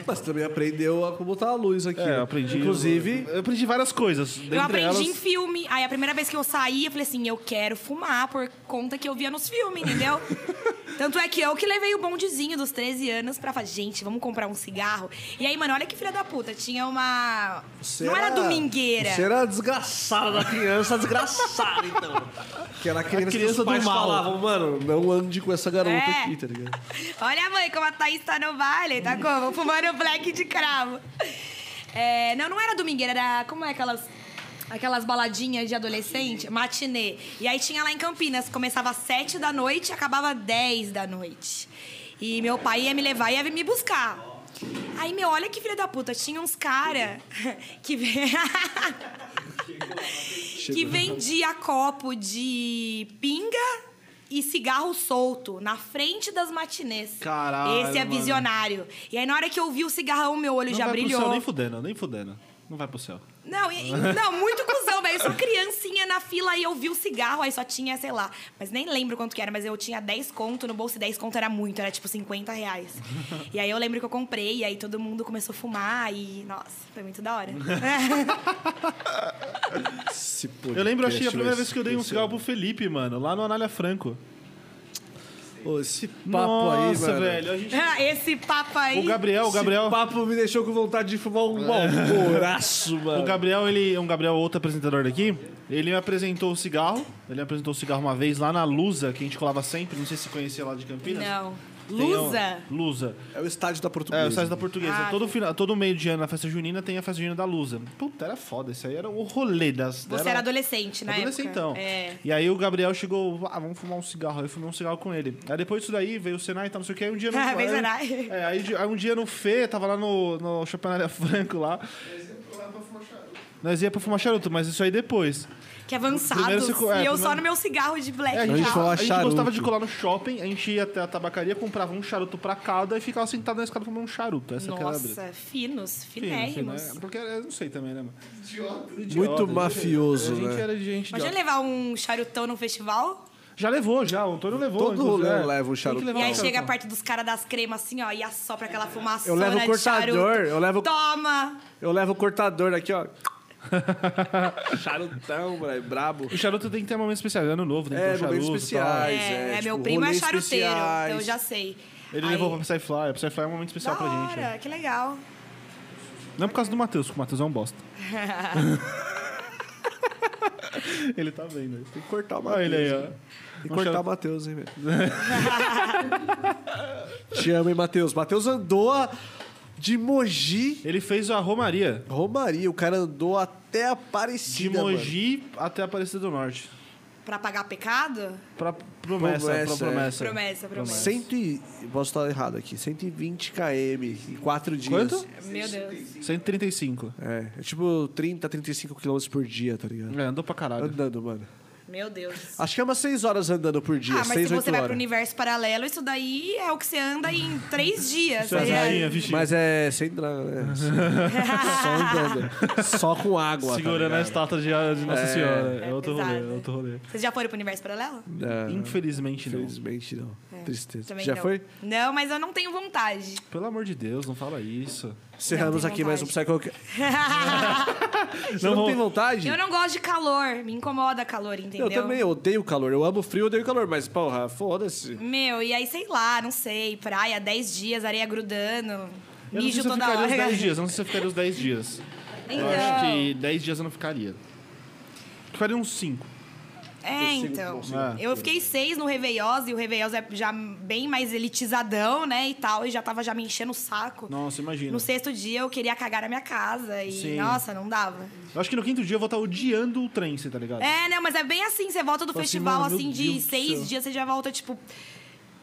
[SPEAKER 1] Mas também aprendeu a como botar a luz aqui.
[SPEAKER 4] É, eu aprendi.
[SPEAKER 1] Inclusive,
[SPEAKER 4] Eu aprendi várias coisas. Dentre
[SPEAKER 3] Eu aprendi
[SPEAKER 4] elas,
[SPEAKER 3] em filme. Aí a primeira vez que eu saí, eu falei assim, eu quero fumar por conta que eu via nos filmes, entendeu? Tanto é que eu que levei o bondezinho dos 13 anos pra falar, gente, vamos comprar um cigarro. E aí, mano, olha que filha da puta, tinha uma.
[SPEAKER 1] Você
[SPEAKER 3] Não era domingueira.
[SPEAKER 1] Você era a desgraçada da criança, a desgraçada, então. Que era a criança,
[SPEAKER 4] criança
[SPEAKER 1] que os
[SPEAKER 4] do
[SPEAKER 1] pais
[SPEAKER 4] mal.
[SPEAKER 1] falavam, mano, não ande com essa garota
[SPEAKER 3] É.
[SPEAKER 1] aqui, tá ligado?
[SPEAKER 3] Olha, mãe, como a Thaís tá no vale, tá como? Fumando black de cravo. É, não, não era domingueira, era. Como é aquelas. Aquelas baladinhas de adolescente, matinê. E aí tinha lá em Campinas, começava às sete da noite e acabava às 10 da noite. E meu pai ia me levar e ia me buscar. Aí, meu, olha que filha da puta, tinha uns cara que. ve- que vendia copo de pinga e cigarro solto na frente das matinês.
[SPEAKER 4] Caralho,
[SPEAKER 3] Esse é
[SPEAKER 4] mano.
[SPEAKER 3] visionário. E aí, na hora que eu vi o cigarrão, meu olho
[SPEAKER 4] Não
[SPEAKER 3] já
[SPEAKER 4] vai
[SPEAKER 3] brilhou.
[SPEAKER 4] pro céu nem fudendo, nem fudendo. Não vai pro céu.
[SPEAKER 3] Não, e- e- não, muito cuzão, velho. Eu sou criancinha na fila e eu vi o cigarro, aí só tinha, sei lá. Mas nem lembro quanto que era, mas eu tinha 10 conto no bolso e 10 conto era muito, era tipo 50 reais. E aí eu lembro que eu comprei, e aí todo mundo começou a fumar e. Nossa, foi muito da hora.
[SPEAKER 1] Esse
[SPEAKER 4] Eu lembro, acho que
[SPEAKER 1] podcast
[SPEAKER 4] a primeira
[SPEAKER 1] vai
[SPEAKER 4] vez que eu dei um cigarro pro Felipe, mano, lá no Anália Franco.
[SPEAKER 1] Ô, esse papo
[SPEAKER 4] Nossa,
[SPEAKER 1] aí, mano.
[SPEAKER 4] velho. a gente-
[SPEAKER 3] Esse papo aí.
[SPEAKER 4] O Gabriel, o Gabriel. É.
[SPEAKER 1] Esse papo me deixou com vontade de fumar um alvoraço, mano.
[SPEAKER 4] O Gabriel, ele é um Gabriel, outro apresentador daqui. Ele me apresentou o cigarro. Ele me apresentou o cigarro uma vez lá na Lusa, que a gente colava sempre. Não sei se conhecia lá de Campinas.
[SPEAKER 3] Não.
[SPEAKER 4] Tem um-
[SPEAKER 3] Lusa?
[SPEAKER 4] Lusa.
[SPEAKER 1] É o estádio da
[SPEAKER 4] É,
[SPEAKER 1] portuguesa.
[SPEAKER 4] o site da portuguesa.
[SPEAKER 3] Ah,
[SPEAKER 4] todo, final, todo meio de ano na festa junina tem a festa junina da Lusa. Puta, era foda. Isso aí era o rolê das.
[SPEAKER 3] Você era adolescente, né?
[SPEAKER 4] Adolescentão.
[SPEAKER 3] É.
[SPEAKER 4] então. E aí o Gabriel chegou, ah, vamos fumar um cigarro. Aí eu fumei um cigarro com ele. Aí depois disso daí veio o Senai e tal, não sei o que. Aí um dia no.
[SPEAKER 3] Ah, veio o
[SPEAKER 4] aí-
[SPEAKER 3] Senai.
[SPEAKER 4] é, aí, de- aí um dia no Fê, tava lá no, no Chapanaria Franco lá. Nós ia pra fumar charuto, mas isso aí depois.
[SPEAKER 3] Que avançado.
[SPEAKER 4] Primeiro se co- é,
[SPEAKER 3] e eu
[SPEAKER 4] primeiro-
[SPEAKER 3] só no meu cigarro de black.
[SPEAKER 4] É, a
[SPEAKER 1] gente
[SPEAKER 4] gente,
[SPEAKER 1] fala
[SPEAKER 4] a gente
[SPEAKER 1] charuto.
[SPEAKER 4] gostava de colar no shopping, a gente ia até a tabacaria, comprava um charuto pra cada e ficava sentado na escada fumando um charuto. Essa que era a brisa.
[SPEAKER 3] Nossa, finos,
[SPEAKER 4] Fino, fino,
[SPEAKER 3] finérimos.
[SPEAKER 4] é, Porque eu não sei também, né, mano? Idiota.
[SPEAKER 1] Muito
[SPEAKER 4] né?
[SPEAKER 1] mafioso,
[SPEAKER 4] A gente
[SPEAKER 1] né?
[SPEAKER 4] era de gente
[SPEAKER 3] Imagina
[SPEAKER 4] idiota.
[SPEAKER 3] levar um charutão num festival
[SPEAKER 4] Já levou, já. O Antônio levou.
[SPEAKER 1] Todo
[SPEAKER 4] inclusive,
[SPEAKER 1] rolê
[SPEAKER 4] é.
[SPEAKER 1] leva um charuto.
[SPEAKER 4] Tem que
[SPEAKER 3] e
[SPEAKER 4] levar
[SPEAKER 3] aí
[SPEAKER 4] um
[SPEAKER 3] chega a
[SPEAKER 4] charuto.
[SPEAKER 3] parte dos caras das cremas assim, ó, e assopra aquela fumaça.
[SPEAKER 1] Eu levo o cortador, eu levo-
[SPEAKER 3] Toma!
[SPEAKER 4] é-
[SPEAKER 1] Eu levo o cortador aqui, ó. Charutão, moleque, brabo.
[SPEAKER 4] O charuto tem que ter momentos especiais. Ano novo, tem que
[SPEAKER 1] É,
[SPEAKER 4] ter um charuto.
[SPEAKER 1] momentos
[SPEAKER 4] e tal.
[SPEAKER 3] É,
[SPEAKER 1] especiais. Mas é,
[SPEAKER 3] é,
[SPEAKER 1] tipo,
[SPEAKER 3] meu primo é
[SPEAKER 1] rolês
[SPEAKER 3] charuteiro,
[SPEAKER 1] especiais.
[SPEAKER 3] então eu já sei.
[SPEAKER 4] Ele
[SPEAKER 3] Aí-
[SPEAKER 4] levou pra Psyfly. A Psyfly é um momento especial
[SPEAKER 3] da
[SPEAKER 4] pra gente.
[SPEAKER 3] hora,
[SPEAKER 4] né?
[SPEAKER 3] que legal.
[SPEAKER 4] Não por causa do Matheus, porque o Matheus é um bosta. ele tá vendo. ele Tem que cortar o Matheus. Olha ele aí, ó.
[SPEAKER 1] E
[SPEAKER 4] Um
[SPEAKER 1] cortar o
[SPEAKER 4] charuto-
[SPEAKER 1] Matheus, hein, velho? Te amo, hein, Matheus. Matheus andou a- de Mogi.
[SPEAKER 4] Ele fez a Romaria.
[SPEAKER 1] Romaria, o cara andou até
[SPEAKER 4] De
[SPEAKER 1] Aparecida.
[SPEAKER 4] Mogi até Aparecida do Norte.
[SPEAKER 3] Pra pagar pecado?
[SPEAKER 4] Pra
[SPEAKER 1] Promessa,
[SPEAKER 4] promessa, pra
[SPEAKER 1] é.
[SPEAKER 4] promessa.
[SPEAKER 3] Promessa,
[SPEAKER 1] Mano.
[SPEAKER 3] promessa.
[SPEAKER 1] Cento e. Posso estar errado aqui. 120 km em 4 dias.
[SPEAKER 4] Quanto?
[SPEAKER 3] Meu Deus.
[SPEAKER 4] 135.
[SPEAKER 1] É, é tipo 30, 35 km por dia, tá ligado?
[SPEAKER 4] É, andou pra caralho.
[SPEAKER 1] Andando, mano.
[SPEAKER 3] Meu Deus.
[SPEAKER 1] Acho que é umas 6 horas andando por dia,
[SPEAKER 3] Ah, mas se
[SPEAKER 1] 6, 8
[SPEAKER 3] você vai pro
[SPEAKER 1] horas.
[SPEAKER 3] universo paralelo, isso daí é o que você anda em três dias.
[SPEAKER 4] Isso é
[SPEAKER 3] né?
[SPEAKER 4] rainha, vixi.
[SPEAKER 1] Mas é sem droga, né? Só andando. Só com água. tá
[SPEAKER 4] Segurando a
[SPEAKER 1] ligado?
[SPEAKER 4] estátua de, de Nossa Senhora. É,
[SPEAKER 3] É
[SPEAKER 4] outro
[SPEAKER 3] pesado.
[SPEAKER 4] rolê, é outro rolê.
[SPEAKER 3] Vocês já foram pro universo paralelo?
[SPEAKER 1] Não, não,
[SPEAKER 4] Infelizmente né? não.
[SPEAKER 1] É, Infelizmente não. Tristeza.
[SPEAKER 3] É, Também
[SPEAKER 1] Já
[SPEAKER 3] não.
[SPEAKER 1] foi?
[SPEAKER 3] Não, mas eu não tenho vontade.
[SPEAKER 4] Pelo amor de Deus, não fala isso.
[SPEAKER 1] Encerramos
[SPEAKER 3] tem
[SPEAKER 1] aqui mais um Psycho. Você não, tem vontade?
[SPEAKER 3] Eu não gosto de calor, me incomoda calor, entendeu?
[SPEAKER 1] Eu também odeio calor. Eu amo frio, odeio calor. Mas, porra, foda-se.
[SPEAKER 3] Meu, e aí sei lá, não sei, praia, 10 dias, areia grudando,
[SPEAKER 4] Eu não sei
[SPEAKER 3] mijo
[SPEAKER 4] se eu
[SPEAKER 3] toda
[SPEAKER 4] ficaria
[SPEAKER 3] hora. Então,
[SPEAKER 4] os 10 dias. Eu não sei se eu ficaria os 10 dias. Eu acho que 10 dias eu não ficaria. Ficaria uns 5.
[SPEAKER 3] É, então.
[SPEAKER 4] Ah.
[SPEAKER 3] Eu fiquei seis no Réveillós, e o Réveillós é já bem mais elitizadão, né, e tal, e já tava já me enchendo o saco.
[SPEAKER 4] Nossa, imagina.
[SPEAKER 3] No sexto dia eu queria cagar na minha casa e,
[SPEAKER 4] né? Sim.
[SPEAKER 3] nossa, não dava.
[SPEAKER 4] Eu acho que no quinto dia eu vou estar odiando o trem, você tá ligado?
[SPEAKER 3] É, não, mas é bem assim, você volta do
[SPEAKER 4] Fala assim,
[SPEAKER 3] festival,
[SPEAKER 4] mano, meu
[SPEAKER 3] assim,
[SPEAKER 4] Deus
[SPEAKER 3] de
[SPEAKER 4] do
[SPEAKER 3] seis
[SPEAKER 4] céu.
[SPEAKER 3] dias, você já volta, tipo,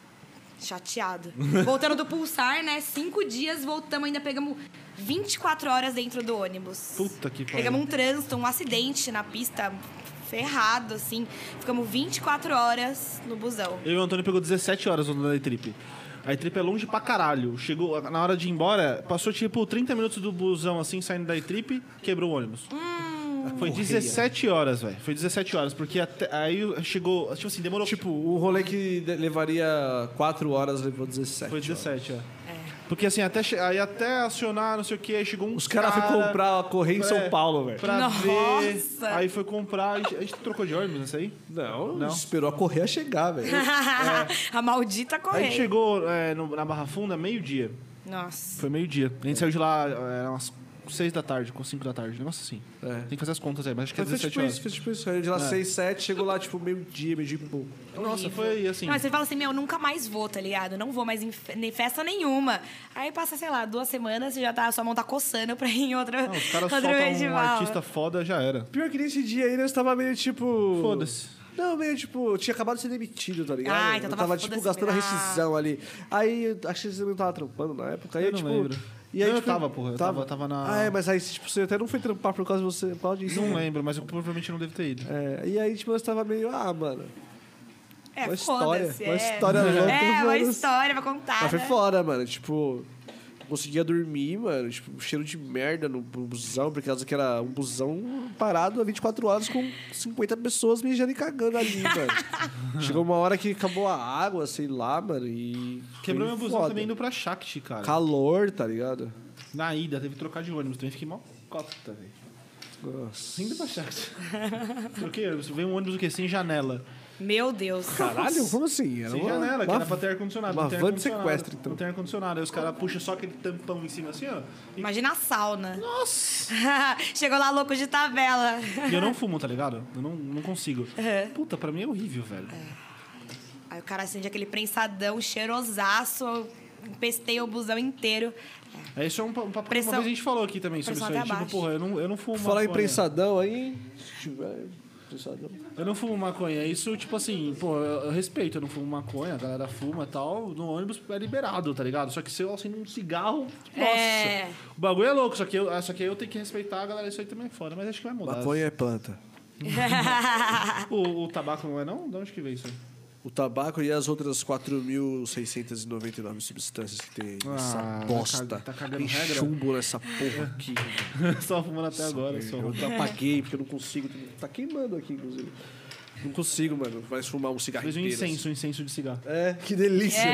[SPEAKER 3] chateado. Voltando do Pulsar, né, cinco dias, voltamos, ainda pegamos 24 horas dentro do ônibus.
[SPEAKER 4] Puta que pariu.
[SPEAKER 3] Pegamos um trânsito, um acidente na pista, ferrado, assim. Ficamos 24 horas no busão.
[SPEAKER 4] Eu e o Antônio pegou 17 horas no Day Trip. A day Trip é longe pra caralho. Chegou na hora de ir embora, passou tipo 30 minutos do busão assim, saindo da Day Trip, quebrou o ônibus.
[SPEAKER 3] Hum.
[SPEAKER 4] Foi 17 horas, velho. Foi 17 horas, porque até- aí chegou. Tipo assim, demorou.
[SPEAKER 1] Tipo, o rolê que de- levaria 4 horas levou 17.
[SPEAKER 4] foi 17, ó.
[SPEAKER 3] É.
[SPEAKER 4] Porque assim, até, che- aí até acionar, não sei o que, aí chegou um
[SPEAKER 1] Os caras
[SPEAKER 4] cara
[SPEAKER 1] foram comprar a correr em
[SPEAKER 4] É.
[SPEAKER 1] São Paulo, velho.
[SPEAKER 4] pra
[SPEAKER 3] Nossa!
[SPEAKER 4] ver. Aí foi comprar. A gente, a gente trocou de ônibus nessa aí?
[SPEAKER 1] Não,
[SPEAKER 4] Não.
[SPEAKER 1] esperou a correr a chegar, velho.
[SPEAKER 3] A maldita
[SPEAKER 4] É. Aí a gente
[SPEAKER 3] correia.
[SPEAKER 4] chegou é, no- na Barra Funda meio-dia.
[SPEAKER 3] Nossa.
[SPEAKER 4] Foi meio-dia. A gente saiu de lá, era umas 6 da tarde, com 5 da tarde, um negócio assim.
[SPEAKER 1] É.
[SPEAKER 4] Tem que fazer as contas aí, mas acho que é
[SPEAKER 1] Mas fez
[SPEAKER 4] 17
[SPEAKER 1] tipo
[SPEAKER 4] horas. Ah.
[SPEAKER 1] isso, fez tipo isso. Saiu de lá 6, 7, chegou lá tipo meio-dia, meio-dia e pouco.
[SPEAKER 4] Nossa, foi assim.
[SPEAKER 3] Não, mas você fala assim, meu, nunca mais vou, tá ligado? Não vou mais em, fe- em festa nenhuma. Aí passa, sei lá, duas semanas, você já tá, sua mão tá coçando pra ir em outra.
[SPEAKER 4] Ah, os caras
[SPEAKER 3] outro
[SPEAKER 4] soltam um
[SPEAKER 3] festival.
[SPEAKER 4] artista foda, já era.
[SPEAKER 1] Pior que nesse dia aí nós tava meio tipo.
[SPEAKER 4] Foda-se.
[SPEAKER 1] Não, meio tipo, eu tinha acabado de ser demitido, tá ligado?
[SPEAKER 3] Ah, então
[SPEAKER 1] eu
[SPEAKER 3] tava
[SPEAKER 1] tava tipo
[SPEAKER 3] foda-se
[SPEAKER 1] gastando a
[SPEAKER 3] mesmo.
[SPEAKER 1] rescisão ali. Aí eu achei que você não tava trampando na época. Aí
[SPEAKER 4] Eu
[SPEAKER 1] eu,
[SPEAKER 4] não
[SPEAKER 1] tipo.
[SPEAKER 4] lembro.
[SPEAKER 1] E aí,
[SPEAKER 4] Não, eu
[SPEAKER 1] tipo,
[SPEAKER 4] tava, porra, eu tava- tava na-
[SPEAKER 1] Ah, é, mas aí tipo, você até não foi trampar por causa de você, por causa disso.
[SPEAKER 4] Não lembro, mas eu provavelmente não devo ter ido.
[SPEAKER 1] É, e aí, tipo, nós tava meio, ah, mano.
[SPEAKER 3] É,
[SPEAKER 1] Uma
[SPEAKER 3] foda-se,
[SPEAKER 1] história, uma
[SPEAKER 3] é.
[SPEAKER 1] história louca,
[SPEAKER 3] É, uma
[SPEAKER 1] mano.
[SPEAKER 3] história pra contar.
[SPEAKER 1] Mas foi
[SPEAKER 3] né?
[SPEAKER 1] fora, mano. Tipo, não conseguia dormir, mano. Tipo, cheiro de merda no no busão, por causa que era um busão parado há 24 horas com 50 pessoas mijando e cagando ali, mano. Chegou uma hora que acabou a água, sei lá, mano, e.
[SPEAKER 4] Quebrou
[SPEAKER 1] foi
[SPEAKER 4] meu busão
[SPEAKER 1] foda.
[SPEAKER 4] também indo pra Shakti, cara.
[SPEAKER 1] Calor, tá ligado?
[SPEAKER 4] Na ida, teve que trocar de ônibus também. Fiquei mó cota, velho.
[SPEAKER 1] Nossa.
[SPEAKER 4] Indo pra Shakti. Troquei ônibus. Veio um ônibus o quê? Sem janela.
[SPEAKER 3] Meu Deus.
[SPEAKER 1] Caralho, como assim? Era
[SPEAKER 4] Sem
[SPEAKER 1] uma-
[SPEAKER 4] janela, que
[SPEAKER 1] uma-
[SPEAKER 4] era pra ter ar-condicionado.
[SPEAKER 1] uma
[SPEAKER 4] não tem
[SPEAKER 1] van de
[SPEAKER 4] ar-condicionado,
[SPEAKER 1] sequestro, então.
[SPEAKER 4] Não tem ar-condicionado. Aí os caras puxam só aquele tampão em cima assim, ó. E
[SPEAKER 3] Imagina a sauna. Nossa! Chegou lá louco de tabela.
[SPEAKER 4] E eu não fumo, tá ligado? Eu não, não consigo. Puta, pra mim é horrível, velho.
[SPEAKER 3] Aí o cara acende aquele prensadão, cheirosaço. eu Pestei o busão inteiro.
[SPEAKER 4] É, isso é um, pa- um papo
[SPEAKER 3] Pressão-
[SPEAKER 4] que uma vez a gente falou aqui também sobre
[SPEAKER 3] pressão
[SPEAKER 4] isso aí.
[SPEAKER 3] até abaixo.
[SPEAKER 4] Tipo, porra, eu não, eu não fumo
[SPEAKER 1] Falar em
[SPEAKER 4] maconha.
[SPEAKER 1] prensadão aí. Se tiver. Prensadão.
[SPEAKER 4] Eu não fumo maconha. Isso, tipo assim, pô, eu, eu respeito, eu não fumo maconha, a galera fuma e tal. No ônibus é liberado, tá ligado? Só que se eu acendo um cigarro, nossa.
[SPEAKER 3] É.
[SPEAKER 4] O bagulho é louco, só que, eu, só que eu tenho que respeitar a galera, isso aí também é foda, mas acho que vai mudar.
[SPEAKER 1] Maconha é planta.
[SPEAKER 4] O, o tabaco não é não? De onde que veio isso aí?
[SPEAKER 1] O tabaco e as outras 4.699 substâncias que tem nessa
[SPEAKER 4] Ah,
[SPEAKER 1] bosta.
[SPEAKER 4] tá ca- tá cagando
[SPEAKER 1] tem
[SPEAKER 4] regra?
[SPEAKER 1] chumbo nessa porra aqui.
[SPEAKER 4] só fumando até agora, só.
[SPEAKER 1] Eu apaguei porque eu não consigo. Tá queimando aqui, inclusive. Não consigo, mano. Vai fumar um cigarro
[SPEAKER 4] Fez um
[SPEAKER 1] inteiro.
[SPEAKER 4] incenso, um incenso de cigarro.
[SPEAKER 1] assim. É, que delícia.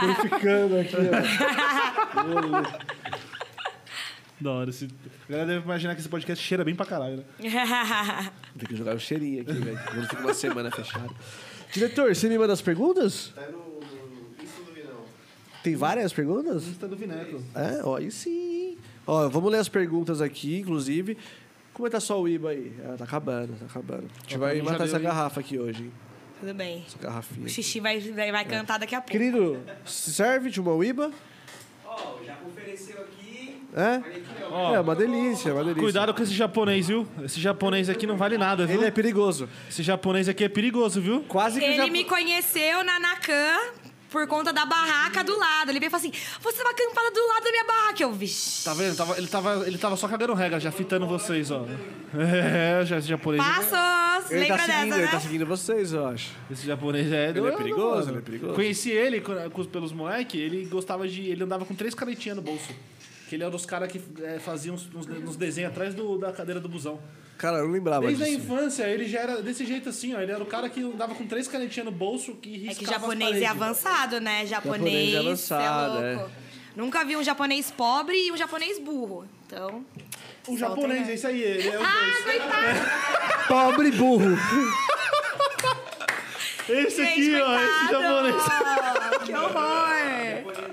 [SPEAKER 1] Purificando aqui, ó.
[SPEAKER 4] Da hora. Esse... A galera deve imaginar que esse podcast cheira bem pra caralho, né?
[SPEAKER 1] Tem que jogar o cheirinho aqui, velho. Quando fica uma semana fechado. Diretor, você me manda as perguntas? Tá no... Isso Tem várias perguntas?
[SPEAKER 4] Insta Tá do Vineco.
[SPEAKER 1] É, ó, aí sim. Ó, vamos ler as perguntas aqui, inclusive. Como é que tá só o IBA aí? Ah, tá acabando, tá acabando. A gente
[SPEAKER 4] Ó, pra mim
[SPEAKER 1] vai
[SPEAKER 4] já
[SPEAKER 1] matar
[SPEAKER 4] deu,
[SPEAKER 1] essa
[SPEAKER 4] hein?
[SPEAKER 1] garrafa aqui hoje, hein?
[SPEAKER 3] Tudo bem.
[SPEAKER 1] Essa garrafinha.
[SPEAKER 3] O xixi vai, vai,
[SPEAKER 1] É.
[SPEAKER 3] vai cantar daqui a pouco.
[SPEAKER 1] Querido, serve de uma uíba? Ó, já ofereceu aqui. É?
[SPEAKER 4] Ó.
[SPEAKER 1] É, uma delícia, uma delícia.
[SPEAKER 4] Cuidado com esse japonês, viu? Esse japonês aqui não vale nada, viu?
[SPEAKER 1] Ele é perigoso.
[SPEAKER 4] Esse japonês aqui é perigoso, viu?
[SPEAKER 1] Quase que
[SPEAKER 3] Ele
[SPEAKER 1] já...
[SPEAKER 3] me conheceu na Nakan por conta da barraca do lado. Ele veio e falou assim: Você tava acampada do lado da minha barraca. Eu, vixi.
[SPEAKER 4] Tá vendo? Tava- ele, tava, ele tava só cagando regra, já fitando vocês, ó. É, já, esse japonês.
[SPEAKER 3] Passos!
[SPEAKER 1] Ele tá,
[SPEAKER 3] Lembra
[SPEAKER 1] seguindo,
[SPEAKER 3] dessa,
[SPEAKER 1] ele
[SPEAKER 3] né?
[SPEAKER 1] tá
[SPEAKER 4] assim,
[SPEAKER 1] seguindo vocês, eu acho.
[SPEAKER 4] Esse japonês é.
[SPEAKER 1] Ele é perigoso, ele é perigoso.
[SPEAKER 4] Conheci ele co- com os- pelos moleque, ele gostava de. Ele andava com três canetinhas no bolso. Que ele era um dos caras que é, fazia uns, uns, uns desenhos atrás do- da cadeira do busão.
[SPEAKER 1] Cara, eu não lembrava
[SPEAKER 4] Desde a
[SPEAKER 1] disso.
[SPEAKER 4] infância, ele já era desse jeito assim, ó. Ele era o cara que andava com três canetinhas no bolso que
[SPEAKER 3] É que
[SPEAKER 4] riscava as
[SPEAKER 3] japonês é
[SPEAKER 4] paredes.
[SPEAKER 3] avançado, né? Japonês.
[SPEAKER 1] Japonês é avançado,
[SPEAKER 3] cê é louco. Nunca vi um japonês pobre e um japonês burro. Então,
[SPEAKER 4] O japonês, é isso aí. Ele é os dois.
[SPEAKER 7] Pobre burro.
[SPEAKER 4] Esse aqui, ó, esse japonês.
[SPEAKER 3] japonês. Que horror.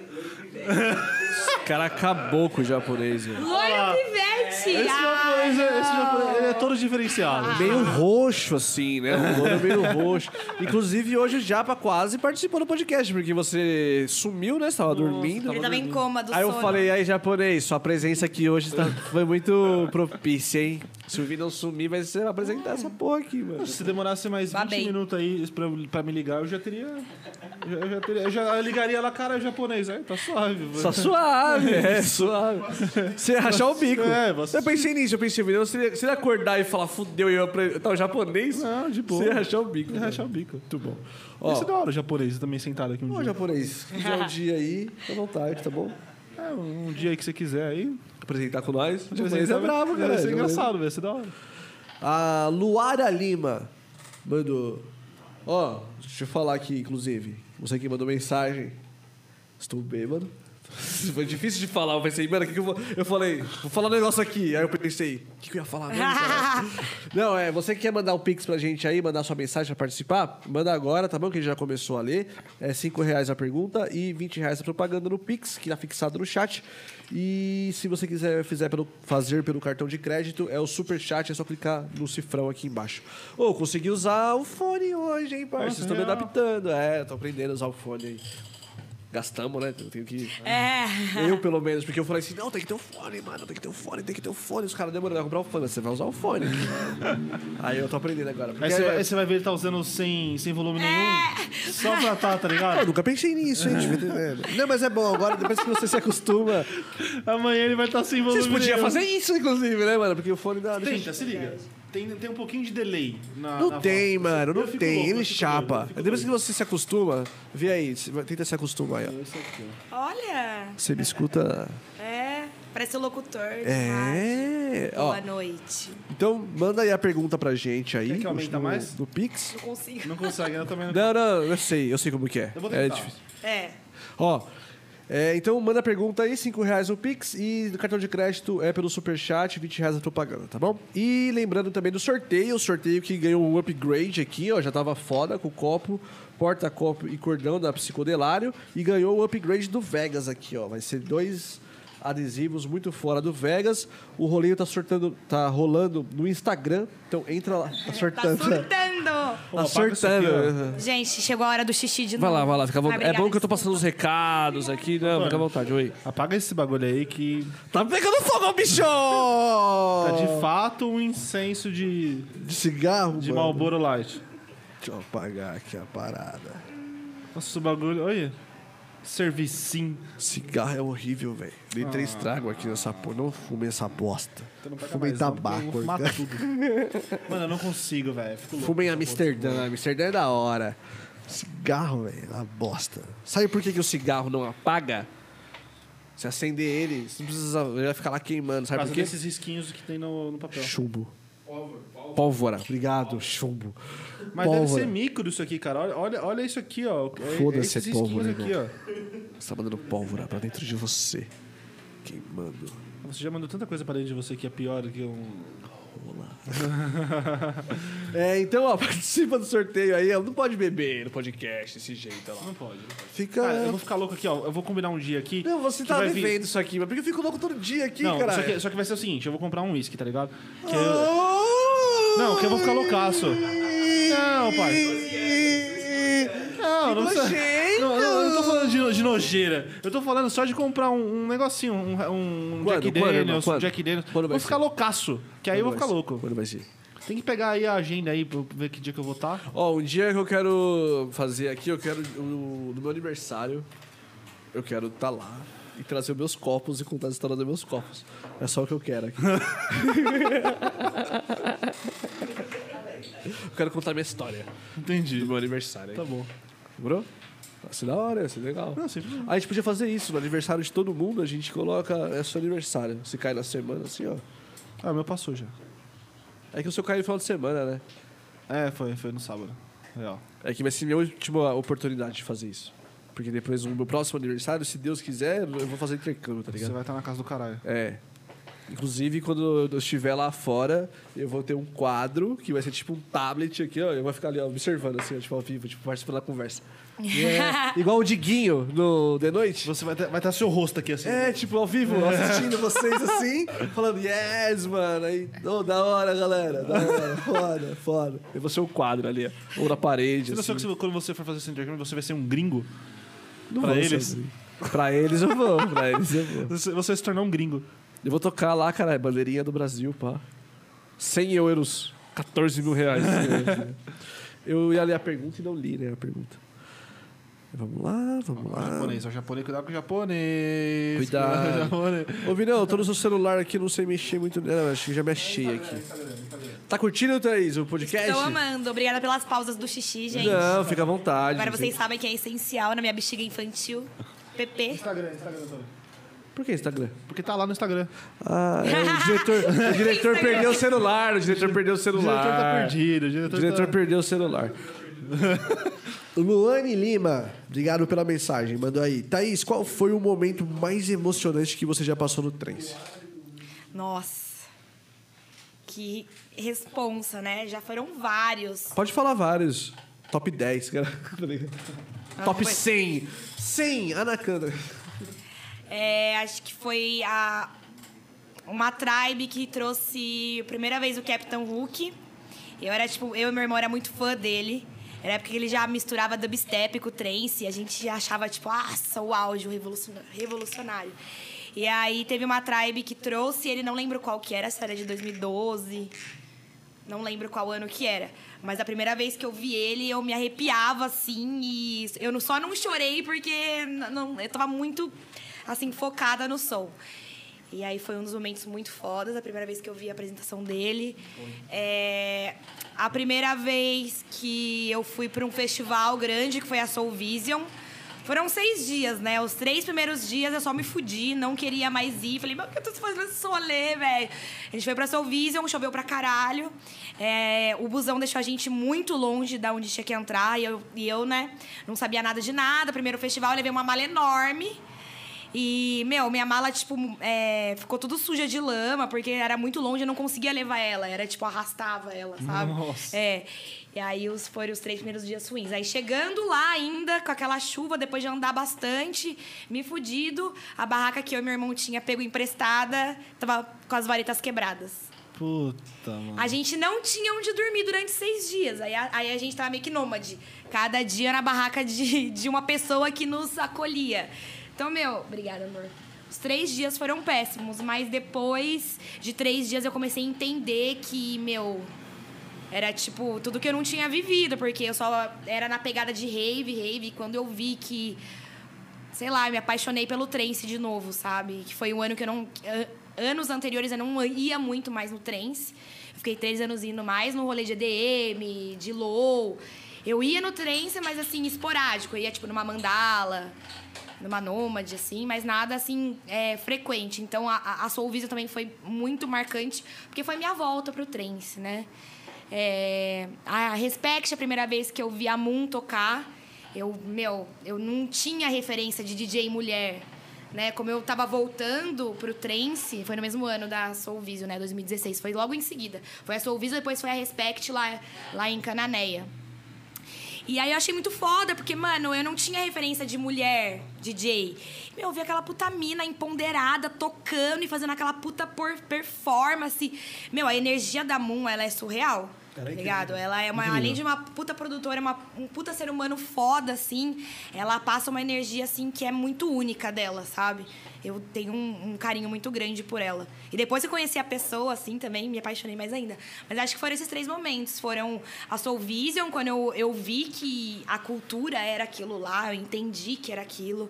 [SPEAKER 1] O cara acabou com o japonês, velho.
[SPEAKER 3] Loiro pivete.
[SPEAKER 4] Esse japonês, é- esse japonês, ele é todo diferenciado.
[SPEAKER 1] Meio roxo, assim, né? Um Ah. louro meio roxo. Inclusive, hoje o Japa quase participou do podcast, porque você sumiu, né? Você tava dormindo.
[SPEAKER 3] Ele tava em coma do
[SPEAKER 1] Aí eu
[SPEAKER 3] sono.
[SPEAKER 1] falei, aí, japonês, sua presença aqui hoje tá- foi muito propícia, hein? Se o Vi não sumir, vai ser apresentar essa porra aqui, mano.
[SPEAKER 4] Se demorasse mais 20
[SPEAKER 3] Babei.
[SPEAKER 4] minutos aí pra, pra me ligar, eu já teria. Eu já, teria, eu já ligaria lá, cara, é japonês. Aí, tá suave.
[SPEAKER 1] Só suave, é, suave. Você ia rachar o bico.
[SPEAKER 4] É, você-
[SPEAKER 1] Eu pensei nisso, eu pensei, meu, se ele- se ele acordar e falar, fudeu, eu apre- tá o japonês,
[SPEAKER 4] Não, de boa.
[SPEAKER 1] você ia rachar o bico.
[SPEAKER 4] Ia rachar o bico. né?
[SPEAKER 1] Muito bom.
[SPEAKER 4] Ó.
[SPEAKER 1] Ó,
[SPEAKER 4] Isso é da hora, o japonês também sentado aqui um
[SPEAKER 7] Ô,
[SPEAKER 4] dia.
[SPEAKER 7] japonês, já um dia aí, à vontade, tá bom?
[SPEAKER 4] É, um dia aí que você quiser aí.
[SPEAKER 1] apresentar com nós. O japonês
[SPEAKER 4] Japonês
[SPEAKER 1] é bravo, cara.
[SPEAKER 4] Vai ser
[SPEAKER 1] japonês.
[SPEAKER 4] engraçado, vai ser da hora.
[SPEAKER 7] A Luara Lima mandou. Ó, deixa eu falar aqui, inclusive. Você que mandou mensagem. Estou bêbado.
[SPEAKER 1] Foi difícil de falar, eu pensei, mano, o que, que eu vou. Eu falei, vou falar um negócio aqui. Aí eu pensei, o que, que eu ia falar mesmo? cara? Não, é, você que quer mandar um pix pra gente aí, mandar sua mensagem pra participar, manda agora, tá bom? Que a gente já começou a ler. É 5 reais a pergunta e 20 reais a propaganda no Pix, que tá fixado no chat. E se você quiser fizer pelo, fazer pelo cartão de crédito, é o super chat, é só clicar no cifrão aqui embaixo. Ô, consegui usar o fone hoje, hein, parça? Vocês estão me
[SPEAKER 4] real.
[SPEAKER 1] adaptando. É, tô aprendendo a usar o fone aí. Gastamos, né? Eu tenho que.
[SPEAKER 3] É.
[SPEAKER 1] Eu, pelo menos, porque eu falei assim: não, tem que ter um fone, mano, tem que ter um fone, tem que ter um fone. Os caras demoraram a comprar um fone, você vai usar o fone. aí eu tô aprendendo agora. porque
[SPEAKER 4] Aí você,
[SPEAKER 1] aí-
[SPEAKER 4] aí você vai ver ele tá usando sem, sem volume nenhum. Só pra tá, tá
[SPEAKER 7] Eu
[SPEAKER 4] ligado?
[SPEAKER 7] Ah, nunca pensei nisso, hein? devia ter- é. Não, mas é bom, agora depois que você se acostuma.
[SPEAKER 4] Amanhã ele vai estar sem volume
[SPEAKER 1] Vocês podiam
[SPEAKER 4] nenhum.
[SPEAKER 1] fazer isso, inclusive, né, mano? Porque o fone dá. deixa-
[SPEAKER 4] Tenta, se liga. Tem, tem um pouquinho de delay na.
[SPEAKER 7] Não
[SPEAKER 4] na
[SPEAKER 7] tem,
[SPEAKER 4] voz.
[SPEAKER 7] mano,
[SPEAKER 4] Eu
[SPEAKER 7] não
[SPEAKER 4] fico
[SPEAKER 7] tem.
[SPEAKER 4] louco,
[SPEAKER 7] Ele
[SPEAKER 4] eu fico doido, eu
[SPEAKER 7] chapa.
[SPEAKER 4] fico
[SPEAKER 7] Depois que você se acostuma, vê aí, você vai- tenta se acostumar aí, ó.
[SPEAKER 3] Olha.
[SPEAKER 7] Você me escuta.
[SPEAKER 3] É. Parece o locutor.
[SPEAKER 1] É,
[SPEAKER 7] É. Ó,
[SPEAKER 3] Boa noite.
[SPEAKER 7] então manda aí a pergunta pra gente aí.
[SPEAKER 4] Quer que aumenta
[SPEAKER 7] no,
[SPEAKER 4] mais?
[SPEAKER 7] No Pix.
[SPEAKER 3] Não consigo.
[SPEAKER 4] Não consegue, eu também não.
[SPEAKER 1] Não, não, eu sei, eu sei como que é.
[SPEAKER 4] Eu vou
[SPEAKER 1] é
[SPEAKER 4] tentar.
[SPEAKER 1] difícil.
[SPEAKER 3] É.
[SPEAKER 1] Ó. é, então manda pergunta aí, 5 reais no Pix e do cartão de crédito é pelo Superchat, 20 reais a propaganda, tá bom? E lembrando também do sorteio, o sorteio que ganhou um upgrade aqui, ó, já tava foda com o copo, porta-copo e cordão da Psicodelário e ganhou o upgrade do Vegas aqui, ó, vai ser dois adesivos muito fora do Vegas. O rolinho tá sortando, tá rolando no Instagram, então entra lá, tá
[SPEAKER 3] Tá
[SPEAKER 1] sortando.
[SPEAKER 3] surtando.
[SPEAKER 1] Tá sortando.
[SPEAKER 3] Gente, chegou a hora do xixi de
[SPEAKER 1] Vai
[SPEAKER 3] novo.
[SPEAKER 1] lá, vai lá, fica à vontade.
[SPEAKER 3] Vai,
[SPEAKER 1] É bom que eu tô
[SPEAKER 3] obrigada,
[SPEAKER 1] passando os recados aqui, não, fica à vontade, oi.
[SPEAKER 4] Apaga esse bagulho aí que
[SPEAKER 1] Tá pegando fogo, bicho!
[SPEAKER 4] tá
[SPEAKER 7] Oh.
[SPEAKER 4] de fato um incenso de,
[SPEAKER 7] De cigarro,
[SPEAKER 4] de
[SPEAKER 7] mano.
[SPEAKER 4] Marlboro Light.
[SPEAKER 7] Deixa eu apagar aqui a parada.
[SPEAKER 4] Nossa, o bagulho. Olha. Servicim.
[SPEAKER 7] Cigarro é horrível, velho. Dei
[SPEAKER 1] Ah.
[SPEAKER 7] três tragos aqui nessa porra. Não fumei essa bosta. Fumei tabaco.
[SPEAKER 4] Mata
[SPEAKER 7] orgânico.
[SPEAKER 4] tudo. Mano, eu não consigo, velho. Fico louco.
[SPEAKER 1] Fumei em Amsterdã, Amsterdã é da hora. é
[SPEAKER 7] Cigarro, velho. Uma bosta.
[SPEAKER 1] Sabe por que, que o cigarro não apaga? Se acender ele, você não precisa, ele vai ficar lá queimando,
[SPEAKER 4] Por
[SPEAKER 1] sabe
[SPEAKER 4] causa
[SPEAKER 1] por quê?
[SPEAKER 4] desses risquinhos que tem no, no papel.
[SPEAKER 7] Chumbo.
[SPEAKER 1] Pólvora.
[SPEAKER 7] Obrigado, chumbo.
[SPEAKER 4] Mas deve
[SPEAKER 7] Pólvora.
[SPEAKER 4] ser micro isso aqui, cara. Olha, olha, olha isso aqui, ó. É-
[SPEAKER 7] Foda-se,
[SPEAKER 4] esses
[SPEAKER 7] é
[SPEAKER 4] risquinhos
[SPEAKER 7] pólvora,
[SPEAKER 4] aqui, ó.
[SPEAKER 7] Você tá mandando pólvora pra dentro de você. Queimando.
[SPEAKER 4] Você já mandou tanta coisa pra dentro de você que é pior do que um.
[SPEAKER 1] É, então, ó, participa do sorteio aí. ó, Não pode beber no podcast desse jeito, ó lá.
[SPEAKER 4] Não pode. não pode.
[SPEAKER 7] Fica.
[SPEAKER 4] Cara, eu vou ficar louco aqui, ó. Eu vou combinar um dia aqui.
[SPEAKER 1] Não, você
[SPEAKER 4] que
[SPEAKER 1] tá
[SPEAKER 4] vai vir-
[SPEAKER 1] devendo isso aqui, mas por que eu fico louco todo dia aqui,
[SPEAKER 4] Não, é- só
[SPEAKER 1] cara?
[SPEAKER 4] que, só que vai ser o seguinte: eu vou comprar um uísque, tá ligado? Que
[SPEAKER 1] Ah.
[SPEAKER 4] eu- Não, que eu vou ficar loucaço. Não, pai. Não, não precisa-
[SPEAKER 1] nojento!
[SPEAKER 4] Não, não, eu não tô falando de, no- de nojeira. Eu tô falando só de comprar um, um negocinho, um, um
[SPEAKER 1] Quando?
[SPEAKER 4] Jack
[SPEAKER 1] Quando, irmão?
[SPEAKER 4] Daniels, um
[SPEAKER 1] Quando?
[SPEAKER 4] Jack Daniels.
[SPEAKER 1] Quando vai
[SPEAKER 4] Vou ficar
[SPEAKER 1] ser?
[SPEAKER 4] loucaço, que aí eu vou ficar louco.
[SPEAKER 1] Quando vai ser?
[SPEAKER 4] Tem que pegar aí a agenda aí pra eu ver que dia que eu vou tá. estar.
[SPEAKER 1] Ó, um dia que eu quero fazer aqui, eu quero. o- No meu aniversário, eu quero estar lá e trazer meus copos e contar a história dos meus copos. É só o que eu quero aqui. eu quero contar minha história do
[SPEAKER 4] Entendi.
[SPEAKER 1] meu aniversário.
[SPEAKER 4] Tá bom.
[SPEAKER 1] Lembrou? Vai ser da hora, vai ser legal.
[SPEAKER 4] Não, sempre
[SPEAKER 1] A gente podia fazer isso, no aniversário de todo mundo, a gente coloca. É seu aniversário. Se cai na semana, assim, ó.
[SPEAKER 4] Ah, o meu passou já.
[SPEAKER 1] É que o seu cai no final de semana, né?
[SPEAKER 4] É, foi, foi no sábado. Legal.
[SPEAKER 1] É que vai ser minha última oportunidade de fazer isso. Porque depois, no meu próximo aniversário, se Deus quiser, eu vou fazer intercâmbio, tá
[SPEAKER 4] Você
[SPEAKER 1] ligado?
[SPEAKER 4] vai estar na casa do caralho.
[SPEAKER 1] É. Inclusive, quando eu estiver lá fora, eu vou ter um quadro que vai ser tipo um tablet aqui, ó. Eu vou ficar ali ó, observando, assim, ó, tipo, ao vivo, tipo, participando da conversa. E é igual o Diguinho no The Noite.
[SPEAKER 4] Você vai estar vai tá seu rosto aqui assim.
[SPEAKER 1] É, tipo, ao vivo, assistindo vocês assim, falando, yes, mano. Aí, ô, da hora, galera. Da hora, foda, foda. Eu vou ser um quadro ali, ó, ou na parede.
[SPEAKER 4] Você não
[SPEAKER 1] assim.
[SPEAKER 4] sabe que você- quando você for fazer esse intercâmbio, você vai ser um gringo?
[SPEAKER 1] Não
[SPEAKER 4] pra
[SPEAKER 1] vou
[SPEAKER 4] eles?
[SPEAKER 1] sozinho. Pra eles eu vou, pra eles eu vou.
[SPEAKER 4] Você, você vai se tornar um gringo.
[SPEAKER 1] Eu vou tocar lá, cara, bandeirinha do Brasil, pá. 100 euros, 14 mil reais. eu ia ler a pergunta e não li, né, a pergunta. Vamos lá, vamos
[SPEAKER 4] O
[SPEAKER 1] lá.
[SPEAKER 4] japonês, é o japonês, cuidado com o japonês.
[SPEAKER 1] Cuidado.
[SPEAKER 4] com o japonês.
[SPEAKER 1] Ô, Vinão, tô no seu celular aqui, não sei mexer muito. Não, acho que já mexi aqui. Tá curtindo, Thaís, o podcast?
[SPEAKER 3] Estou amando. Obrigada pelas pausas do xixi, gente.
[SPEAKER 1] Não, fica à vontade.
[SPEAKER 3] Agora vocês sabem que é essencial na minha bexiga infantil. PP.
[SPEAKER 4] Instagram, Instagram também.
[SPEAKER 1] Por que Instagram?
[SPEAKER 4] Porque tá lá no Instagram.
[SPEAKER 1] Ah, é, o diretor, o diretor perdeu o celular, o diretor perdeu o
[SPEAKER 4] O diretor tá
[SPEAKER 1] celular.
[SPEAKER 4] perdido, o
[SPEAKER 1] O
[SPEAKER 4] diretor,
[SPEAKER 1] Ah, diretor
[SPEAKER 4] tá...
[SPEAKER 1] perdeu o celular.
[SPEAKER 7] Luane Lima, obrigado pela mensagem, mandou aí. Thaís, qual foi o momento mais emocionante que você já passou no trem?
[SPEAKER 3] Nossa. Que responsa, né? Já foram vários.
[SPEAKER 1] Pode falar vários. Top 10, cara. Tá ligado? Top
[SPEAKER 3] foi.
[SPEAKER 1] 100. 100, Anacanda.
[SPEAKER 3] É, acho que foi a uma tribe que trouxe a primeira vez o Capitão Hulk. Eu era tipo, eu e meu irmão era muito fã dele. Era a época que ele já misturava dubstep com trance e a gente achava tipo, nossa, o auge, o revoluciona- revolucionário. E aí teve uma tribe que trouxe, ele não lembro qual que era, se era de 2012. Não lembro qual ano que era. Mas a primeira vez que eu vi ele, eu me arrepiava, assim, e eu não- só não chorei porque n- não, eu tava muito, assim, focada no som. E aí foi um dos momentos muito fodas, a primeira vez que eu vi a apresentação dele. É, a primeira vez que eu fui para um festival grande, que foi a Soul Vision, foram seis dias, né? Os três primeiros dias eu só me fudi, não queria mais ir. Falei, mas por que eu tô fazendo esse solê, velho? A gente foi pra Soul Vision, choveu pra caralho. É, o busão deixou a gente muito longe da onde tinha que entrar. E eu, e eu, né, não sabia nada de nada. Primeiro festival, eu levei uma mala enorme. E, meu, minha mala, tipo, é, ficou tudo suja de lama, porque era muito longe, eu não conseguia levar ela. Era, tipo, arrastava ela, sabe? É. E aí os, foram os três primeiros dias ruins. Aí chegando lá ainda, com aquela chuva, depois de andar bastante, me fudido, a barraca que eu e meu irmão tinha pego emprestada, tava com as varetas quebradas.
[SPEAKER 4] Puta, mano.
[SPEAKER 3] A gente não tinha onde dormir durante seis dias. Aí a, aí a gente tava meio que nômade. Cada dia na barraca de, de uma pessoa que nos acolhia. Então, meu, obrigada, amor. Os três dias foram péssimos, mas depois de três dias eu comecei a entender que, meu, era tipo tudo que eu não tinha vivido, porque eu só era na pegada de rave, rave. E Quando eu vi que sei lá, me apaixonei pelo trance de novo, sabe? Que foi um ano que eu não. an- Anos anteriores eu não ia muito mais no trance. Eu fiquei três anos indo mais no rolê de EDM, de low. Eu ia no trance, mas assim, esporádico. Eu ia, tipo, numa mandala, numa nômade, assim, mas nada assim é, frequente. Então a, a- a Soul Vision também foi muito marcante, porque foi minha volta pro trance, né? É, a Respect, a primeira vez que eu vi a Moon tocar, eu, meu, eu não tinha referência de DJ mulher, né? Como eu tava voltando pro trance, foi no mesmo ano da Soul Vision, né? 2016, foi logo em seguida. Foi a Soul Vision, depois foi a Respect lá, lá em Cananéia. E aí eu achei muito foda, porque, mano, eu não tinha referência de mulher DJ. Meu, eu vi aquela puta mina empoderada, tocando e fazendo aquela puta por- performance. Meu, a energia da Moon, ela é surreal. Tá ligado? Ela é uma, além de uma puta produtora, uma, um puta ser humano foda, assim, ela passa uma energia, assim, que é muito única dela, sabe? Eu tenho um, um carinho muito grande por ela. E depois que eu conheci a pessoa, assim, também, me apaixonei mais ainda. Mas acho que foram esses três momentos. Foram a Soul Vision, quando eu, eu vi que a cultura era aquilo lá, eu entendi que era aquilo.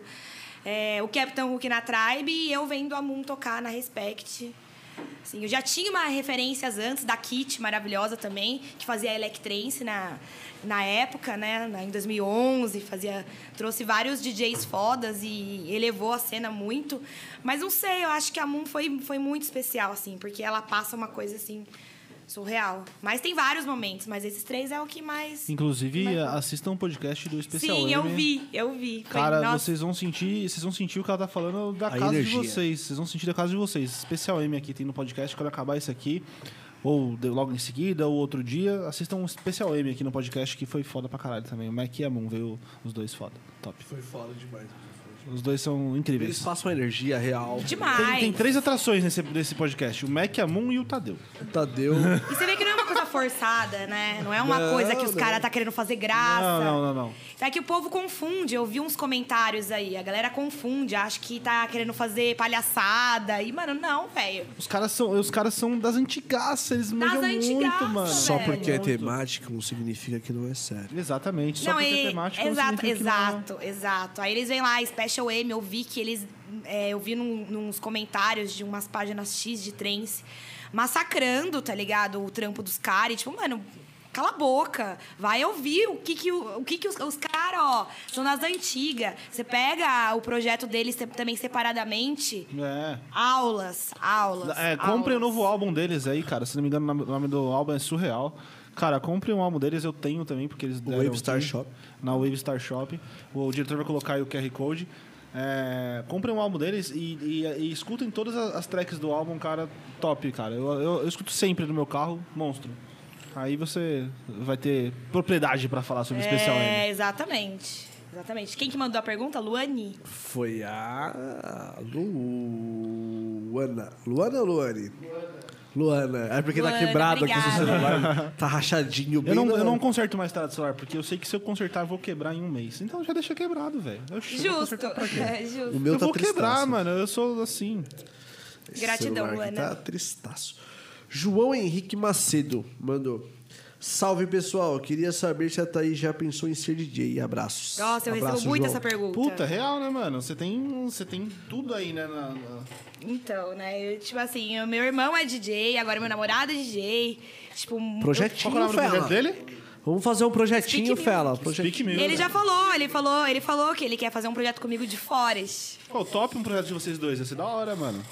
[SPEAKER 3] É, o Capitão Hook na Tribe e eu vendo a Moon tocar na Respect. Assim, eu já tinha uma referências antes da Kit, maravilhosa também, que fazia Electrance na, na época, né? na- Em 2011, fazia, trouxe vários DJs fodas e elevou a cena muito. Mas não sei, eu acho que a Moon foi, foi muito especial, assim, porque ela passa uma coisa, assim, surreal. Mas tem vários momentos, mas esses três é o que mais.
[SPEAKER 4] Inclusive,
[SPEAKER 3] Mas-
[SPEAKER 4] assistam o podcast do Especial
[SPEAKER 3] Sim, eu
[SPEAKER 4] é M.
[SPEAKER 3] vi, eu vi. Foi-
[SPEAKER 4] Cara,
[SPEAKER 3] nossa,
[SPEAKER 4] vocês vão sentir, vocês vão sentir o que ela tá falando da
[SPEAKER 1] A
[SPEAKER 4] casa
[SPEAKER 1] energia.
[SPEAKER 4] de vocês. Vocês vão sentir da casa de vocês. Especial M aqui tem no podcast quando acabar isso aqui. Ou de- logo em seguida, ou outro dia, assistam um especial M aqui no podcast que foi foda pra caralho também. O Mac e a Moon veio os dois foda. Top.
[SPEAKER 1] Foi foda demais.
[SPEAKER 4] Os dois são
[SPEAKER 1] Eles
[SPEAKER 4] incríveis.
[SPEAKER 1] passam a energia real.
[SPEAKER 3] demais.
[SPEAKER 4] Tem, tem três atrações nesse, nesse podcast: o Mac, a Moon e o Tadeu.
[SPEAKER 1] Tadeu.
[SPEAKER 3] E você vê que não é uma coisa forçada, né? Não é uma
[SPEAKER 1] Não,
[SPEAKER 3] coisa que os
[SPEAKER 1] não.
[SPEAKER 3] caras tá querendo fazer graça.
[SPEAKER 4] Não, não, não, não.
[SPEAKER 3] É que o povo confunde, eu vi uns comentários aí. A galera confunde, acha que tá querendo fazer palhaçada. E, mano, não, velho.
[SPEAKER 4] Os caras são, os caras são das antigaças, eles manjam muito,
[SPEAKER 3] antigaças,
[SPEAKER 4] mano.
[SPEAKER 1] Só
[SPEAKER 3] Velho.
[SPEAKER 1] porque é temática não significa que não é sério.
[SPEAKER 4] Exatamente. Só porque
[SPEAKER 3] e-
[SPEAKER 4] é temático. não
[SPEAKER 3] exato,
[SPEAKER 4] significa que não é.
[SPEAKER 3] exato, exato. Aí eles vêm lá, Special M, eu vi que eles. é, eu vi num, nos comentários de umas páginas X de trens massacrando, tá ligado? O trampo dos caras. E tipo, mano. Cala a boca, vai ouvir o que, que, o, o que, que os, os caras, ó, são das antigas. Você pega o projeto deles te- também separadamente.
[SPEAKER 4] É.
[SPEAKER 3] Aulas, aulas.
[SPEAKER 4] É, compre o
[SPEAKER 3] aulas.
[SPEAKER 4] novo álbum deles aí, cara. Se não me engano, o nome do álbum é Surreal. Cara, compre um álbum deles, eu tenho também, porque eles deram.
[SPEAKER 1] Wave Star
[SPEAKER 4] aqui,
[SPEAKER 1] Shop.
[SPEAKER 4] Na Wave Star Shop. O diretor vai colocar aí o QR Code. É, compre um álbum deles e, e- e escutem todas a- as tracks do álbum, cara, top, cara. Eu, eu- eu escuto sempre no meu carro, monstro. Aí você vai ter propriedade pra falar sobre o especial M.
[SPEAKER 3] É, exatamente. Exatamente. Quem que mandou a pergunta? Luani.
[SPEAKER 1] Foi a Luana. Luana ou Luane? Luana. É porque tá
[SPEAKER 3] Luana,
[SPEAKER 1] quebrado aqui o seu
[SPEAKER 3] obrigada.
[SPEAKER 1] celular. Tá rachadinho bem.
[SPEAKER 4] Eu não,
[SPEAKER 1] na-
[SPEAKER 4] eu não conserto mais tela de celular, porque eu sei que se eu consertar, eu vou quebrar em um mês. Então já deixa quebrado, velho. Eu chego a
[SPEAKER 3] Justo.
[SPEAKER 4] consertar pra quê?
[SPEAKER 3] Justo.
[SPEAKER 1] O meu
[SPEAKER 4] eu
[SPEAKER 1] tá
[SPEAKER 4] vou quebrar,
[SPEAKER 1] tristaço.
[SPEAKER 4] mano. Eu sou assim.
[SPEAKER 1] Esse
[SPEAKER 3] Gratidão,
[SPEAKER 1] celular aqui
[SPEAKER 3] Luana.
[SPEAKER 1] Tá tristaço. João Henrique Macedo mandou. Salve pessoal, queria saber se a Thaís já pensou em ser DJ. Abraços.
[SPEAKER 3] Nossa, eu
[SPEAKER 1] Abraço,
[SPEAKER 3] recebo muito
[SPEAKER 1] João.
[SPEAKER 3] essa pergunta.
[SPEAKER 4] Puta, real, né, mano? Você tem, você tem tudo aí, né? na- na-
[SPEAKER 3] Então, né? Eu, tipo assim, o meu irmão é DJ, agora meu namorado é DJ. Tipo,
[SPEAKER 1] Projetinho,
[SPEAKER 4] Qual que é o nome do
[SPEAKER 1] um Fela.
[SPEAKER 4] projeto dele?
[SPEAKER 1] Vamos fazer um projetinho,
[SPEAKER 3] Speak
[SPEAKER 1] Fela. Projetinho.
[SPEAKER 4] Speak Mill.
[SPEAKER 3] ele já falou, ele falou, ele falou que ele quer fazer um projeto comigo de Forest.
[SPEAKER 4] Pô, top um projeto de vocês dois. Ia ser da hora, mano.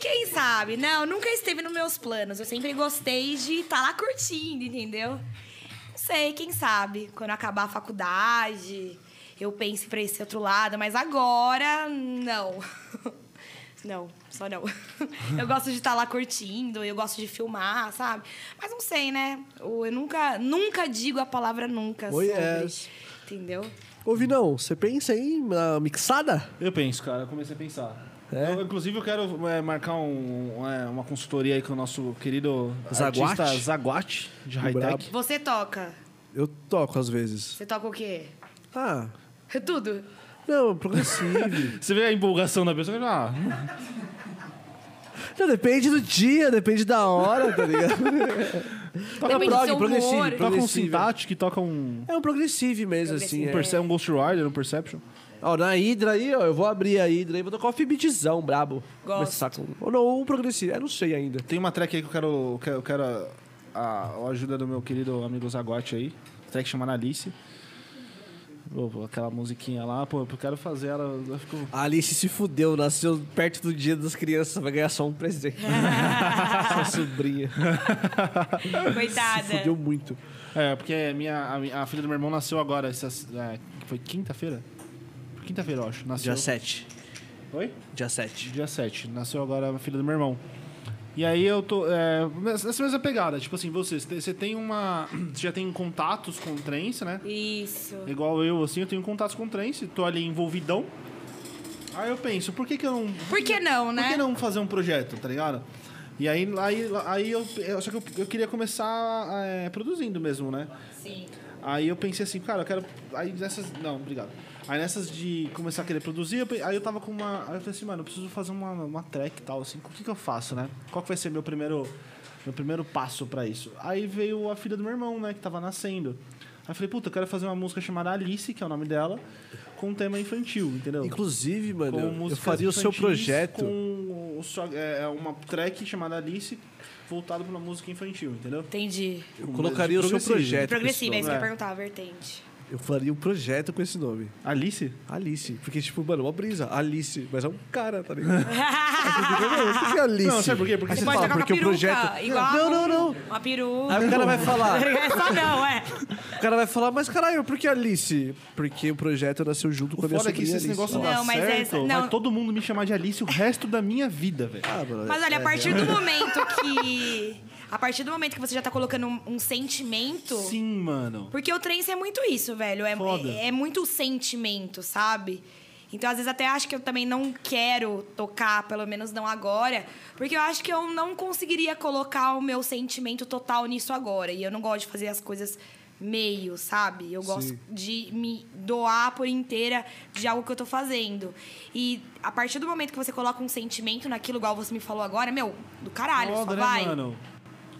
[SPEAKER 3] Quem sabe? Não, nunca esteve nos meus planos. Eu sempre gostei de estar lá curtindo, entendeu? Não sei, quem sabe? Quando acabar a faculdade, eu pense pra esse outro lado, mas agora, não. Não, só não. Eu gosto de estar lá curtindo, eu gosto de filmar, sabe? Mas não sei, né? Eu nunca, nunca digo a palavra nunca.
[SPEAKER 1] Oh,
[SPEAKER 3] sobre,
[SPEAKER 1] yes.
[SPEAKER 3] Entendeu?
[SPEAKER 1] Ô, Vinão, você pensa em uma mixada?
[SPEAKER 4] Eu penso, cara. Eu comecei a pensar.
[SPEAKER 1] É?
[SPEAKER 4] Eu, inclusive, eu quero é, marcar um- é, uma consultoria aí com o nosso querido
[SPEAKER 1] Zaguate?
[SPEAKER 4] artista Zaguate, de high-tech.
[SPEAKER 1] brabo.
[SPEAKER 3] Você toca.
[SPEAKER 1] Eu toco às vezes.
[SPEAKER 3] Você toca o quê?
[SPEAKER 1] Ah,
[SPEAKER 3] Tudo.
[SPEAKER 1] não, é um progressivo.
[SPEAKER 4] Você vê a empolgação da pessoa? Ah,
[SPEAKER 1] não, depende do dia, depende da hora, tá ligado?
[SPEAKER 3] Depende do seu humor.
[SPEAKER 4] toca um
[SPEAKER 1] progressivo.
[SPEAKER 4] Syntactic, toca um...
[SPEAKER 1] É um progressivo mesmo, assim.
[SPEAKER 4] Um,
[SPEAKER 1] é.
[SPEAKER 4] perce- um Ghost Rider, um Perception.
[SPEAKER 1] Ó, na Hydra aí, ó, eu vou abrir a Hydra aí, vou tocar um beatzão brabo.
[SPEAKER 3] Gosto.
[SPEAKER 1] Começar com... Ou não, um progressivo, eu não sei ainda.
[SPEAKER 4] Tem uma track aí que eu quero, eu quero, eu quero a, a ajuda do meu querido amigo Zagote aí. Track chamada Alice. Pô, pô, aquela musiquinha lá, pô, eu quero fazer ela. Eu fico...
[SPEAKER 1] A Alice se fudeu, nasceu perto do dia das crianças, vai ganhar só um presente. Sua sobrinha.
[SPEAKER 3] Coitada.
[SPEAKER 1] Se fudeu muito.
[SPEAKER 4] É, porque minha, a, minha- a filha do meu irmão nasceu agora. Essas, é, foi quinta-feira? Quinta-feira, eu acho. Nasceu.
[SPEAKER 1] Dia 7.
[SPEAKER 4] Oi?
[SPEAKER 1] Dia 7.
[SPEAKER 4] Dia 7. Nasceu agora a filha do meu irmão. E aí eu tô. É, essa mesma pegada, tipo assim, você, você tem uma. Você já tem contatos com o trance, né?
[SPEAKER 3] Isso.
[SPEAKER 4] Igual eu, assim, eu tenho contatos com o trance, tô ali envolvidão. Aí eu penso, por que que eu não...
[SPEAKER 3] Por que não, né?
[SPEAKER 4] Por que não fazer um projeto, tá ligado? E aí, aí, aí eu... eu- Só que eu, eu queria começar é, produzindo mesmo, né?
[SPEAKER 3] Sim.
[SPEAKER 4] Aí eu pensei assim, cara, eu quero... Aí nessas... Não, obrigado. Aí nessas de começar a querer produzir, eu pe- aí eu tava com uma... Aí eu falei assim, mano, eu preciso fazer uma, uma track e tal, assim. O que que eu faço, né? Qual que vai ser meu primeiro... Meu primeiro passo pra isso. Aí veio a filha do meu irmão, né? Que tava nascendo. Aí eu falei, puta, eu quero fazer uma música chamada Alice, que é o nome dela, com um tema infantil, entendeu?
[SPEAKER 1] Inclusive,
[SPEAKER 4] com
[SPEAKER 1] mano, eu
[SPEAKER 4] músicas
[SPEAKER 1] faria o seu
[SPEAKER 4] infantis,
[SPEAKER 1] projeto.
[SPEAKER 4] Com o sua- é, é uma track chamada Alice, voltada pra uma música infantil, entendeu?
[SPEAKER 3] Entendi.
[SPEAKER 1] Eu colocaria o seu
[SPEAKER 4] Progressivo.
[SPEAKER 1] projeto.
[SPEAKER 3] Progressiva, é isso que eu
[SPEAKER 4] é.
[SPEAKER 3] ia perguntar, a vertente.
[SPEAKER 1] Eu faria um projeto com esse nome.
[SPEAKER 4] Alice?
[SPEAKER 1] Alice. Porque, tipo, mano, uma brisa. Alice. Mas é um cara, tá ligado? Aí você fica, "Mano, por que Alice?
[SPEAKER 4] Não, sabe por quê? Porque
[SPEAKER 1] Aí
[SPEAKER 3] Você
[SPEAKER 1] você
[SPEAKER 3] pode
[SPEAKER 1] fala,
[SPEAKER 3] tocar com a
[SPEAKER 1] porque o
[SPEAKER 3] peruca,
[SPEAKER 1] projeto...
[SPEAKER 3] igual
[SPEAKER 1] Não, não, não.
[SPEAKER 3] uma peruca.
[SPEAKER 1] Aí o cara vai falar...
[SPEAKER 3] Essa não, é.
[SPEAKER 1] O cara vai falar, mas caralho, por que Alice? Porque o projeto nasceu junto com a minha
[SPEAKER 4] Foda é que
[SPEAKER 1] sobrinha
[SPEAKER 4] se esse
[SPEAKER 1] Alice.
[SPEAKER 4] negócio
[SPEAKER 3] Não,
[SPEAKER 4] dá
[SPEAKER 3] mas
[SPEAKER 4] certo,
[SPEAKER 3] essa- não.
[SPEAKER 4] vai todo mundo me chamar de Alice o resto da minha vida, velho.
[SPEAKER 1] Ah, mano,
[SPEAKER 3] Mas olha, a partir do momento que... A partir do momento que você já tá colocando um, um sentimento...
[SPEAKER 4] Sim, mano.
[SPEAKER 3] Porque o trance é muito isso, velho. É,
[SPEAKER 4] Foda.
[SPEAKER 3] é, é muito sentimento, sabe? Então, às vezes, até acho que eu também não quero tocar, pelo menos não agora, porque eu acho que eu não conseguiria colocar o meu sentimento total nisso agora. E eu não gosto de fazer as coisas meio, sabe? Eu gosto
[SPEAKER 1] Sim.
[SPEAKER 3] de me doar por inteira de algo que eu tô fazendo. E a partir do momento que você coloca um sentimento naquilo, igual você me falou agora, meu, do caralho, só
[SPEAKER 4] Foda, né,
[SPEAKER 3] vai.
[SPEAKER 4] mano?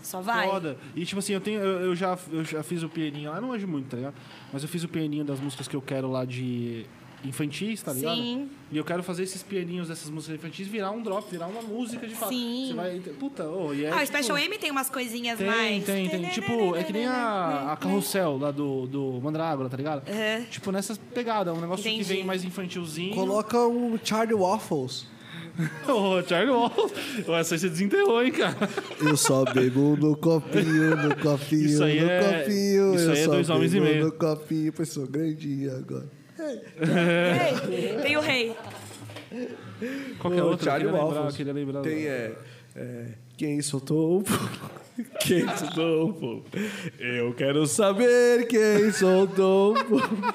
[SPEAKER 3] Só vai.
[SPEAKER 4] Foda. E tipo assim, eu tenho. Eu, eu já, eu já fiz o pianinho lá, não manjo muito, tá ligado? Mas eu fiz o pianinho das músicas que eu quero lá de infantis, tá ligado?
[SPEAKER 3] Sim.
[SPEAKER 4] E eu quero fazer esses pianinhos dessas músicas infantis virar um drop, virar uma música de fato.
[SPEAKER 3] Sim.
[SPEAKER 4] Você vai. Puta, ô, e é,
[SPEAKER 3] Ah, o
[SPEAKER 4] tipo,
[SPEAKER 3] Special M tem umas coisinhas
[SPEAKER 4] Tem,
[SPEAKER 3] mais.
[SPEAKER 4] tem, tem. Tipo, é que nem a, a Carrossel lá do, do Mandrágora, tá ligado? É. Tipo, nessas pegadas, um negócio que
[SPEAKER 3] Entendi.
[SPEAKER 4] vem mais infantilzinho.
[SPEAKER 1] Coloca um Charlie Waffles.
[SPEAKER 2] Ô, Charlie Wall. Essa aí você desenterrou, hein, cara?
[SPEAKER 1] Eu só bebo no copinho, no copinho,
[SPEAKER 2] Isso aí
[SPEAKER 1] no
[SPEAKER 2] é-
[SPEAKER 1] copinho.
[SPEAKER 2] isso
[SPEAKER 1] eu
[SPEAKER 2] aí é
[SPEAKER 1] só
[SPEAKER 2] dois homens e
[SPEAKER 1] bebo
[SPEAKER 2] meio.
[SPEAKER 1] No copinho, pois sou grandinho agora.
[SPEAKER 3] Ei, tem o rei.
[SPEAKER 2] Qualquer
[SPEAKER 4] é
[SPEAKER 1] O
[SPEAKER 2] é outro.
[SPEAKER 1] Charlie
[SPEAKER 2] eu queria lembrar,
[SPEAKER 1] Waffles.
[SPEAKER 2] eu queria lembrar.
[SPEAKER 1] Tem é, é, Quem soltou o povo? Quem soltou o povo? Eu quero saber quem soltou o povo.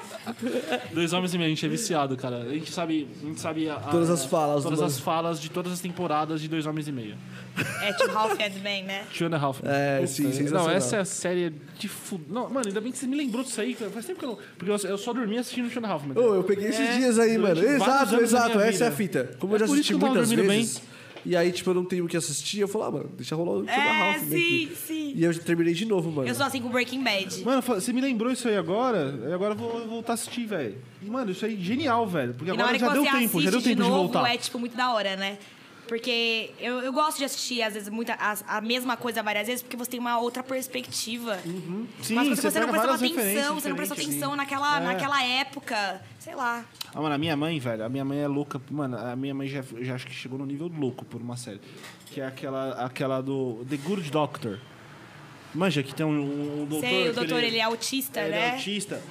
[SPEAKER 2] Dois Homens e Meio, a gente é viciado, cara. A gente sabe, a gente sabe a- a-
[SPEAKER 1] Todas as falas
[SPEAKER 2] todas
[SPEAKER 1] do-
[SPEAKER 2] as falas de todas as temporadas de Dois Homens e Meio.
[SPEAKER 3] É tipo Ralph and Ben, né?
[SPEAKER 2] Two and a Half.
[SPEAKER 1] É,
[SPEAKER 4] né?
[SPEAKER 1] sim, sensacional.
[SPEAKER 2] Não, essa é a série de fu... Não, mano, ainda bem que você me lembrou disso aí, cara. Faz tempo que eu não... Porque eu, eu só dormia assistindo Two and a Half. Mas...
[SPEAKER 1] Ô, eu peguei esses dias aí,
[SPEAKER 2] É, durante
[SPEAKER 1] mano.
[SPEAKER 2] vários anos
[SPEAKER 1] Exato,
[SPEAKER 2] da
[SPEAKER 1] exato.
[SPEAKER 2] minha
[SPEAKER 1] Essa é a
[SPEAKER 2] vida.
[SPEAKER 1] fita. Como eu já
[SPEAKER 2] É por
[SPEAKER 1] assisti
[SPEAKER 2] isso que eu tava
[SPEAKER 1] muitas
[SPEAKER 2] dormindo
[SPEAKER 1] vezes. E aí, tipo, eu não tenho o que assistir. Eu falo, ah, mano, deixa rolar o Tuna
[SPEAKER 3] É,
[SPEAKER 1] Ralph aqui.
[SPEAKER 3] sim, sim.
[SPEAKER 1] E eu já terminei de novo, mano.
[SPEAKER 3] Eu sou assim com Breaking Bad.
[SPEAKER 4] Mano, fa- você me lembrou isso aí agora, e agora eu vou eu vou voltar a assistir, velho. E, Mano, isso aí é genial, velho. Porque
[SPEAKER 3] E na
[SPEAKER 4] agora
[SPEAKER 3] hora
[SPEAKER 4] já
[SPEAKER 3] que
[SPEAKER 4] deu
[SPEAKER 3] você
[SPEAKER 4] tempo,
[SPEAKER 3] assiste
[SPEAKER 4] já deu tempo de,
[SPEAKER 3] novo,
[SPEAKER 4] voltar.
[SPEAKER 3] é tipo muito da hora, né? Porque eu, eu gosto de assistir, às vezes, muita, a, a mesma coisa várias vezes, porque você tem uma outra perspectiva.
[SPEAKER 4] Uhum. Sim,
[SPEAKER 3] Mas você, você não
[SPEAKER 4] pega
[SPEAKER 3] prestou
[SPEAKER 4] várias
[SPEAKER 3] atenção,
[SPEAKER 4] referências
[SPEAKER 3] você não prestou
[SPEAKER 4] diferentes.
[SPEAKER 3] atenção naquela,
[SPEAKER 4] É.
[SPEAKER 3] naquela época. Sei lá.
[SPEAKER 4] Ah, mano, a minha mãe, velho, a minha mãe é louca. Mano, a minha mãe já, já acho que chegou no nível louco por uma série. Que é aquela, aquela do The Good Doctor. Manja, que tem um, um, um doutor...
[SPEAKER 3] Sei, o
[SPEAKER 4] que
[SPEAKER 3] doutor, ele é autista,
[SPEAKER 4] ele
[SPEAKER 3] né?
[SPEAKER 4] é autista.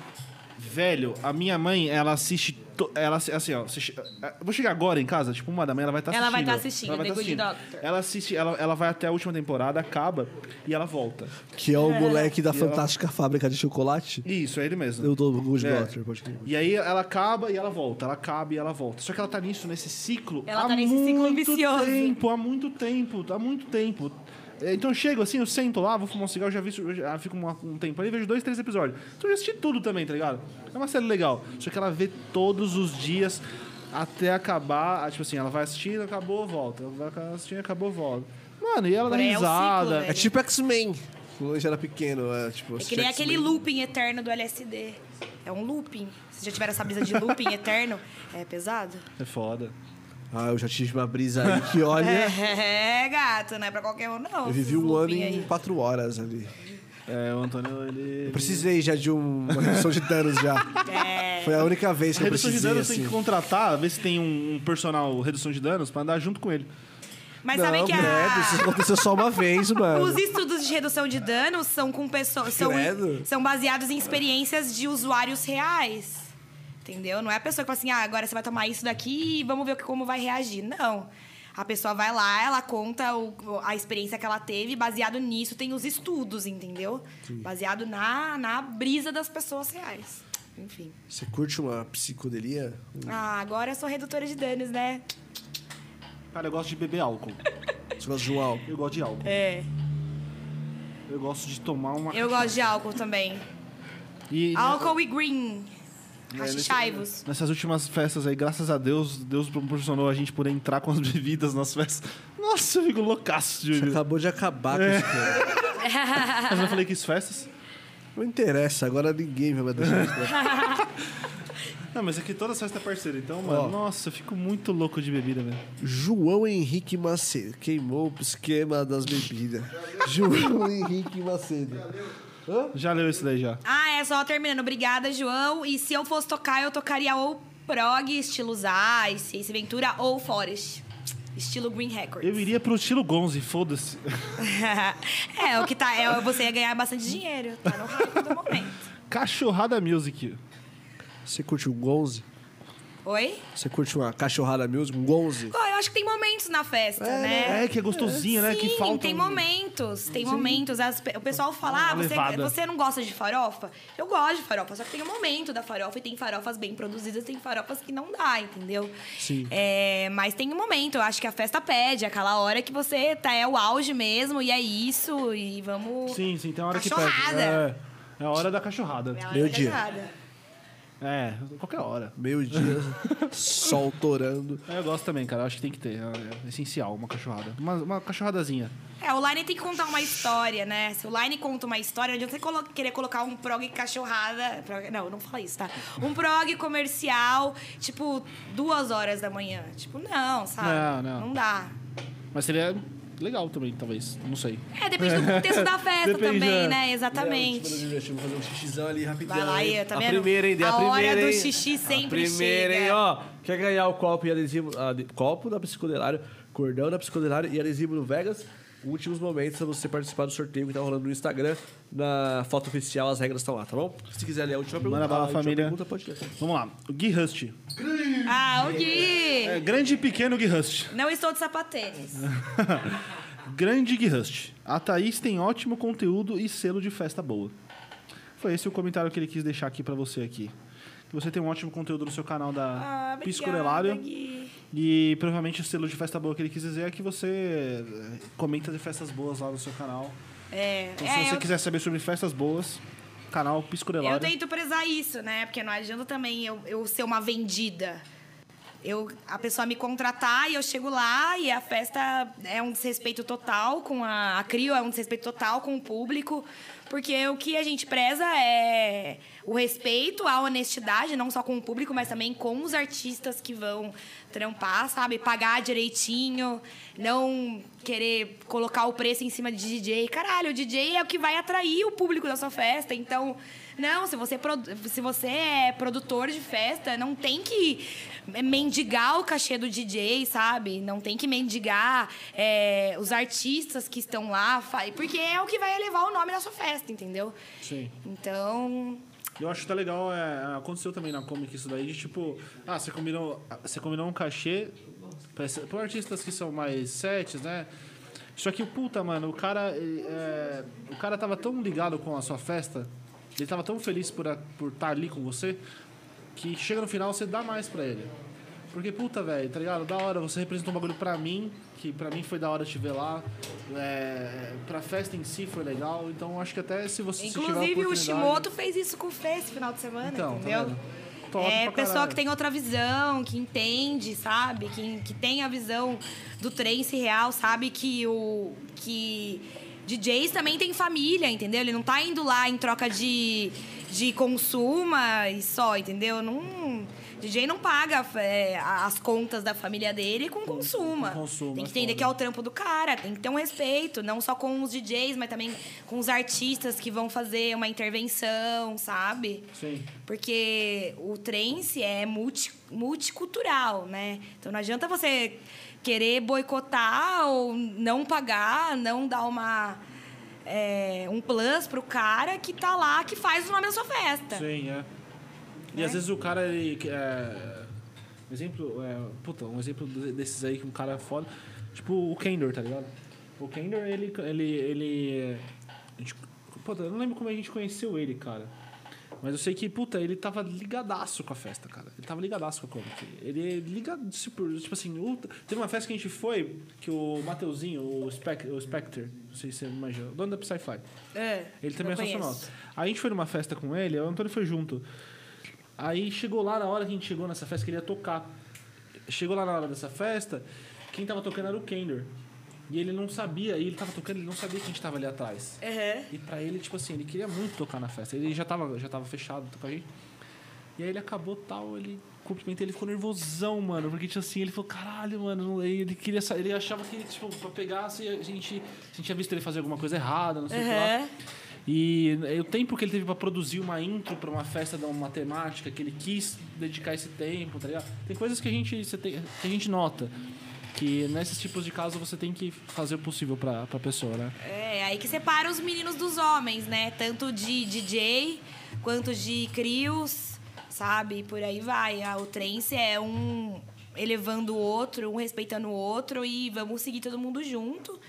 [SPEAKER 4] Velho, a minha mãe, ela assiste... to- Ela, assi- assim, ó... você che- eh, eu Vou chegar agora em casa, tipo, uma da manhã, ela vai estar
[SPEAKER 3] Ela vai
[SPEAKER 4] assistindo.
[SPEAKER 3] tá assistindo,
[SPEAKER 4] vai
[SPEAKER 3] The
[SPEAKER 4] tá
[SPEAKER 3] Good
[SPEAKER 4] assistindo.
[SPEAKER 3] Doctor.
[SPEAKER 4] Ela assiste, ela, ela vai até a última temporada, acaba, e ela volta.
[SPEAKER 1] Que é o moleque da
[SPEAKER 4] E
[SPEAKER 1] fantástica fábrica de chocolate.
[SPEAKER 4] Isso, é ele mesmo.
[SPEAKER 1] Eu dou o Good
[SPEAKER 4] É.
[SPEAKER 1] Doctor, pode crer.
[SPEAKER 4] E aí ela acaba e ela volta, ela acaba e ela volta. Só que ela tá nisso, nesse ciclo.
[SPEAKER 3] Ela
[SPEAKER 4] há
[SPEAKER 3] tá nesse ciclo
[SPEAKER 4] muito
[SPEAKER 3] vicioso.
[SPEAKER 4] Tempo, há muito tempo, há muito tempo. É, Então eu chego assim, eu sento lá, vou fumar um cigarro, já, vi, já fico uma- um tempo ali, vejo dois, três episódios. Então eu já assisti tudo também, tá ligado? É uma série legal. Só que ela vê todos os dias até acabar. ah, Tipo assim, ela vai assistindo, acabou, volta. Ela vai assistindo, acabou, volta. Mano, e ela dá
[SPEAKER 3] É o ciclo,
[SPEAKER 4] risada.
[SPEAKER 3] velho.
[SPEAKER 1] É tipo X-Men. Quando eu era pequeno, é tipo...
[SPEAKER 3] É que nem aquele looping eterno do LSD. É um looping. Vocês já tiveram essa brisa de looping eterno? É pesado?
[SPEAKER 4] É foda.
[SPEAKER 1] Ah, eu já tive uma brisa aí que, olha...
[SPEAKER 3] É, gato, não é pra qualquer um, não.
[SPEAKER 1] Eu vivi um ano em quatro horas ali.
[SPEAKER 4] É, o Antônio, ele.
[SPEAKER 1] Eu precisei já de um- uma redução de danos já.
[SPEAKER 3] É.
[SPEAKER 1] Foi a única vez que eu
[SPEAKER 4] Redução de
[SPEAKER 1] precisei,
[SPEAKER 4] danos tem
[SPEAKER 1] assim.
[SPEAKER 4] que contratar, ver se tem um, um personal redução de danos pra andar junto com ele.
[SPEAKER 3] Mas
[SPEAKER 1] não,
[SPEAKER 3] sabe que
[SPEAKER 1] credo, isso
[SPEAKER 3] a...
[SPEAKER 1] aconteceu só uma vez, mano.
[SPEAKER 3] Os estudos de redução de danos são com pessoas. São,
[SPEAKER 1] Credo.
[SPEAKER 3] são baseados em experiências de usuários reais. Entendeu? Não é a pessoa que fala assim, ah, agora você vai tomar isso daqui e vamos ver como vai reagir. Não. A pessoa vai lá, ela conta o- a experiência que ela teve, baseado nisso tem os estudos, entendeu? Baseado na, na brisa das pessoas reais. Enfim.
[SPEAKER 1] Você curte uma psicodelia?
[SPEAKER 3] Ah, agora eu sou redutora de danos, né?
[SPEAKER 4] Cara, eu gosto de beber álcool.
[SPEAKER 1] Você gosta de um álcool?
[SPEAKER 4] Eu gosto de álcool.
[SPEAKER 3] É.
[SPEAKER 4] Eu gosto de tomar uma.
[SPEAKER 3] Eu gosto de álcool também.
[SPEAKER 4] E
[SPEAKER 3] Álcool e green. Rachichaivos.
[SPEAKER 4] nessas últimas festas aí, graças a Deus, Deus proporcionou a gente poder entrar com as bebidas nas festas. Nossa, eu fico loucaço
[SPEAKER 1] Você
[SPEAKER 4] de bebida.
[SPEAKER 1] acabou de acabar
[SPEAKER 4] É.
[SPEAKER 1] com isso, cara.
[SPEAKER 4] Mas eu falei que isso festas.
[SPEAKER 1] Não interessa, agora ninguém vai mais deixar isso. pra lá.
[SPEAKER 4] Não, mas é que toda festa é parceira, então, mano.
[SPEAKER 1] Ó.
[SPEAKER 4] Nossa, eu fico muito louco de bebida, velho.
[SPEAKER 1] João Henrique Macedo. Queimou o esquema das bebidas. João Henrique Macedo.
[SPEAKER 4] Já leu isso daí já.
[SPEAKER 3] Ah, Ah, é só terminando. Obrigada, João. E se eu fosse tocar, eu tocaria ou prog, estilo Zais, Ace Ventura, ou Forest, estilo Green Records.
[SPEAKER 4] Eu iria pro estilo Gonzi, foda-se.
[SPEAKER 3] é, o que tá. É, você ia ganhar bastante dinheiro. Tá no hype do momento.
[SPEAKER 4] Cachorrada Music.
[SPEAKER 7] Você curte um Gonze?
[SPEAKER 3] Oi?
[SPEAKER 7] Você curte uma cachorrada music? Um Gonze?
[SPEAKER 3] Pô, eu acho que tem momentos na festa, né?
[SPEAKER 4] É, que é gostosinho, né? que
[SPEAKER 3] Sim,
[SPEAKER 4] falta.
[SPEAKER 3] tem
[SPEAKER 4] um-
[SPEAKER 3] momentos, tem momentos. As pe- o pessoal fala, ah,
[SPEAKER 4] Uma
[SPEAKER 3] você,
[SPEAKER 4] levada.
[SPEAKER 3] você não gosta de farofa? Eu gosto de farofa, só que tem um momento da farofa e tem farofas bem produzidas, tem farofas que não dá, entendeu?
[SPEAKER 7] Sim.
[SPEAKER 3] É, mas tem um momento, eu acho que a festa pede, aquela hora que você tá, é o auge mesmo, e é isso, e vamos...
[SPEAKER 4] Sim, sim, tem hora que pega.
[SPEAKER 3] Cachorrada.
[SPEAKER 4] É, é a hora da cachorrada.
[SPEAKER 3] Ela
[SPEAKER 7] Meu
[SPEAKER 3] é
[SPEAKER 7] dia.
[SPEAKER 3] cachorrada.
[SPEAKER 4] É, qualquer hora.
[SPEAKER 7] Meio-dia, sol torando.
[SPEAKER 4] É, Eu gosto também, cara. Eu acho que tem que ter. É, é essencial uma cachorrada. Uma, uma cachorradazinha.
[SPEAKER 3] É, o Line tem que contar uma história, né? Se o Line conta uma história, não adianta você colo- querer colocar um prog cachorrada. prog- não, não fala isso, tá? Um prog comercial, tipo, duas horas da manhã. Tipo, não, sabe?
[SPEAKER 4] Não, não.
[SPEAKER 3] Não dá.
[SPEAKER 4] Mas seria legal também, talvez. Não sei.
[SPEAKER 3] É, depende do contexto da festa
[SPEAKER 2] Depende,
[SPEAKER 3] também,
[SPEAKER 7] Léo,
[SPEAKER 1] É,
[SPEAKER 2] é.
[SPEAKER 3] né?
[SPEAKER 7] deixa eu
[SPEAKER 1] tipo,
[SPEAKER 3] Exatamente.
[SPEAKER 7] fazer um xixi, Vou fazer um xixizão ali rapidão.
[SPEAKER 3] Vai lá,
[SPEAKER 7] hein?
[SPEAKER 3] Ian, tá
[SPEAKER 1] a
[SPEAKER 3] vendo?
[SPEAKER 1] primeira, hein? Dê
[SPEAKER 3] A
[SPEAKER 1] a
[SPEAKER 3] hora
[SPEAKER 1] primeira,
[SPEAKER 3] do
[SPEAKER 1] hein?
[SPEAKER 3] xixi sempre
[SPEAKER 1] primeira,
[SPEAKER 3] chega.
[SPEAKER 1] hein? Ó, quer ganhar o copo e adesivo... ah, de- copo da Psicodelário, cordão da Psicodelário e adesivo no Vegas. Últimos momentos pra você participar do sorteio que tá rolando no Instagram. Na foto oficial, as regras estão lá, tá bom? Se quiser ler a última pergunta,
[SPEAKER 4] Manda bala,
[SPEAKER 1] a última
[SPEAKER 4] família.
[SPEAKER 1] pergunta pode ler.
[SPEAKER 4] Vamos lá. O Gui Hust.
[SPEAKER 3] Ah, o Gui!
[SPEAKER 4] É, grande e pequeno Gui Hust.
[SPEAKER 3] Não estou de sapatênis.
[SPEAKER 4] É. Grande Gui Hust. A Thaís tem ótimo conteúdo e selo de festa boa. Foi esse o comentário que ele quis deixar aqui pra você aqui. Que você tem um ótimo conteúdo no seu canal da
[SPEAKER 3] Ah,
[SPEAKER 4] Pisco
[SPEAKER 3] obrigada,
[SPEAKER 4] Piscorelário.
[SPEAKER 3] Gui.
[SPEAKER 4] E provavelmente o selo de festa boa que ele quis dizer é que você eh, comenta de festas boas lá no seu canal.
[SPEAKER 3] É,
[SPEAKER 4] Então,
[SPEAKER 3] é,
[SPEAKER 4] se você
[SPEAKER 3] eu-
[SPEAKER 4] quiser né? saber sobre festas boas, canal Piscorelário.
[SPEAKER 3] Eu tento prezar isso, né? Porque não adianta também eu, eu ser uma vendida. Eu, a pessoa me contratar e eu chego lá e a festa é um desrespeito total com a, a CRIO, é um desrespeito total com o público, porque o que a gente preza é o respeito, a honestidade, não só com o público, mas também com os artistas que vão trampar, sabe? Pagar direitinho, não querer colocar o preço em cima de DJ. Caralho, o DJ é o que vai atrair o público da sua festa. Então, não, se você, produ- se você é produtor de festa, não tem que É mendigar o cachê do DJ, sabe? Não tem que mendigar é, os artistas que estão lá, fa- porque é o que vai elevar o nome da sua festa, entendeu?
[SPEAKER 4] Sim.
[SPEAKER 3] Então,
[SPEAKER 4] Eu acho que tá legal, é, aconteceu também na Comic isso daí, de tipo, ah, você combinou, você combinou um cachê pra esse- pra artistas que são mais sets, né? Só que, puta, mano, o cara, ele, é, o cara tava tão ligado com a sua festa, ele tava tão feliz por estar por tá ali com você, que chega no final você dá mais pra ele. Porque, puta, velho, tá ligado? Da hora, você representa um bagulho pra mim, que pra mim foi da hora te ver lá. É, pra festa em si foi legal, então acho que até se você se tiver a
[SPEAKER 3] inclusive o
[SPEAKER 4] oportunidade-
[SPEAKER 3] Shimoto fez isso com o Fê esse final de semana,
[SPEAKER 4] Então, tá
[SPEAKER 3] entendeu?
[SPEAKER 4] vendo? Top
[SPEAKER 3] é
[SPEAKER 4] pra
[SPEAKER 3] pessoa
[SPEAKER 4] caralho.
[SPEAKER 3] que tem outra visão, que entende, sabe? Que, que tem a visão do trance real, sabe? Que o. que DJs também tem família, entendeu? Ele não tá indo lá em troca de, de consuma e só, entendeu? Não. DJ não paga é, as contas da família dele com consuma.
[SPEAKER 4] com consumo,
[SPEAKER 3] tem que
[SPEAKER 4] é
[SPEAKER 3] entender
[SPEAKER 4] foda.
[SPEAKER 3] que que é o trampo do cara. Tem que ter um respeito, não só com os DJs, mas também com os artistas que vão fazer uma intervenção, sabe?
[SPEAKER 4] Sim.
[SPEAKER 3] Porque o trance é multi, multicultural, né? Então não adianta você querer boicotar ou não pagar, não dar uma. é, um plus pro cara que tá lá, que faz o nome da sua festa.
[SPEAKER 4] Sim, é. E às vezes o cara, ele. É, um exemplo. É, puta, um exemplo de- desses aí que um cara é foda. Tipo o Kendor, tá ligado? O Kendor, ele. ele, ele a gente- puta, eu não lembro como a gente conheceu ele, cara. Mas eu sei que, puta, ele tava ligadaço com a festa, cara. Ele tava ligadaço com a Comic. Ele liga, tipo, tipo assim, ultra- teve uma festa que a gente foi, que o Mateuzinho, o, Spec, o Spectre, não sei se você imagina, o dono da Psyfly.
[SPEAKER 3] É,
[SPEAKER 4] Ele também
[SPEAKER 3] não
[SPEAKER 4] é
[SPEAKER 3] conheço.
[SPEAKER 4] sensacional. A gente foi numa festa com ele, o Antônio foi junto. Aí chegou lá na hora que a gente chegou nessa festa, que ele ia tocar. Chegou lá na hora dessa festa, quem tava tocando era o Kendor. E ele não sabia, e ele tava tocando, ele não sabia que a gente tava ali atrás.
[SPEAKER 3] Uhum.
[SPEAKER 4] E pra ele, tipo assim, ele queria muito tocar na festa. Ele já tava, já tava fechado com a gente. E aí ele acabou tal, ele cumprimentou, ele ficou nervosão, mano. Porque, tipo assim, ele falou, caralho, mano. não- aí Ele queria sa- ele achava que, tipo, pra pegar, se a gente, se a gente tinha visto ele fazer alguma coisa errada, não sei o que lá.
[SPEAKER 3] Uhum.
[SPEAKER 2] E eh, o tempo que ele teve pra produzir uma intro pra uma festa de uma matemática, que ele quis dedicar esse tempo, tá ligado? Tem coisas que a gente, você tem- que a gente nota. Que nesses tipos de casos você tem que fazer o possível pra, pra pessoa, né?
[SPEAKER 3] É, aí que separa os meninos dos homens, né? Tanto de DJ quanto de crios, sabe? E Por aí vai. Ah, O trance é um elevando o outro, um respeitando o outro e vamos seguir todo mundo junto,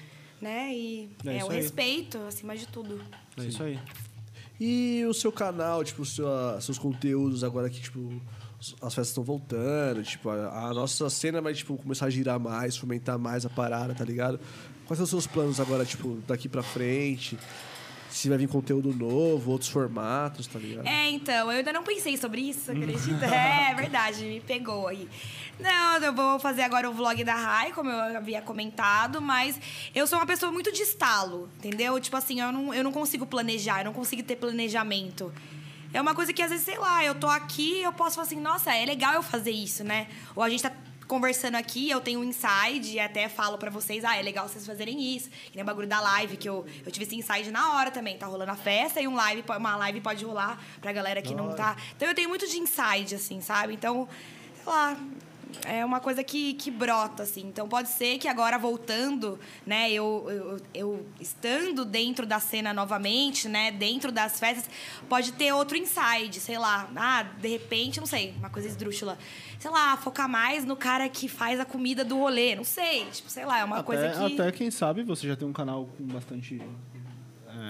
[SPEAKER 3] né? E
[SPEAKER 4] É
[SPEAKER 3] é,
[SPEAKER 4] isso
[SPEAKER 3] o
[SPEAKER 4] aí.
[SPEAKER 3] respeito acima de tudo.
[SPEAKER 4] É isso aí.
[SPEAKER 7] E o seu canal, tipo, sua- seus conteúdos agora que, tipo, as festas estão voltando, tipo, a, a nossa cena vai, tipo, começar a girar mais, fomentar mais a parada, tá ligado? Quais são os seus planos agora, tipo, daqui pra frente? Se vai vir conteúdo novo, outros formatos, tá ligado?
[SPEAKER 3] É, então, eu ainda não pensei sobre isso, acredita? é, é verdade, me pegou aí. Não, eu vou fazer agora o vlog da Rai, como eu havia comentado, mas eu sou uma pessoa muito de estalo, entendeu? Tipo assim, eu não, eu não consigo planejar, eu não consigo ter planejamento. É uma coisa que às vezes, sei lá, eu tô aqui, eu posso falar assim, nossa, é legal eu fazer isso, né? Ou a gente tá conversando aqui, eu tenho um inside e até falo pra vocês, ah, é legal vocês fazerem isso. Que nem o bagulho da live, que eu, eu tive esse inside na hora também. Tá rolando a festa e um live, po- uma live pode rolar pra galera que não tá. Então eu tenho muito de inside, assim, sabe? Então, sei lá. É uma coisa que, que brota, assim. Então pode ser que agora voltando, né? Eu, eu, eu estando dentro da cena novamente, né? Dentro das festas, pode ter outro inside, sei lá. Ah, de repente, não sei, uma coisa esdrúxula. Sei lá, focar mais no cara que faz a comida do rolê. Não sei. Tipo, sei lá, é uma
[SPEAKER 4] até,
[SPEAKER 3] coisa que.
[SPEAKER 4] até quem sabe você já tem um canal com bastante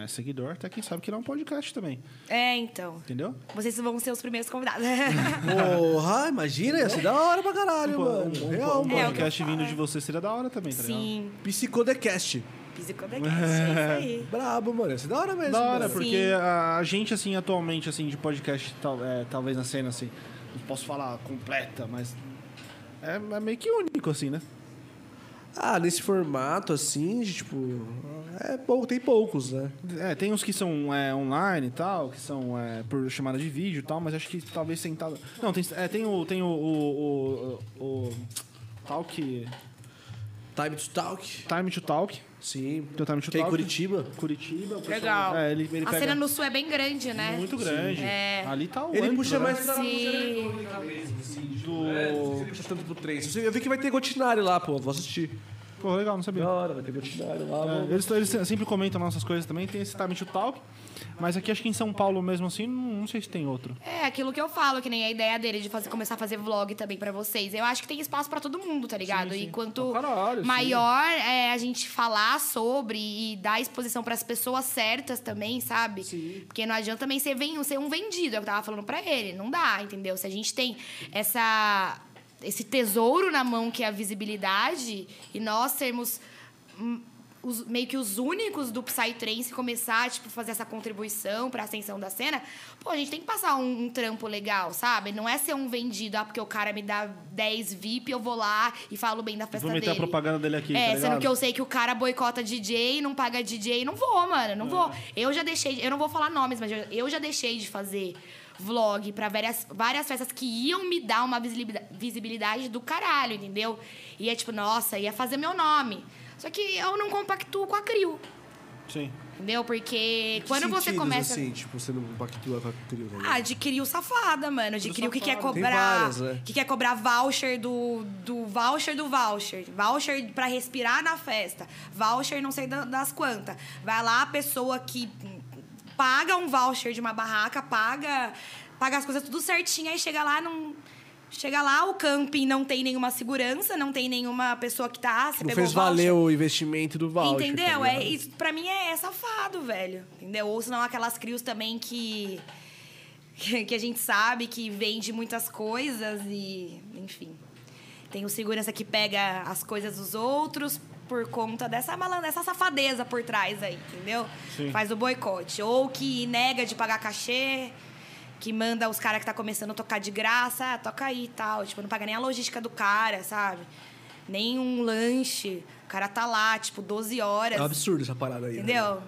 [SPEAKER 4] é, seguidor, até quem sabe que é um podcast também,
[SPEAKER 3] É, então.
[SPEAKER 4] entendeu?
[SPEAKER 3] Vocês vão ser os primeiros convidados.
[SPEAKER 7] Porra, imagina, ia ser da hora pra caralho,
[SPEAKER 4] Um,
[SPEAKER 7] mano.
[SPEAKER 4] um- um-
[SPEAKER 7] Real,
[SPEAKER 4] um
[SPEAKER 7] mano.
[SPEAKER 3] É, o que eu
[SPEAKER 4] podcast vindo de você seria da hora também, tá ligado?
[SPEAKER 3] Sim.
[SPEAKER 7] Psicodecast.
[SPEAKER 3] Psicodecast, é isso aí.
[SPEAKER 7] Brabo, mano. Ia ser da hora mesmo.
[SPEAKER 4] É Da hora,
[SPEAKER 7] mano.
[SPEAKER 4] porque a, a gente, assim, atualmente, assim, de podcast, tal- é, talvez na cena, assim, não posso falar completa, mas é, é meio que único, assim, né?
[SPEAKER 7] Ah, nesse formato, assim, de, tipo... É pouco, tem poucos, né?
[SPEAKER 4] É, tem uns que são é, online e tal, que são é, por chamada de vídeo e tal, mas acho que talvez sentado... Não, tem, é, tem o... Tem o, o, o, o- Talk...
[SPEAKER 7] Time to Talk.
[SPEAKER 4] Time to Talk.
[SPEAKER 7] Sim.
[SPEAKER 4] Tem o Time to
[SPEAKER 7] Que é em
[SPEAKER 4] Talk.
[SPEAKER 7] Curitiba.
[SPEAKER 4] Curitiba. o pessoal-
[SPEAKER 3] Legal.
[SPEAKER 4] É, ele, ele
[SPEAKER 3] a
[SPEAKER 4] pega
[SPEAKER 3] cena no sul é bem grande, né?
[SPEAKER 4] muito grande.
[SPEAKER 3] É.
[SPEAKER 4] Ali tá o
[SPEAKER 7] Ele
[SPEAKER 4] antro,
[SPEAKER 7] puxa
[SPEAKER 4] né?
[SPEAKER 7] mais pra
[SPEAKER 3] Sim.
[SPEAKER 4] do...
[SPEAKER 1] Ele puxa tanto pro trem.
[SPEAKER 7] Eu vi que vai ter Gotinari lá, pô. Vou assistir.
[SPEAKER 4] Pô, legal, não sabia.
[SPEAKER 1] Da hora, vai ter botinário lá.
[SPEAKER 4] É,
[SPEAKER 1] vamos-
[SPEAKER 4] Eles, eles se- sempre comentam nossas coisas também, tem esse Time to Talk, mas aqui acho que em São Paulo mesmo assim, não, não sei se tem outro.
[SPEAKER 3] É, aquilo que eu falo, que nem a ideia dele de fazer, começar a fazer vlog também pra vocês. Eu acho que tem espaço pra todo mundo, tá ligado? E quanto
[SPEAKER 4] Pra caralho, sim.
[SPEAKER 3] maior é, a gente falar sobre e dar exposição pras pessoas certas também, sabe? Porque não adianta também ser, ven- ser um vendido, é o que eu tava falando pra ele. Não dá, entendeu? Se a gente tem essa, esse tesouro na mão que é a visibilidade e nós sermos hum, os- meio que os únicos do Psytrance começar, tipo, fazer essa contribuição pra ascensão da cena, pô, a gente tem que passar um, um trampo legal, sabe? Não é ser um vendido, ah, porque o cara me dá 10 VIP, eu vou lá e falo bem da festa
[SPEAKER 4] Vou meter
[SPEAKER 3] dele.
[SPEAKER 4] a propaganda dele aqui,
[SPEAKER 3] É,
[SPEAKER 4] tá
[SPEAKER 3] sendo
[SPEAKER 4] ligado?
[SPEAKER 3] que eu sei que o cara boicota DJ, não paga DJ, não vou, mano,
[SPEAKER 4] É.
[SPEAKER 3] não vou. Eu já deixei, eu não vou falar nomes, mas eu, eu já deixei de fazer vlog pra várias, várias festas que iam me dar uma visibilida- visibilidade do caralho, entendeu? E é tipo, nossa, ia fazer meu nome. Só que eu não compactuo com a CRIO,
[SPEAKER 4] Sim.
[SPEAKER 3] entendeu? Porque quando você
[SPEAKER 7] sentidos,
[SPEAKER 3] começa...
[SPEAKER 7] assim, tipo, você não compactua com a crio, tá
[SPEAKER 3] Ah,
[SPEAKER 7] ligado?
[SPEAKER 3] adquiriu safada, mano. Adquiriu o que quer
[SPEAKER 7] Tem
[SPEAKER 3] cobrar.
[SPEAKER 7] várias, né?
[SPEAKER 3] Que quer cobrar voucher do, do voucher do voucher. Voucher pra respirar na festa. Voucher não sei da- das quantas. Vai lá a pessoa que hum, paga um voucher de uma barraca, paga, paga as coisas tudo certinho, aí chega lá não. Chega lá, o camping não tem nenhuma segurança, não tem nenhuma pessoa que tá. "Ah,
[SPEAKER 7] não
[SPEAKER 3] Você pegou
[SPEAKER 7] Tipo, fez
[SPEAKER 3] o voucher.
[SPEAKER 7] valer o investimento do voucher.
[SPEAKER 3] Entendeu?
[SPEAKER 7] tá
[SPEAKER 3] é,
[SPEAKER 7] ligado?
[SPEAKER 3] isso pra mim é, é safado, velho. Entendeu? Ou senão aquelas crios também que. que a gente sabe que vende muitas coisas e. enfim. Tem o segurança que pega as coisas dos outros por conta dessa malandra, dessa safadeza por trás aí, entendeu? Faz o boicote. Ou que nega de pagar cachê. Que manda os caras que tá começando a tocar de graça, ah, toca aí e tal. Tipo, não paga nem a logística do cara, sabe? Nem um lanche. O cara tá lá, tipo, 12 horas.
[SPEAKER 7] É um absurdo essa parada aí. né?
[SPEAKER 3] Entendeu?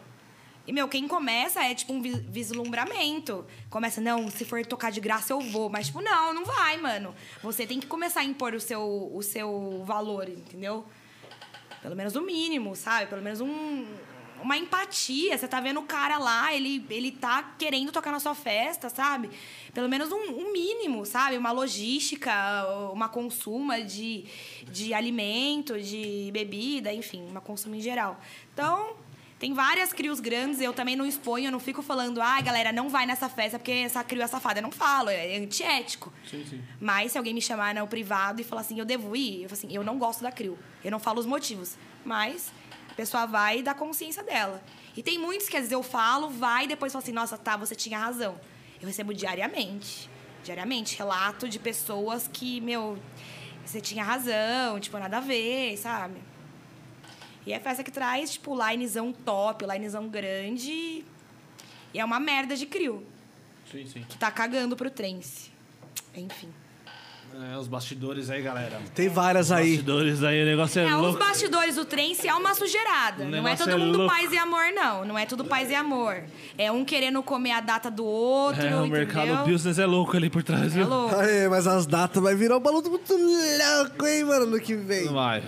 [SPEAKER 3] E, meu, quem começa é, tipo, um vi- vislumbramento. Começa, não, se for tocar de graça, eu vou. Mas, tipo, não, não vai, mano. Você tem que começar a impor o seu, o seu valor, entendeu? Pelo menos o mínimo, sabe? Pelo menos um, uma empatia. Você tá vendo o cara lá, ele, ele tá querendo tocar na sua festa, sabe? Pelo menos um, um mínimo, sabe? Uma logística, uma consuma de, de alimento, de bebida, enfim, uma consuma em geral. Então, tem várias crios grandes, eu também não exponho, eu não fico falando, ah, galera, não vai nessa festa porque essa crio é safada. Eu não falo, é antiético.
[SPEAKER 9] Sim, sim.
[SPEAKER 3] Mas se alguém me chamar no privado e falar assim, eu devo ir, eu falo assim, eu não gosto da crio. Eu não falo os motivos. Mas a pessoa vai da consciência dela. E tem muitos que às vezes eu falo, vai e depois falo assim, nossa, tá, você tinha razão. Eu recebo diariamente. Diariamente, relato de pessoas que, meu, você tinha razão, tipo, nada a ver, sabe? E é festa que traz, tipo, linezão top, linezão grande. E é uma merda de crio,
[SPEAKER 9] Sim, sim.
[SPEAKER 3] que tá cagando pro trance. Enfim.
[SPEAKER 9] É, os bastidores aí, galera.
[SPEAKER 1] Tem várias aí.
[SPEAKER 4] Bastidores aí, o negócio
[SPEAKER 3] É, os bastidores do trance é uma sujeirada.
[SPEAKER 4] O
[SPEAKER 3] Não é
[SPEAKER 4] negócio
[SPEAKER 3] todo
[SPEAKER 4] é
[SPEAKER 3] mundo
[SPEAKER 4] louco.
[SPEAKER 3] paz e amor, não. Não é tudo paz e amor. É um querendo comer a data do outro,
[SPEAKER 4] É, o mercado
[SPEAKER 3] entendeu?
[SPEAKER 4] business é louco ali por trás,
[SPEAKER 3] É
[SPEAKER 4] viu?
[SPEAKER 3] louco.
[SPEAKER 1] Aê, mas as datas vai virar um baluto muito louco, hein, mano, ano que vem.
[SPEAKER 4] Vai.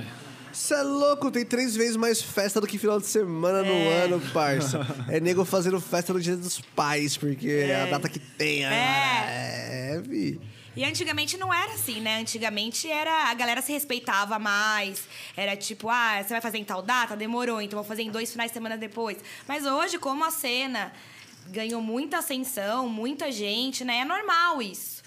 [SPEAKER 1] Cê é louco, tem três vezes mais festa do que final de semana no ano, parça. É nego fazendo festa no dia dos pais, porque é, a data que tem. agora.
[SPEAKER 3] É.
[SPEAKER 1] É, vi.
[SPEAKER 3] E antigamente não era assim, né? Antigamente era a galera se respeitava mais. Era tipo, ah, você vai fazer em tal data? Demorou, então vou fazer em dois finais de semana depois. Mas hoje, como a cena ganhou muita ascensão, muita gente, né? É normal isso.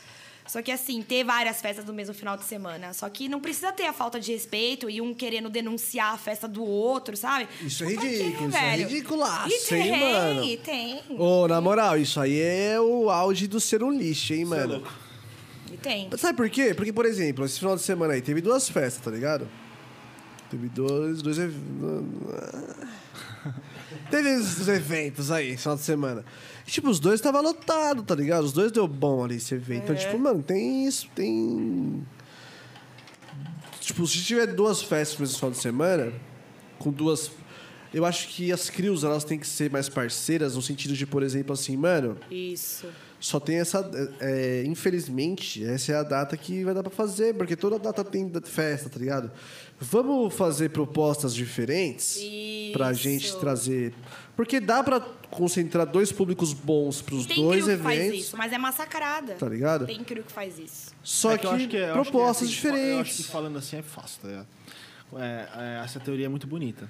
[SPEAKER 3] Só que assim, ter várias festas no mesmo final de semana. Só que não precisa ter a falta de respeito e um querendo denunciar a festa do outro, sabe?
[SPEAKER 1] Isso é
[SPEAKER 3] Tipo, pra quê,
[SPEAKER 1] ridículo, isso é
[SPEAKER 3] velho? E
[SPEAKER 1] ridiculaço,
[SPEAKER 3] tem,
[SPEAKER 1] hein, mano.
[SPEAKER 3] tem.
[SPEAKER 1] Ô, na moral, isso aí é o auge do ser um lixo, hein, mano.
[SPEAKER 3] E tem.
[SPEAKER 1] Sabe por quê? Porque, por exemplo, esse final de semana aí teve duas festas, tá ligado? Teve dois, dois ev- Teve esses eventos aí, final de semana. E, tipo, os dois tava lotado, tá ligado? Os dois deu bom ali esse evento. Então, tipo, mano, tem isso, tem. Tipo, se tiver duas festas no mesmo final de semana, com duas. Eu acho que as crios, elas têm que ser mais parceiras, no sentido de, por exemplo, assim, mano.
[SPEAKER 3] Isso.
[SPEAKER 1] Só tem essa. é, é, infelizmente, essa é a data que vai dar pra fazer, porque toda data tem da- festa, tá ligado? Vamos fazer propostas diferentes pra
[SPEAKER 3] Isso.
[SPEAKER 1] gente trazer. Porque dá pra concentrar dois públicos bons pros
[SPEAKER 3] Tem
[SPEAKER 1] dois
[SPEAKER 3] crio que faz
[SPEAKER 1] eventos.
[SPEAKER 3] isso, mas é massacrada.
[SPEAKER 1] Tá ligado?
[SPEAKER 3] Tem crio que faz isso.
[SPEAKER 1] Só
[SPEAKER 4] É
[SPEAKER 1] que,
[SPEAKER 4] eu acho é- eu acho
[SPEAKER 1] propostas
[SPEAKER 4] que é assim, Eu acho
[SPEAKER 1] diferentes.
[SPEAKER 4] que falando assim é fácil, tá ligado? É, é, essa teoria é muito bonita.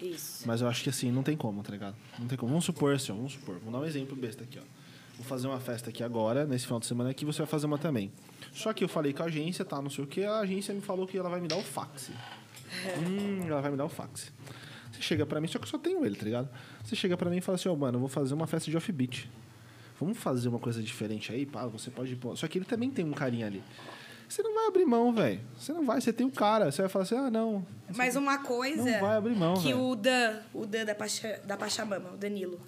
[SPEAKER 3] Isso.
[SPEAKER 4] Mas eu acho que assim, não tem como, tá ligado? Não tem como. Vamos supor assim, ó, vamos supor. Vou dar um exemplo besta aqui, ó. Vou fazer uma festa aqui agora, nesse final de semana aqui, você vai fazer uma também. Só que eu falei com a agência, tá, não sei o que, a agência me falou que ela vai me dar o fax. Hum, ela vai me dar o fax. Você chega pra mim, só que eu só tenho ele, tá ligado? Você chega pra mim e fala assim, ó, mano, eu vou fazer uma festa de offbeat. Vamos fazer uma coisa diferente aí, pá, você pode... pôr- Só que ele também tem um carinha ali. Você não vai abrir mão, velho. Você não vai, você tem o cara. Você vai falar assim, ah, não.
[SPEAKER 3] Mas uma coisa
[SPEAKER 4] Não vai abrir mão,
[SPEAKER 3] que
[SPEAKER 4] velho.
[SPEAKER 3] o Dan, o Dan da, Pacha, da Pachamama, o Danilo,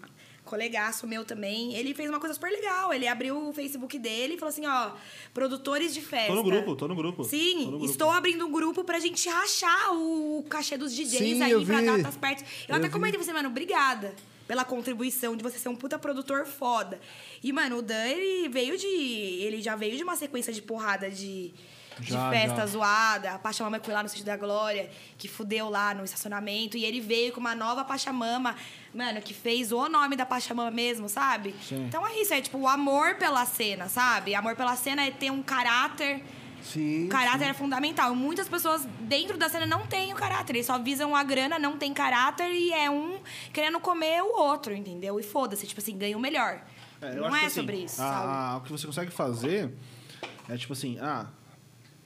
[SPEAKER 3] colegaço meu também, ele fez uma coisa super legal. Ele abriu o Facebook dele e falou assim, ó, produtores de festa.
[SPEAKER 4] Tô no grupo, tô no grupo.
[SPEAKER 3] Sim,
[SPEAKER 4] Tô no grupo.
[SPEAKER 3] estou abrindo um grupo pra gente rachar o cachê dos DJs
[SPEAKER 1] Sim,
[SPEAKER 3] aí
[SPEAKER 1] eu
[SPEAKER 3] pra
[SPEAKER 1] vi.
[SPEAKER 3] datas perto. Eu,
[SPEAKER 1] Eu
[SPEAKER 3] até
[SPEAKER 1] vi.
[SPEAKER 3] comentei pra você, mano, obrigada pela contribuição de você ser um puta produtor foda. E, mano, o Dan, ele veio de. Ele já veio de uma sequência de porrada de. De
[SPEAKER 4] Já,
[SPEAKER 3] festa
[SPEAKER 4] já.
[SPEAKER 3] zoada, a Pachamama foi lá no Sítio da Glória, que fudeu lá no estacionamento, e ele veio com uma nova Pachamama, mano, que fez o nome da Pachamama mesmo, sabe? Então é isso, é tipo o amor pela cena, sabe? Amor pela cena é ter um caráter o
[SPEAKER 1] Sim.
[SPEAKER 3] caráter é fundamental. Muitas pessoas dentro da cena não têm o caráter. Eles só visam a grana, não tem caráter e é um querendo comer o outro, entendeu? E foda-se, tipo assim, ganha o melhor.
[SPEAKER 4] É, eu
[SPEAKER 3] não
[SPEAKER 4] acho
[SPEAKER 3] é
[SPEAKER 4] que, assim,
[SPEAKER 3] sobre isso,
[SPEAKER 4] a-
[SPEAKER 10] ah,
[SPEAKER 3] sabe?
[SPEAKER 4] a- o que você consegue fazer é tipo assim, ah,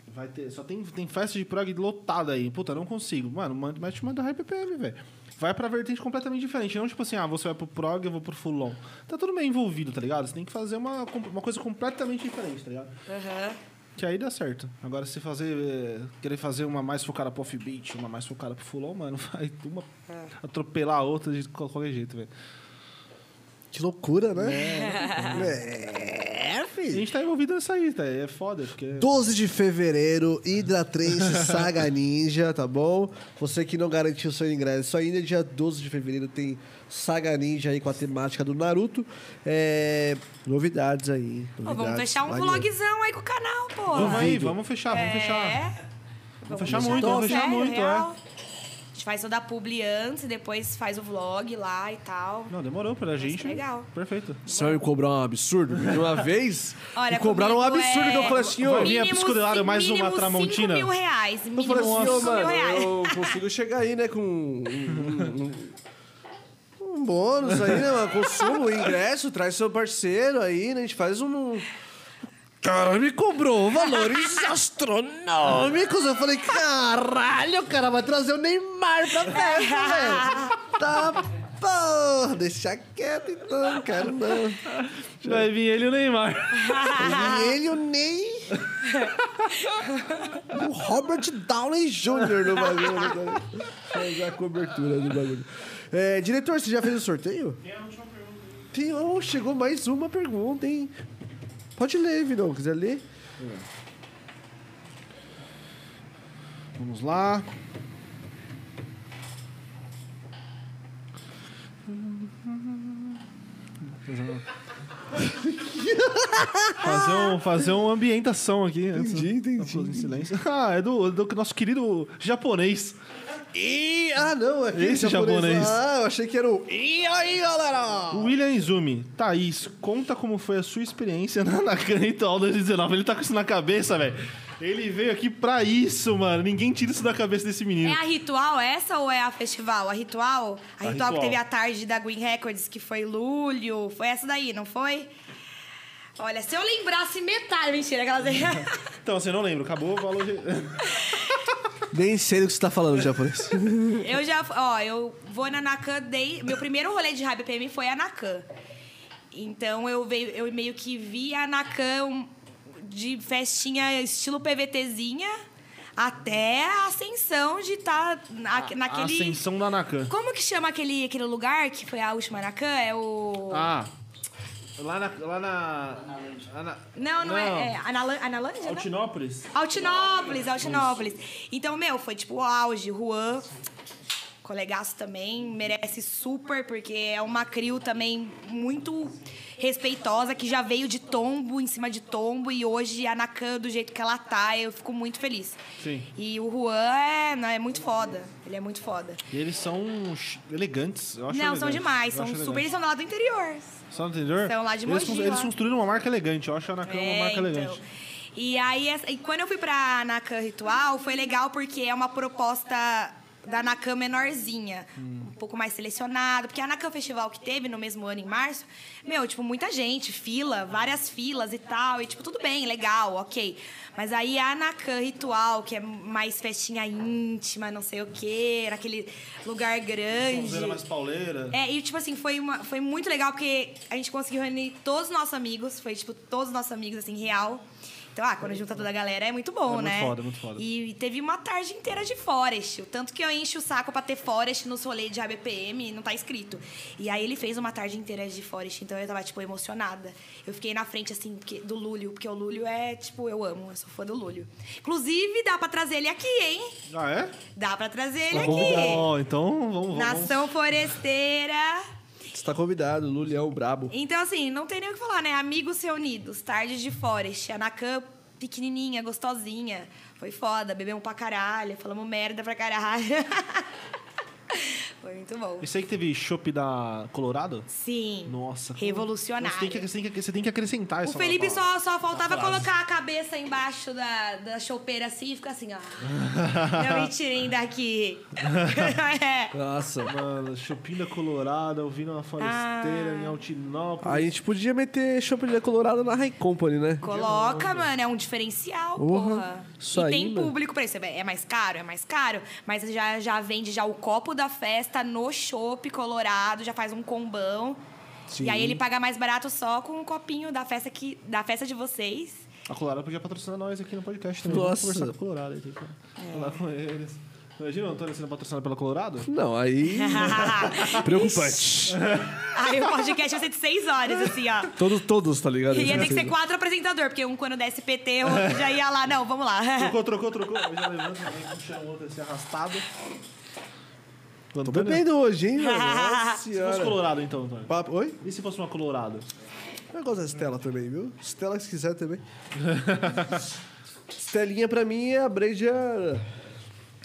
[SPEAKER 4] vai ter, só tem, tem festa de prog lotada aí. Puta, não consigo. Mano, manda- mete uma da Hype PM, velho. Vai pra vertente completamente diferente. Não tipo assim, ah, você vai pro prog, eu vou pro full-on. Tá tudo meio envolvido, tá ligado? Você tem que fazer uma, com- uma coisa completamente diferente, tá ligado?
[SPEAKER 3] Aham.
[SPEAKER 4] Que aí dá certo. Agora, se fazer. eh, Querer fazer uma mais focada pro offbeat, uma mais focada pro full-on, mano, vai uma
[SPEAKER 3] É.
[SPEAKER 4] atropelar a outra de qual- qualquer jeito, velho.
[SPEAKER 1] Que loucura, né? É,
[SPEAKER 4] E a
[SPEAKER 1] filho.
[SPEAKER 4] gente tá envolvido nisso aí, tá? É foda, porque.
[SPEAKER 1] 12 de fevereiro, Hydra Trance Saga Ninja, tá bom? Você que não garantiu seu ingresso ainda, dia 12 de fevereiro tem Saga Ninja aí com a temática do Naruto. É, novidades aí.
[SPEAKER 3] Pô, vamos
[SPEAKER 1] novidades,
[SPEAKER 3] fechar um
[SPEAKER 1] maneiro.
[SPEAKER 3] vlogzão aí com o canal, pô.
[SPEAKER 4] Vamos aí, vamos fechar, vamos fechar.
[SPEAKER 3] É.
[SPEAKER 4] Vamos fechar muito, vamos fechar
[SPEAKER 10] é.
[SPEAKER 3] sério,
[SPEAKER 4] muito,
[SPEAKER 3] real. A gente faz toda a publi antes, depois faz o vlog lá e tal.
[SPEAKER 4] Não, demorou pra gente.
[SPEAKER 3] legal.
[SPEAKER 4] Perfeito.
[SPEAKER 10] Você vai me cobrar um absurdo? De uma vez?
[SPEAKER 3] Olha,
[SPEAKER 10] me cobraram um
[SPEAKER 3] comigo
[SPEAKER 10] absurdo
[SPEAKER 3] é
[SPEAKER 10] que eu falei assim, ô.
[SPEAKER 4] Vai vir a
[SPEAKER 3] mínimo
[SPEAKER 4] Piscodelário,
[SPEAKER 3] cin-
[SPEAKER 4] mais uma
[SPEAKER 3] mínimo
[SPEAKER 4] Tramontina?
[SPEAKER 3] 5 mil reais.
[SPEAKER 10] um Eu
[SPEAKER 3] Mínimo
[SPEAKER 10] falei assim, ô,
[SPEAKER 3] 5 mil
[SPEAKER 10] mano,
[SPEAKER 3] reais.
[SPEAKER 10] eu consigo chegar aí, né, com um, um- um-
[SPEAKER 1] Um bônus aí, né, mano? Consumo, ingresso, traz seu parceiro aí, né? A gente faz um. Cara, me cobrou um valores astronômicos. Eu falei, caralho, cara, vai trazer o Neymar pra festa, velho. Tá porra, deixa quieto então, cara, não.
[SPEAKER 4] Vai vir ele e o Neymar.
[SPEAKER 1] E ele, o Ney. o Robert Downey Jr. no bagulho. né, cara? Fazer a cobertura do bagulho. É, diretor, você já fez o sorteio? Tem a última pergunta. Tem, oh, chegou mais uma pergunta, hein? Pode ler, Vidão, quiser ler.
[SPEAKER 4] Vamos lá. Fazer, um, fazer uma ambientação aqui. Entendi, entendi. Em silêncio. Ah, é do, do nosso querido japonês.
[SPEAKER 1] E, ah, não, é aquele
[SPEAKER 4] Esse japonês.
[SPEAKER 1] Ah, eu achei que era o. E aí, galera?
[SPEAKER 4] William Izumi. Thaís, conta como foi a sua experiência na Nakan Ritual 2019. Ele tá com isso na cabeça, velho. Ele veio aqui pra isso, mano. Ninguém tira isso da cabeça desse
[SPEAKER 3] É
[SPEAKER 4] menino.
[SPEAKER 3] a ritual essa ou é a festival? A ritual? A,
[SPEAKER 4] A
[SPEAKER 3] ritual,
[SPEAKER 4] Ritual.
[SPEAKER 3] que teve a tarde da Green Records, que foi Lúlio. Foi essa daí, não foi? Olha, se eu lembrasse metade. Mentira, aquelas.
[SPEAKER 4] Então, assim, eu não lembro. Acabou o valor de...
[SPEAKER 1] Nem sei do que você tá falando, japonês.
[SPEAKER 3] eu já. Ó, eu vou na Nakan. Dei, meu primeiro rolê de Rádio PM foi a Nakan. Então eu, veio, eu meio que vi a Nakan de festinha estilo PVTzinha até a ascensão de estar
[SPEAKER 4] A
[SPEAKER 3] naquele.
[SPEAKER 4] Ascensão da Nakan.
[SPEAKER 3] Como que chama aquele, aquele lugar que foi a última Nakan? É o.
[SPEAKER 4] Ah. Lá na... Lá na... lá na-
[SPEAKER 3] não, não, é. é Analã- Analândia? né?
[SPEAKER 11] Altinópolis?
[SPEAKER 3] Altinópolis, Altinópolis. Então, meu, foi tipo o auge. Juan, colegaço também, merece super, porque é uma crio também muito respeitosa, que já veio de tombo em cima de tombo e hoje a Nakan, do jeito que ela tá, eu fico muito feliz.
[SPEAKER 4] Sim.
[SPEAKER 3] E o Juan é, não, é muito foda. Ele é muito foda.
[SPEAKER 4] E eles são ch- elegantes. Eu acho
[SPEAKER 3] não, são
[SPEAKER 4] elegante.
[SPEAKER 3] demais,
[SPEAKER 4] Eu
[SPEAKER 3] são
[SPEAKER 4] acho
[SPEAKER 3] super.
[SPEAKER 4] elegante.
[SPEAKER 3] Eles são lá do interior.
[SPEAKER 4] São do interior?
[SPEAKER 3] São lá de
[SPEAKER 4] eles,
[SPEAKER 3] Mogi, então.
[SPEAKER 4] cons- eles
[SPEAKER 3] lá.
[SPEAKER 4] construíram uma marca elegante. Eu acho a Nakan é uma marca elegante.
[SPEAKER 3] É, E aí, essa- e quando eu fui pra Nakan Ritual, foi legal porque é uma proposta da Nakan menorzinha,
[SPEAKER 4] Hum.
[SPEAKER 3] um pouco mais selecionada. Porque a Nakan Festival que teve no mesmo ano, em março, meu, tipo, muita gente, fila, várias filas e tal. E, tipo, tudo bem, legal, ok. Mas aí a Nakan Ritual, que é mais festinha íntima, não sei o quê, naquele lugar grande.
[SPEAKER 4] Sonzeira mais pauleira.
[SPEAKER 3] É, e tipo assim, foi, uma, foi muito legal porque a gente conseguiu reunir todos os nossos amigos. Foi tipo, todos os nossos amigos, assim, real. Então, ah, quando junta toda a galera é muito bom,
[SPEAKER 4] É muito
[SPEAKER 3] né?
[SPEAKER 4] foda, muito foda.
[SPEAKER 3] E teve uma tarde inteira de Forest. O tanto que eu encho o saco pra ter Forest nos rolês de ABPM, não tá escrito. E aí ele fez uma tarde inteira de Forest, então eu tava, tipo, emocionada. Eu fiquei na frente, assim, porque- do Lúlio, porque o Lúlio é, tipo, eu amo, eu sou fã do Lúlio. Inclusive, dá pra trazer ele aqui, hein?
[SPEAKER 4] Ah, é?
[SPEAKER 3] Dá pra trazer ele aqui.
[SPEAKER 4] Bom, então vamos... vamos-
[SPEAKER 3] Nação Foresteira.
[SPEAKER 1] Você tá convidado, Lully é o brabo.
[SPEAKER 3] Então, assim, não tem nem o que falar, né? Amigos reunidos, tarde de Forest, a Nakan pequenininha, gostosinha. Foi foda, bebemos pra caralho, falamos merda pra caralho. Foi muito bom.
[SPEAKER 4] Isso aí que teve chopp da Colorado?
[SPEAKER 3] Sim.
[SPEAKER 4] Nossa. como-
[SPEAKER 3] Revolucionário.
[SPEAKER 4] Você tem que, você tem que- você tem que acrescentar
[SPEAKER 3] O
[SPEAKER 4] essa
[SPEAKER 3] Felipe
[SPEAKER 4] palavra.
[SPEAKER 3] só, só faltava
[SPEAKER 4] frase.
[SPEAKER 3] colocar a cabeça embaixo da, da chopeira assim e ficar assim, ó. não me tirem daqui. É.
[SPEAKER 1] Nossa.
[SPEAKER 4] Mano, Chopina Colorado, ouvindo uma
[SPEAKER 3] Ah.
[SPEAKER 4] foresteira em Altinópolis.
[SPEAKER 1] A gente podia meter Chocolate Colorado na High Company, né?
[SPEAKER 3] Coloca, mano, é um diferencial,
[SPEAKER 1] Porra,
[SPEAKER 3] porra.
[SPEAKER 1] isso
[SPEAKER 3] e
[SPEAKER 1] aí,
[SPEAKER 3] tem
[SPEAKER 1] mano.
[SPEAKER 3] público pra isso. É mais caro, é mais caro, mas já, já vende já o copo da festa no chopp colorado, já faz um combão.
[SPEAKER 1] Sim.
[SPEAKER 3] E aí ele paga mais barato só com um copinho da festa que da festa de vocês.
[SPEAKER 4] A Colorado podia patrocinar nós aqui no podcast também.
[SPEAKER 1] Nossa.
[SPEAKER 4] Vamos conversar com a Colorado aí. Tem que
[SPEAKER 3] É.
[SPEAKER 4] falar com eles. Imagina o Antônio sendo patrocinado pela Colorado?
[SPEAKER 1] Não, aí. Preocupante.
[SPEAKER 3] aí o podcast vai ser de seis horas, assim, ó.
[SPEAKER 1] Todos, todos, tá ligado?
[SPEAKER 3] E ia ter que ser quatro apresentador, porque um quando desse PT, o outro já ia lá. Não, vamos lá.
[SPEAKER 4] Trocou, trocou, trocou. Aí já levanta, aí puxa o outro assim, arrastado.
[SPEAKER 1] Tô
[SPEAKER 4] Antônio,
[SPEAKER 1] bebendo hoje, hein, mano? Nossa
[SPEAKER 4] se fosse
[SPEAKER 1] senhora.
[SPEAKER 4] Colorado então, Antônio.
[SPEAKER 1] Papo- Oi?
[SPEAKER 4] E se fosse uma Colorado?
[SPEAKER 1] Eu gosto da Estela também, viu? Estela, se quiser também. Estelinha, pra mim, é a breja...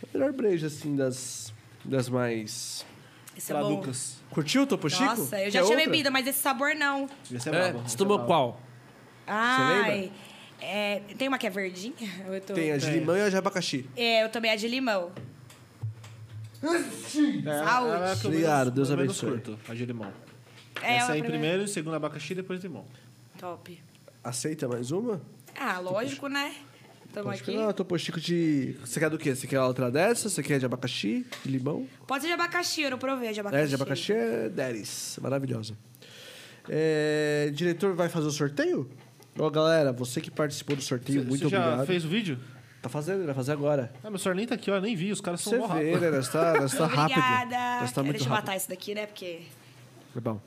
[SPEAKER 1] A melhor breja, assim, das...
[SPEAKER 12] das mais.
[SPEAKER 3] Esse é bom.
[SPEAKER 4] Traducas.
[SPEAKER 12] Curtiu o Topo Chico?
[SPEAKER 3] Nossa, eu já
[SPEAKER 12] Quer
[SPEAKER 3] tinha
[SPEAKER 12] outra?
[SPEAKER 3] bebido, mas esse sabor não.
[SPEAKER 4] Esse é
[SPEAKER 12] É,
[SPEAKER 4] brabo, esse
[SPEAKER 12] você
[SPEAKER 4] é
[SPEAKER 12] tomou
[SPEAKER 4] brabo.
[SPEAKER 12] qual?
[SPEAKER 3] Ai. é, tem uma que é verdinha? Eu tô-
[SPEAKER 1] Tem a de limão e a de abacaxi.
[SPEAKER 3] É, eu tomei a de limão.
[SPEAKER 4] É,
[SPEAKER 3] Saúde.
[SPEAKER 4] ela é a que eu
[SPEAKER 1] Obrigado,
[SPEAKER 4] menos-
[SPEAKER 1] Deus
[SPEAKER 4] eu menos
[SPEAKER 1] abençoe.
[SPEAKER 4] curto, a de limão.
[SPEAKER 3] É,
[SPEAKER 4] Essa
[SPEAKER 3] ela
[SPEAKER 4] aí
[SPEAKER 3] pra-
[SPEAKER 4] primeiro, segundo abacaxi, depois limão.
[SPEAKER 3] Top.
[SPEAKER 1] Aceita mais uma?
[SPEAKER 3] Ah, lógico, né? Tamo
[SPEAKER 1] Acho que
[SPEAKER 3] aqui.
[SPEAKER 1] não, Topo Chico de... Você quer do quê? Você quer outra dessa? Você quer de abacaxi? De limão?
[SPEAKER 3] Pode ser de abacaxi, eu não provei a de abacaxi.
[SPEAKER 1] É, de abacaxi é 10. Maravilhosa. É, diretor vai fazer o sorteio? Ó, galera, você que participou do sorteio, muito
[SPEAKER 4] Você já
[SPEAKER 1] obrigado.
[SPEAKER 4] fez o vídeo?
[SPEAKER 1] Tá fazendo, vai fazer agora.
[SPEAKER 4] Ah, meu senhor nem tá aqui, ó. Nem vi, os caras são
[SPEAKER 1] Você
[SPEAKER 4] mó rápido.
[SPEAKER 1] vê, né? Nós tá, nós tá rápido.
[SPEAKER 3] Obrigada.
[SPEAKER 1] Nós tá muito
[SPEAKER 3] Deixa eu
[SPEAKER 1] rápido.
[SPEAKER 3] matar isso daqui, né? Porque.
[SPEAKER 1] É bom.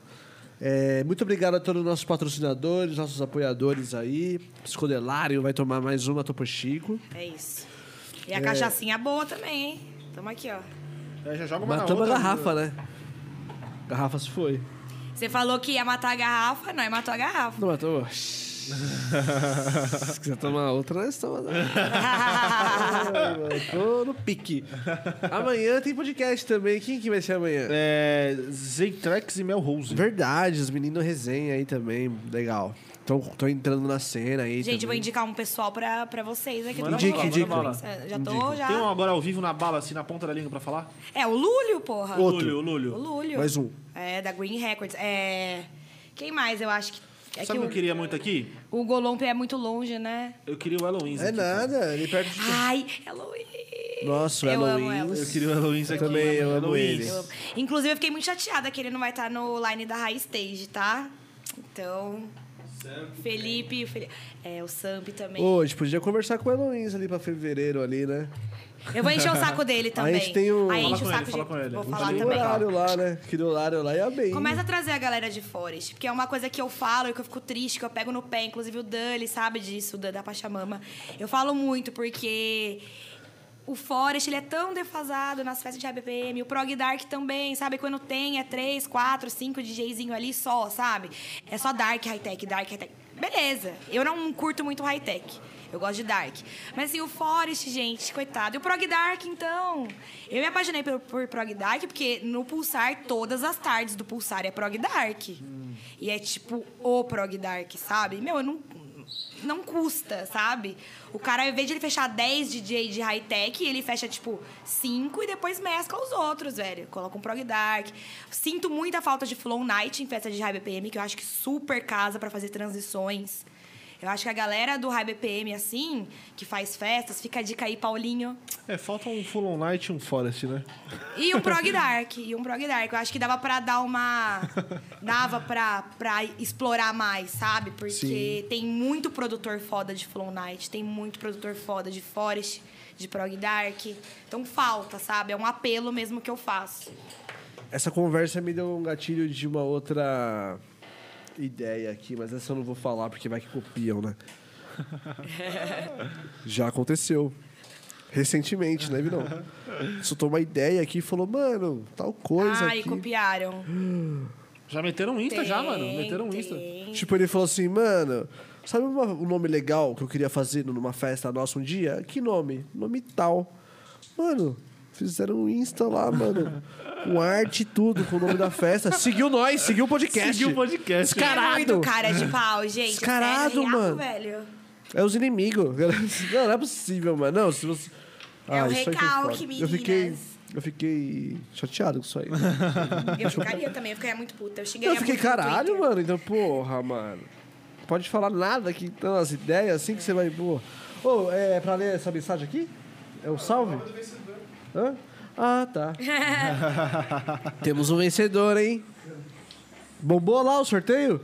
[SPEAKER 1] É, muito obrigado a todos os nossos patrocinadores, nossos apoiadores aí. Psicodelário vai tomar mais uma Topo Chico.
[SPEAKER 3] É isso. E a
[SPEAKER 1] É.
[SPEAKER 3] cachaçinha é boa também, hein? Tamo aqui, ó.
[SPEAKER 4] É, já joga uma na
[SPEAKER 1] Matamos a
[SPEAKER 4] outra.
[SPEAKER 1] garrafa, né? Garrafa se foi.
[SPEAKER 3] Você falou que ia matar a garrafa, nós matou a garrafa.
[SPEAKER 1] Não matou. se quiser tomar outra, nós né? tomamos. Ai, mano, Tô no pique. Amanhã tem podcast também. Quem que vai ser amanhã?
[SPEAKER 4] É, Zeytrex e Mel Rose.
[SPEAKER 1] Verdade, os meninos resenha aí também. Legal. Tô, tô entrando na cena aí.
[SPEAKER 3] Gente,
[SPEAKER 1] também.
[SPEAKER 3] eu vou indicar um pessoal pra, pra vocês aqui.
[SPEAKER 4] Manda
[SPEAKER 1] Indique,
[SPEAKER 4] bala, manda
[SPEAKER 1] indique.
[SPEAKER 4] bala.
[SPEAKER 3] É, Já tô, já.
[SPEAKER 4] Tem um agora ao vivo na bala, assim, na ponta da língua pra falar?
[SPEAKER 3] É, o Lúlio, porra.
[SPEAKER 1] Outro.
[SPEAKER 4] Lúlio, Lúlio.
[SPEAKER 3] O Lúlio.
[SPEAKER 1] Mais um.
[SPEAKER 3] É, da Green Records. É. Quem mais? Eu acho que. É
[SPEAKER 4] Sabe
[SPEAKER 3] que
[SPEAKER 4] o que
[SPEAKER 3] o,
[SPEAKER 4] eu queria muito aqui?
[SPEAKER 3] o Golomp é muito longe, né?
[SPEAKER 4] Eu queria o Halloween.
[SPEAKER 1] É
[SPEAKER 4] aqui,
[SPEAKER 1] nada, ele perde.
[SPEAKER 3] Ai, Eloy.
[SPEAKER 1] Nossa, o
[SPEAKER 3] Eu amo
[SPEAKER 1] Halloween.
[SPEAKER 3] ela.
[SPEAKER 4] é Eu queria o Halloween aqui.
[SPEAKER 1] também, eu amo
[SPEAKER 4] Halloween.
[SPEAKER 1] ele.
[SPEAKER 3] Eu amo. Inclusive, eu fiquei muito chateada que ele não vai estar no line da High Stage, tá? Então. Felipe, o Fel- é, o Samp também.
[SPEAKER 1] Ô, a gente podia conversar com o Heloísa ali pra fevereiro ali, né?
[SPEAKER 3] Eu vou encher o saco dele também.
[SPEAKER 1] a gente tem o-
[SPEAKER 3] Aí enche o
[SPEAKER 4] um- Fala com
[SPEAKER 3] saco
[SPEAKER 4] ele,
[SPEAKER 3] de...
[SPEAKER 4] fala com ele.
[SPEAKER 3] Vou
[SPEAKER 4] Vamos
[SPEAKER 3] falar
[SPEAKER 4] falar
[SPEAKER 1] Aquele
[SPEAKER 3] Ah, também.
[SPEAKER 1] um horário lá, né? Aquele horário lá ia bem.
[SPEAKER 3] Começa a trazer a galera de Forest, porque é uma coisa que eu falo e que eu fico triste, que eu pego no pé. Inclusive o Dan, ele sabe disso, o Dan da Pachamama. Eu falo muito porque o Forest, ele é tão defasado nas festas de ABPM. O Prog Dark também, sabe? Quando tem, é três, quatro, cinco DJzinho ali só, sabe? É só Dark, High-Tech, Dark, High-Tech. Beleza, eu não curto muito High-Tech. Eu gosto de Dark. Mas assim, o Forest, gente, coitado. E o Prog Dark, então. Eu me apaixonei por, por Prog Dark, porque no Pulsar, todas as tardes do Pulsar é Prog Dark. E é tipo o Prog Dark, sabe? Meu, eu não. Não custa, sabe? O cara, ao invés de ele fechar 10 DJ de high-tech, ele fecha, tipo, 5 e depois mescla os outros, velho. Coloca um prog dark. Sinto muita falta de flow night em festa de high BPM, que eu acho que super casa pra fazer transições. Eu acho que a galera do High BPM, assim, que faz festas, fica a dica aí, Paulinho.
[SPEAKER 4] É, falta um Full On Night e um Forest, né?
[SPEAKER 3] E um Prog Dark. E um Prog Dark. Eu acho que dava pra dar uma. Dava pra, pra explorar mais, sabe? Porque tem muito produtor foda de Flow Night, tem muito produtor foda de Forest, de Prog Dark. Então falta, sabe? É um apelo mesmo que eu faço.
[SPEAKER 1] Essa conversa me deu um gatilho de uma outra ideia aqui, mas essa eu não vou falar porque vai que copiam, né? Já aconteceu. Recentemente, né, Vinão? Soltou uma ideia aqui e falou, mano, tal coisa
[SPEAKER 3] Ai,
[SPEAKER 1] aqui.
[SPEAKER 3] copiaram.
[SPEAKER 4] Já meteram um Insta, já, mano.
[SPEAKER 3] Tem,
[SPEAKER 4] Meteram um
[SPEAKER 3] tem.
[SPEAKER 4] Insta.
[SPEAKER 1] Tipo, ele falou assim, mano, sabe uma- um nome legal que eu queria fazer numa festa nossa um dia? Que nome? Nome tal. Mano, fizeram um Insta lá, mano. Com arte e tudo, com o nome da festa. Seguiu nós, seguiu o podcast.
[SPEAKER 4] Seguiu o podcast.
[SPEAKER 3] É
[SPEAKER 1] Descarado.
[SPEAKER 3] muito cara de pau, gente. É
[SPEAKER 1] Descarado,
[SPEAKER 3] Sério,
[SPEAKER 1] mano.
[SPEAKER 3] velho.
[SPEAKER 1] É os inimigos. Não, não é possível, mano. Não, se você... Ah,
[SPEAKER 3] É o
[SPEAKER 1] isso aí foi
[SPEAKER 3] recalque,
[SPEAKER 1] foda. Eu
[SPEAKER 3] meninas.
[SPEAKER 1] fiquei, eu fiquei chateado com isso aí.
[SPEAKER 3] Eu ficaria também, eu ficaria muito puta. Eu xingaria
[SPEAKER 1] Eu fiquei,
[SPEAKER 3] muito no
[SPEAKER 1] caralho,
[SPEAKER 3] Twitter.
[SPEAKER 1] mano. Então, porra, mano. Pode falar nada que então, as ideias assim que você vai. Pô. Ô, é pra ler essa mensagem aqui? É um salve? Hã? Ah, tá. Temos um vencedor, hein? Bombou lá o sorteio?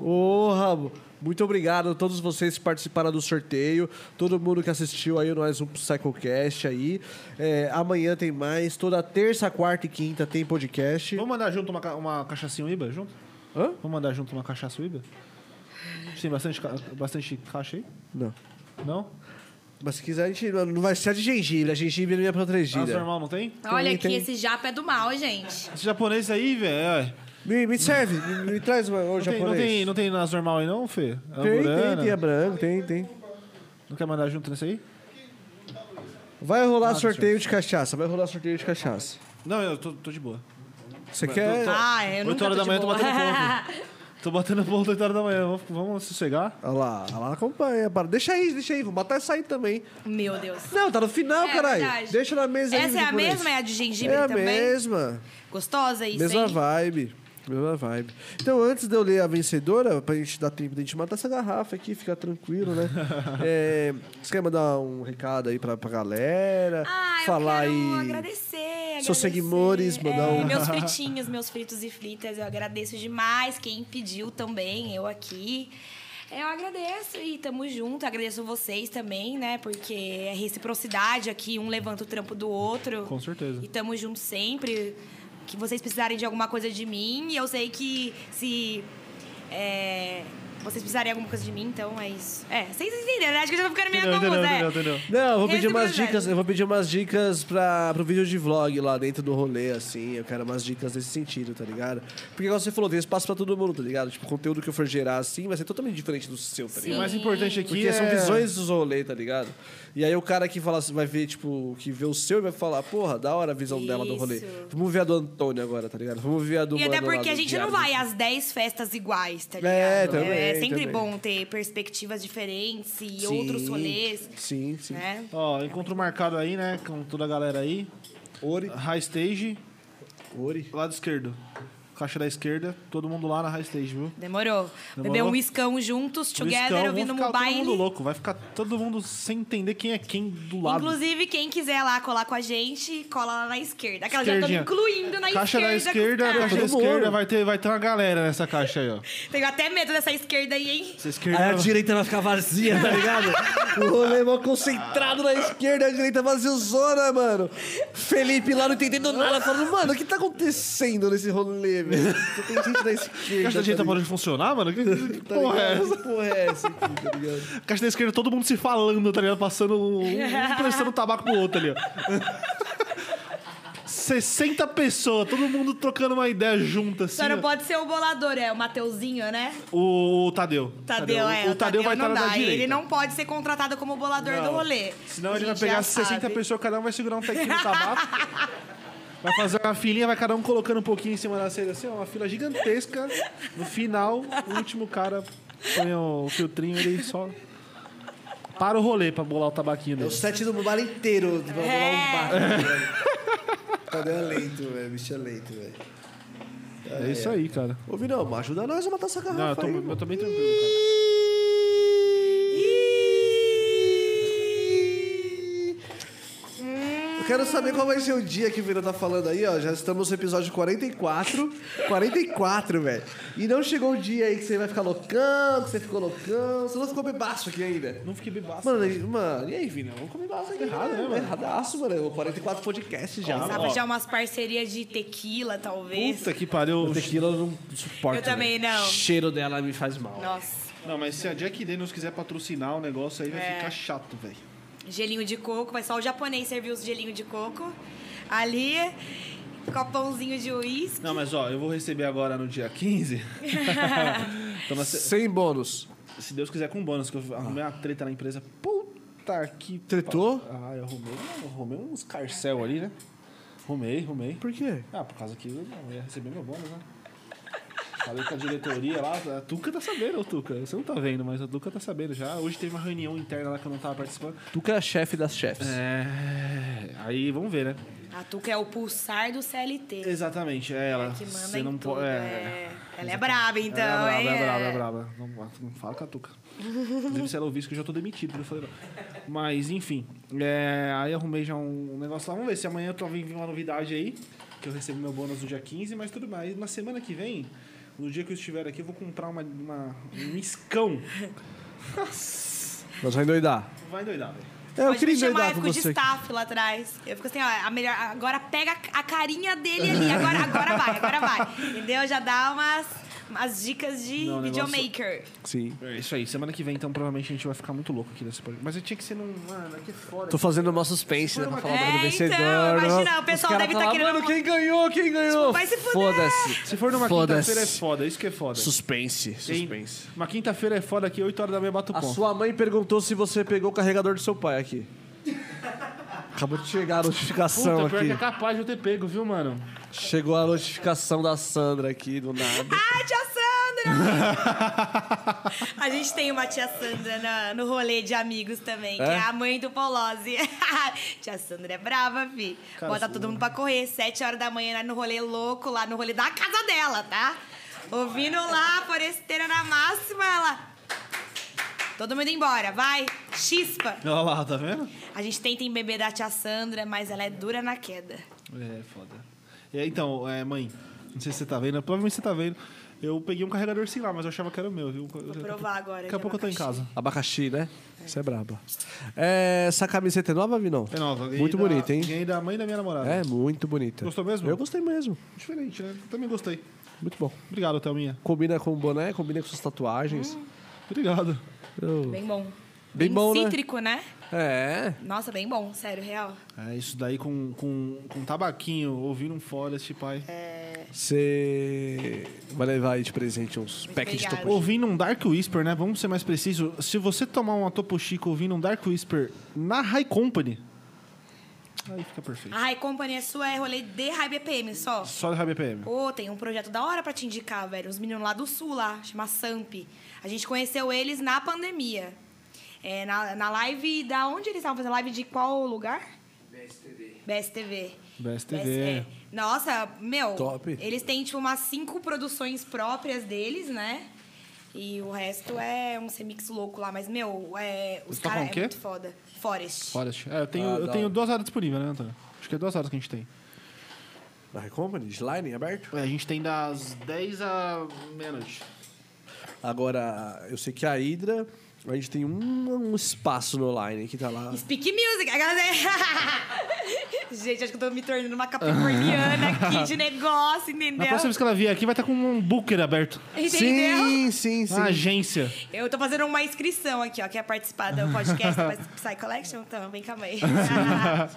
[SPEAKER 1] Ô, Rabo. Muito obrigado a todos vocês que participaram do sorteio, todo mundo que assistiu aí o Nós Um Psychocast aí. É, amanhã tem mais, toda terça, quarta e quinta tem podcast.
[SPEAKER 4] Vamos mandar junto uma, ca- uma cachaçinha Uiba, junto?
[SPEAKER 1] Hã?
[SPEAKER 4] Vamos mandar junto uma cachaça Uiba? Tem bastante, ca- bastante caixa aí?
[SPEAKER 1] Não.
[SPEAKER 4] Não?
[SPEAKER 1] Mas se quiser, a gente não vai ser de gengibre. A gengibre não é
[SPEAKER 4] Nossa,
[SPEAKER 1] protegida.
[SPEAKER 4] normal não tem?
[SPEAKER 3] Olha
[SPEAKER 1] Também
[SPEAKER 3] aqui,
[SPEAKER 1] tem.
[SPEAKER 3] esse japa é do mal, gente.
[SPEAKER 4] Esse japonês aí, velho. é,
[SPEAKER 1] Me, me serve, me, me traz uma, ô
[SPEAKER 4] Não tem,
[SPEAKER 1] japonês.
[SPEAKER 4] não, tem, não tem nas normal aí, não, Fê?
[SPEAKER 1] tem, tem,
[SPEAKER 4] Angurana.
[SPEAKER 1] tem, é branco, tem, tem.
[SPEAKER 4] Não quer mandar junto nesse aí?
[SPEAKER 1] Vai rolar sorteio de cachaça, vai rolar sorteio de cachaça.
[SPEAKER 4] Não, eu tô, tô de boa.
[SPEAKER 1] Você quer.
[SPEAKER 3] Ah, eu
[SPEAKER 4] Oito
[SPEAKER 3] nunca
[SPEAKER 4] horas
[SPEAKER 3] tô
[SPEAKER 4] da
[SPEAKER 3] de
[SPEAKER 4] manhã eu tô
[SPEAKER 3] boa.
[SPEAKER 4] batendo ponto. Tô batendo ponto 8 horas da manhã. Vamos, vamos sossegar?
[SPEAKER 1] Olha lá, olha lá, acompanha. Para. Deixa aí, deixa aí. Vou matar essa aí também.
[SPEAKER 3] Meu Deus.
[SPEAKER 1] Não, tá no final,
[SPEAKER 3] É
[SPEAKER 1] caralho.
[SPEAKER 3] verdade.
[SPEAKER 1] Deixa na mesa aí,
[SPEAKER 3] Essa é a
[SPEAKER 1] japonês.
[SPEAKER 3] mesma? É a de gengibre
[SPEAKER 1] É a
[SPEAKER 3] também?
[SPEAKER 1] mesma.
[SPEAKER 3] Gostosa isso,
[SPEAKER 1] mesma
[SPEAKER 3] hein?
[SPEAKER 1] vibe. Mesma vibe. Então, antes de eu ler a vencedora, pra gente dar tempo de gente matar essa garrafa aqui, ficar tranquilo, né? É, você quer mandar um recado aí pra, pra galera?
[SPEAKER 3] Ah, eu
[SPEAKER 1] falar
[SPEAKER 3] quero
[SPEAKER 1] aí.
[SPEAKER 3] agradecer, agradecer.
[SPEAKER 1] Seus seguidores, mandar
[SPEAKER 3] É,
[SPEAKER 1] um-
[SPEAKER 3] Meus fritinhos, meus fritos e fritas, eu agradeço demais. Quem pediu também, eu aqui. Eu agradeço e tamo junto. Agradeço vocês também, né? Porque é reciprocidade aqui, um levanta o trampo do outro.
[SPEAKER 4] Com certeza.
[SPEAKER 3] E tamo junto sempre. Que vocês precisarem de alguma coisa de mim. E eu sei que se. é, vocês precisarem de alguma coisa de mim, então é isso. É, vocês entenderam, né? Acho que eu já tô ficando meio
[SPEAKER 4] Entendeu,
[SPEAKER 3] confusa,
[SPEAKER 4] entendeu,
[SPEAKER 3] é.
[SPEAKER 4] entendeu, entendeu.
[SPEAKER 1] Não, eu vou pedir umas
[SPEAKER 3] Reciprocidade.
[SPEAKER 1] dicas, eu vou pedir umas dicas para pro vídeo de vlog lá dentro do rolê, assim. Eu quero umas dicas nesse sentido, tá ligado? Porque igual você falou, tem espaço pra todo mundo, tá ligado? Tipo, o conteúdo que eu for gerar assim vai ser totalmente diferente do seu, tá
[SPEAKER 4] O
[SPEAKER 1] ligado?
[SPEAKER 4] mais importante aqui
[SPEAKER 1] Porque
[SPEAKER 4] é...
[SPEAKER 1] são visões dos rolês, tá ligado? E aí o cara que fala, vai ver, tipo, que vê o seu e vai falar, porra, da hora a visão dela do rolê.
[SPEAKER 3] Isso.
[SPEAKER 1] Vamos ver a do Antônio agora, tá ligado? Vamos ver a do
[SPEAKER 3] E até
[SPEAKER 1] mano lá
[SPEAKER 3] porque a
[SPEAKER 1] do
[SPEAKER 3] gente não
[SPEAKER 1] Diário.
[SPEAKER 3] vai às 10 festas iguais, tá ligado?
[SPEAKER 1] É, também,
[SPEAKER 3] é sempre
[SPEAKER 1] também.
[SPEAKER 3] bom ter perspectivas diferentes e
[SPEAKER 1] Sim,
[SPEAKER 3] outros rolês,
[SPEAKER 1] Sim, sim.
[SPEAKER 3] né?
[SPEAKER 4] Ó, encontro marcado aí, né? Com toda a galera aí.
[SPEAKER 1] Ori,
[SPEAKER 4] High Stage,
[SPEAKER 1] Ori.
[SPEAKER 4] lado esquerdo. Caixa da esquerda, todo mundo lá na High Stage, viu?
[SPEAKER 3] Demorou. Beber
[SPEAKER 4] Demorou.
[SPEAKER 3] um whiskão juntos, together,
[SPEAKER 4] Luizcão,
[SPEAKER 3] ouvindo
[SPEAKER 4] vão
[SPEAKER 3] um
[SPEAKER 4] ficar todo mundo
[SPEAKER 3] baile.
[SPEAKER 4] louco. Vai ficar todo mundo sem entender quem é quem do lado.
[SPEAKER 3] Inclusive, quem quiser lá colar com a gente, cola lá na esquerda. Aquela já estão
[SPEAKER 4] Esquerdinha.
[SPEAKER 3] tá incluindo na
[SPEAKER 4] caixa da
[SPEAKER 3] esquerda.
[SPEAKER 4] esquerda,
[SPEAKER 3] com os
[SPEAKER 4] caixa da
[SPEAKER 1] Todo mundo.
[SPEAKER 4] esquerda, vai ter, vai ter uma galera nessa caixa aí, ó.
[SPEAKER 3] caras. Tenho até medo dessa esquerda aí, hein?
[SPEAKER 4] Essa esquerda...
[SPEAKER 1] Aí a direita vai ficar vazia, tá ligado? o rolê é mó concentrado na esquerda, a direita vaziozona, mano. Felipe lá não entendendo nada, falando, mano, o que tá acontecendo nesse rolê, velho? Só tem gente da esquerda.
[SPEAKER 4] Caixa da direita parou de funcionar, mano? Que, que
[SPEAKER 1] tá
[SPEAKER 4] porra é
[SPEAKER 1] ligado?
[SPEAKER 4] essa?
[SPEAKER 1] Que porra é essa aqui, tá ligado?
[SPEAKER 4] Caixa da esquerda, todo mundo se falando, tá ligado? Passando, um um prestando tabaco pro outro ali, ó. 60 pessoas, todo mundo trocando uma ideia junto, assim.
[SPEAKER 3] Só não
[SPEAKER 4] ó.
[SPEAKER 3] pode ser o bolador, é o Mateuzinho, né?
[SPEAKER 4] O, o Tadeu.
[SPEAKER 3] Tadeu, é.
[SPEAKER 4] O Tadeu vai
[SPEAKER 3] não
[SPEAKER 4] estar na
[SPEAKER 3] dá.
[SPEAKER 4] direita.
[SPEAKER 3] Ele não pode ser contratado como bolador do
[SPEAKER 4] Não.
[SPEAKER 3] rolê.
[SPEAKER 4] Senão
[SPEAKER 3] A
[SPEAKER 4] ele vai
[SPEAKER 3] gente já
[SPEAKER 4] pegar 60
[SPEAKER 3] sabe.
[SPEAKER 4] pessoas, cada um vai segurar um tequinho de tabaco. Vai fazer uma filinha, vai cada um colocando um pouquinho em cima da seda, assim, ó, uma fila gigantesca. No final, o último cara põe o filtrinho ele só. Para o rolê pra bolar o tabaquinho
[SPEAKER 1] É o
[SPEAKER 4] dele.
[SPEAKER 1] set do bar inteiro. Vamos lá
[SPEAKER 3] É.
[SPEAKER 1] um bar. tá ligado? Cadê é lento, velho? Bicho é lento, velho.
[SPEAKER 4] É isso aí, cara.
[SPEAKER 1] Ô, Vinão, mas ajuda nós a matar essa garrafa
[SPEAKER 4] Não, eu tô,
[SPEAKER 1] aí,
[SPEAKER 4] eu
[SPEAKER 1] mano.
[SPEAKER 4] tô bem tranquilo, cara.
[SPEAKER 1] Eu quero saber qual vai ser o dia que o Vinão tá falando aí, ó. Já estamos no episódio 44. 44, velho. E não chegou o dia aí que você vai ficar loucão, que você ficou loucão. Você não ficou bebaço aqui ainda.
[SPEAKER 4] Não fiquei bebaço.
[SPEAKER 1] Mano, e- mano, e aí, Vinão? Vamos comer baço aqui,
[SPEAKER 4] Errado, né,
[SPEAKER 1] né?
[SPEAKER 4] mano?
[SPEAKER 1] Erradaço, mano. O 44 podcast já.
[SPEAKER 3] Sabe, já umas parcerias de tequila, talvez.
[SPEAKER 4] Tá Puta que pariu.
[SPEAKER 13] Tequila eu não suporto.
[SPEAKER 3] Eu também não.
[SPEAKER 13] O cheiro dela me faz mal.
[SPEAKER 3] Nossa,
[SPEAKER 4] Não, mas se a Jack Daniels quiser patrocinar o negócio aí, vai
[SPEAKER 3] É.
[SPEAKER 4] ficar chato, velho.
[SPEAKER 3] gelinho de coco, mas só o japonês serviu os gelinhos de coco. Ali, copãozinho de uísque.
[SPEAKER 4] Não, mas ó, eu vou receber agora no dia 15. então, mas se,
[SPEAKER 1] Sem bônus.
[SPEAKER 4] se Deus quiser, com bônus, que eu arrumei uma treta na empresa. Puta que.
[SPEAKER 1] Tretou?
[SPEAKER 4] Ah, eu arrumei, eu arrumei uns carcel ali, né? Arrumei, arrumei.
[SPEAKER 1] Por quê?
[SPEAKER 4] Ah, por causa que eu não ia receber meu bônus, né? Falei com a diretoria lá, a Tuca tá sabendo, ô Tuca. Você não tá vendo, mas a Tuca tá sabendo já. Hoje teve uma reunião interna lá que eu não tava participando.
[SPEAKER 13] Tu que é a chefe das chefes.
[SPEAKER 4] É. Aí vamos ver, né?
[SPEAKER 3] A Tuca é o pulsar do CLT.
[SPEAKER 4] Exatamente, é ela.
[SPEAKER 3] É né, que manda
[SPEAKER 4] Você
[SPEAKER 3] em
[SPEAKER 4] não
[SPEAKER 3] tudo.
[SPEAKER 4] pode.
[SPEAKER 3] é. Ela é braba, então,
[SPEAKER 4] Ela é
[SPEAKER 3] hein?
[SPEAKER 4] braba, é braba, é braba. Não, não fala com a Tuca. Inclusive, se ela ouvir isso, que eu já tô demitido, não falei não. Mas, enfim. é, aí arrumei já um negócio lá. Vamos ver se amanhã eu tô vindo uma novidade aí. Que eu recebo meu bônus no dia 15, mas tudo mais. Na semana que vem, no dia que eu estiver aqui, eu vou comprar uma, uma, um miscão. Nossa,
[SPEAKER 1] Nós vamos endoidar.
[SPEAKER 4] Vai doidar, velho.
[SPEAKER 1] É, eu
[SPEAKER 3] Pode
[SPEAKER 1] queria
[SPEAKER 3] me chamar, eu
[SPEAKER 1] endoidar com
[SPEAKER 3] fico de
[SPEAKER 1] você.
[SPEAKER 3] staff lá atrás. Eu fico assim, ó, a melhor, agora pega a carinha dele ali, agora, agora vai, agora vai. Entendeu? Já dá umas, umas dicas de
[SPEAKER 4] Não, o negócio-
[SPEAKER 3] videomaker.
[SPEAKER 1] Sim.
[SPEAKER 4] É isso aí. Semana que vem, então, provavelmente a gente vai ficar muito louco aqui nesse podcast. Mas eu tinha que ser num. Mano, aqui é fora.
[SPEAKER 1] Tô fazendo uma suspense, né? Pra falar o nome do
[SPEAKER 3] É,
[SPEAKER 1] vencedor.
[SPEAKER 3] então, imagina, o
[SPEAKER 13] Os
[SPEAKER 3] pessoal
[SPEAKER 13] cara
[SPEAKER 3] deve
[SPEAKER 13] tá
[SPEAKER 3] tá
[SPEAKER 13] lá,
[SPEAKER 3] querendo
[SPEAKER 13] Mano,
[SPEAKER 3] uma-
[SPEAKER 13] quem ganhou? Quem ganhou?
[SPEAKER 3] Vai se fuder!
[SPEAKER 13] Foda-se.
[SPEAKER 4] Se for numa
[SPEAKER 13] Foda-se.
[SPEAKER 4] quinta-feira é
[SPEAKER 1] assim.
[SPEAKER 4] foda, isso que é foda.
[SPEAKER 13] Suspense.
[SPEAKER 4] Tem-
[SPEAKER 13] Suspense.
[SPEAKER 4] Uma quinta-feira é foda aqui, 8 horas da manhã bato
[SPEAKER 13] A
[SPEAKER 4] ponto.
[SPEAKER 13] sua mãe perguntou se você pegou o carregador do seu pai aqui.
[SPEAKER 1] Acabou de chegar a
[SPEAKER 2] Puta,
[SPEAKER 1] notificação
[SPEAKER 2] pior que é
[SPEAKER 1] aqui.
[SPEAKER 2] capaz de eu ter pego, viu, mano?
[SPEAKER 1] Chegou a notificação da Sandra aqui do nada.
[SPEAKER 3] Ai, tia Sandra! a gente tem uma tia Sandra na- no rolê de amigos também, que
[SPEAKER 1] É?
[SPEAKER 3] é a mãe do Polozzi. tia Sandra é brava, fi. Bota todo mundo pra correr. Sete horas da manhã no rolê louco, lá no rolê da casa dela, tá? Ouvindo lá, foresteira na máxima, ela. Todo mundo embora, vai! Chispa!
[SPEAKER 4] Olha lá, tá vendo?
[SPEAKER 3] A gente tenta embebedar a tia Sandra, mas ela é dura na queda.
[SPEAKER 4] É, foda. É, então, é, mãe, não sei se você tá vendo, provavelmente você tá vendo. Eu peguei um carregador sem lá, mas eu achava que era o meu, viu? Vou
[SPEAKER 3] provar agora
[SPEAKER 4] Daqui a
[SPEAKER 3] de
[SPEAKER 4] pouco eu tô em
[SPEAKER 3] abacaxi.
[SPEAKER 4] casa.
[SPEAKER 1] Abacaxi, né? Isso é braba. É, essa camiseta é nova, Vinão?
[SPEAKER 4] É nova. ganhei
[SPEAKER 1] Muito
[SPEAKER 4] da-
[SPEAKER 1] bonita, hein?
[SPEAKER 4] Ganhei da mãe da minha namorada.
[SPEAKER 1] É, muito bonita.
[SPEAKER 4] Gostou mesmo?
[SPEAKER 1] Eu gostei mesmo.
[SPEAKER 4] Diferente, né? Também gostei.
[SPEAKER 1] Muito bom.
[SPEAKER 4] Obrigado, Thelminha.
[SPEAKER 1] Combina com o boné, combina com suas tatuagens.
[SPEAKER 4] Obrigado. Hum.
[SPEAKER 1] Eu-
[SPEAKER 3] Bem bom.
[SPEAKER 1] Bem bom, né?
[SPEAKER 3] cítrico, né?
[SPEAKER 1] É.
[SPEAKER 3] Nossa, bem bom, sério, real.
[SPEAKER 4] É, isso daí com, com, com tabaquinho, ouvindo um Forest, pai.
[SPEAKER 3] É,
[SPEAKER 1] Você vai levar aí de presente uns
[SPEAKER 3] Muito
[SPEAKER 1] packs de
[SPEAKER 3] obrigada.
[SPEAKER 1] topo.
[SPEAKER 4] Ouvindo um Dark Whisper, né? Vamos ser mais preciso. Se você tomar uma Topo Chico ouvindo um Dark Whisper na High Company, aí fica perfeito.
[SPEAKER 3] A High Company é sua, é rolê de High BPM só.
[SPEAKER 4] Só da BPM.
[SPEAKER 3] Pô, tem um projeto da hora pra te indicar, velho. Os meninos lá do sul, lá, chama Samp. A gente conheceu eles na pandemia. É, na, na live, da onde eles estavam fazendo? Live de qual lugar? BSTV.
[SPEAKER 4] BSTV.
[SPEAKER 3] é. Nossa, meu.
[SPEAKER 1] Top.
[SPEAKER 3] Eles têm, tipo, umas cinco produções próprias deles, né? E o resto é um semix louco lá. Mas, meu, é, os
[SPEAKER 4] Eles tocam
[SPEAKER 3] caras
[SPEAKER 4] o
[SPEAKER 3] é
[SPEAKER 4] quê?
[SPEAKER 3] muito foda. Forest.
[SPEAKER 4] Forest. É, eu tenho,
[SPEAKER 1] Ah,
[SPEAKER 4] eu
[SPEAKER 1] da
[SPEAKER 4] tenho
[SPEAKER 1] hora.
[SPEAKER 4] duas horas disponíveis, né, Antônio? Acho que é duas horas que a gente tem.
[SPEAKER 1] Da Recompany? Ah, é De Line aberto?
[SPEAKER 4] É, a gente tem das 10 à meia-noite.
[SPEAKER 1] Agora, eu sei que a Hydra, a gente tem um, um espaço no Line que tá lá.
[SPEAKER 3] Speak Music, a galera. Gente, acho que eu tô me tornando uma capricorniana aqui de negócio,
[SPEAKER 4] Na
[SPEAKER 3] entendeu?
[SPEAKER 4] próxima vez que ela vier aqui, vai estar com um booker aberto.
[SPEAKER 3] Entendeu?
[SPEAKER 1] Sim, sim, sim.
[SPEAKER 4] Uma agência.
[SPEAKER 3] Eu tô fazendo uma inscrição aqui, ó. Quer participar do podcast da Psy Collection? Então, vem calma aí.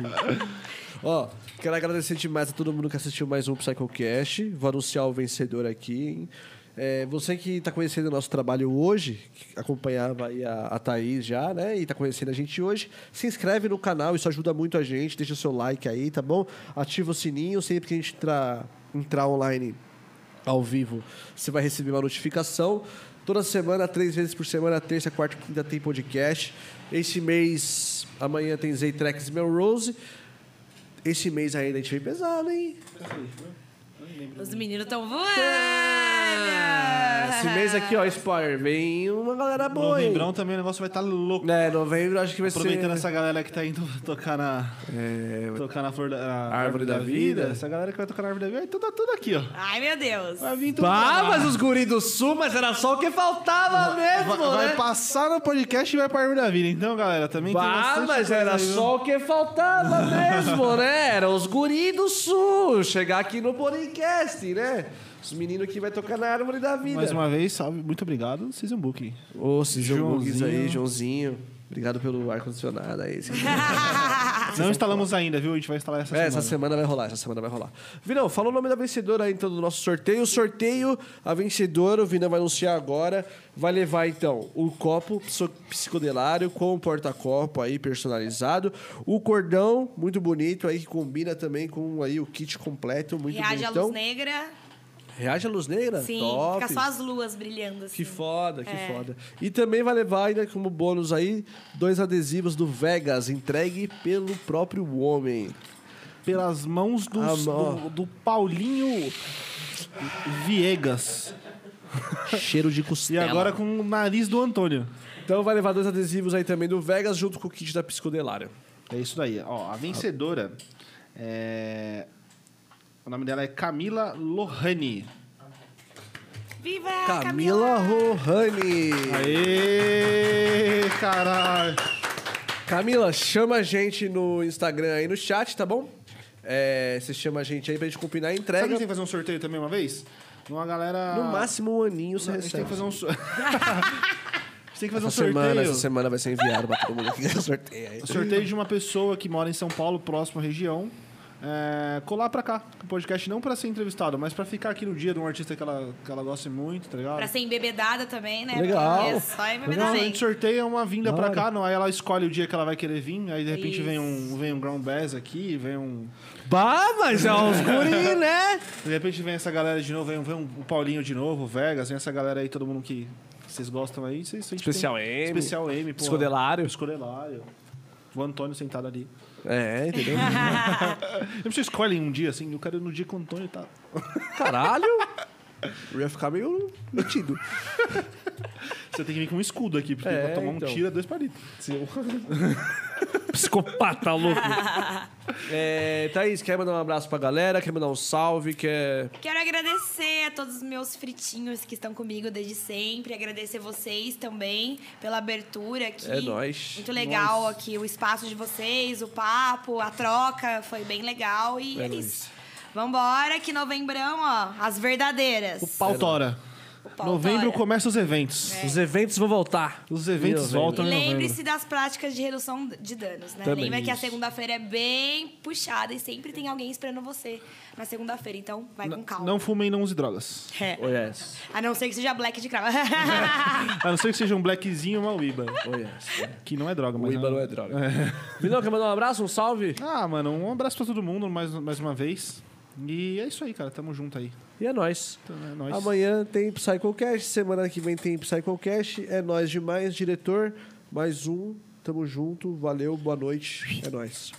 [SPEAKER 1] Ó, quero agradecer demais a todo mundo que assistiu mais um PsychoCast. Vou anunciar o vencedor aqui. hein? É, você que está conhecendo o nosso trabalho hoje, que acompanhava aí a, a Thaís já, né? E tá conhecendo a gente hoje, se inscreve no canal, isso ajuda muito a gente. Deixa o seu like aí, tá bom? Ativa o sininho, sempre que a gente entrar, entrar online ao vivo, você vai receber uma notificação. Toda semana, três vezes por semana, terça, quarta e quinta tem podcast. Esse mês, amanhã tem Z-Tracks Melrose. Esse mês ainda a gente veio pesado, hein?
[SPEAKER 3] Os meninos tão voando!
[SPEAKER 1] Esse mês aqui, ó, spoiler, vem uma galera boa, hein?
[SPEAKER 4] Novembrão também o negócio vai estar louco.
[SPEAKER 1] É, novembro acho que vai
[SPEAKER 4] Aproveitando
[SPEAKER 1] ser...
[SPEAKER 4] essa galera que tá indo tocar na,
[SPEAKER 1] É,
[SPEAKER 4] tocar na flor da, na
[SPEAKER 1] Árvore da Vida. Tá
[SPEAKER 4] Essa galera que vai tocar na árvore da vida, aí tudo, tudo aqui, ó.
[SPEAKER 3] Ai, meu Deus.
[SPEAKER 4] Vai vir tudo.
[SPEAKER 1] Pá, mas os guris do sul, mas era só o que faltava mesmo,
[SPEAKER 4] vai, vai
[SPEAKER 1] né?
[SPEAKER 4] passar no podcast e vai pra árvore da vida. Então, galera, também tem
[SPEAKER 1] Pá,
[SPEAKER 4] bastante
[SPEAKER 1] mas
[SPEAKER 4] coisa
[SPEAKER 1] era
[SPEAKER 4] aí, viu?
[SPEAKER 1] só o que faltava mesmo, né? Era os guris do sul, chegar aqui no podcast, né? Os meninos que vai tocar na árvore da vida.
[SPEAKER 4] Mais uma vez, salve, muito obrigado, Season Booking.
[SPEAKER 1] Ô, João Bugs aí,
[SPEAKER 4] Joãozinho.
[SPEAKER 1] Joãozinho. Obrigado pelo ar-condicionado aí. esse-
[SPEAKER 4] Não instalamos ainda, viu? A gente vai instalar essa
[SPEAKER 1] Ah, É,
[SPEAKER 4] semana.
[SPEAKER 1] essa semana vai rolar, essa semana vai rolar. Vinão, fala o nome da vencedora aí, então, do nosso sorteio. O sorteio, a vencedora, o Vinão vai anunciar agora. Vai levar, então, o copo pso- psicodelário com o porta-copo aí personalizado. O cordão, muito bonito aí, que combina também com aí o kit completo, muito
[SPEAKER 3] Reage à
[SPEAKER 1] bonitão.
[SPEAKER 3] luz negra.
[SPEAKER 1] Reage à luz negra?
[SPEAKER 3] Sim,
[SPEAKER 1] Top.
[SPEAKER 3] fica só as luas brilhando. Assim.
[SPEAKER 1] Que foda, que foda. E também vai levar ainda como bônus aí dois adesivos do Vegas, entregue pelo próprio homem.
[SPEAKER 4] pelas mãos dos-
[SPEAKER 1] Ah, mó.
[SPEAKER 4] do, do Paulinho Viegas.
[SPEAKER 1] Cheiro de
[SPEAKER 4] E
[SPEAKER 1] costela.
[SPEAKER 4] agora com o nariz do Antônio.
[SPEAKER 1] Então vai levar dois adesivos aí também do Vegas junto com o kit da Psicodelária.
[SPEAKER 4] É isso daí. Ó, a vencedora é. O nome dela é Camila Lohane.
[SPEAKER 3] Viva
[SPEAKER 1] Camila Rohani.
[SPEAKER 4] Aê, caralho!
[SPEAKER 1] Camila, chama a gente no Instagram aí no chat, tá bom? É, você chama a gente aí pra gente combinar a
[SPEAKER 4] Sabe que a gente
[SPEAKER 1] entrega.
[SPEAKER 4] tem que fazer um sorteio também uma vez? Uma galera.
[SPEAKER 1] No máximo um aninho você
[SPEAKER 4] A gente tem
[SPEAKER 1] recebe.
[SPEAKER 4] que fazer um. so- a gente tem que fazer
[SPEAKER 1] Essa
[SPEAKER 4] um
[SPEAKER 1] semana,
[SPEAKER 4] sorteio. Um
[SPEAKER 1] essa semana vai ser enviado pra todo mundo que ganha o sorteio aí.
[SPEAKER 4] Sorteio de uma pessoa que mora em São Paulo, próxima região. é, colar pra cá, o podcast não pra ser entrevistado, mas pra ficar aqui no dia de um artista que ela, que ela gosta muito, tá ligado?
[SPEAKER 3] Pra ser embebedada também, né?
[SPEAKER 1] Legal.
[SPEAKER 3] Porque É só
[SPEAKER 4] Não, a
[SPEAKER 3] embebedamento.
[SPEAKER 4] gente sorteia uma vinda
[SPEAKER 1] Da
[SPEAKER 4] pra
[SPEAKER 1] hora.
[SPEAKER 4] cá, não, aí ela escolhe o dia que ela vai querer vir, aí de repente vem um,
[SPEAKER 3] Isso.
[SPEAKER 4] vem um Ground Bass aqui, vem um.
[SPEAKER 1] Bah, mas é uns guri, né?
[SPEAKER 4] De repente vem essa galera de novo, vem, um- vem um, o Paulinho de novo, o Vegas, vem essa galera aí, todo mundo que vocês gostam aí. Vocês, a gente
[SPEAKER 1] Especial
[SPEAKER 4] tem-
[SPEAKER 1] M.
[SPEAKER 4] Especial M, pô.
[SPEAKER 1] Escodelário.
[SPEAKER 4] Escodelário. O Antônio sentado ali.
[SPEAKER 1] É, entendeu?
[SPEAKER 4] Lembra que você escolhe um dia assim? Eu quero ir no dia que o Antônio tá.
[SPEAKER 1] Caralho.
[SPEAKER 7] Eu ia ficar meio metido.
[SPEAKER 4] Você tem que vir com um escudo aqui, porque
[SPEAKER 1] É,
[SPEAKER 4] pra tomar
[SPEAKER 1] então.
[SPEAKER 4] um tiro é dois palitos.
[SPEAKER 1] Psicopata louco. É, Thaís, quer mandar um abraço pra galera? Quer mandar um salve? Quer...
[SPEAKER 3] Quero agradecer a todos os meus fritinhos que estão comigo desde sempre. Agradecer vocês também pela abertura aqui.
[SPEAKER 1] É nóis.
[SPEAKER 3] Muito legal aqui o espaço de vocês, o papo, a troca. Foi bem legal e
[SPEAKER 1] É
[SPEAKER 3] é,
[SPEAKER 1] nóis.
[SPEAKER 3] isso. Vambora, que novembrão, ó, as verdadeiras.
[SPEAKER 4] O pau tora.
[SPEAKER 3] O pau
[SPEAKER 4] Novembro
[SPEAKER 3] tora. É.
[SPEAKER 4] começa os eventos.
[SPEAKER 1] É. Os eventos vão voltar.
[SPEAKER 4] Os eventos
[SPEAKER 1] Meu
[SPEAKER 4] voltam
[SPEAKER 3] E
[SPEAKER 4] em novembro.
[SPEAKER 3] lembre-se das práticas de redução de danos, né?
[SPEAKER 1] Também
[SPEAKER 3] Lembra que a
[SPEAKER 1] isso.
[SPEAKER 3] segunda-feira é bem puxada e sempre tem alguém esperando você na segunda-feira. Então, vai com calma.
[SPEAKER 4] Não fumem, não use drogas.
[SPEAKER 3] É.
[SPEAKER 1] Oh, yes.
[SPEAKER 3] A não ser que seja black de cravo.
[SPEAKER 4] A não ser que seja um blackzinho ou uma Uiba.
[SPEAKER 1] Oh, yes.
[SPEAKER 4] Que não é droga,
[SPEAKER 1] O
[SPEAKER 4] mas.
[SPEAKER 1] Iba não é droga. Vilão, quer mandar um abraço? Um salve?
[SPEAKER 4] Ah, mano, um abraço pra todo mundo mais, mais uma vez. E é isso aí, cara. Tamo junto aí.
[SPEAKER 1] E é nóis.
[SPEAKER 4] Então, é nóis.
[SPEAKER 7] Amanhã tem PsychoCast, semana que vem tem PsychoCast. É nós demais, diretor. Mais um. Tamo junto. Valeu, boa noite. É nóis.